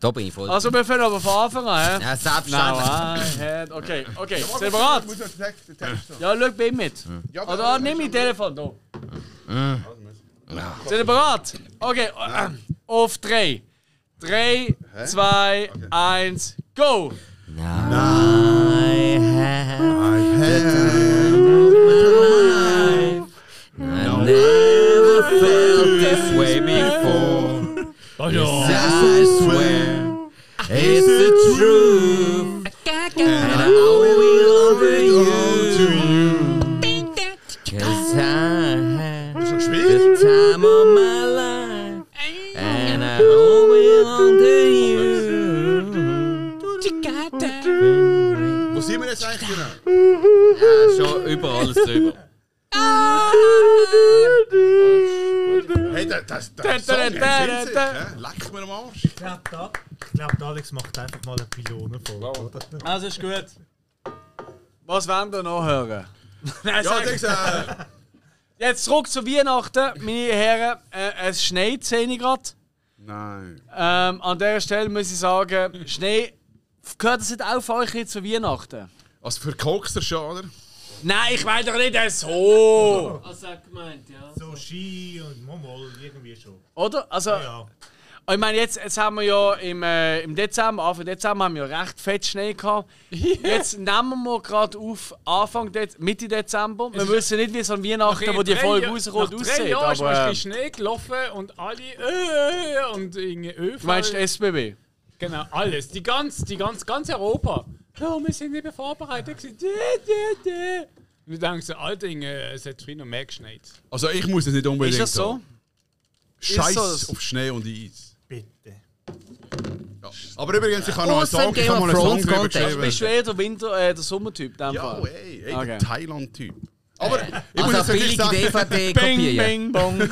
Da bin ich voll.
Also, wir fangen aber von Anfang an. hä?
ja,
Now
selbstverständlich.
I had... Okay, okay. Sind wir bereit?
Muss ich den Text, den Text noch?
Ja, schau bei ihm mit.
Ja, aber-
Oder ah, nimm mein Telefon. Da. Sind ihr bereit? Okay, äh, auf drei. Drei, zwei, eins, go!
I never felt this way before.
Ah,
I swear, it's the truth. And I owe it over you. Cause I had the time of my life. And I owe it under you.
Wo sind wir jetzt eigentlich genau?
Ja, schon über alles drüber.
Hey, das, das,
Da,
das
da,
Song ist
da, da,
winzig,
da.
hä? Leck mir am Arsch.
Ich glaube, glaub, Alex macht einfach mal eine Pylone voll.
Also ist gut. Was wollen wir noch hören?
Ja,
Nein, sag-
denkst äh,
Jetzt zurück zu Weihnachten, meine Herren. Äh, es schneit, sehe ich gerade.
Nein.
Ähm, an dieser Stelle muss ich sagen, Schnee, gehört das nicht auch für euch jetzt zu Weihnachten?
Also für Kokster schon, oder?
Nein, ich meine doch nicht äh,
Oh.
so!
Also er hat gemeint, ja.
So Ski und Momol, irgendwie schon.
Oder? Also,
Ja.
ich meine, jetzt, jetzt haben wir ja im, äh, im Dezember, Anfang Dezember haben wir ja recht fett Schnee gehabt. Jetzt nehmen wir gerade auf Anfang Dez Mitte Dezember. Wir wissen nicht, wie so ein Weihnachten, wo die Folge rauskommt,
aussieht. Drei
aussieht.
Jahre ist
Aber,
man
äh,
durch Schnee gelaufen und alle äh, und irgendwie ÖV.
du meinst SBB?
Genau, alles. Die ganz, die ganz, ganz Europa. Ja, wir sind nicht vorbereitet. gewesen. Dä, dä, dä. Und ich denke so, Alter, Inge, es hat viel noch mehr geschneit.
Also ich muss es nicht unbedingt
Ist das so?
haben. Scheiß
das-
auf Schnee und Eis.
Bitte.
Ja. Aber übrigens, ich habe noch einen
Ausser im
Song, ich
Game
habe
of
mal einen Song
Thrones
drüber
Kontext.
Bist du
geschrieben.
eher der Winter-, äh, der Sommertyp in dem
Ja,
Fall?
ey, ey,
Okay. Äh,
der Thailand-Typ. Aber ich muss
Also
jetzt wirklich
billige
sagen,
DVD
Bing,
kopieren.
bing, bong.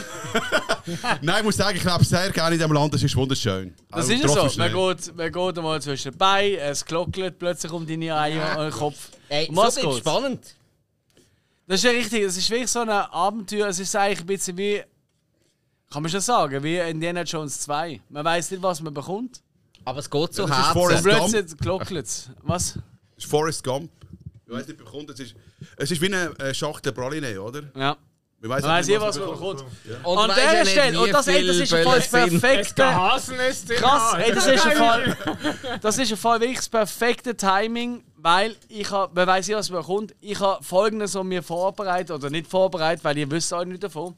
nein, ich muss sagen, ich lebe sehr gerne in diesem Land, das ist wunderschön.
Das
Also,
ist ja
trotzdem
so. Man
Schnee.
geht, man geht einmal zwischen den Beinen, es glockelt plötzlich um deine Eier und den Kopf.
Ey,
Um was
so wird's
geht's?
spannend.
Das ist ja richtig, das ist wirklich so ein Abenteuer. Es ist eigentlich ein bisschen wie, kann man schon sagen, wie Indiana Jones 2. Man weiß nicht, was man bekommt.
Aber es geht zu
das ist dus Forrest-
Herzen.
Plötzlich glockelt es. Was?
Das ist Forrest Gump. Ich weiß nicht, bekommt, es ist, es ist wie eine äh, Schachtel Praline, oder?
Ja. Nou,
Man weiß
Man weiß
nicht,
nicht,
Also,
was man
bekommt.
bekommt.
Und
An
weiss
dieser
ja nicht,
Stelle, und
wie
das, ey, das
viel
ist ein Fall das
Bälle sind.
perfekte.
Hasen ist drin.
Krass, ey, das ist ein Fall. Das ist ein Fall wirklich das perfekte Timing, weil ich habe, man weiß nicht, was man kommt. Ich habe folgendes um mir vorbereitet oder nicht vorbereitet, weil ihr wisst auch nicht davon.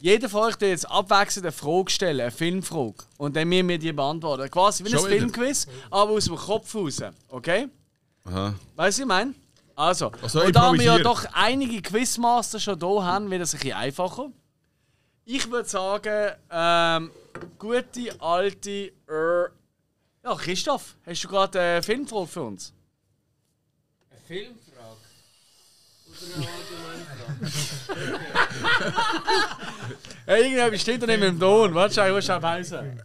Jeder von euch tut jetzt abwechselnd eine Frage stellen, eine Filmfrage. Und dann müssen wir die beantworten. Quasi wie ein
Schon wieder?
Filmquiz, aber aus dem Kopf raus. Okay?
Aha.
Weißt du, was ich meine? Also,
Also,
und da wir ja
improvisieren.
doch einige Quizmaster schon da haben, wird das ein bisschen einfacher. Ich würde sagen, ähm, gute alte. Äh, ja, Christoph, hast du gerade eine Filmfrage für uns?
Eine Filmfrage? Oder eine allgemeine Frage?
Hey, irgendjemand steht da nicht mit dem Ton. Warte, schau, ich muss schnell heißen.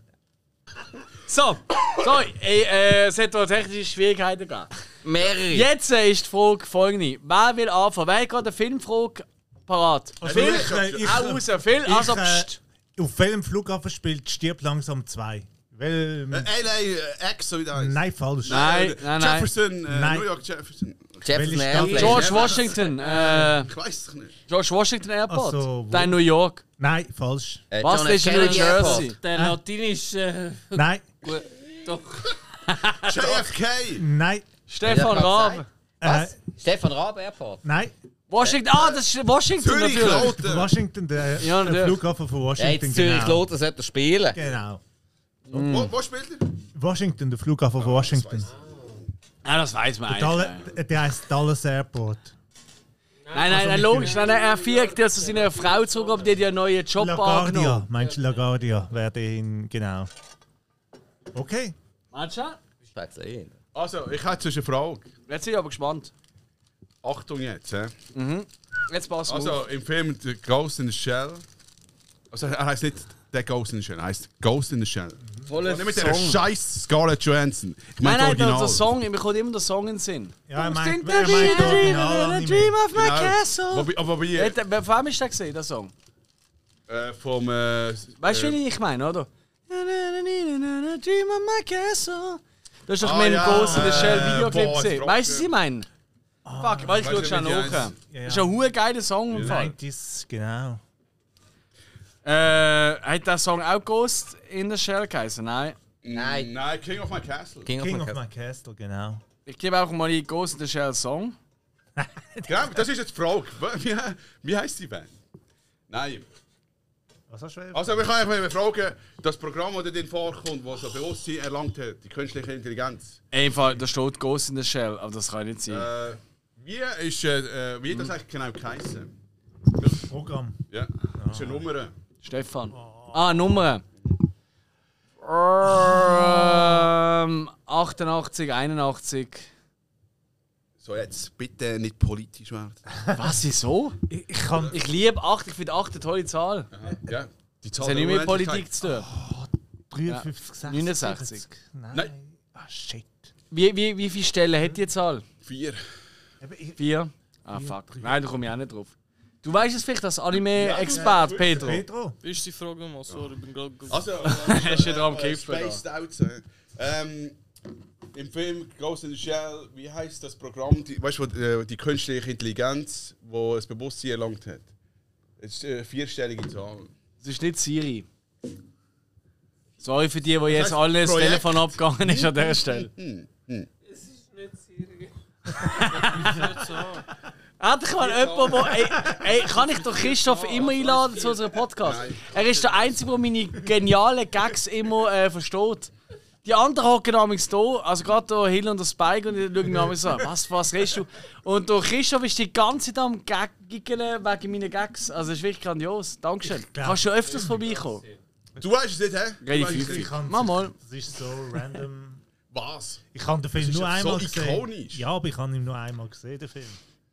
So, so ey, äh, es hat da technische Schwierigkeiten gegeben.
Mehrere.
Jetzt äh, ist die Frage folgende: Wer will anfangen? Wer hat gerade eine Filmfrage parat?
Also
Phil,
ich, äh, ich,
auch
äh,
raus, Phil, also
ich, äh,
pst.
Auf welchem Flughafen spielt Stirb langsam 2? Welchem?
Äh, Ey, nein, äh, X, so wie der heißt.
nein, falsch.
Nein, nein, nein.
Jefferson, äh,
Nein.
New York Jefferson.
Jefferson
Welche
Airplane.
Stadt?
George Washington, äh,
Ich weiß es nicht.
George Washington Airport.
Ach so, Also, wo-
Dein New York.
Nein, falsch. Äh,
Äh,
Was,
John
das ist in
F.
New
Kennedy Airport.
Jersey.
Der
äh,
latinische.
Nein,
Gut, doch.
JFK!
nein,
Stefan
Ja,
Raab.
äh,
Stefan Raab Airport.
nein.
Washington, ah, das ist Washington
Zürich,
natürlich.
Kloten!
Washington, der, der
Ja, natürlich.
Flughafen von
Ja,
Washington.
jetzt Zürich
genau.
Lothar sollte er spielen.
genau.
Wo, wo spielt er? Ah,
Washington, der Flughafen von Washington.
Ah, das weiß man eigentlich.
Dalle, der heisst Dallas Airport.
Nein, also, nein, nein, logisch. Nein, nein, er fiegt ja zu seiner Frau zurück, aber die hat ja einen neuen Job angenommen.
LaGuardia, meinst du LaGuardia? Wer den, genau. Okay.
Matcha?
Spätzle.
Also, ich hätte sonst eine Frage.
Jetzt bin ich aber gespannt.
Achtung jetzt. hä?
Mhm.
Jetzt passt es
Also, im Film The Ghost in the Shell. Also, er heißt nicht der Ghost in the Shell, er heißt Ghost in the Shell. Oh,
Voller
Nicht mit der scheiß Scarlett Johansson. Ich meine
Nein,
genau. das
nein, der,
Original.
der Song, mir kommt immer der Song in den Sinn.
Ja, er
Who's
meint-
in the
er meint
dream,
das
dream,
Original,
dream, dream of my
Genau.
castle.
Wobei- Aber wie?
Hey, der- Wer von wem ist der gesehen, der Song?
Äh, vom. Äh,
Weißt du,
äh,
wie ich meine, oder? Na, na, na, na, na, na, Dream of my castle. Du hast doch
Ah,
mit dem
ja,
Ghost in the
äh,
Shell Videoclip
boah,
gesehen.
Brocken.
Weißt du, was ich meine? Fuck, weil ich
weißt du,
schaue schon
wie die
nach. Das
heisst?
Ja, ja.
ist ein hoher geiler Song im Fall.
90s, genau.
Äh, hat der Song auch Ghost in the Shell geheißen? Nein.
Nein.
Nein, King of My Castle.
King,
King of
Castle.
my Castle, genau.
Ich gebe auch mal die Ghost in the Shell Song.
Genau, das ist jetzt die Frage. Wie, wie- wie heißt die Band? Nein.
Was hast du eben?
Also, wir können einfach mal fragen, das Programm, das dort vorkommt, das so Bewusstsein erlangt hat, die künstliche Intelligenz.
Ey, im Fall, da steht Ghost in the Shell, aber das kann nicht sein.
Äh, wie ist äh, äh, wie
Mhm.
hat das eigentlich genau geheißen?
Programm.
Ja, das ist eine Nummer.
Stefan. Ah, Nummer. Ähm, 88, 81.
So, jetzt bitte nicht politisch werden.
Was, wieso?
Ich, ich kann.
Ich liebe 8, ich finde 8 eine tolle Zahl.
Ja, die
Das
Zahl
hat
der
nicht mit
Unendlichkeit.
Politik zu tun.
53,
69.
70. Ah, Nein.
Nein.
Ah, shit.
Wie, wie, wie viele Stellen hat die Zahl?
Vier.
Eben, ich,
Vier? Ah, fuck. Nein, da komme ich auch nicht drauf. Du weißt es vielleicht als Anime-Expert, Eh, Pedro.
Pedro.
Wie ist die Frage nochmal? Sorry, ich bin gerade.
Also, äh,
Hast du dran am Kippen da?
Spaced Out. äh. Ähm, Im Film Ghost in the Shell, wie heißt das Programm, die, weißt du, wo die, äh, die künstliche Intelligenz, die das Bewusstsein erlangt hat? Es ist eine vierstellige Zahl.
Es ist nicht Siri. Sorry für die, wo jetzt
heißt
alle das
Projekt.
Telefon abgegangen ist an der Stelle. Hat ich mal jemanden, wo, ey, ey, kann ich doch Christoph immer einladen zu unserem Podcast? Er ist der Einzige, der meine genialen Gags immer äh, versteht. Die anderen hocken damals hier, also gerade der Hill und der Spike, und die schauen mir damals an, was, was redest du? Und der Christoph ist die ganze Zeit am Gaggeln wegen meiner Gags. Also, das ist wirklich grandios. Dankeschön.
glaub-
Kannst du öfters vorbeikommen?
Du weißt es nicht, hä? Du
Rede
weißt es
viel.
nicht.
kann
Mach mal.
Das ist so random.
Was?
Ich habe den Film
ist
nur
ja so
einmal gesehen.
ikonisch.
Ja, aber ich habe ihn nur einmal gesehen, den Film.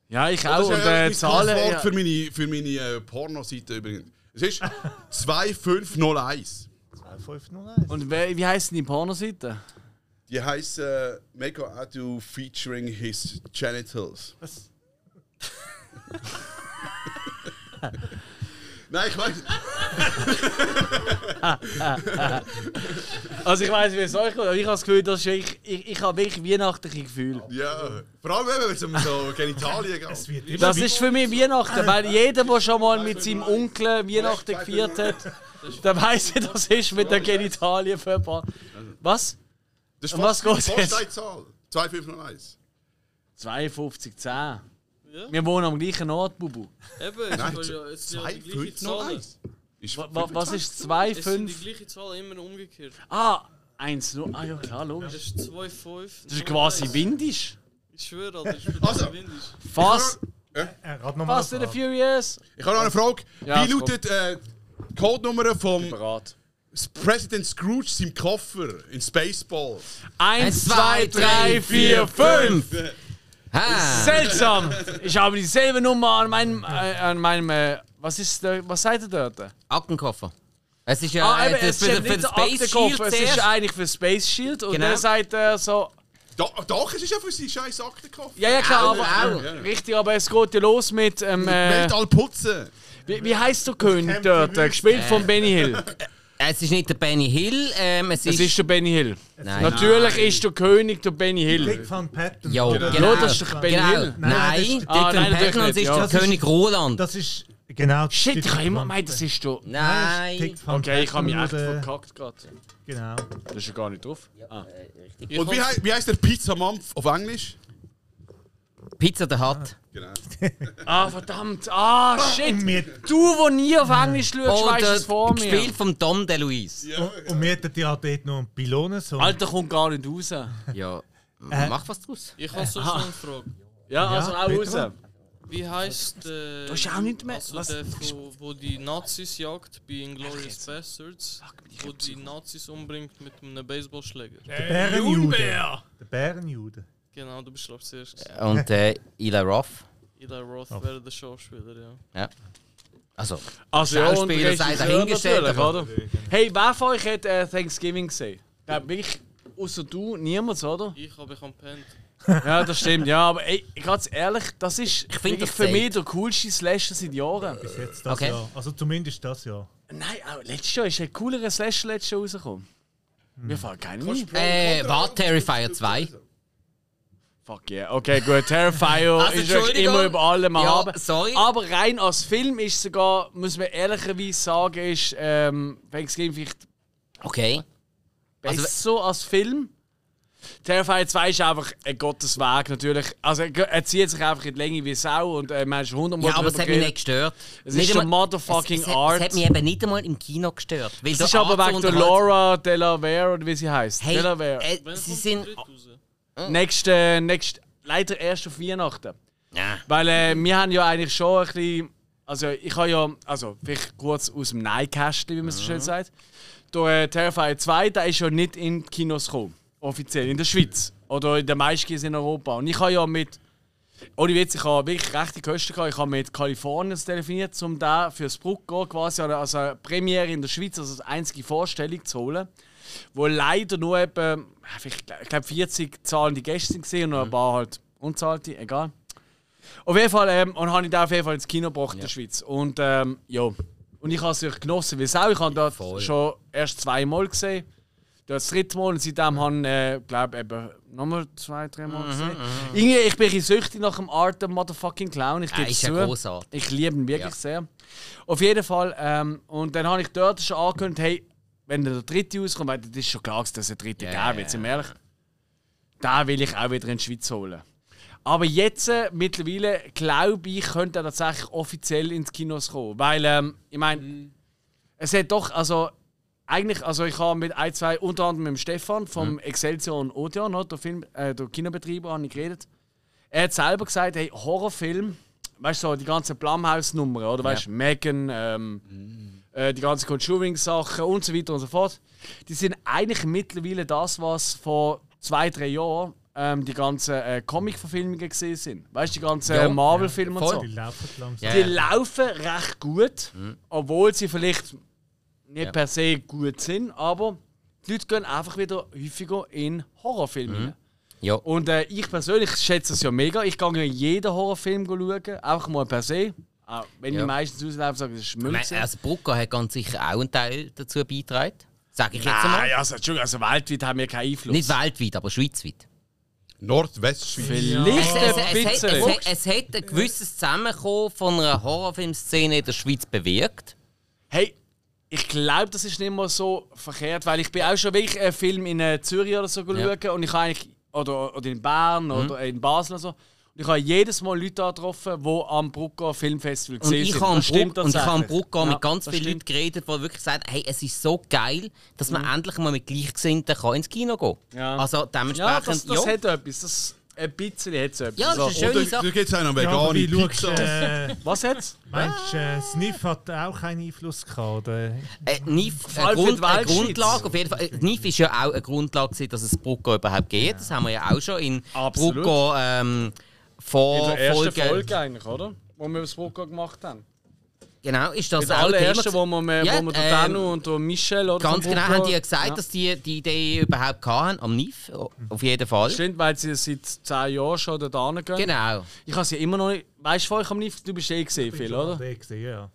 Ja, ich
Das
auch.
ist
Und
ja
äh,
mein
Zahlen.
Passwort
Ja.
für meine, für meine äh, Pornoseite übrigens. Es ist 2501.
501.
Und wer, wie heißen die Pornoseiten?
Die heisst äh, Meko Adu featuring his genitals.
Was?
Nein, ich weiß.
Also ich weiß, wie es euch geht, aber ich habe das Gefühl, das ist wirklich, ich, ich habe wirklich weihnachtliche Gefühle.
Ja. Vor allem, wenn es um so Genitalien geht.
Es wird immer
Das ist für mich Weihnachten, weil jeder, der schon mal mit seinem Onkel Weihnachten gefeiert hat, der weiß, wie das ist mit den Genitalien für ein paar. Was?
Das ist
Um was
fast,
geht's
fast
jetzt?
eine Zahl. 2501.
52, 10. Wir wohnen am gleichen Ort, Bubu.
Eben, es
Nein,
ist ja- es sind ja die gleiche Zahl.
2501. Ist
Wa- wa- Was ist
Es sind die
2,5?
gleiche Zahl immer umgekehrt.
Ah, 1, 0. Ah ja, klar,
Das
logisch.
ist 2,5.
Das ist quasi windisch.
Ich schwöre, Alter, ich bin
Also.
also. windisch.
Fast,
Er hat nochmal.
fast in the Furious.
Ich habe noch eine Frage.
Ja,
Wie lautet äh, die Codenummer vom
Parat.
President Scrooge seinem Koffer in Spaceballs?
1, 2, 3, 4, 5.
Ha!
Seltsam! Ich habe dieselbe Nummer an meinem. Äh, an meinem äh, was ist der, Was seid ihr dort?
Aktenkoffer. Es ist ja
Ah,
äh,
eben,
das
es
für,
ist
für
nicht
den
der
Space Shield
Aktenkoffer, es ist
zuerst.
eigentlich für Space Shield. Und
Genau.
dann sagt er so.
Doch, doch, es ist ja für seinen scheiß Aktenkoffer.
Ja, ja, klar,
Au,
aber.
au.
Ja. Richtig, aber es geht ja los mit. Ähm, äh,
Weltall putzen.
wie, wie heißt der König dort? Äh, Gespielt von Benny Hill.
Äh, Es ist nicht der Benny Hill, ähm, es
Es
ist...
ist der Benny Hill.
nein.
Natürlich ist der König der Benny
Dick
Hill.
Van Patten.
Jo,
Oder-
genau.
Ja, das ist doch Ben
genau.
Hill.
Nein,
Nein, das
Dick
ist-
Ah,
van
nein, natürlich
Patten und es
nicht,
ist
ja.
der
Das
ist-
König Roland.
Das ist. Genau.
Shit, ich habe immer
Nein,
gemeint, das ist der.
das ist
Nein.
Dick Van
Okay, ich habe mich echt
Patten, oder-
verkackt gerade.
Genau.
Das ist ja gar nicht drauf. Ah.
Und wie, hei- wie heißt der Pizzamampf auf Englisch?
Pizza der Hut.
Genau.
Ah, verdammt. Ah, shit.
Und wir,
Du, wo nie auf Englisch schaust,
Und
weißt es vor
äh,
mir.
gespielt vom Dom DeLuise.
und wir hatten ja dort noch einen Pylonen. So
Alter, kommt gar nicht raus.
Ja.
Äh.
Mach was draus.
Ich habe so schon eine Frage.
Ja, also
Ja,
auch
bitte.
raus.
Wie heißt äh,
hast auch nicht mehr-
Also
was?
der, wo, wo die Nazis jagt bei Inglourious Bastards, wo die Nazis umbringt mit einem Baseballschläger.
Der Bärenjude. Der Bärenjude.
Genau, du bist glaub ich zuerst.
Und äh, Eli Roth.
Eli Roth wäre der Schauspieler, ja.
Also,
Also ja, und
Schauspieler sei
Regisseur
dahingestellt,
natürlich,
aber-
oder? Hey, wer von euch hat äh, Thanksgiving gesehen? Ja, wirklich, außer du, niemand, oder?
Ich habe ich am Pent.
Ja, das stimmt, ja, aber ey, ganz ehrlich, das ist
Ich find
wirklich
das
für
safe.
mich der coolste Slasher seit Jahren.
Bis jetzt das
Okay.
Jahr. Also zumindest das Jahr.
Nein, auch letztes Jahr ist ein coolerer Slasher letztes Jahr rausgekommen.
Hm.
Mir fällt keiner ein.
äh, war Terrifier 2.
Fuck yeah, okay, gut. Terrifier
Also,
ist wirklich
Entschuldigung.
immer über allem
Ja,
haben.
sorry.
Aber rein als Film ist sogar, muss man ehrlicherweise sagen, ist ähm, Thanksgiving vielleicht
Okay. Also,
besser als Film. Terrifier 2 ist einfach ein Gottesweg natürlich. Also er, ge- er zieht sich einfach in die Länge wie Sau und äh, man ist 100 Mal
Ja, aber es
drüber
hat mich
geredet.
nicht gestört.
Es
Nicht
ist der
einmal-
motherfucking
es, es, hat-
Art.
Es hat mich eben nicht einmal im Kino gestört. Weil
Das ist aber wegen der Laura Delaware oder wie sie heißt.
Hey,
Delaware.
äh, sie sind...
raus?
Nächste, nächste, leider erst auf Weihnachten.
Ja.
Weil äh, wir haben ja eigentlich schon ein bisschen. Also, ich habe ja. Also, vielleicht kurz aus dem Nein-Kästchen, wie man so schön sagt. Der äh, Terrifier 2, der ist ja nicht in die Kinos gekommen. Offiziell. In der Schweiz. Oder in den meisten Kinos in Europa. Und ich habe ja mit. Ohne Witz, ich habe wirklich rechte Kosten gehabt. Ich habe mit Kalifornien telefoniert, um da fürs Bruckgau quasi an- also eine Premiere in der Schweiz, also eine einzige Vorstellung zu holen wo leider nur eben, ich glaube 40 zahlende Gäste waren und noch ein paar halt unzahlte, egal. Auf jeden Fall, ähm, und habe ich da auf jeden Fall ins Kino gebracht in der Schweiz. Und ähm, ja, und ich habe es natürlich genossen, weil auch, ich habe das
voll.
schon erst zweimal gesehen. Dort Das dritte Mal und seitdem haben, äh, glaube eben nochmal zwei, drei
Mhm,
Mal gesehen. Irgendwie, ich bin ein bisschen süchtig nach dem Art der Motherfucking Clown. Ich
Er
gebe es
ist ja
zu.
großartig.
Ich liebe ihn wirklich
Ja.
sehr. Auf jeden Fall. Ähm, und dann habe ich dort schon angekündigt, hey, wenn der dritte rauskommt, weil das ist schon klar, dass es einen dritten
Ja,
yeah,
ja,
geben wird, sind wir ehrlich. Den will ich auch wieder in die Schweiz holen. Aber jetzt, äh, mittlerweile, glaube ich, könnte er tatsächlich offiziell ins Kinos kommen. Weil, ähm, ich meine, es hat doch, also, eigentlich, also ich habe mit ein, zwei, unter anderem mit dem Stefan vom
Mhm.
Excelsior und Odeon, oder, der, Film, äh, der Kinobetreiber, habe ich geredet. Er hat selber gesagt, hey, Horrorfilm, weißt du, so die ganzen Blumhouse-Nummern, oder weißt du, Megan, ähm,
Mhm.
äh, die ganzen Conjuring-Sachen und so weiter und so fort, die sind eigentlich mittlerweile das, was vor zwei, drei Jahren ähm, die ganzen äh, Comic-Verfilmungen gesehen sind. Weißt du, die ganzen
Ja.
Marvel-Filme und
Voll.
so.
Die laufen langsam.
Ja,
Die
ja.
laufen recht gut, obwohl sie vielleicht nicht
Ja.
per se gut sind, aber die Leute gehen einfach wieder häufiger in Horrorfilme rein.
Mhm. Ja.
Und äh, ich persönlich schätze es ja mega. Ich gehe ja jeden Horrorfilm schauen, einfach mal per se. Auch wenn
Ja.
ich meistens auslaufe, sage ich, das ist Müll.
Ich meine,
gewesen.
Also Brucker hat ganz sicher auch einen Teil dazu beigetragen. Sag ich jetzt mal.
Nein, also, Entschuldigung, also weltweit haben wir keinen Einfluss.
Nicht weltweit, aber schweizweit.
Nordwestschweiz.
Vielleicht
Es,
ein
es, es,
bisschen.
hat, es, hat, es hat ein gewisses Zusammenkommen von einer Horrorfilmszene in der Schweiz bewirkt.
Hey, ich glaube, das ist nicht mehr so verkehrt, weil ich bin auch schon wirklich einen Film in äh, Zürich oder so
Ja. Mhm.
geschaut und ich habe eigentlich, oder, oder in Bern oder in Basel und so. Und ich habe jedes Mal Leute angetroffen, die am Brucker Filmfestival
Und
gesehen
ich
sind.
habe am
Das stimmt
Bruck- und ich habe am
tatsächlich.
Bruck auch
Ja,
mit ganz
das
vielen Leuten
stimmt. Mhm.
geredet, die wirklich sagen, hey, es ist so geil, dass man endlich mal mit Gleichgesinnten kann ins Kino gehen kann.
Ja.
Also
Ja,
dementsprechend,
das, das hat etwas. Das, ein bisschen hat es etwas.
Ja, das ist
So.
schön.
Und
Schöne
da,
Sache.
da gibt es auch noch
Ja, aber
vegane
wie schaust
Pizza.
äh,
Was jetzt?
Meinst du, äh, Sniff hat auch keinen Einfluss gehabt? Oder?
Äh, NIF, eine,
allem für die
Grund, eine
Weltschweiz.
Grundlage, auf jeden Fall. Äh, NIF ist ja auch eine Grundlage, gewesen, dass es Brucko überhaupt geht. Das haben wir ja auch schon in
Absolut.
Brucko ähm,
In
vor
der ersten
Folge.
Folge, eigentlich, oder? Wo wir das Brucker gemacht haben.
Genau, ist das
Das
auch Thema
allererste,
gewesen.
wo wir, mit-
Ja,
wo wir den
ähm,
Danu und den Michel oder
Ganz
vom
genau
Brucker-
haben die ja gesagt,
Ja.
dass die die Idee überhaupt hatten, am NIF, o- auf jeden Fall.
Stimmt, weil sie seit 10 Jahren schon da hingehen.
Genau.
Ich habe sie immer noch nicht. Weißt du, vorher am liebsten, du bist eh gesehen, viel, oder?
Ja, gesehen, ja.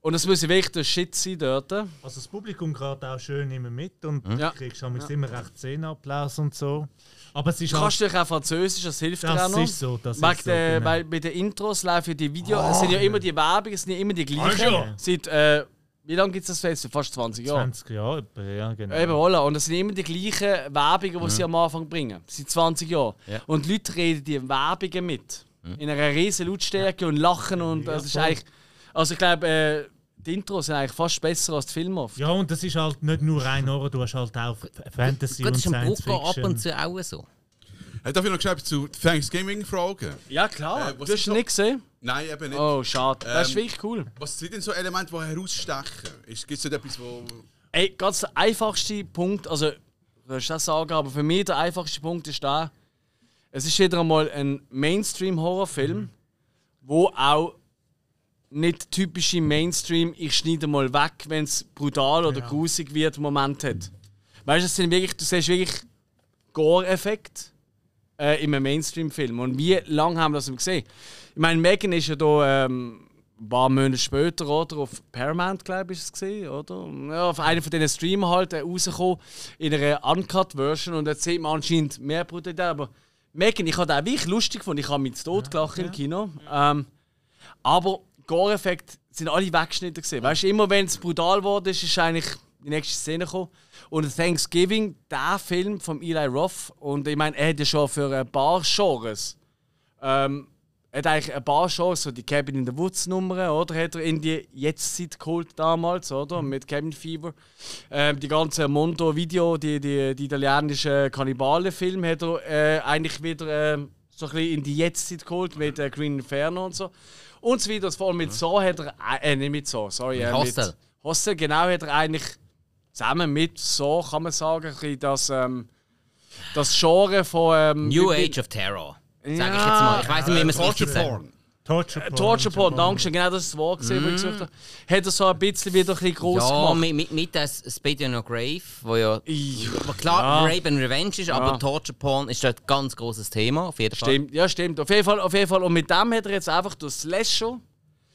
Und es muss wirklich der Shit sein dort.
Also das Publikum gerade auch schön immer mit und du
Ja.
kriegst ja. immer recht Szenenapplaus und so. Aber es ist halt
Du kannst natürlich auch Französisch, das hilft dir auch
Das
noch.
ist so, das
Wegen
ist so,
der,
genau.
Weil bei den Intros laufen ja die Videos, es sind ja immer die Werbungen, es sind ja immer die gleichen.
Ah, ja.
Seit, äh, wie lange gibt es das Fest? Fast 20 Jahre.
20 Jahre, etwa, ja genau.
Eben, voilà. Und es sind immer die gleichen Werbungen, die sie am Anfang bringen. Seit 20 Jahren.
Ja.
Und die Leute reden die Werbungen mit. In einer riesen Lautstärke und lachen. Und das ist
voll.
eigentlich. Also, ich glaube, äh, die Intros sind eigentlich fast besser als die Filme oft.
Ja, und das ist halt nicht nur rein Horror, du hast halt auch F- Fantasy
Gut,
und
das ist im
Science
Brucko ab
Fiction.
und zu auch so.
Hey, darf ich noch schnell zu Thanksgiving fragen?
Ja, klar.
Äh, was
du hast
ist
ihn
noch-
nicht gesehen?
Nein, eben nicht.
Oh, schade. das ist
Ähm,
wirklich cool.
Was sind denn so Elemente, die herausstechen? Gibt es etwas, wo...
Ey, ganz der einfachste Punkt, also, du kannst das sagen, aber für mich der einfachste Punkt ist der, es ist wieder einmal ein Mainstream-Horrorfilm,
Mhm.
wo auch nicht typische Mainstream, ich schneide mal weg, wenn es brutal oder grusig wird, Moment hat. Weißt du, es sind wirklich, du siehst wirklich Gore-Effekt äh, in einem Mainstream-Film. Und wie lange haben wir das gesehen? Ich meine, Megan ist ja da ähm, ein paar Monate später, oder? Auf Paramount, glaube ich, ist es gesehen, oder? Ja, auf einem von diesen Streamen halt äh, rausgekommen in einer Uncut-Version. Und jetzt sieht man anscheinend mehr Brutalität. Aber Megan, ich habe den auch wirklich lustig gefunden. Ich habe mich zu Tod gelacht im Kino. Ähm, aber Gore-Effekt sind alle weggeschnitten gesehen. Weißt du, immer wenn es brutal wurde, ist, ist eigentlich die nächste Szene gekommen. Und Thanksgiving, der Film von Eli Roth, und ich meine, er hat ja schon für ein paar Genres, ähm, er hat eigentlich ein paar Genres, so die Cabin in the Woods Nummern, oder? Hat er in die Jetztzeit geholt damals, oder?
Mhm.
Mit Cabin Fever. Ähm, die ganzen Mondo-Video, die, die, die italienischen Kannibalen-Filme, hat er äh, eigentlich wieder ähm, so ein bisschen in die Jetztzeit geholt mit äh, Green Inferno und so. Und so weiter. Vor allem mit So hat er, äh, nicht mit So, sorry. Äh,
Mhm. Hostel.
Mit Hostel, genau, hat er eigentlich zusammen mit So, kann man sagen, ein bisschen das, ähm, das Genre von. Ähm,
New
wie- wie-
Age of Terror. Sag ich jetzt
Ja.
mal. Ich weiß nicht, wie man es richtig sagt.
Porn.
Torture
Äh,
Porn.
Torture Porn, Dankeschön, genau das ist das Wort, gewesen, das ich gesucht habe. Hat er so ein bisschen wieder ein bisschen gross
Ja,
gemacht.
mit, mit, mit das Spade on a Grave, wo ja
Ich-
wo klar
Ja.
Rape and Revenge ist,
Ja.
aber Torture Porn ist dort ein ganz großes Thema, auf jeden Fall.
Stimmt, ja, stimmt. Auf jeden, Fall, auf jeden Fall. Und mit dem hat er jetzt einfach durch Slasher,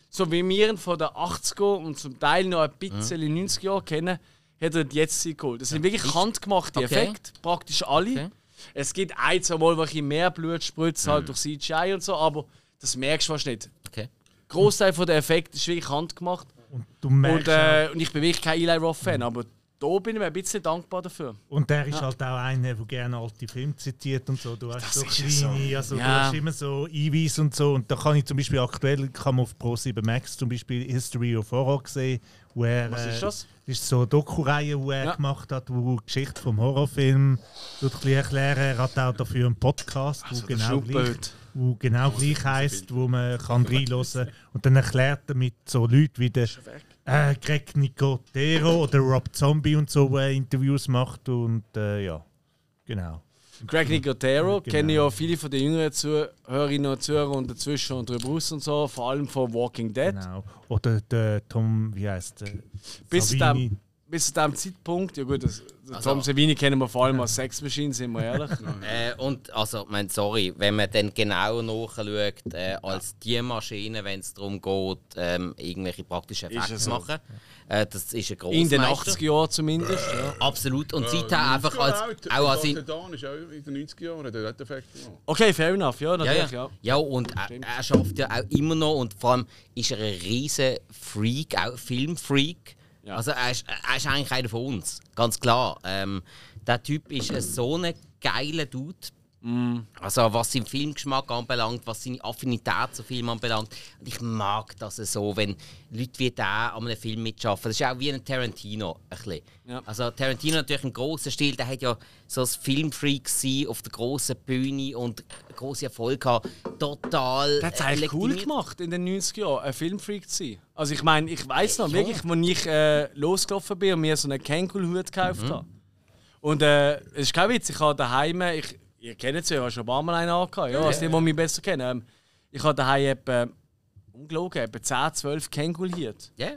so wie wir ihn von den 80er und zum Teil noch ein bisschen in 90er Jahren kennen, hat er die jetzt geholt. Das sind wirklich handgemachte
Okay.
Effekte, praktisch alle.
Okay. Mhm.
Es gibt ein, zwei Mal, wo ein bisschen mehr Blut spritzt, halt durch CGI und so, aber das merkst du fast nicht.
Okay.
Großteil von der Effekte ist wirklich handgemacht.
Und du merkst
Und, äh, und ich bin wirklich kein Eli Roth-Fan, aber da bin ich mir ein bisschen dankbar dafür.
Und der ist halt auch einer, der gerne alte Filme zitiert und so. Du hast so
ist ja
kleine, also du
Ja.
hast immer so Einweis und so. Und da kann ich zum Beispiel aktuell, kann man auf Pro7 Max zum Beispiel History of Horror sehen. Wo er,
Was ist das?
Äh, das ist so eine Doku-Reihe, die er
Ja.
gemacht hat, wo die Geschichte vom Horrorfilm tut ein bisschen erklären. Er hat auch dafür einen Podcast,
Also
wo genau
super
gleich,
heute.
wo genau gleich heisst, wo man kann reinhören kann. Und dann erklärt er mit so Leuten wie der äh, Greg Nicotero oder Rob Zombie und so, wo er Interviews macht und äh, ja, genau.
Greg
Genau.
Nicotero kennen ja viele von den jüngeren Zuhörerinnen und Zuhörern und dazwischen und drüber raus und so, vor allem von Walking Dead.
genau. Oder der Tom, wie heißt der?
Bis, zu
Savini.
dem, bis zu dem Zeitpunkt, ja gut, das, das
Also-
Tom Savini kennen wir vor allem als Sex Machine, sind wir ehrlich.
Äh, und also, ich mein, sorry, wenn man dann genau nachschaut, äh, als die Maschine, wenn es darum geht, ähm, irgendwelche praktischen Effekte zu machen, äh, das ist ein großes
In den 80er Jahren zumindest. Ja.
Absolut. Und seither einfach als, auch als in,
Äh, Dan ist auch in den 90er Jahren, der hat Effekt gemacht.
Okay, fair enough, ja, natürlich, ja.
ja. ja, und er, er schafft ja auch immer noch und vor allem ist er ein riesen Freak, auch Filmfreak.
Ja.
Also er ist, er ist eigentlich einer von uns, ganz klar. Ähm, der Typ ist ein so ein geiler Dude. Also was seinen Filmgeschmack anbelangt, was seine Affinität zu Film anbelangt. Und ich mag das so, wenn Leute wie der an einem Film mitschaffen. Das ist auch wie ein Tarantino. Ein bisschen.
Ja.
Also Tarantino natürlich im grossen Stil, der hat ja so als Filmfreak sein auf der grossen Bühne und grossen Erfolg gehabt. Total.
Das hat es
äh,
eigentlich cool
legitimiert.
gemacht, in den 90er Jahren ein Filmfreak zu sein. Also ich meine, ich weiß noch wirklich, als ich äh, losgelaufen bin und mir so einen Känguru-Hut
Mhm.
gekauft habe. Und äh, es ist kein Witz, ich habe daheim, ich, ihr kennt es ja, ich habe schon ein paar Mal einen angehabt, ja, also die, die mich besser kennen. Ähm, ich habe daheim etwa, ungelogen, etwa 10, 12 Känguru-Hüte.
Ja.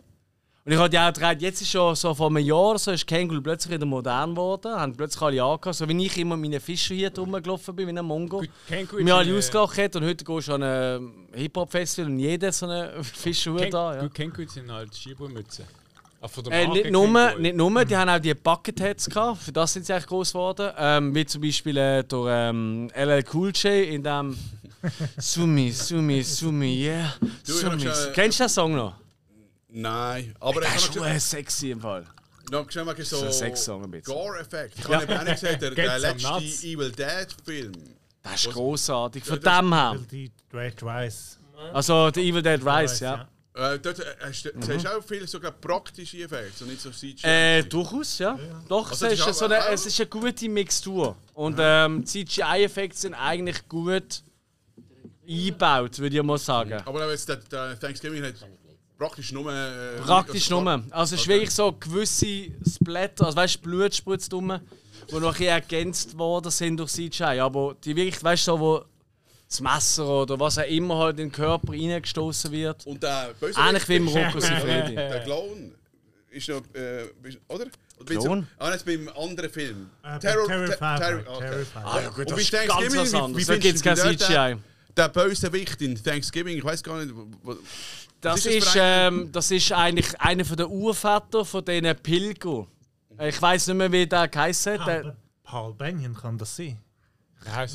Und ich habe ja auch gedacht, jetzt ist schon so vor einem Jahr oder so, ist Känguru plötzlich wieder modern geworden, haben plötzlich alle angehabt, so wie ich immer mit meinen Fischen hier rumgelaufen bin, wie ein Mongo.
Känguru
Und mir alle
eine-
ausgelacht hat und heute gehst du an ein Hip-Hop-Festival und jeder hat so einen Fischschuh
Käng-
da. Ja.
Gut, Kängurus sind halt Skibomützen. Ah, von der
Äh,
Marke
nicht, nur,
Känguru.
nicht nur, die haben auch die Bucketheads gehabt, für das sind sie eigentlich groß geworden. Ähm, wie zum Beispiel äh, durch ähm, LL Cool J in dem Sumi, Sumi, Sumi, yeah.
Du, ich hab
Sumi.
schon-
Kennst du den Song noch?
Nein, aber
Der ist
ich habe
schon sexy im Fall.
noch gesehen, wegen so
ein Sexsong ein bisschen.
Gore-Effekt. Ich habe eben auch nicht gesagt, der, der
Geht's am
letzte
Nuts?
Evil Dead-Film.
Das ist großartig, von
das-
dem her.
Die Dread Rice.
Also der Evil Dead Rise,
Rice,
ja. Mhm.
ja.
Äh, dort äh, hast du siehst du auch viele sogar praktische Effekte und nicht so CGI.
Äh, durchaus, ja. Doch,
Also,
es,
das
ist
ist
so
aber
eine,
auch-
es ist eine gute Mixtur. Und ähm, die CGI-Effekte sind eigentlich gut eingebaut, würde ich mal sagen.
Aber auch jetzt, der, der eh, Thanksgiving hat praktisch nur. Äh,
Praktisch
also-
nur. Also es ist wirklich so gewisse Splatter, also weißt du, Blut spritzt rum, die noch ein bisschen ergänzt worden sind durch CGI. Aber die wirklich, weißt du, so, wo das Messer oder was auch immer halt in den Körper reingestoßen wird.
Und der Bösewicht.
Ähnlich wie im Rocco Siffredi.
Der Clown ist noch. Äh, bist- oder?
Clown?
Ah, jetzt beim anderen Film.
Äh,
Terror-
Terrifier.
Ter- Terror- okay.
Terrifier.
Ah ja gut,
Und wie denkst du, Emily, wie- wie
Da gibt es
findest du
kein
denn dort
CGI.
Der Bösewicht in Thanksgiving, ich weiß gar nicht. wo- wo-
Das
Was ist das
ist,
für
ähm, das ist eigentlich einer von der Urväter von diesen Pilger. Ich weiß nicht mehr, wie der geheißen hat. Der-
Aber Paul Benyon kann das sein.
Nein,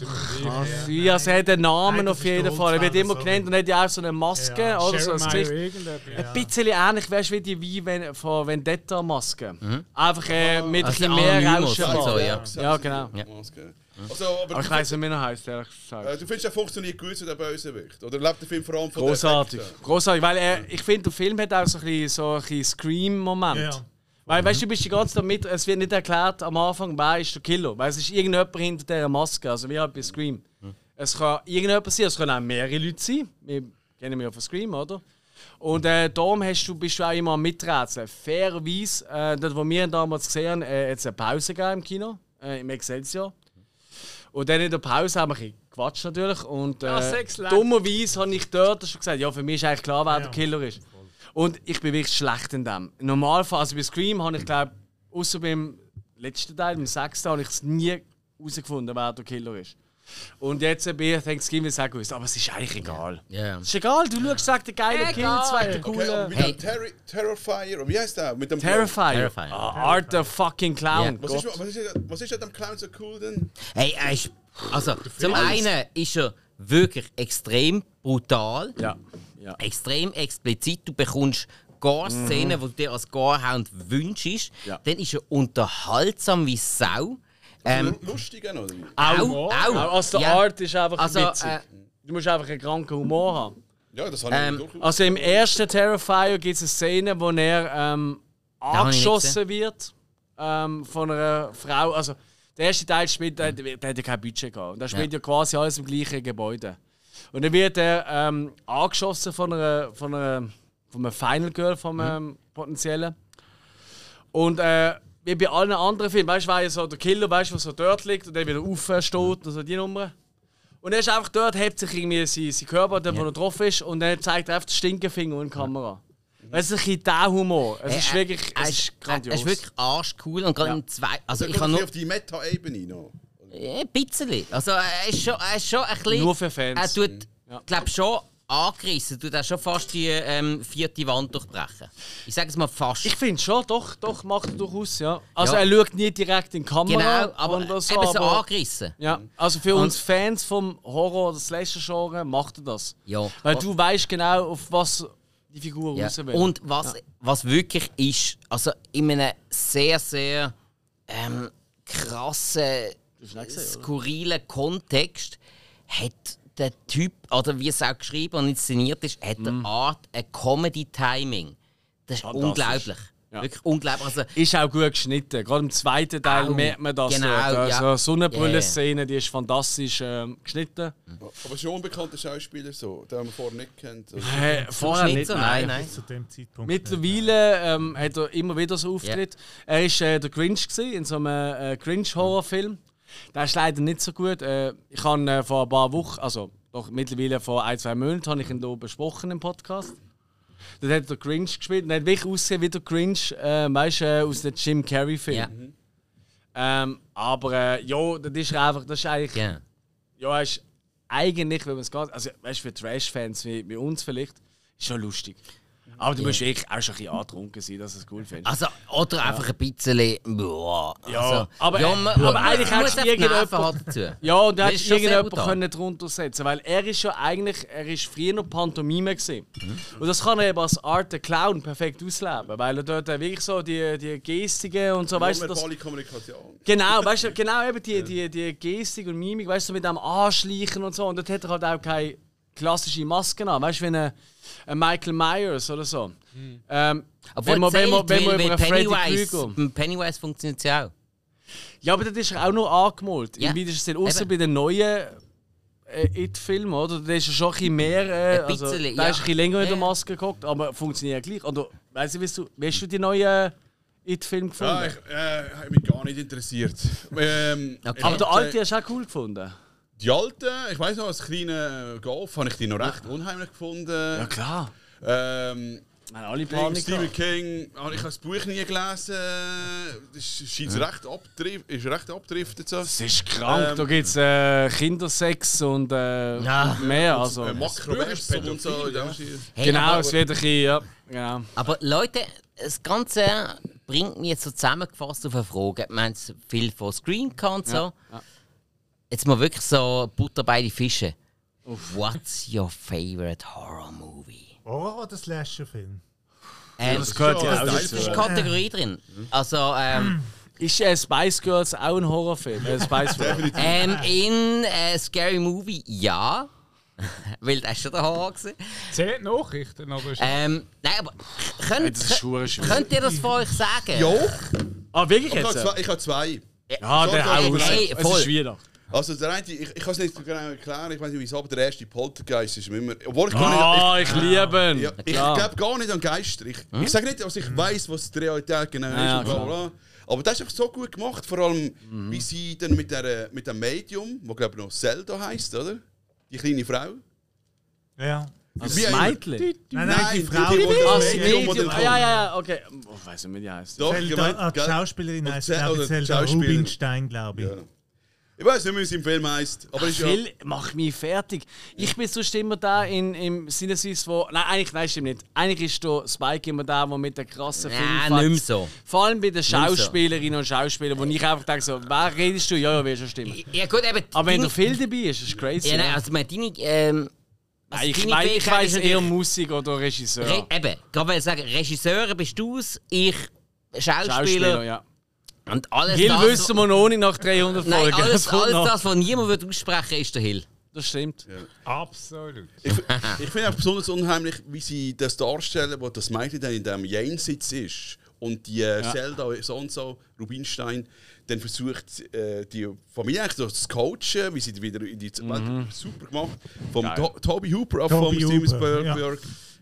Ja, Ah, sie hat einen Namen
Nein, das
auf
ist
jeden
der
Fall. Er wird
Oldtimer,
immer
sorry.
genannt und hat ja auch so eine Maske
Ja,
oder so. ein
Jeremiah
Gesicht.
irgendetwas.
Ein bisschen ähnlich wärst wie die wie wenn, von Vendetta-Maske. Einfach
Ah.
äh, mit
Mhm. Also
ein bisschen mehr
Anonymous und
Rauschenbart.
so, ja.
Ja, genau.
Ja.
Maske. Also, aber,
Aber ich weiß nicht, wie er heißt, ehrlich
äh,
gesagt.
du findest, der funktioniert gut zu der Bösewicht? Oder lebt der Film vor allem von den
Großartig.
Effekten?
Großartig, weil äh, ich finde, der Film hat auch so ein bisschen, so ein bisschen Scream-Moment.
Ja, ja.
Weil, weißt du, du bist die ganze Zeit damit, es wird nicht erklärt am Anfang, wer ist der Killer. Weil es ist irgendjemand hinter dieser Maske, also wie halt bei Scream. Es kann irgendjemand sein, es können auch mehrere Leute sein. Wir kennen ja von Scream, oder? Und äh, darum hast du, bist du auch immer am Miträtseln. Fairerweise, äh, dort, wo wir ihn damals gesehen haben, äh, hat es eine Pause gegeben im Kino, äh, im Excelsior. Und dann in der Pause haben wir ein bisschen gequatscht natürlich. Und äh,
sechs Leute.
dummerweise habe ich dort schon gesagt, ja, für mich ist eigentlich klar, wer der
Ja.
Killer ist. Und ich bin wirklich schlecht in dem. Im Normalfall, also bei Scream habe ich glaube, außer beim letzten Teil, beim sechsten, habe ich es nie herausgefunden, wer der Killer ist. Und jetzt äh, bei Thanksgiving ist es auch gewusst, aber es ist eigentlich egal.
Ja.
Es ist egal, du schaust, sagt der geile Kill, zweite
Okay,
coole.
und mit dem Terri Terrifier, oder wie heißt der? Mit dem
Terrifier.
Terrifier.
Ah, Art the fucking Clown.
Was ist,
Gott.
was, ist, was ist an dem Clown so cool denn?
Hey, er ist, also, zum einen ist er wirklich extrem brutal,
Ja. ja.
extrem explizit. Du bekommst Gore-Szenen, die du dir als Gore-Hound wünschst.
Mhm. Ja.
Dann ist er unterhaltsam wie Sau. Ähm,
Lustigen, oder?
Au, au.
Auch als der
Ja.
Art ist einfach
Also,
witzig.
äh,
du musst einfach einen kranken Humor haben.
Ja, das habe ich
Ähm,
durchaus.
Also im ersten Terrifier gibt es eine Szene, wo er ähm,
hab ich nicht
angeschossen wird ähm, von einer Frau. Also der erste Teil spielt, der, der hat ja kein Budget gehabt. Und der spielt ja. quasi alles im gleichen Gebäude. Und dann wird er ähm, angeschossen von einer, von einer von einem Final Girl, von
Mhm.
einem potenziellen. Und äh, wie bei allen anderen Filmen, weißt du, war ja so der Killer, weißt du, der so dort liegt und dann wieder aufsteht und so die Nummer. Und er ist einfach dort, hebt sich irgendwie sein, sein Körper, der wo er drauf ist, und dann zeigt er einfach den Stinkefinger in die Kamera. Es ist ein bisschen der Humor. Es ist
äh,
wirklich
er
es ist grandios.
Er ist wirklich arschcool und gerade
Ja.
im zweiten. Also,
Also,
ich kann nur. Äh.
auf die Meta-Ebene noch.
Ein bisschen. Also, er ist schon, er ist schon ein bisschen.
Nur für Fans.
Er tut, glaub schon angerissen, tut er schon fast die ähm, vierte Wand durchbrechen. Ich sage es mal fast.
ich finde schon, doch, doch, macht er durchaus, ja. Also
Ja.
er schaut nie direkt in die Kamera.
genau, aber
und
eben so angerissen.
Ja, also für uns Fans vom Horror- oder Slasher-Genre macht er das.
Ja.
Weil du weißt genau, auf was die Figur
Ja.
raus will.
Und was, was wirklich ist, also in einem sehr, sehr ähm, krassen, skurrilen Kontext hat der Typ, oder wie es auch geschrieben und inszeniert ist, hat
Mhm.
eine Art ein Comedy-Timing. Das ist unglaublich. Wirklich unglaublich. Also,
ist auch gut geschnitten. Gerade im zweiten Teil
Au,
merkt man das.
genau,
dort. also
ja.
Sonnenbrille-Szene, die ist fantastisch ähm, geschnitten.
Aber schon unbekannter Schauspieler, so, den haben wir vorher nicht kennt. Also,
Äh, vorher
nicht so, nein, nein.
Zu dem Zeitpunkt.
Mittlerweile ähm, hat er immer wieder so Auftritt. Er war äh, der Grinch gewesen, in so einem äh, Grinch-Horrorfilm. Der ist leider nicht so gut. Äh, ich habe äh, vor ein paar Wochen, also doch mittlerweile vor ein, zwei Monaten, habe ich ihn hier besprochen im Podcast. Dort hat der Grinch gespielt. Und er hat wirklich ausgesehen wie der Grinch, äh, weißt du, äh, aus dem Jim Carrey-Film.
Ja.
Ähm, aber äh, ja, das ist er einfach, das ist eigentlich
Ja.
ja, er ist eigentlich, wenn man es ganz. Also, weißt du, für Trash-Fans wie, wie uns vielleicht, ist schon lustig. Aber du musst wirklich auch schon ein bisschen angetrunken sein, dass du es cool findest.
Also, oder einfach ein bisschen. Boah, also,
aber- äh, aber eigentlich
man muss
hättest du
einfach
irgendjemand-
Nerven haben dazu.
ja, und da
das
hättest
ist
du
schon sehr
irgendjemanden
brutal.
können drunter setzen weil er ist ja eigentlich, er ist früher noch Pantomime gewesen.
Mhm.
Und das kann er eben als Art der Clown perfekt ausleben, weil er dort wirklich so die, die Gestiken und so, weißt du, das,
Nonverbale Kommunikation.
Genau, weißt du, genau eben die, die, die Gestik und Mimik, weißt du, so mit dem Anschleichen und so. Und dort hat er halt auch keine klassische Masken an. Weißt du, wie ein, ein Michael Myers oder so. Ähm,
Obwohl,
wenn man, wenn man,
zählt,
wenn man
weil-
über
weil
einen Freddy Krüger.
Pennywise, Pennywise funktioniert es ja auch.
Ja, aber das ist er auch nur angemalt.
Ja.
Im weitesten Sinne. Außer
Eben.
bei den neuen äh, It-Filmen, oder? Da ist er schon ein bisschen mehr. Äh,
Ein
also,
bisschen,
da
ja.
ist er ein bisschen länger in der
Ja.
Maske gehockt, aber funktioniert gleich. Oder, weißt du, wie hast du, wie hast du die neuen It-Filme gefunden?
Ja, ich äh, habe mich gar nicht interessiert. Ähm,
Okay.
ich
aber der
hab,
alte
äh,
hast du auch cool gefunden.
Die alte, ich weiß noch, als eh, kleiner Golf habe ich die noch recht unheimlich gefunden.
Ja, klar.
Ähm,
Wir haben alle
King,
Panik.
Stephen
gehabt.
King, oh, habe ich habe das Buch nie gelesen. Eh, Es scheint recht abdrift, ist recht abdriftet. So.
Das ist krank.
Ähm,
da gibt es äh, Kindersex und äh,
Ja.
mehr. Also.
Äh, Makroversum und so. in dem Stil.
Hey,
Genau,
aber-
es wird ein bisschen, ja. Genau.
Aber Leute, das Ganze bringt mich jetzt so zusammengefasst auf eine Frage. Wir haben jetzt viel von Screen gehabt und so. Jetzt mal wirklich so Butter bei die Fische. What's your favorite horror movie?
Horror oder Oh, Slasher-Film?
Ähm,
Das gehört ja
Ja,
auch
das
dazu.
ist Kategorie drin. Also ähm,
Ist äh, Spice Girls auch ein Horrorfilm? Äh, Spice Girls.
ähm, in äh, Scary Movie ja. Weil das ist schon der Horror. gewesen.
Zehn Nachrichten, aber ist
Ähm, nein, aber
Ey,
könnt,
das ist schwer schwierig.
könnt ihr das von euch sagen?
Ja,
Ah, wirklich
ich habe
jetzt?
zwei. Ich habe zwei.
Ja, der
Sorry,
auch.
eh, sorry.
raus.
Nein,
Es
voll.
ist wieder.
Also der eine, ich, ich kann es nicht so genau erklären, ich weiß nicht wieso, aber der erste Poltergeist ist mir immer... Obwohl ich gar
Ah, ich liebe ihn.
nicht... Ich, ja, ich
Klar.
glaube gar nicht an Geister. Ich, ich sage nicht, dass ich weiß, was die Realität genau ist
Ja,
und bla,
klar.
bla. Aber das ist einfach so gut gemacht, vor allem wie sie dann mit, der, mit dem Medium, wo glaube ich noch Zelda heisst, oder? Die kleine Frau.
Ja.
Das
Wie auch immer.
Mädchen.
Nein, nein, die Frau,
die, die,
die-
Ah,
das
das
Medium, wo
Mädchen.
dann
Ah,
kommt.
Ja, ja, ja, okay. Oh, Ich weiß nicht, wie die heisst.
Doch, ich
Zelda,
mein,
ah, die
gell?
Schauspielerin
Und
heißt
Ze-
glaube
oder
ich Zelda
Schauspielerin.
Rubinstein, glaube ich.
Ja. Ich weiß nicht, wie es im Film heisst, aber ist ja...
Phil, mach mich fertig. Ich bin sonst immer da in, im Sinneswiss, wo. Nein, eigentlich nein, stimmt nicht. Eigentlich ist der Spike immer da, der mit der krassen
Nein,
Filmfacts-
nicht mehr so.
Vor allem bei den
mehr so.
Schauspielerinnen und Schauspielern, wo ich einfach denke, so, wer redest du? Ja, ja, wirst schon stimmen.
Ja gut, eben,
Aber wenn
deine-
der Phil dabei ist, ist es crazy.
Ja, nein,
ne?
also meine, deine, ähm, also
Nein, ich
deine
mein, ich
Fähigkeit
weiss
ist
eher
natürlich-
Musik oder Regisseur.
Re eben, gerade wollte ich sagen, Regisseur bist du es, ich Schauspieler,
Schauspieler, ja.
und alles
Hill
das...
wissen wir noch nicht nach 300
Nein,
Folgen.
alles,
das, kommt
alles
noch.
das, was niemand würde aussprechen ist der Hill.
das stimmt.
absolut.
Ich, ich finde auch besonders unheimlich, wie sie das darstellen, wo das Mädchen dann in dem Jenseits ist und die äh, Zelda so und so, Rubinstein, dann versucht, äh, die Familie eigentlich so zu coachen, wie sie die wieder in die Welt super gemacht, vom to Toby Hooper, auch vom
Toby
Steven
Hooper,
Spielberg,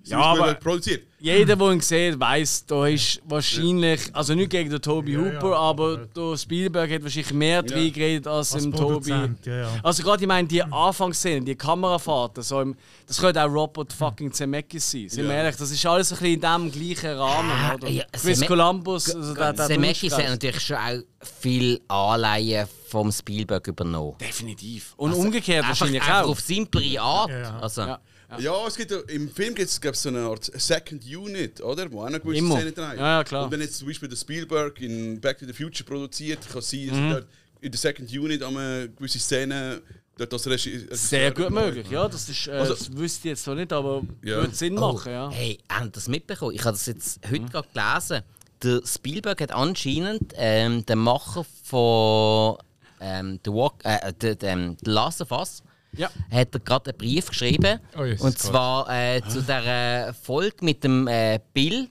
ja.
Spielberg
aber-
produziert.
Jeder, der ihn sieht, weiß, da ist wahrscheinlich, also nicht gegen den Toby Hooper, aber der Spielberg hat wahrscheinlich mehr drin geredet als,
Als
im Toby.
Produzent, ja, ja.
Also gerade, ich meine, die Anfangsszenen, die Kamerafahrten, so im, das könnte auch Robert fucking Zemeckis sein. Sind wir ehrlich, das ist alles ein bisschen in dem gleichen Rahmen,
Ah,
oder?
ja,
Chris
Zeme-
Columbus, also der, der
Zemeckis hat
Duschkreis.
natürlich schon auch viel Anleihen vom Spielberg übernommen.
Definitiv. Und umgekehrt
Also, Einfach,
wahrscheinlich
einfach
auch.
auf simplere Art.
Ja, ja.
Also,
Ja.
Ja, es gibt, ja- im Film gibt es glaub ich, so eine Art Second Unit, oder? Wo auch noch gewisse
Immer.
Szenen drin
Ja, ja, klar.
Und wenn jetzt zum Beispiel der Spielberg in Back to the Future produziert, kann es sein, dass
Mhm.
er dort in der Second Unit an eine gewisse Szene dort das Regie.
Sehr gut möglich, ja. Das, ist, äh,
Also-
das wüsste ich jetzt noch nicht, aber
Ja.
würde Sinn machen, ja. Mhm.
Hey, habt ihr das mitbekommen? Ich habe das jetzt heute gerade gelesen. Der Spielberg hat anscheinend ähm, den Macher von ähm, The, Walk, äh, The, The, ähm, The Last of Us
Ja.
hat er gerade einen Brief geschrieben.
Oh, Jesus
und
Gott.
zwar
Ah.
äh, zu der Folge mit dem äh, Bill,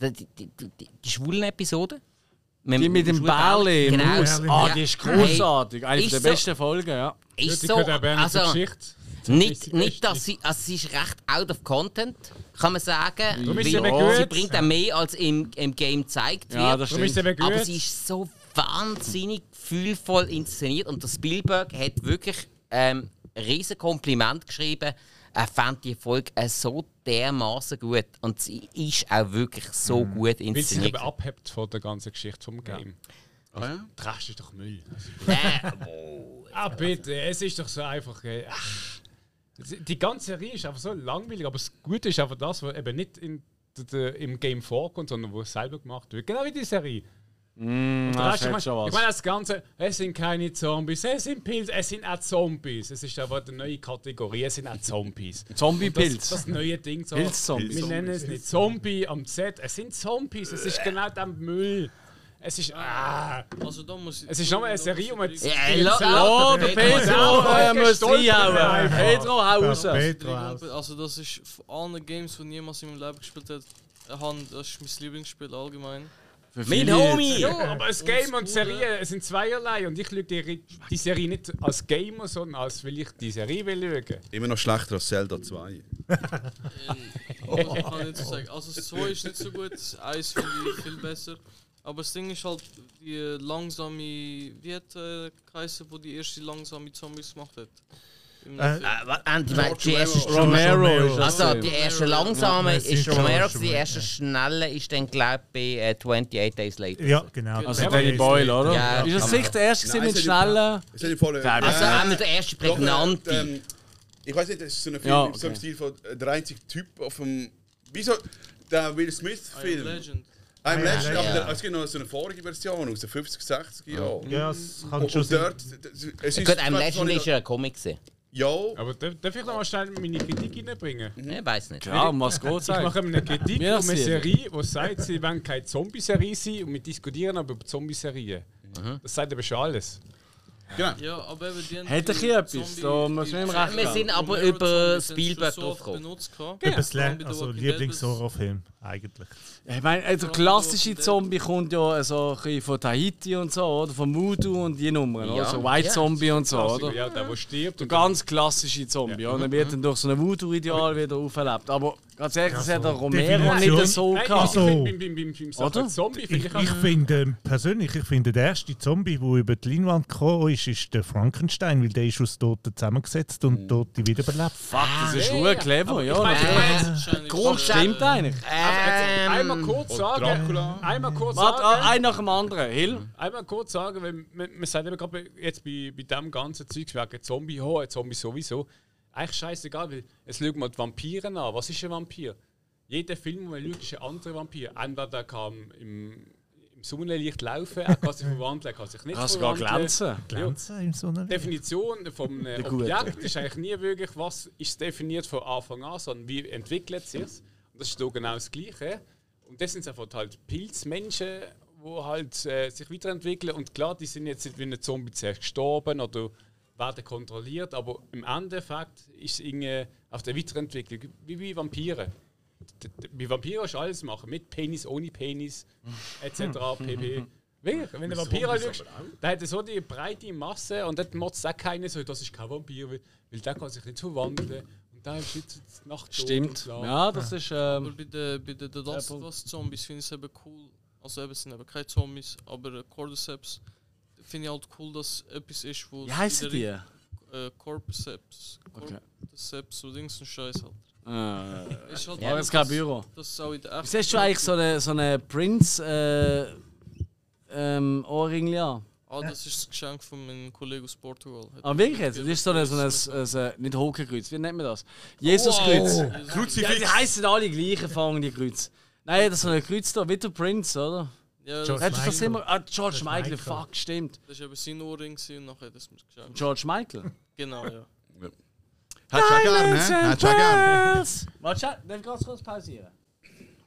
die, die, die, die, die schwulen Episode.
Die mit dem
schwulen
Bärli im
Genau.
Haus.
Ah,
Ja.
die ist großartig. Eine
Ist
der
so.
besten Folgen, ja.
Hey,
Ja,
ist
die
so,
gehört auch gerne zur
also,
Geschichte.
nicht, nicht, dass sie, also sie ist recht out of content, kann man sagen.
Darum ist sie
weil
eben gut.
sie bringt auch mehr, als im, im Game gezeigt wird.
Ja, das
Darum ist
stimmt.
es eben gut.
Aber sie ist so wahnsinnig gefühlvoll inszeniert und der Spielberg hat wirklich ähm, ein riesen Kompliment geschrieben. Er fand die Folge äh, so dermaßen gut und sie ist auch wirklich so gut
Mhm.
Mhm. Weil sie
inszeniert.
eben abhebt von der ganzen Geschichte vom Game.
Ah,
Also, Der Rest ist doch Müll.
Äh,
Ah, bitte, es ist doch so einfach. Äh, ach. die ganze Serie ist einfach so langweilig, aber das Gute ist einfach das, was eben nicht in, d- d- im Game vorkommt, sondern wo es selber gemacht wird. Genau wie die Serie. Und der
ah,
Rest, ich
fällt
meine,
schon was.
ich meine, das Ganze, es sind keine Zombies, es sind Pilze, es sind auch Zombies. Es ist aber eine neue Kategorie, es sind auch Zombies. Das,
Zombie-Pilz.
das neue Ding. So,
Pilzzombies.
Wir nennen es nicht Zombie am Z, es sind Zombies, es ist genau der Müll.
Es ist. Ah,
Also da muss ich-
es ist nochmal eine Serie, um jetzt.
Ja, la- la-
Oh, der Pedro äh, muss reinhauen. Pedro, hau raus.
Petro
Drei
aus.
Kumpel- Also das ist von allen Games, die ich jemals in meinem Leben gespielt habe, äh, han- das ist mein Lieblingsspiel allgemein.
Mein Homie!
Ja, aber das Game und die Serie es sind zweierlei und ich schaue die, die Serie nicht als Gamer, sondern als weil ich die Serie will schauen.
Immer noch schlechter als Zelda 2.
Also, kann ich nicht so sagen. Also das 2 ist nicht so gut, das 1 finde ich viel besser. Aber das Ding ist halt, die äh, langsame, wie hat äh, geheißen, wo die erste langsame Zombies gemacht hat? Im
Äh,
Film.
Äh, wa- äh, die, die erste ist
Romero ist das.
Also, die erste langsame
Ja, es
ist
sind
Romero,
schon
gewesen, die erste schnelle ist dann, glaube ich, bei äh, 28 Days Later.
Ja, genau.
Also Danny Boyle, oder?
Ja.
Ist das sicher der erste gewesen
Nein,
mit
es hat-
schnellen?
Es hat ja vorher-
Also,
Äh,
einmal der erste
doch, äh,
prägnante.
ähm, ich weiß nicht, das ist so ein Film
Ja,
im so einem
okay.
Stil von äh, der einzige Typ auf dem. Wieso? Der Will
I am
Smith-Film.
Legend.
I'm
Ja.
Legend, aber
Ja.
der- es gibt noch so eine vorige Version aus den 50, 60 Jahren.
Ja, es kann
Und
schon
und
sein.
dort. es ist-
Gut, am letzten ist ja ein Comic. gewesen.
Ja,
Aber darf, darf ich noch mal schnell meine Kritik reinbringen?
Ich weiß nicht.
Ja, muss gut
Ich
sein.
mache eine Kritik um
Wir
eine
sehen.
Serie, die sagt, sie wollen keine Zombie-Serie sein und wir diskutieren aber über Zombie-Serien.
Mhm.
Das sagt aber schon alles.
Genau.
Ja, aber eben die haben
Hat
die
doch hier etwas,
Zombie-
da muss man ihm
die-
recht
Wir sind
Romero
aber über
Zombies haben sie schon
Spielberg
so oft
draufgekommen.
benutzt gehabt.
Eben das
Ja.
Le- Also Lieblings-Horrorfilm eigentlich.
Ich meine, äh, der klassische Zombie kommt ja äh, so ein bisschen von Tahiti und so, oder? Von Voodoo und die Nummern, oder?
Ja.
So Also White
Ja.
Zombie und so,
Also,
oder?
ja, der, der stirbt
Der
und
ganz klassische Zombie, ja. Und dann wird dann durch so ein Voodoo-Ideal wieder auferlebt. Aber ganz ehrlich, das hat der Romero
Definition.
nicht so
Nein,
gehabt.
ich finde,
Also-
beim, beim, beim, beim Sachen
Oder?
Zombie
Ich,
finde ich,
ich finde ähm, persönlich, ich finde der erste Zombie, der über die Leinwand gekommen ist, ist der Frankenstein, weil der ist aus Toten zusammengesetzt und Tote wiederbelebt.
Fuck, das ist
Ah, Ja,
schon
ja.
clever, ja.
meine,
natürlich.
Wahrscheinlich
Grund
schon, äh,
stimmt eigentlich.
Also, einmal
Ähm,
kurz sagen. Einmal kurz
Warte,
sagen. Mhm.
ah, ein nach dem anderen. Hill?
Einmal kurz sagen, weil man, man sagt eben gerade bei- jetzt bei, bei dem ganzen Zeug, wegen Zombie, ho, ein Zombie sowieso, eigentlich scheißegal, weil jetzt schaut man die Vampire an. Was ist ein Vampir? Jeder Film, den man schaut, ist ein anderer Vampir. Entweder er kann im, im Sonnenlicht laufen, er kann sich verwandeln, er kann sich nicht
Kannst sogar
verwandeln.
glänzen.
Glänzen im
Die
Sonnenlicht.
Definition von einem
Gute.
Objekt ist eigentlich nie wirklich, was ist definiert von Anfang an, sondern wie entwickelt sich es. Und das ist hier genau das Gleiche. Und das sind einfach halt Pilzmenschen, die halt, äh, sich weiterentwickeln. Und klar, die sind jetzt nicht wie ein Zombie zuerst gestorben oder werden kontrolliert, aber im Endeffekt ist es irgendwie auf der Weiterentwicklung, wie bei Vampiren. D- d- Bei Vampiren kannst du alles machen, mit Penis, ohne Penis, etc. pp. Wirklich, wenn du Vampir anschaust, da hat er so die breite Masse und dort motzt auch keiner so, das ist kein Vampir, weil, weil der kann sich nicht verwandeln. Und da ist jetzt die Nacht tot und
Stimmt.
bla.
Ja, das ist.
Aber
Ähm,
bei den, bei den The Last of Us Zombies finde ich es eben cool. Also eben es sind eben keine Zombies, aber äh, Cordyceps finde ich halt cool, dass etwas ist, wo...
wie heißen die?
wieder- Äh, Cordyceps.
Okay.
Cordyceps, so Dings und Scheiß halt.
Äh,
Ist halt
ja, das ist kein Büro.
Das ist auch in der echten
Wieso hast du eigentlich so einen so eine Prince äh, ähm, Ohrring an?
Ah, das ist das Geschenk von meinem Kollegen aus Portugal. Hat
Ah,
mir
wirklich jetzt? Das
gegeben.
ist so ein, so ein, so ein, so ein nicht Hokenkreuz, wie nennt man das? Jesuskreuz.
Oh.
Ja, die heißen alle gleich, fangen die Kreuz. Nein, das ist so ein Kreuz da, wie der Prince, oder?
Ja, das,
George-
Hat das
Michael.
immer. Ah, George Michael,
Michael.
fuck, stimmt.
das ist eben sein Ohrring gewesen und nachher hat das mir geschenkt.
George Michael.
Genau, ja.
Hättest du auch gerne, hä? Hättest du auch gerne.
Warte, schau, darf ich ganz kurz pausieren?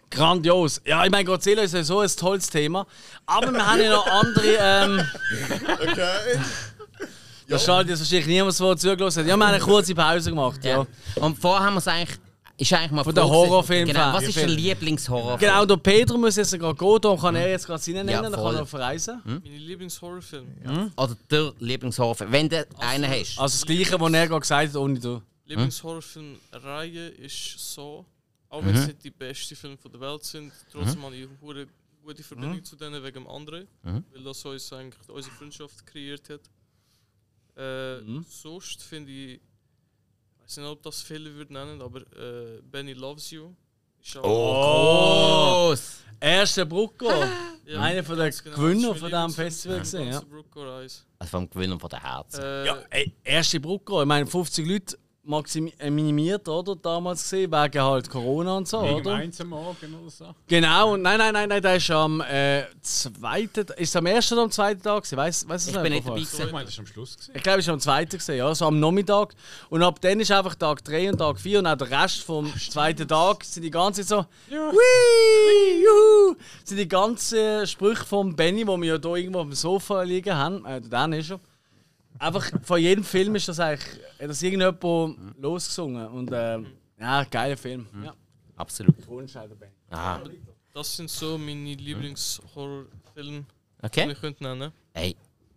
Grandios. Ja, ich meine, Godzilla ist ja so ein tolles Thema. Aber wir haben ja noch andere. Ähm,
Okay.
da schaut jetzt wahrscheinlich niemand, der zugelassen hat. Ja, wir haben eine kurze Pause gemacht. Ja.
Ja. Und vorher haben wir es eigentlich. Ist eigentlich mal
Von den
froh gewesen.
Horrorfilmen
Genau, was
fan-
ist der
Film.
Lieblingshorrorfilm? Hm.
Genau, der Pedro muss jetzt gerade gehen, darum kann er jetzt gerade seinen nennen,
Ja,
dann kann
voll. Hm?
er verreisen.
Meine Lieblingshorrorfilme.
Hm?
Oder der Lieblingshorrorfilm, wenn du einen hast. Hm?
Also das Gleiche, was er gerade gesagt hat, ohne du.
Lieblingshorrorfilmreihe ist so, auch
Mhm.
wenn es nicht die besten Filme von der Welt sind, trotzdem habe ich eine gute
Mhm.
Verbindung zu denen wegen dem anderen, weil das uns eigentlich unsere Freundschaft kreiert hat. Äh,
Mhm.
Sonst finde ich, ich weiß nicht, ob das viele würden nennen, aber äh, Benny Loves You. Ist
Oh,
auch-
Gross!
Erster Brucko,
ja,
einer von den
ganz genau,
Gewinner
das ist mein
von diesem
Lieblings-
Festival gesehen, ja.
Ganze Brooker Eyes.
Also vom Gewinner von der Herzen.
Äh,
Ja, ey, erste Brücke. Ich meine, 50 Leute maxim äh, minimiert, oder? Damals gesehen, wegen halt Corona und so,
Wegen
oder?
eins am Morgen oder so.
Genau, und nein, nein, nein, nein, der ist am äh, zweiten, ist es am ersten oder am zweiten Tag gewesen? Weiss, weiss es
Ich
nicht
bin
mehr
nicht dabei
vorher.
Ich
gewesen.
meine, das war am Schluss. Gewesen.
Ich glaube, es war am zweiten, gewesen, ja, so am Nachmittag. Und ab dann ist einfach Tag 3 und Tag 4 und auch der Rest vom zweiten Tag sind die ganze Zeit so, ja. juhu, sind die ganzen Sprüche von Benny, die wir ja hier irgendwo auf dem Sofa liegen haben, äh, dann ist er. Einfach von jedem Film ist das eigentlich, hat das irgendjemand losgesungen. Und äh, ja, geiler Film. Ja,
Mhm. Absolut.
Grundscheider Benny.
Ah,
Das sind so meine Lieblingshorrorfilme, die ne?
okay.
ich könnte nennen.
Hey,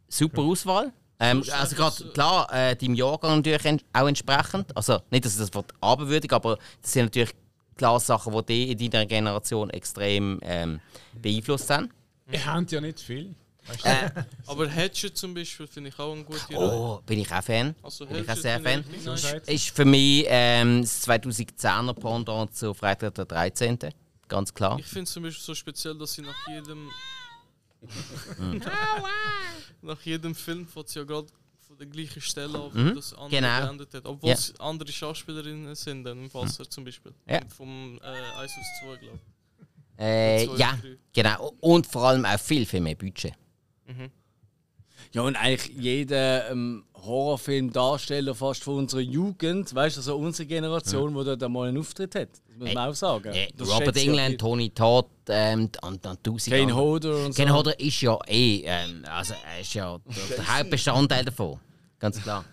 super Auswahl. Ähm, also gerade klar, äh, deinem Jahrgang natürlich ent auch entsprechend. Also nicht, dass ich das Wort abwürdig, aber das sind natürlich klar Sachen, die dich in deiner Generation extrem ähm, beeinflusst haben.
Ich habe ja nicht
Äh,
viel.
Äh, Aber Hatchet zum Beispiel finde ich auch ein guter
Oh, bin ich auch Fan.
Also
bin ich auch
Hatchet
sehr Fan.
finde ich
So
nice.
sagt
Ist für mich ähm, das 2010er Pendant zu Freitag der 13. Ganz klar.
Ich finde es zum Beispiel so speziell, dass sie nach jedem.
Mhm.
nach jedem Film fängt sie ja gerade von der gleichen Stelle ab,
Mhm.
das andere
Genau.
beendet hat. Obwohl
Ja. Mhm.
es andere Schauspielerinnen sind, dann im Wasser zum Beispiel.
Ja.
Vom äh, 1 aus 2, glaube ich.
Äh,
Zwei,
ja,
drei.
genau. Und vor allem auch viel, viel mehr Budget.
Mhm.
Ja, und eigentlich jeder ähm, Horrorfilmdarsteller fast von unserer Jugend, weißt du, also unsere Generation, wo der da mal einen Auftritt hat. Das muss man auch sagen.
Äh,
Das
Robert
schätzt ja
England,
viel.
Tony Todd ähm, und, und tausend
Kane
andere.
Hodder und so.
Ken Hodder ist ja eh, ähm, also er ist ja der, der Hauptbestandteil davon. Ganz klar.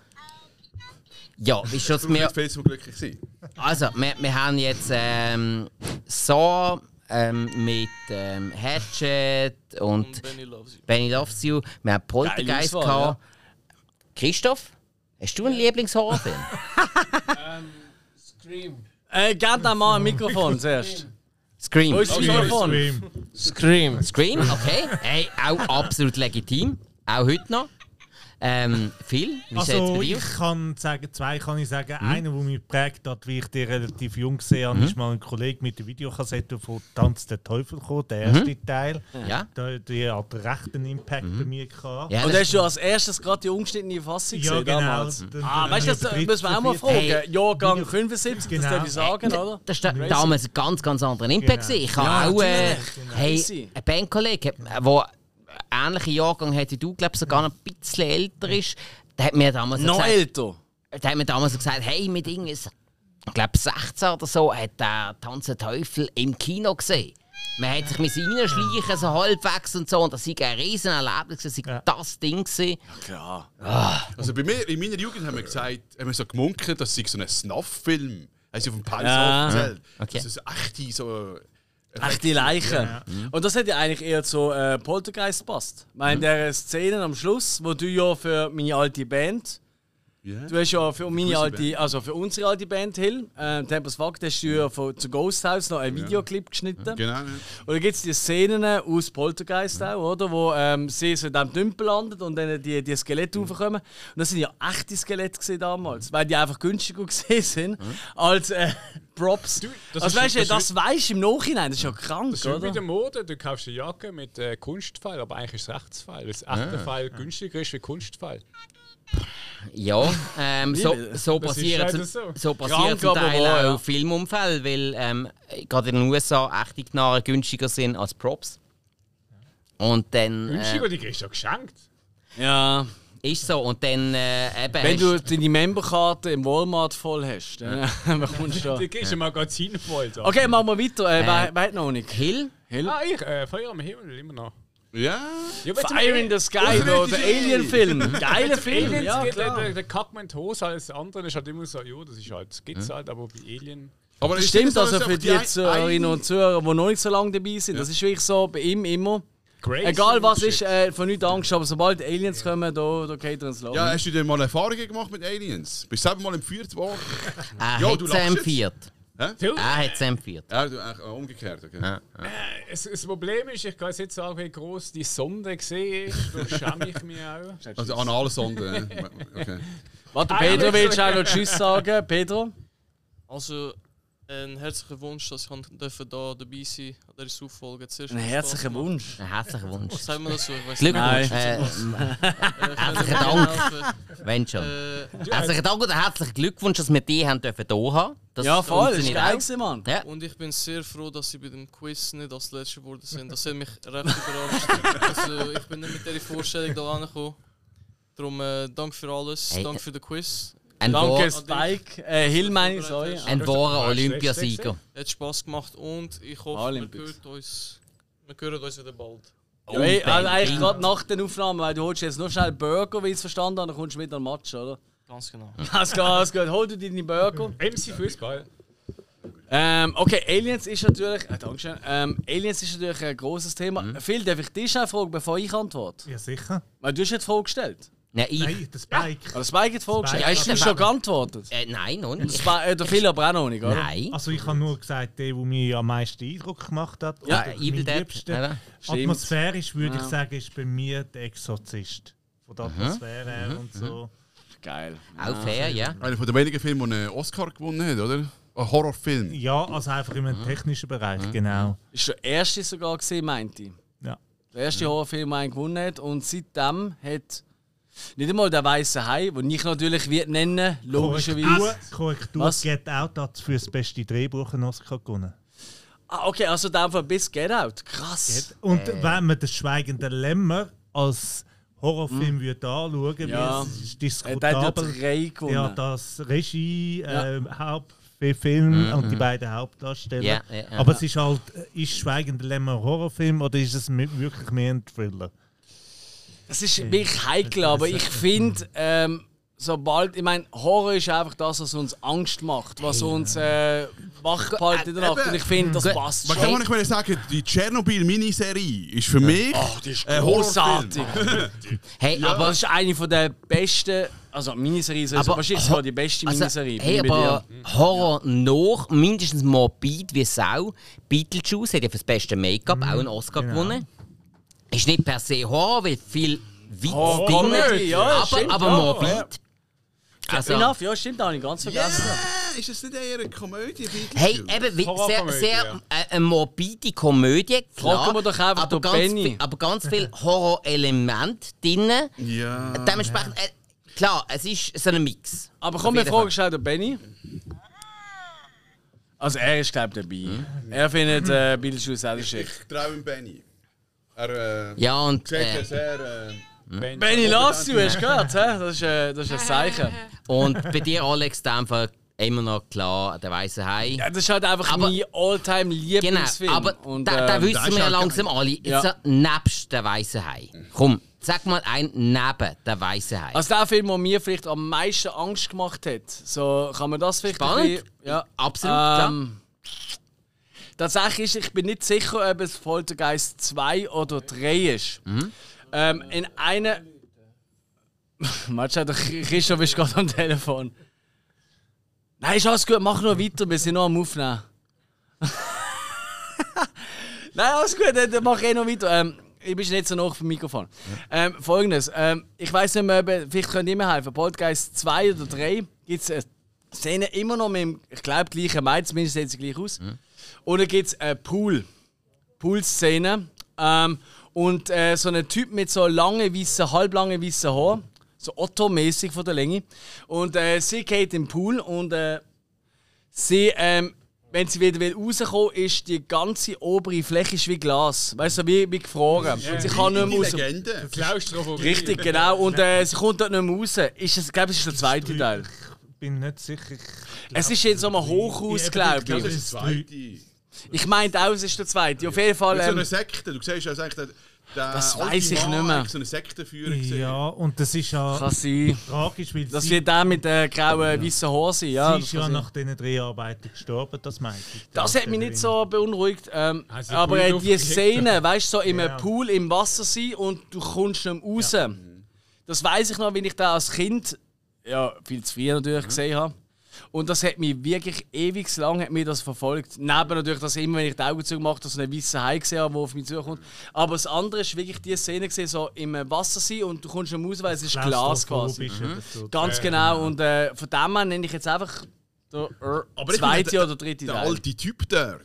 Ja, ist schon
Du
mehr.
wirst viel zu glücklich sein.
Also, wir, wir haben jetzt ähm, Saw ähm, mit ähm, Hatchet
Und
und
Benny Loves You.
Benny Loves You. Wir haben Poltergeist
Geile Auswahl,
gehabt. Christoph, hast du einen Lieblingshorrorfilm?
Ähm,
Scream.
Äh, gib da mal ein Mikrofon zuerst.
Scream.
Wo ist das Mikrofon?
Scream.
Scream.
Scream, okay. Hey, auch absolut legitim. Auch heute noch. Ähm, Phil, wie also,
Also
bei dir? Mhm.
ich kann sagen, zwei kann ich sagen. Einer, der mich geprägt hat, wie ich die relativ jung gesehen habe, ist mal ein Kollege mit der Videokassette von «Tanz der Teufel» gekommen, der erste Teil.
Mhm. Ja? Mhm.
Der, der hat einen rechten Impact bei mir gehabt.
Ja,
Und
das-
hast du als erstes gerade die ungeschnittene Fassung
Ja,
gesehen
genau.
damals?
Dann-
Ah,
dann
weißt du, das
haben wir
müssen wir auch mal
dritte,
fragen.
vierte.
Jahrgang 75, das
Genau.
darf ich sagen,
Da-
oder?
Das war damals ein ganz, ganz anderer Impact.
Genau.
gewesen. Ich habe
Ja,
auch äh,
natürlich. Genau.
hey,
Crazy.
einen Bandkollegen, der einen ähnlichen Jahrgang hat wie du, glaube ich, sogar noch ein bisschen älter ist. Der hat mir damals
Noch
gesagt,
älter.
der hat mir damals gesagt, hey, mit irgendwie, s- ich glaube 16 oder so, hat der Tanz der Teufel im Kino gesehen. Man hat sich mit reinschleichen, so halbwegs und so, und das war ein riesen Erlebnis, das war das Ding. Gewesen. Ah.
Klar.
Also bei mir, in meiner Jugend haben wir gesagt, haben wir so gemunkelt, das sei so ein Snuff-Film. Haben sie auf dem
Ja.
Palace erzählt.
Okay.
Das ist echte so...
Ach, die Leiche. Und das hat ja eigentlich eher zu äh, Poltergeist passt. Ich meine, der Szene am Schluss, wo du ja für meine alte Band,
Ja.
du hast ja für meine
Grüße,
alte,
Band.
also für unsere alte Band, Hill, äh, Tempest Fuck, hast du ja von, zu Ghost House noch einen Videoclip geschnitten.
Genau.
Und da gibt es die Szenen aus Poltergeist auch, oder? Wo ähm, sie so in diesem Tümpel landet und dann die, die Skelette raufkommen. Und das sind ja echte Skelette gewesen damals, weil die einfach günstiger gesehen sind als äh, Props.
das
also
ist-
weißt du,
das ist-
das weißt du im Nachhinein, das ist ja krank,
Das ist
oder?
wie mit der Mode. Du kaufst eine Jacke mit äh, Kunstfall, aber eigentlich ist es Rechtsfall. Weil das
Ah.
echte Fall günstiger ist wie Kunstfall.
Ja, ähm, so, so
Das ist
passiert
leider
zum,
so.
so. passiert
Krank,
zum
aber
Teil
wahr,
auch
ja.
Filmunfälle, weil ähm, gerade in den USA echte Knarren günstiger sind als Props. Und dann
Günstiger,
äh,
die kriegst du ja geschenkt.
Ja,
ist so und dann äh, eben
wenn
hast-
du deine Memberkarte im Walmart voll hast, dann bekommst du da.
Die kriegst du im Magazin voll. Da.
Okay, machen wir weiter. Äh,
Äh,
wer, wer hat noch nicht?
Hill
Hill?
Ah, ich, äh, Feuer am Himmel immer noch.
Ja.
Ja, aber jetzt im
Fire in the Sky,
Ach,
oder der
richtig.
Alien-Film. Geiler
Aliens
Film, ja
geht
klar.
der, der Kack mit Hose als anderen ist halt immer so, ja, das ist halt, das gibt's halt, aber bei Alien.
Aber
Das
ist
stimmt,
so, dass
also für
einfach
die
ein-
Zuhörerinnen und Zuhörer, die noch nicht so lange dabei sind, das ist wirklich so bei ihm immer.
Grace
Egal was
Shit.
ist, äh, von nichts Angst, aber sobald Aliens kommen, da, da geht er ins Lager.
Ja, hast du denn mal Erfahrungen gemacht mit Aliens? Bist du selber mal entführt worden?
er
Ja,
hat
du
es
lachst jetzt.
empfiehlt.
Du,
Er hat es empfiehlt.
Ja, du, ach, äh, umgekehrt, okay.
Äh, es, das Problem ist, ich kann jetzt nicht sagen, wie groß die Sonde gesehen ist, da schäme ich mich auch.
Also Analsonde. ja. Okay.
Ah,
Warte, Pedro willst du auch noch Tschüss sagen? Pedro?
Also, Ein herzlicher Wunsch, dass ich an- dürfen da dabei sein an dieser Auffolge. Zuerst
Ein herzlicher Wunsch.
Ein herzlicher Wunsch.
Sagen wir das so? Ich Äh, weiß
Glückwunsch.
Nein.
Äh, herzlichen
genau
Dank.
äh,
Wenn schon. Herzlichen Dank und herzlichen Glückwunsch, dass wir die haben dürfen hier haben. Das
Ja, voll, ist
funktioniert
geil,
auch.
gewesen, Mann.
Ja.
Und ich bin sehr froh, dass sie bei dem Quiz nicht als Letzte geworden sind. Das hat mich recht überrascht. Also, ich bin nicht mit dieser Vorstellung da angekommen. Darum, äh, dank für alles.
Hey,
dank
äh,
für den Quiz.
Ein,
Danke,
wahr,
Spike. Äh, Hill meine ich, sorry.
ein wahrer Olympiasieger.
Hat Spass gemacht und ich hoffe, wir
Olympics.
hören uns, wir hören uns wieder bald.
Oh,
Ja, ey, also eigentlich gerade nach den Aufnahmen, weil du holst jetzt noch schnell einen Burger, wie ich es verstanden habe, dann kommst du mit an den Match, oder?
Ganz genau.
Alles gut, alles gut. Hol dir deinen Burger.
MC Fußball.
Ähm, okay, Aliens ist natürlich. Äh, Dankeschön. Ähm, Aliens ist natürlich ein großes Thema.
Mhm.
Phil, darf ich dich auch fragen, bevor ich antworte?
Ja, sicher.
Weil du hast nicht die Frage gestellt.
Nein, ich, nein.
Nein, der Spike.
Also Spike hat die Frage gestellt.
Spike
Hast du
hat-
schon geantwortet?
Äh, nein, noch
Und
nicht.
Spi- äh, der Phil aber auch noch nicht, oder?
Nein.
Also ich habe nur gesagt, der, der mir am meisten Eindruck gemacht hat.
Ja,
oder
Evil
mein
Dead,
Liebster.
oder?
Stimmt.
Atmosphärisch würde ich sagen, ist bei mir der Exorzist. Von der Atmosphäre her und so.
Geil.
Mhm. Auch fair, ja.
Einer der wenigen Filme, der einen Oscar gewonnen hat, oder? Ein Horrorfilm.
Ja, also einfach im technischen Bereich,
Mhm.
genau.
Ist der erste sogar gesehen, meinte ich.
Ja.
Der erste Horrorfilm, den einen gewonnen hat. Und seitdem hat nicht einmal der weiße Hai, den ich natürlich wird nennen,
Korrektur,
logischerweise.
Korrektur
Was?
Get Out hat für das beste Drehbuch einen Oscar gewonnen.
Ah, okay, also in dem Fall bis Get Out. Krass.
Und wenn man das Schweigende Lämmer als Horrorfilm würde anschauen,
Hm.
ja.
Ja.
es ist
Äh, der hat ja
diskutabel.
drei gewonnen.
Ja, das Regie, äh, Hauptfilm und die beiden Hauptdarsteller.
Mhm. Ja, ja, ja.
Aber es ist halt, ist Schweigende Lämmer ein Horrorfilm oder ist es mi- wirklich mehr ein Thriller?
Es ist wirklich heikel, aber ich finde, ähm, sobald. Ich meine, Horror ist einfach das, was uns Angst macht, was uns äh, wach hält in der Nacht. Und ich finde, das
Gut.
passt
Äh, Was
schon.
kann ich mir sagen? Die Tschernobyl-Miniserie ist für mich Äh, ein Horrorfilm.
Großartig.
Hey,
Aber
aber
es ist eine von der besten. Also, Miniserie sowieso.
Aber-
Wahrscheinlich sogar die beste
Also,
Miniserie.
hey,
bin ich bei
aber Horror noch, mindestens morbid wie Sau. Beetlejuice hat ja für das beste Make-up auch einen Oscar
genau.
gewonnen. Ist nicht per se Horror, weil viel Witz
Oh,
drin
Comedy,
ist,
ja,
aber,
stimmt,
aber
ja.
morbid.
dir.
Also,
Enough, ja, stimmt, da habe ich ganz vergessen.
Yeah, ist das nicht eher eine Komödie?
hey, eben, wie- sehr,
Horrorkomödie,
sehr
ja.
äh, eine morbide Komödie, klar.
Fragen wir doch einfach
aber
den
ganz,
Benny.
viel, aber ganz viel Horror-Element drin.
Ja.
Dementsprechend, äh, klar, es ist so ein Mix.
Aber komm,
Auf
wir
jeden
fragen schnell den Benny. Also, er ist, glaube ich, dabei.
Hm.
Er findet äh, Bildschirm sehr schick.
Ich traue ihm Benny. Er äh,
Ja, und.
sieht ja
Äh,
sehr. Äh,
Benny, lass du,
ne?
hast du gehört, hä? Das ist, äh, das ist ein Zeichen.
Und bei dir, Alex, in dem Fall immer noch klar, der weiße Hai.
Ja, das ist halt einfach
Aber-
mein alltime
genau,
lieblingsfilm
aber
Und,
da, da
ähm,
wissen wir ja langsam alle. Jetzt
Ja.
ja. nebst der weiße Hai. Komm, sag mal ein neben der weiße Hai.
also der Film, der mir vielleicht am meisten Angst gemacht hat, so kann man das vielleicht
Spannend.
ein bisschen- ja.
Absolut,
Ähm, Tatsächlich ist, ich bin nicht sicher, ob es Poltergeist 2 oder 3 ist.
Mhm.
Ähm, in einer... Matsch, der Christoph ist gerade am Telefon. Nein, ist alles gut, mach nur weiter, wir sind noch am Aufnehmen. Nein, alles gut, dann dann mach ich eh noch weiter. Ähm, ich bin nicht so nah vom Mikrofon. Ähm, Folgendes, ähm, ich weiß nicht mehr, ob, vielleicht könnt ihr mir helfen. Podcast 2 oder 3 gibt es eine Szene immer noch mit dem, ich glaube, gleichen Mai, zumindest sieht sie gleich aus. Oder gibt es eine Pool, Pool-Szene ähm, und äh, so einen Typ mit so langen, weißen, halblangen, weißen Haaren, so Otto-mäßig von der Länge. Und äh, sie geht im Pool und äh, sie, ähm, wenn sie wieder will rauskommen will, ist die ganze obere Fläche ist wie Glas. Weißt du, wie, wie gefroren. Und sie kann nicht mehr raus.
Legende.
Klaustrophobie.
Richtig, genau. Und äh, sie kommt dort nicht mehr raus. Ist es, ich glaube, es ist der zweite
Drei-
Teil.
Ich bin nicht sicher. Ich
Es ist jetzt nochmal Hochhaus,
eben,
glaube ich.
Das ist das zweite.
Ich meinte auch, es ist der zweite. Auf jeden Fall.
Mit so einer
Ähm,
Sekte. Du siehst also eigentlich, der, der
Das
alte
weiss ich
Mann
nicht mehr.
hat So eine Sektenführer gesehen.
Ja, und das ist ja
kann sein.
tragisch, weil
Das
sie,
wird der mit äh, den grauen, weißen Haaren sein. Ja,
sie ist
das, kann
ja
sein.
nach diesen Dreharbeiten gestorben, das meinte ich.
das hat mich nicht so beunruhigt. Ähm,
Hast du den
aber
Pool
äh, die
aufgekickt?
Szene, weißt du, so im
Ja.
Pool, im Wasser sein und du kommst nicht mehr raus. Das weiß ich noch, wenn ich da als Kind, ja, viel zu früh natürlich
Mhm.
gesehen habe. Und das hat mich wirklich ewig lang hat mich das verfolgt. Neben natürlich, dass immer, wenn ich die Augen zugemacht habe, so einen weißen Hai gesehen habe, der auf mich zukommt. Aber das andere ist wirklich die Szene gesehen, so im Wasser sein und du kommst nicht mehr raus, weil es ist Glas quasi.
Klaustrophobisch oder so.
Ganz genau. Und äh, von dem her nenne ich jetzt einfach Der er,
Aber ich
zweite
finde,
oder dritte
Der
Teil.
alte Typ dort.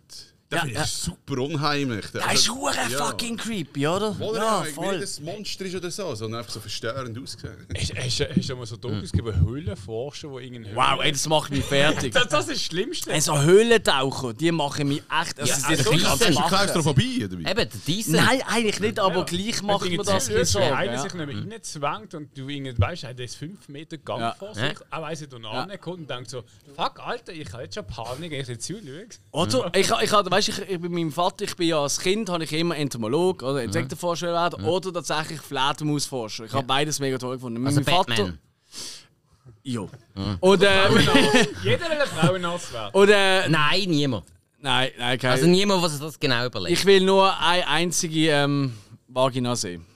Der
Ja,
finde ich
ja.
super unheimlich. Der, also,
Der ist hure fucking creepy, oder?
Voll
ja,
ich will
voll.
das Monster ist oder so, sondern einfach so verstörend ausgesehen.
Hast- Hast hast du mal so Dokus gegeben, Höhlenforscher, die irgendeine
Wow, ey, das macht mich fertig.
Das, das ist das Schlimmste.
Also Höhlentaucher, die machen mich echt. Also, sie sind richtig
Hast
ans
du eine
Lachen.
Klaustrophobie? Oder wie?
Eben, der Diesel.
Nein, eigentlich nicht, aber gleich macht
Wenn
man das ein bisschen
Wenn einer
Sorgen,
sich nicht mehr reinzwängt und du irgendwie weißt, er hat jetzt 5 Meter Gang
Ja.
vor sich, auch weiss nicht, und ankommt und denkt so: Fuck, Alter, ich habe jetzt schon Panik, wenn ich jetzt zuschaue.
Oder? Also, Ich, ha- ich, ha- weißt, ich, ich, bei meinem Vater, ich bin ja als Kind, habe ich immer Entomolog oder Insektenforscher werden oder tatsächlich Fledermausforscher. Ich habe beides mega toll gefunden.
Also
mein Vater.
Batman.
Jo.
Hm.
Und,
nou.
äh,
Jeder will eine Frauenarzt werden.
und äh,
Nein, niemand.
nein, nein, kein.
Also niemand, der sich das genau überlegt.
ich will nur eine einzige ähm, Vagina sehen.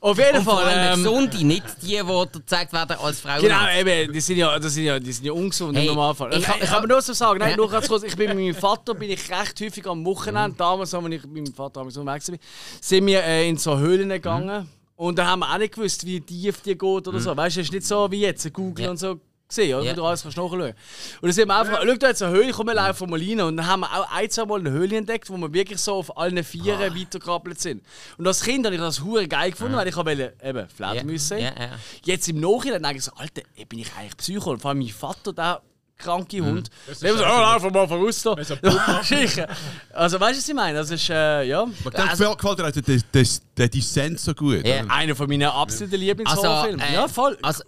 Auf jeden
und vor
Fall.
allem
Ähm,
gesunde, nicht die, die gezeigt werden als Frau.
Genau, eben, die sind ja, die sind ja, die sind ja ungesund
Hey,
im Normalfall. Ich,
ich-
kann- ich kann mir nur so sagen, nein,
Ja.
nur ganz kurz, ich bin mit meinem Vater bin ich recht häufig am Wochenende, damals, als ich mit meinem Vater am unterwegs war, sind wir äh, in so Höhlen gegangen und da haben wir auch nicht gewusst, wie tief die geht oder so. Weißt du, es ist nicht so wie jetzt, Google
Ja.
und so gesehen, oder?
Ja.
Wo du alles kannst nachschauen. Und dann sind wir einfach, schau da jetzt eine Höhle, komm, wir laufen mal rein. Und dann haben wir auch ein, zwei Mal eine Höhle entdeckt, wo wir wirklich so auf allen Vieren weitergekrabbelt sind. Und als Kind habe ich das hure geil gefunden, weil ich wollte eben Fledermäuse
Ja,
sehen.
ja, ja.
Jetzt im Nachhinein denke ich so, Alter, ey, bin ich eigentlich Psycho? Und vor allem mein Vater, der kranke Hund. Mhm. so, oh, lauf mal voraus da. Sicher. Also weißt du, was ich meine? Das ist, äh, ja,
Aber dann gefällt- gefällt dir auch der, der, der, der Dissent so gut.
Ja.
oder?
einer von meinen absoluten
Also,
Lieblingshorrorfilmen.
äh,
ja, voll.
Also,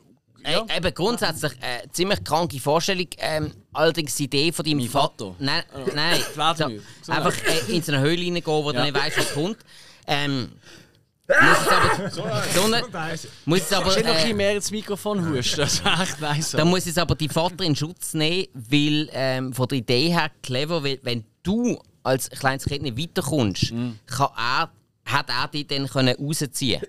äh, Eben grundsätzlich äh, ziemlich kranke Vorstellung. Ähm, allerdings die Idee von deinem
Mein
Fa-
Vater.
Nein, nein.
Flausen wir.
so, einfach äh, in so eine Höhle reingehen, wo
Ja.
du nicht weißt, was kommt. Ähm, muss jetzt aber, Gesundheit. muss jetzt aber
Schön noch ein
äh,
bisschen mehr ins Mikrofon husten. Das ist echt nice.
Da muss jetzt aber die Vater in Schutz nehmen, weil ähm, von der Idee her clever, weil wenn du als kleines Kind nicht weiterkommst,
Mhm.
kann er, hat er dich dann können rausziehen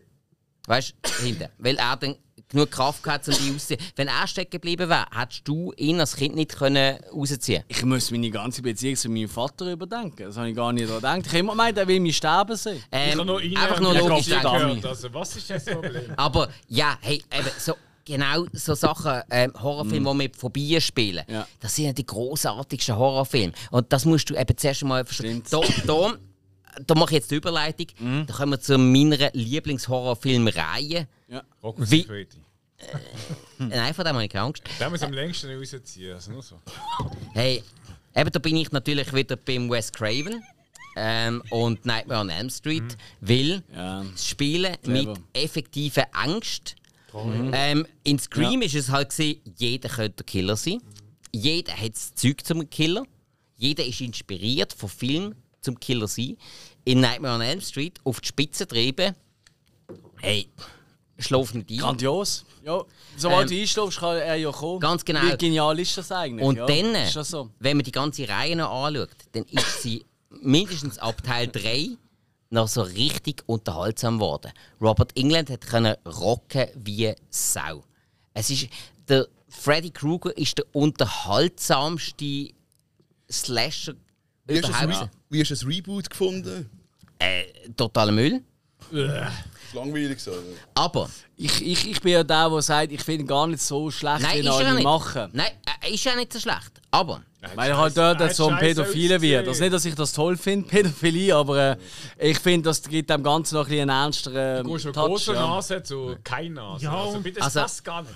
Weißt du, hinten. Weil er dann genug Kraft gehabt hat, um dich rauszuziehen. Wenn er stecken geblieben wäre, hättest du ihn als Kind nicht können rausziehen
Ich muss meine ganze Beziehung zu meinem Vater überdenken. Das habe ich gar nicht daran gedacht. Ich habe immer gemeint, er will mich sterben sehen.
ähm,
Kann rein
Einfach nur
und ich
logisch
hab's
denken.
gehört. Also, was ist das Problem?
Aber ja, hey, eben, so, genau so Sachen, ähm, Horrorfilme, die mit Phobien spielen,
Ja.
das sind ja die großartigsten Horrorfilme. Und das musst du eben zuerst mal verstehen. Da, da, da mache ich jetzt die Überleitung. Da kommen wir zu meiner Lieblingshorrorfilmreihe.
Rocco
Wie- Äh,
Siffredi.
Nein, von dem habe ich keine Angst.
Den muss am längsten rausziehen. Also nur so.
Hey, eben da bin ich natürlich wieder beim Wes Craven. Ähm, und Nightmare on Elm Street, weil
Mhm. Ja.
das Spielen
Clever. Mhm.
mit effektiven Angst. Ähm, in Scream ist es halt gesehen, jeder könnte der Killer sein. Jeder hat das Zeug zum Killer. Jeder ist inspiriert von Film zum Killer sein. In Nightmare on Elm Street auf die Spitze treiben. Hey, schlaf nicht ein.
Grandios. Ja, sobald
Ähm,
du einschläfst, kann er ja kommen.
Ganz genau.
Wie genial ist das eigentlich?
Und
ja,
dann,
Ist das so?
wenn man die ganze Reihe noch anschaut, dann ist sie mindestens ab Teil 3 noch so richtig unterhaltsam geworden. Robert England hat können rocken wie Sau. Es ist, der Freddy Krueger ist der unterhaltsamste Slasher
Wie hast du ein Re-
überhaupt.
wie hast du ein Reboot gefunden?
Äh, totaler Müll.
Das ist langweilig so. oder?
Aber,
Ich, ich, ich bin ja der, der sagt, ich finde gar nicht so schlecht,
nein,
wie
ist ja
alle
nicht.
machen.
Nein, äh, ist ja nicht so schlecht. Aber,
Weil er halt dort
Nein,
so ein
Scheiße,
Pädophiler
ausgesehen.
wird. Also nicht, dass ich das toll finde, Pädophilie, aber äh, ich finde, das gibt dem Ganzen noch ein bisschen einen ernsteren
Du hast
ähm,
eine
Touch.
große
Ja.
Nase zu keine Nase.
Ja,
also,
und-
bitte, das
Also-
passt gar nicht.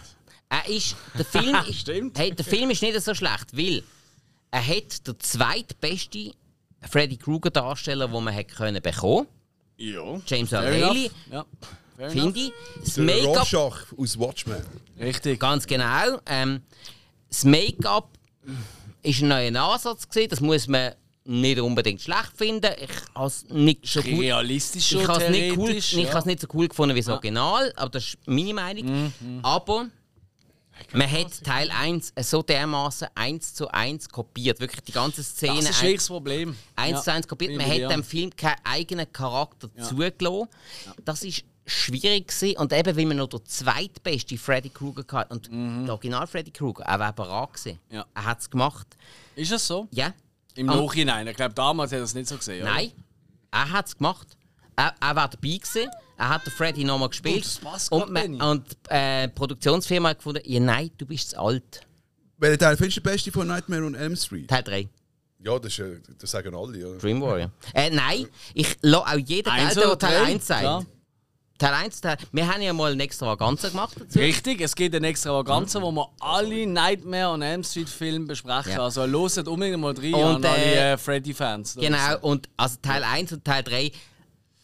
Er ist, der Film ist, hey, der Film ist nicht so schlecht, weil er hat den zweitbeste Freddy Krueger Darsteller, den man hätte können bekommen.
Ja.
James
Fair
O'Reilly,
enough. Ja. Fair enough.
finde ich. Das
Der
Make-up,
Rorschach aus Watchmen.
Richtig.
ganz genau. Ähm, das Make-up ist ein neuer Ansatz gewesen. Das muss man nicht unbedingt schlecht finden. Ich habe es nicht so
Ein bisschen
gut.
Realistisch
Ich
schon
habe es nicht, cool,
theoretisch,
ich
ja. Mhm.
habe es nicht so cool gefunden wie das Original, aber das ist meine Meinung. Aber man hat Teil 1 so dermaßen 1 zu 1 kopiert. Wirklich die ganze Szene
Das ist
ein-
wirklich das Problem.
1
Ja.
zu 1 kopiert. Man
Bin ich
hat
bei
dem
dir.
Film keinen eigenen Charakter zugelassen. Das ist schwierig gewesen. und eben, weil man noch den zweitbeste Freddy Krueger hatte. Und der Original Freddy Krueger, er war bereit gewesen.
Mhm. Ja.
Er hat es gemacht.
Ist das so?
Ja?
Im
Am-
Nachhinein. Ich glaube, damals hat er es nicht so gesehen. oder?
Nein, er hat es gemacht. Er, er war dabei gewesen. Er hat den Freddy nochmal gespielt.
das passt
und
gerade
man-
nicht.
und äh, die Produktionsfirma hat gefunden, ja, nein, du bist zu alt.
Welchen Teil findest du den besten von Nightmare on Elm Street?
Teil 3.
Ja, das, ist, äh, das sagen alle. Ja.
Dream Warrior. Äh, nein, ich lasse auch jeden
Eins
Teil, der
oder
Teil
drei?
1 sagt.
Klar.
Teil 1, Teil, wir haben ja mal einen Extravaganza gemacht dazu.
Richtig, es gibt eine Extravaganza, wo wir alle Nightmare on Elm Street Filme besprechen.
Ja.
Also loset unbedingt mal rein
Und,
an alle
äh,
äh, Freddy-Fans. da
Genau,
draussen.
und also Teil 1 und Teil 3,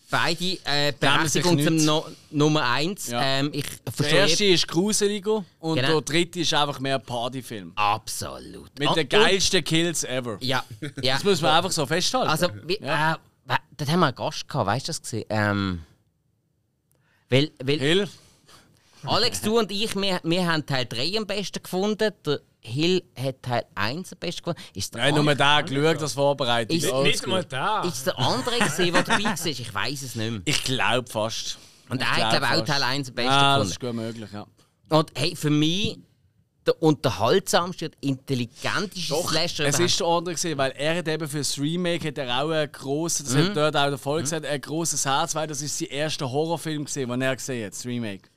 beide äh,
Nehmen sich
Berechtigung zum
nichts.
no Nummer 1.
Ja.
Ähm, ich
Der
verstehe
erste ist gruseliger und
Genau.
der dritte ist einfach mehr ein Partyfilm.
absolut. Ah,
Mit
Und-
den geilsten Kills ever.
und- Ja, ja.
Das muss man einfach so festhalten.
Also, wie, äh, we- dort haben wir einen Gast gehabt, weißt du das? Gewesen? Ähm, weil, weil
Hill,
Alex, du und ich, wir, wir haben Teil 3 am besten gefunden. Der Hill hat Teil 1 am besten gefunden. Ist der
nein, nur
Alex-
da geschaut, das vorbereitet
Ist-
Alles
Nicht
gut.
mal da.
Ist der andere gesehen, der dabei war? Ich weiß es nicht mehr.
Ich glaube fast.
Und er
Ich
hat,
glaub
glaube ich, auch
fast.
Teil 1 am besten
Ah, das
gefunden.
ist gut möglich, ja.
Und hey, für mich der unterhaltsamste und intelligenteste Slasher
Es
überhaupt.
ist der andere gewesen, weil er hat eben für das Remake hat er auch ein grosses, das
Mhm.
hat dort auch der Volk gesagt, ein grosses Herz, weil das ist sein erster Horrorfilm gesehen, den er gesehen hat, das Remake.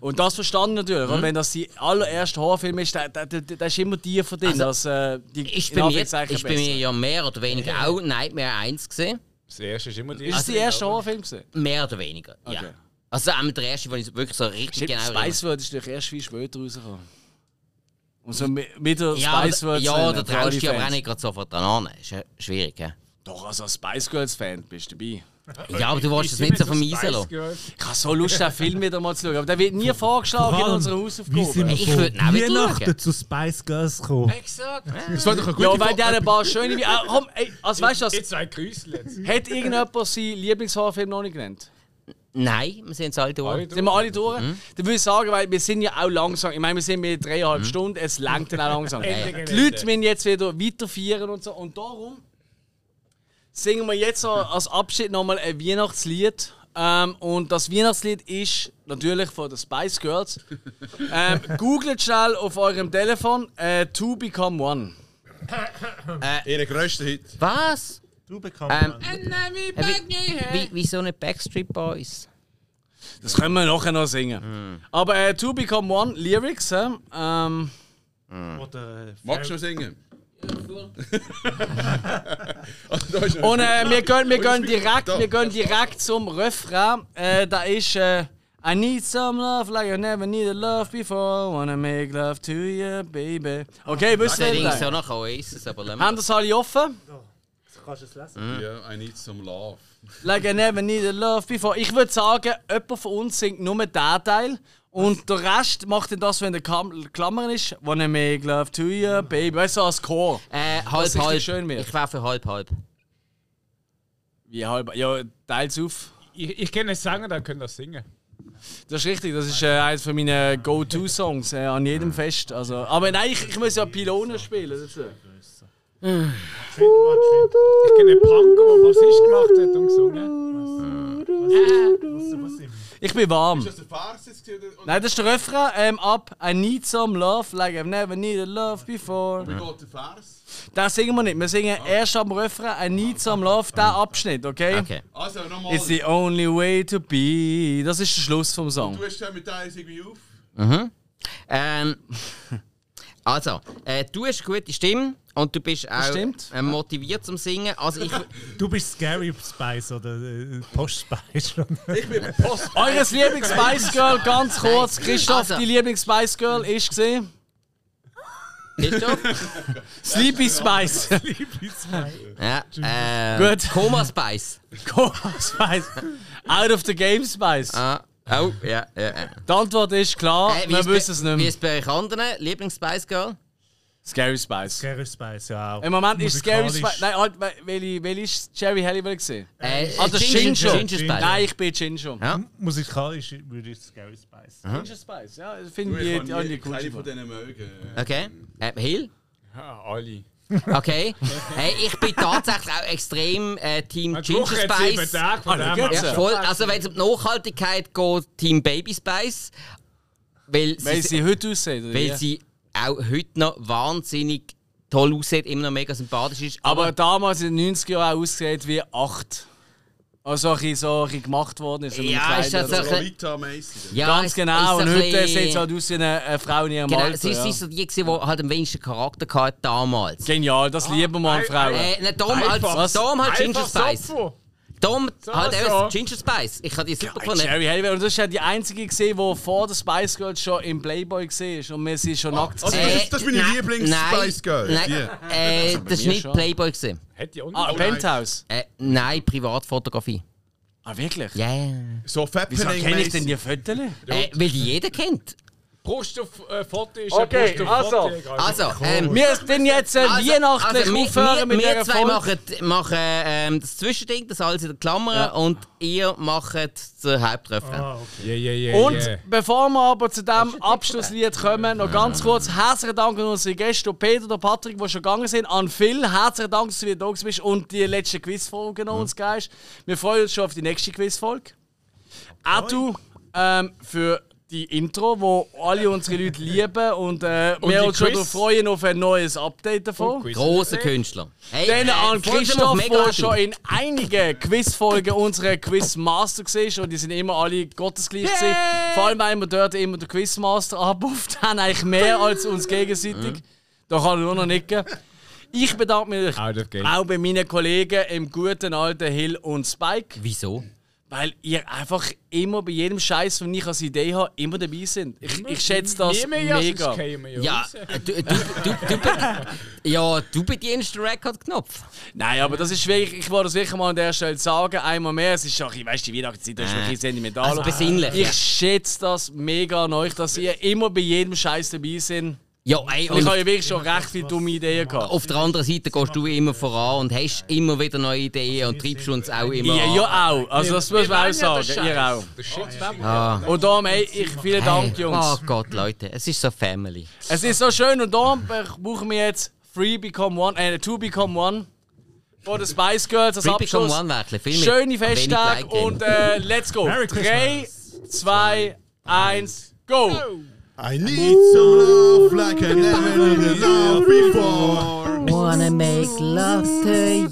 Und das verstanden natürlich.
Mhm.
Und wenn das sein allererster Horrorfilm ist, dann, dann, dann, dann ist immer tiefer drin, als äh, die
ist
in
bei, Also, mir,
Anführungszeichen
ist bei
besser.
mir ja mehr oder weniger auch Nightmare 1 gesehen.
Das erste ist immer die
Ist es sein erster Horrorfilm gesehen?
Mehr oder weniger, ja.
Okay.
Also auch der erste, wo ich wirklich so richtig
Stimmt,
genau erinnere.
Spice World ist natürlich erst viel später rausgekommen. Und so mi- wieder
Ja,
Spice
oder,
World zu
ja,
nennen,
da
für alle
traust du dich aber auch
Fans.
nicht gerade sofort dran an. Ist ja schwierig, ja.
Doch, also als Spice Girls Fan bist du dabei.
Ja, aber du willst es nicht so vom Eisen lassen.
Ich habe so Lust, den Film wieder mal zu schauen. Aber der wird nie vorgeschlagen in unserer
Wie sind
Hausaufgabe.
wir
Ich
von
würd auch nicht
Weihnachten
schauen.
zu Spice Girls gekommen?
Exakt.
Das war doch eine
Ja,
gute
weil
Frage.
der hat ein paar schöne. Wie- Ah, komm, ey, also weißt du was?
Jetzt zwei Grüßle.
Hat irgendjemand seinen Lieblingshorrorfilm noch nicht genannt?
Nein, wir sind es alle durch. Mhm.
Sind wir alle durch? Dann würde ich sagen, weil wir sind ja auch langsam. Ich meine, wir sind mit
Mhm.
dreieinhalb Stunden, es langt dann auch langsam. Die Leute müssen jetzt wieder weiterfeiern und so. Und darum singen wir jetzt so als Abschied nochmal ein Weihnachtslied. Ähm, und das Weihnachtslied ist natürlich von den Spice Girls. Ähm, googelt schnell auf eurem Telefon äh, To Become One.
Ihr grösster Hit.
Äh. Was?
Du bekommst
Ähm,
einen.
Äh, wie, wie, wieso nicht Backstreet Boys?
Das können wir nachher noch singen.
Hm.
Aber äh, To Become One Lyrics. hä? Ähm,
Hm.
Oder, äh,
Magst du noch singen? also, da ist
Und äh, wir gehen, wir
Und das
gehen direkt,
Mikro-
wir gehen direkt zum Refrain. Äh, da ist äh, I need some love like I never needed love before. Wanna make love to you, baby. Okay, wisst
Der Ding
ihr
ist auch
das?
noch Oasis, aber lassen wir-
Haben das alle offen?
Kannst du es lesen?
Mhm. Ja, I need some love.
Like I never needed love before. Ich würde sagen, jemand von uns singt nur den Teil. Und der Rest macht dann das, wenn der Kam Klammern ist. Wanna make love to you, baby. Weißt du, als Chor.
Äh,
Das
halb,
ist
halb.
schön mir.
Ich war für halb, halb.
Wie halb? Ja, teils auf.
Ich, ich kenne einen Sänger, der kann das singen.
Das ist richtig, das ist äh, eines meiner Go-To-Songs äh, an jedem Fest. Also, aber nein, ich, ich muss ja Pylone spielen. Dazu.
Ich kenne einen Panko, der Bassist gemacht hat und gesungen.
Ich bin warm.
Ist das der Farce jetzt? gewesen oder-
Nein, das ist der Refrain. Ähm, ab I need some love like I've never needed love before.
Wie geht der Farce?
Das singen wir nicht. Wir
Ah.
singen erst am Refrain I need some love, der Abschnitt, okay?
Okay.
Also, nochmal.
It's the only way to be. Das ist der Schluss vom Song.
Du hast schon mit deinem irgendwie auf.
Ähm, also, äh, du hast eine gute Stimme und du bist auch
stimmt.
äh, motiviert zum Singen. Also ich,
Du bist Scary Spice oder äh, Post Spice.
Eures Lieblings-Spice Girl, ganz kurz. Christoph,
Also.
die Lieblings-Spice Girl ist gesehen.
Christoph?
Sleepy Spice.
ja, äh,
Gut.
Coma Spice.
Spice. Out of the game Spice.
Ah, oh, ja, ja. ja.
Die Antwort ist klar,
Äh, wie
wir
ist
wissen
bei- Wie
es nicht mehr.
ist es bei euch anderen? Lieblings-Spice Girl?
Scary Spice.
Scary Spice, ja auch.
Im Moment ist Scary
Musikalisch.
Spice. Nein, halt, wel- welche, welche ist Cherry Halliwell gesehen?
Äh,
Also Shinjo.
Ginger, Ginger Spice.
Nein, ich bin Ginger.
Ja.
Musikalisch würde ich Scary Spice.
Ginger Spice, ja, das finden die, die alle
keine von
cool.
denen mögen.
Okay. Äh, Hill?
Ja, alle.
Okay. äh, ich bin tatsächlich auch extrem äh, Team
Die
Ginger
Woche hat sieben
Spice.
Tage von
Ah,
dem.
geht's
Ja,
ja.
voll. Also wenn es um die Nachhaltigkeit geht, Team Baby Spice. Weil
Weil sie heute aussehen, oder?
weil
wie?
sie auch heute noch wahnsinnig toll aussieht, immer noch mega sympathisch ist.
aber damals in den 90er Jahren ausgesehen wie 8. Also, so ein bisschen- so ein bisschen gemacht worden ist. und
Ja, ist
kleiner-
das so ein bisschen-
Lolita-mässig.
Ja,
Ganz
es-
genau.
ist
Und
ein
heute
bisschen-
sieht es halt aus wie eine, eine Frau in ihrem
Genau,
Alter.
sie
ja.
ist so die, gewesen, die halt am wenigsten Charakter hatte damals.
Genial, das lieben wir an
Ah,
Frauen.
Äh, ne, Dom halt,
Was?
Dom halt Ginger Spice.
So.
Dom halt eben
so.
Ginger Spice. Ich habe die super
Ey,
gefunden.
Jerry Halliwell, und das ist ja die einzige gesehen, die vor der Spice Girls schon im Playboy war. Und wir sind schon nackt.
Also,
gesehen.
das ist, das ist meine
nein,
Lieblings-Spice Girl.
Äh, Nein,
Die.
äh, das war
mir
nicht
schon.
Playboy. Gewesen.
Hätte ich auch
Ah,
nicht.
Penthouse.
Äh, nein, Privatfotografie.
Ah, wirklich?
Ja.
So
Wieso kenne ich
Fappening-mässig.
denn die Fotos?
Äh, weil die jeder kennt.
Brust auf äh, Foto ist
Okay,
eine Brust auf Foto,
also.
egal.
Also, ähm,
Wir sind jetzt äh,
also-
weihnachtlich
also wir-
aufhören
wir,
mit
wir
dieser
zwei
Folge.
machen, machen ähm, das Zwischending, das alles in der Klammer,
Ja.
und ihr macht den Hauptrefrain.
Ah, okay.
Yeah, yeah, yeah,
Und
yeah.
bevor wir aber zu diesem Abschlusslied kommen, noch ganz kurz herzlichen Dank an unsere Gäste, an Peter und Patrick, die schon gegangen sind, an Phil, herzlichen Dank, dass du wieder da gewesen bist und die letzte Quizfolge
Mhm.
an uns gehst. Wir freuen uns schon auf die nächste Quizfolge. Auch du ähm, für die Intro, wo alle unsere Leute lieben und äh, wir
die
uns schon
Quiz.
darauf freuen auf ein neues Update davon.
Großer Künstler. Hey, äh,
Dann an
folgt ihm auf
Christoph, der
Megaton.
schon in einigen Quizfolgen unserer Quizmaster war und die sind immer alle gottesgleich. gewesen. Vor allem, weil wir dort immer den Quizmaster abruft haben, eigentlich mehr als uns gegenseitig.
Mhm.
Da kann er nur noch nicken. Ich bedanke mich
Out of game.
auch bei meinen Kollegen im guten alten Hill und Spike,
Wieso?
weil ihr einfach immer bei jedem Scheiß, den ich als Idee habe, immer dabei sind. Ich, ich schätze das mega.
Ja, du, du, du, du, be- ja, du bedienst den Rekordknopf.
Nein, aber das ist wirklich, ich wollte das wirklich mal an der Stelle sagen, einmal mehr. Es ist schon, ich weiss, die Weihnachtszeit, da ist man ein bisschen sentimental.
Also besinnlich,
Ich
ja.
schätze das mega an euch, dass ihr immer bei jedem Scheiß dabei sind.
Ja, ey,
Und ich
und
habe ja wirklich schon recht viele dumme Ideen gehabt.
auf der anderen Seite gehst du immer voran und hast immer wieder neue Ideen und treibst uns auch immer
Ihr
an.
ja auch, also das muss man auch
ja
sagen,
den
ihr auch.
Der Shit
Ah.
Und darum, ey, ich, vielen Dank,
Hey,
Jungs.
Oh Gott, Leute, es ist so Family.
Es ist so schön und darum brauchen wir jetzt Free Become One, äh, Two Become One von den Spice Girls als
Free Become
Abschluss.
One wirklich. Viel mit
Schöne
wenig
Festtage
Like geben.
und äh, let's go.
Merry
3, 2, 1, go!
I need some love like I never needed love before.
Wanna make love to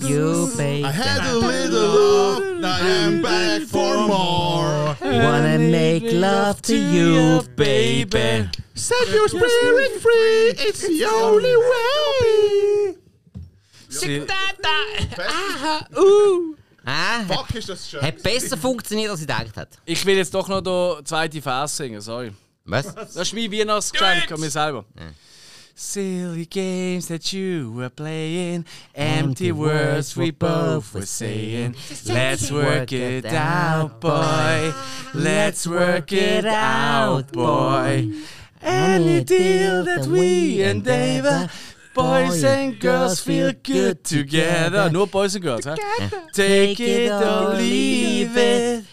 you,
I
baby.
had a little love, now I'm back for more.
Wanna make love to you, baby.
Set your spirit free, it's the only way.
Sie,
Ah,
Fuck, ist das schön.
hat besser funktioniert, als ich gedacht hätte.
ich will jetzt doch noch die zweite Vers singen, sorry.
Was?
Das ist mein Weihnachtsgeschenk an mir selber. Silly games that you were playing, empty words we both were saying. Let's work it out, boy. Let's work it out, boy. Any deal that we endeavor. Boys and girls feel good together. Nur Boys and Girls, hä? Take it or leave it.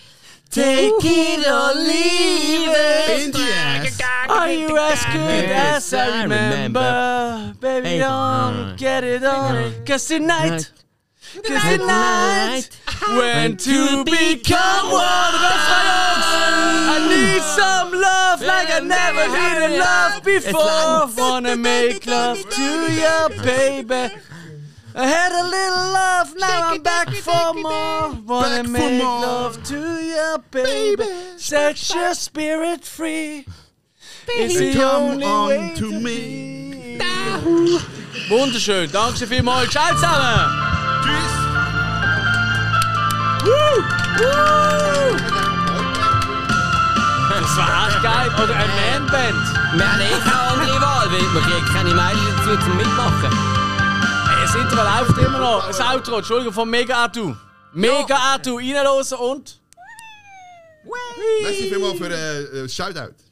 Take it or leave it.
In the ass.
Are you as good
Yes,
as I uh,
I
remember? Baby,
Hey.
don't get it on. Cause tonight, cause tonight, when two become one. That's my ox. I need some love like I never needed love before. Wanna make love to you, baby. I had a little love, now I'm back for more.
Back
Wanna
for
make
more.
love to you, baby. Set your spirit free. It's the
Come
only
on
way
to
to
me.
be. Wunderschön, danke schön vielmals. Ciao zusammen.
Tschüss.
Das war echt geil. Oder eine Manband.
Wir haben eh keine andere Wahl, weil wir kriegen keine Mädchen dazu zum Mitmachen.
Ey, Das Intro läuft immer noch. Das Outro, Entschuldigung, von Mega Atu. Mega Atu, reinhören und...
Merci vielmals für äh, äh, Shoutout.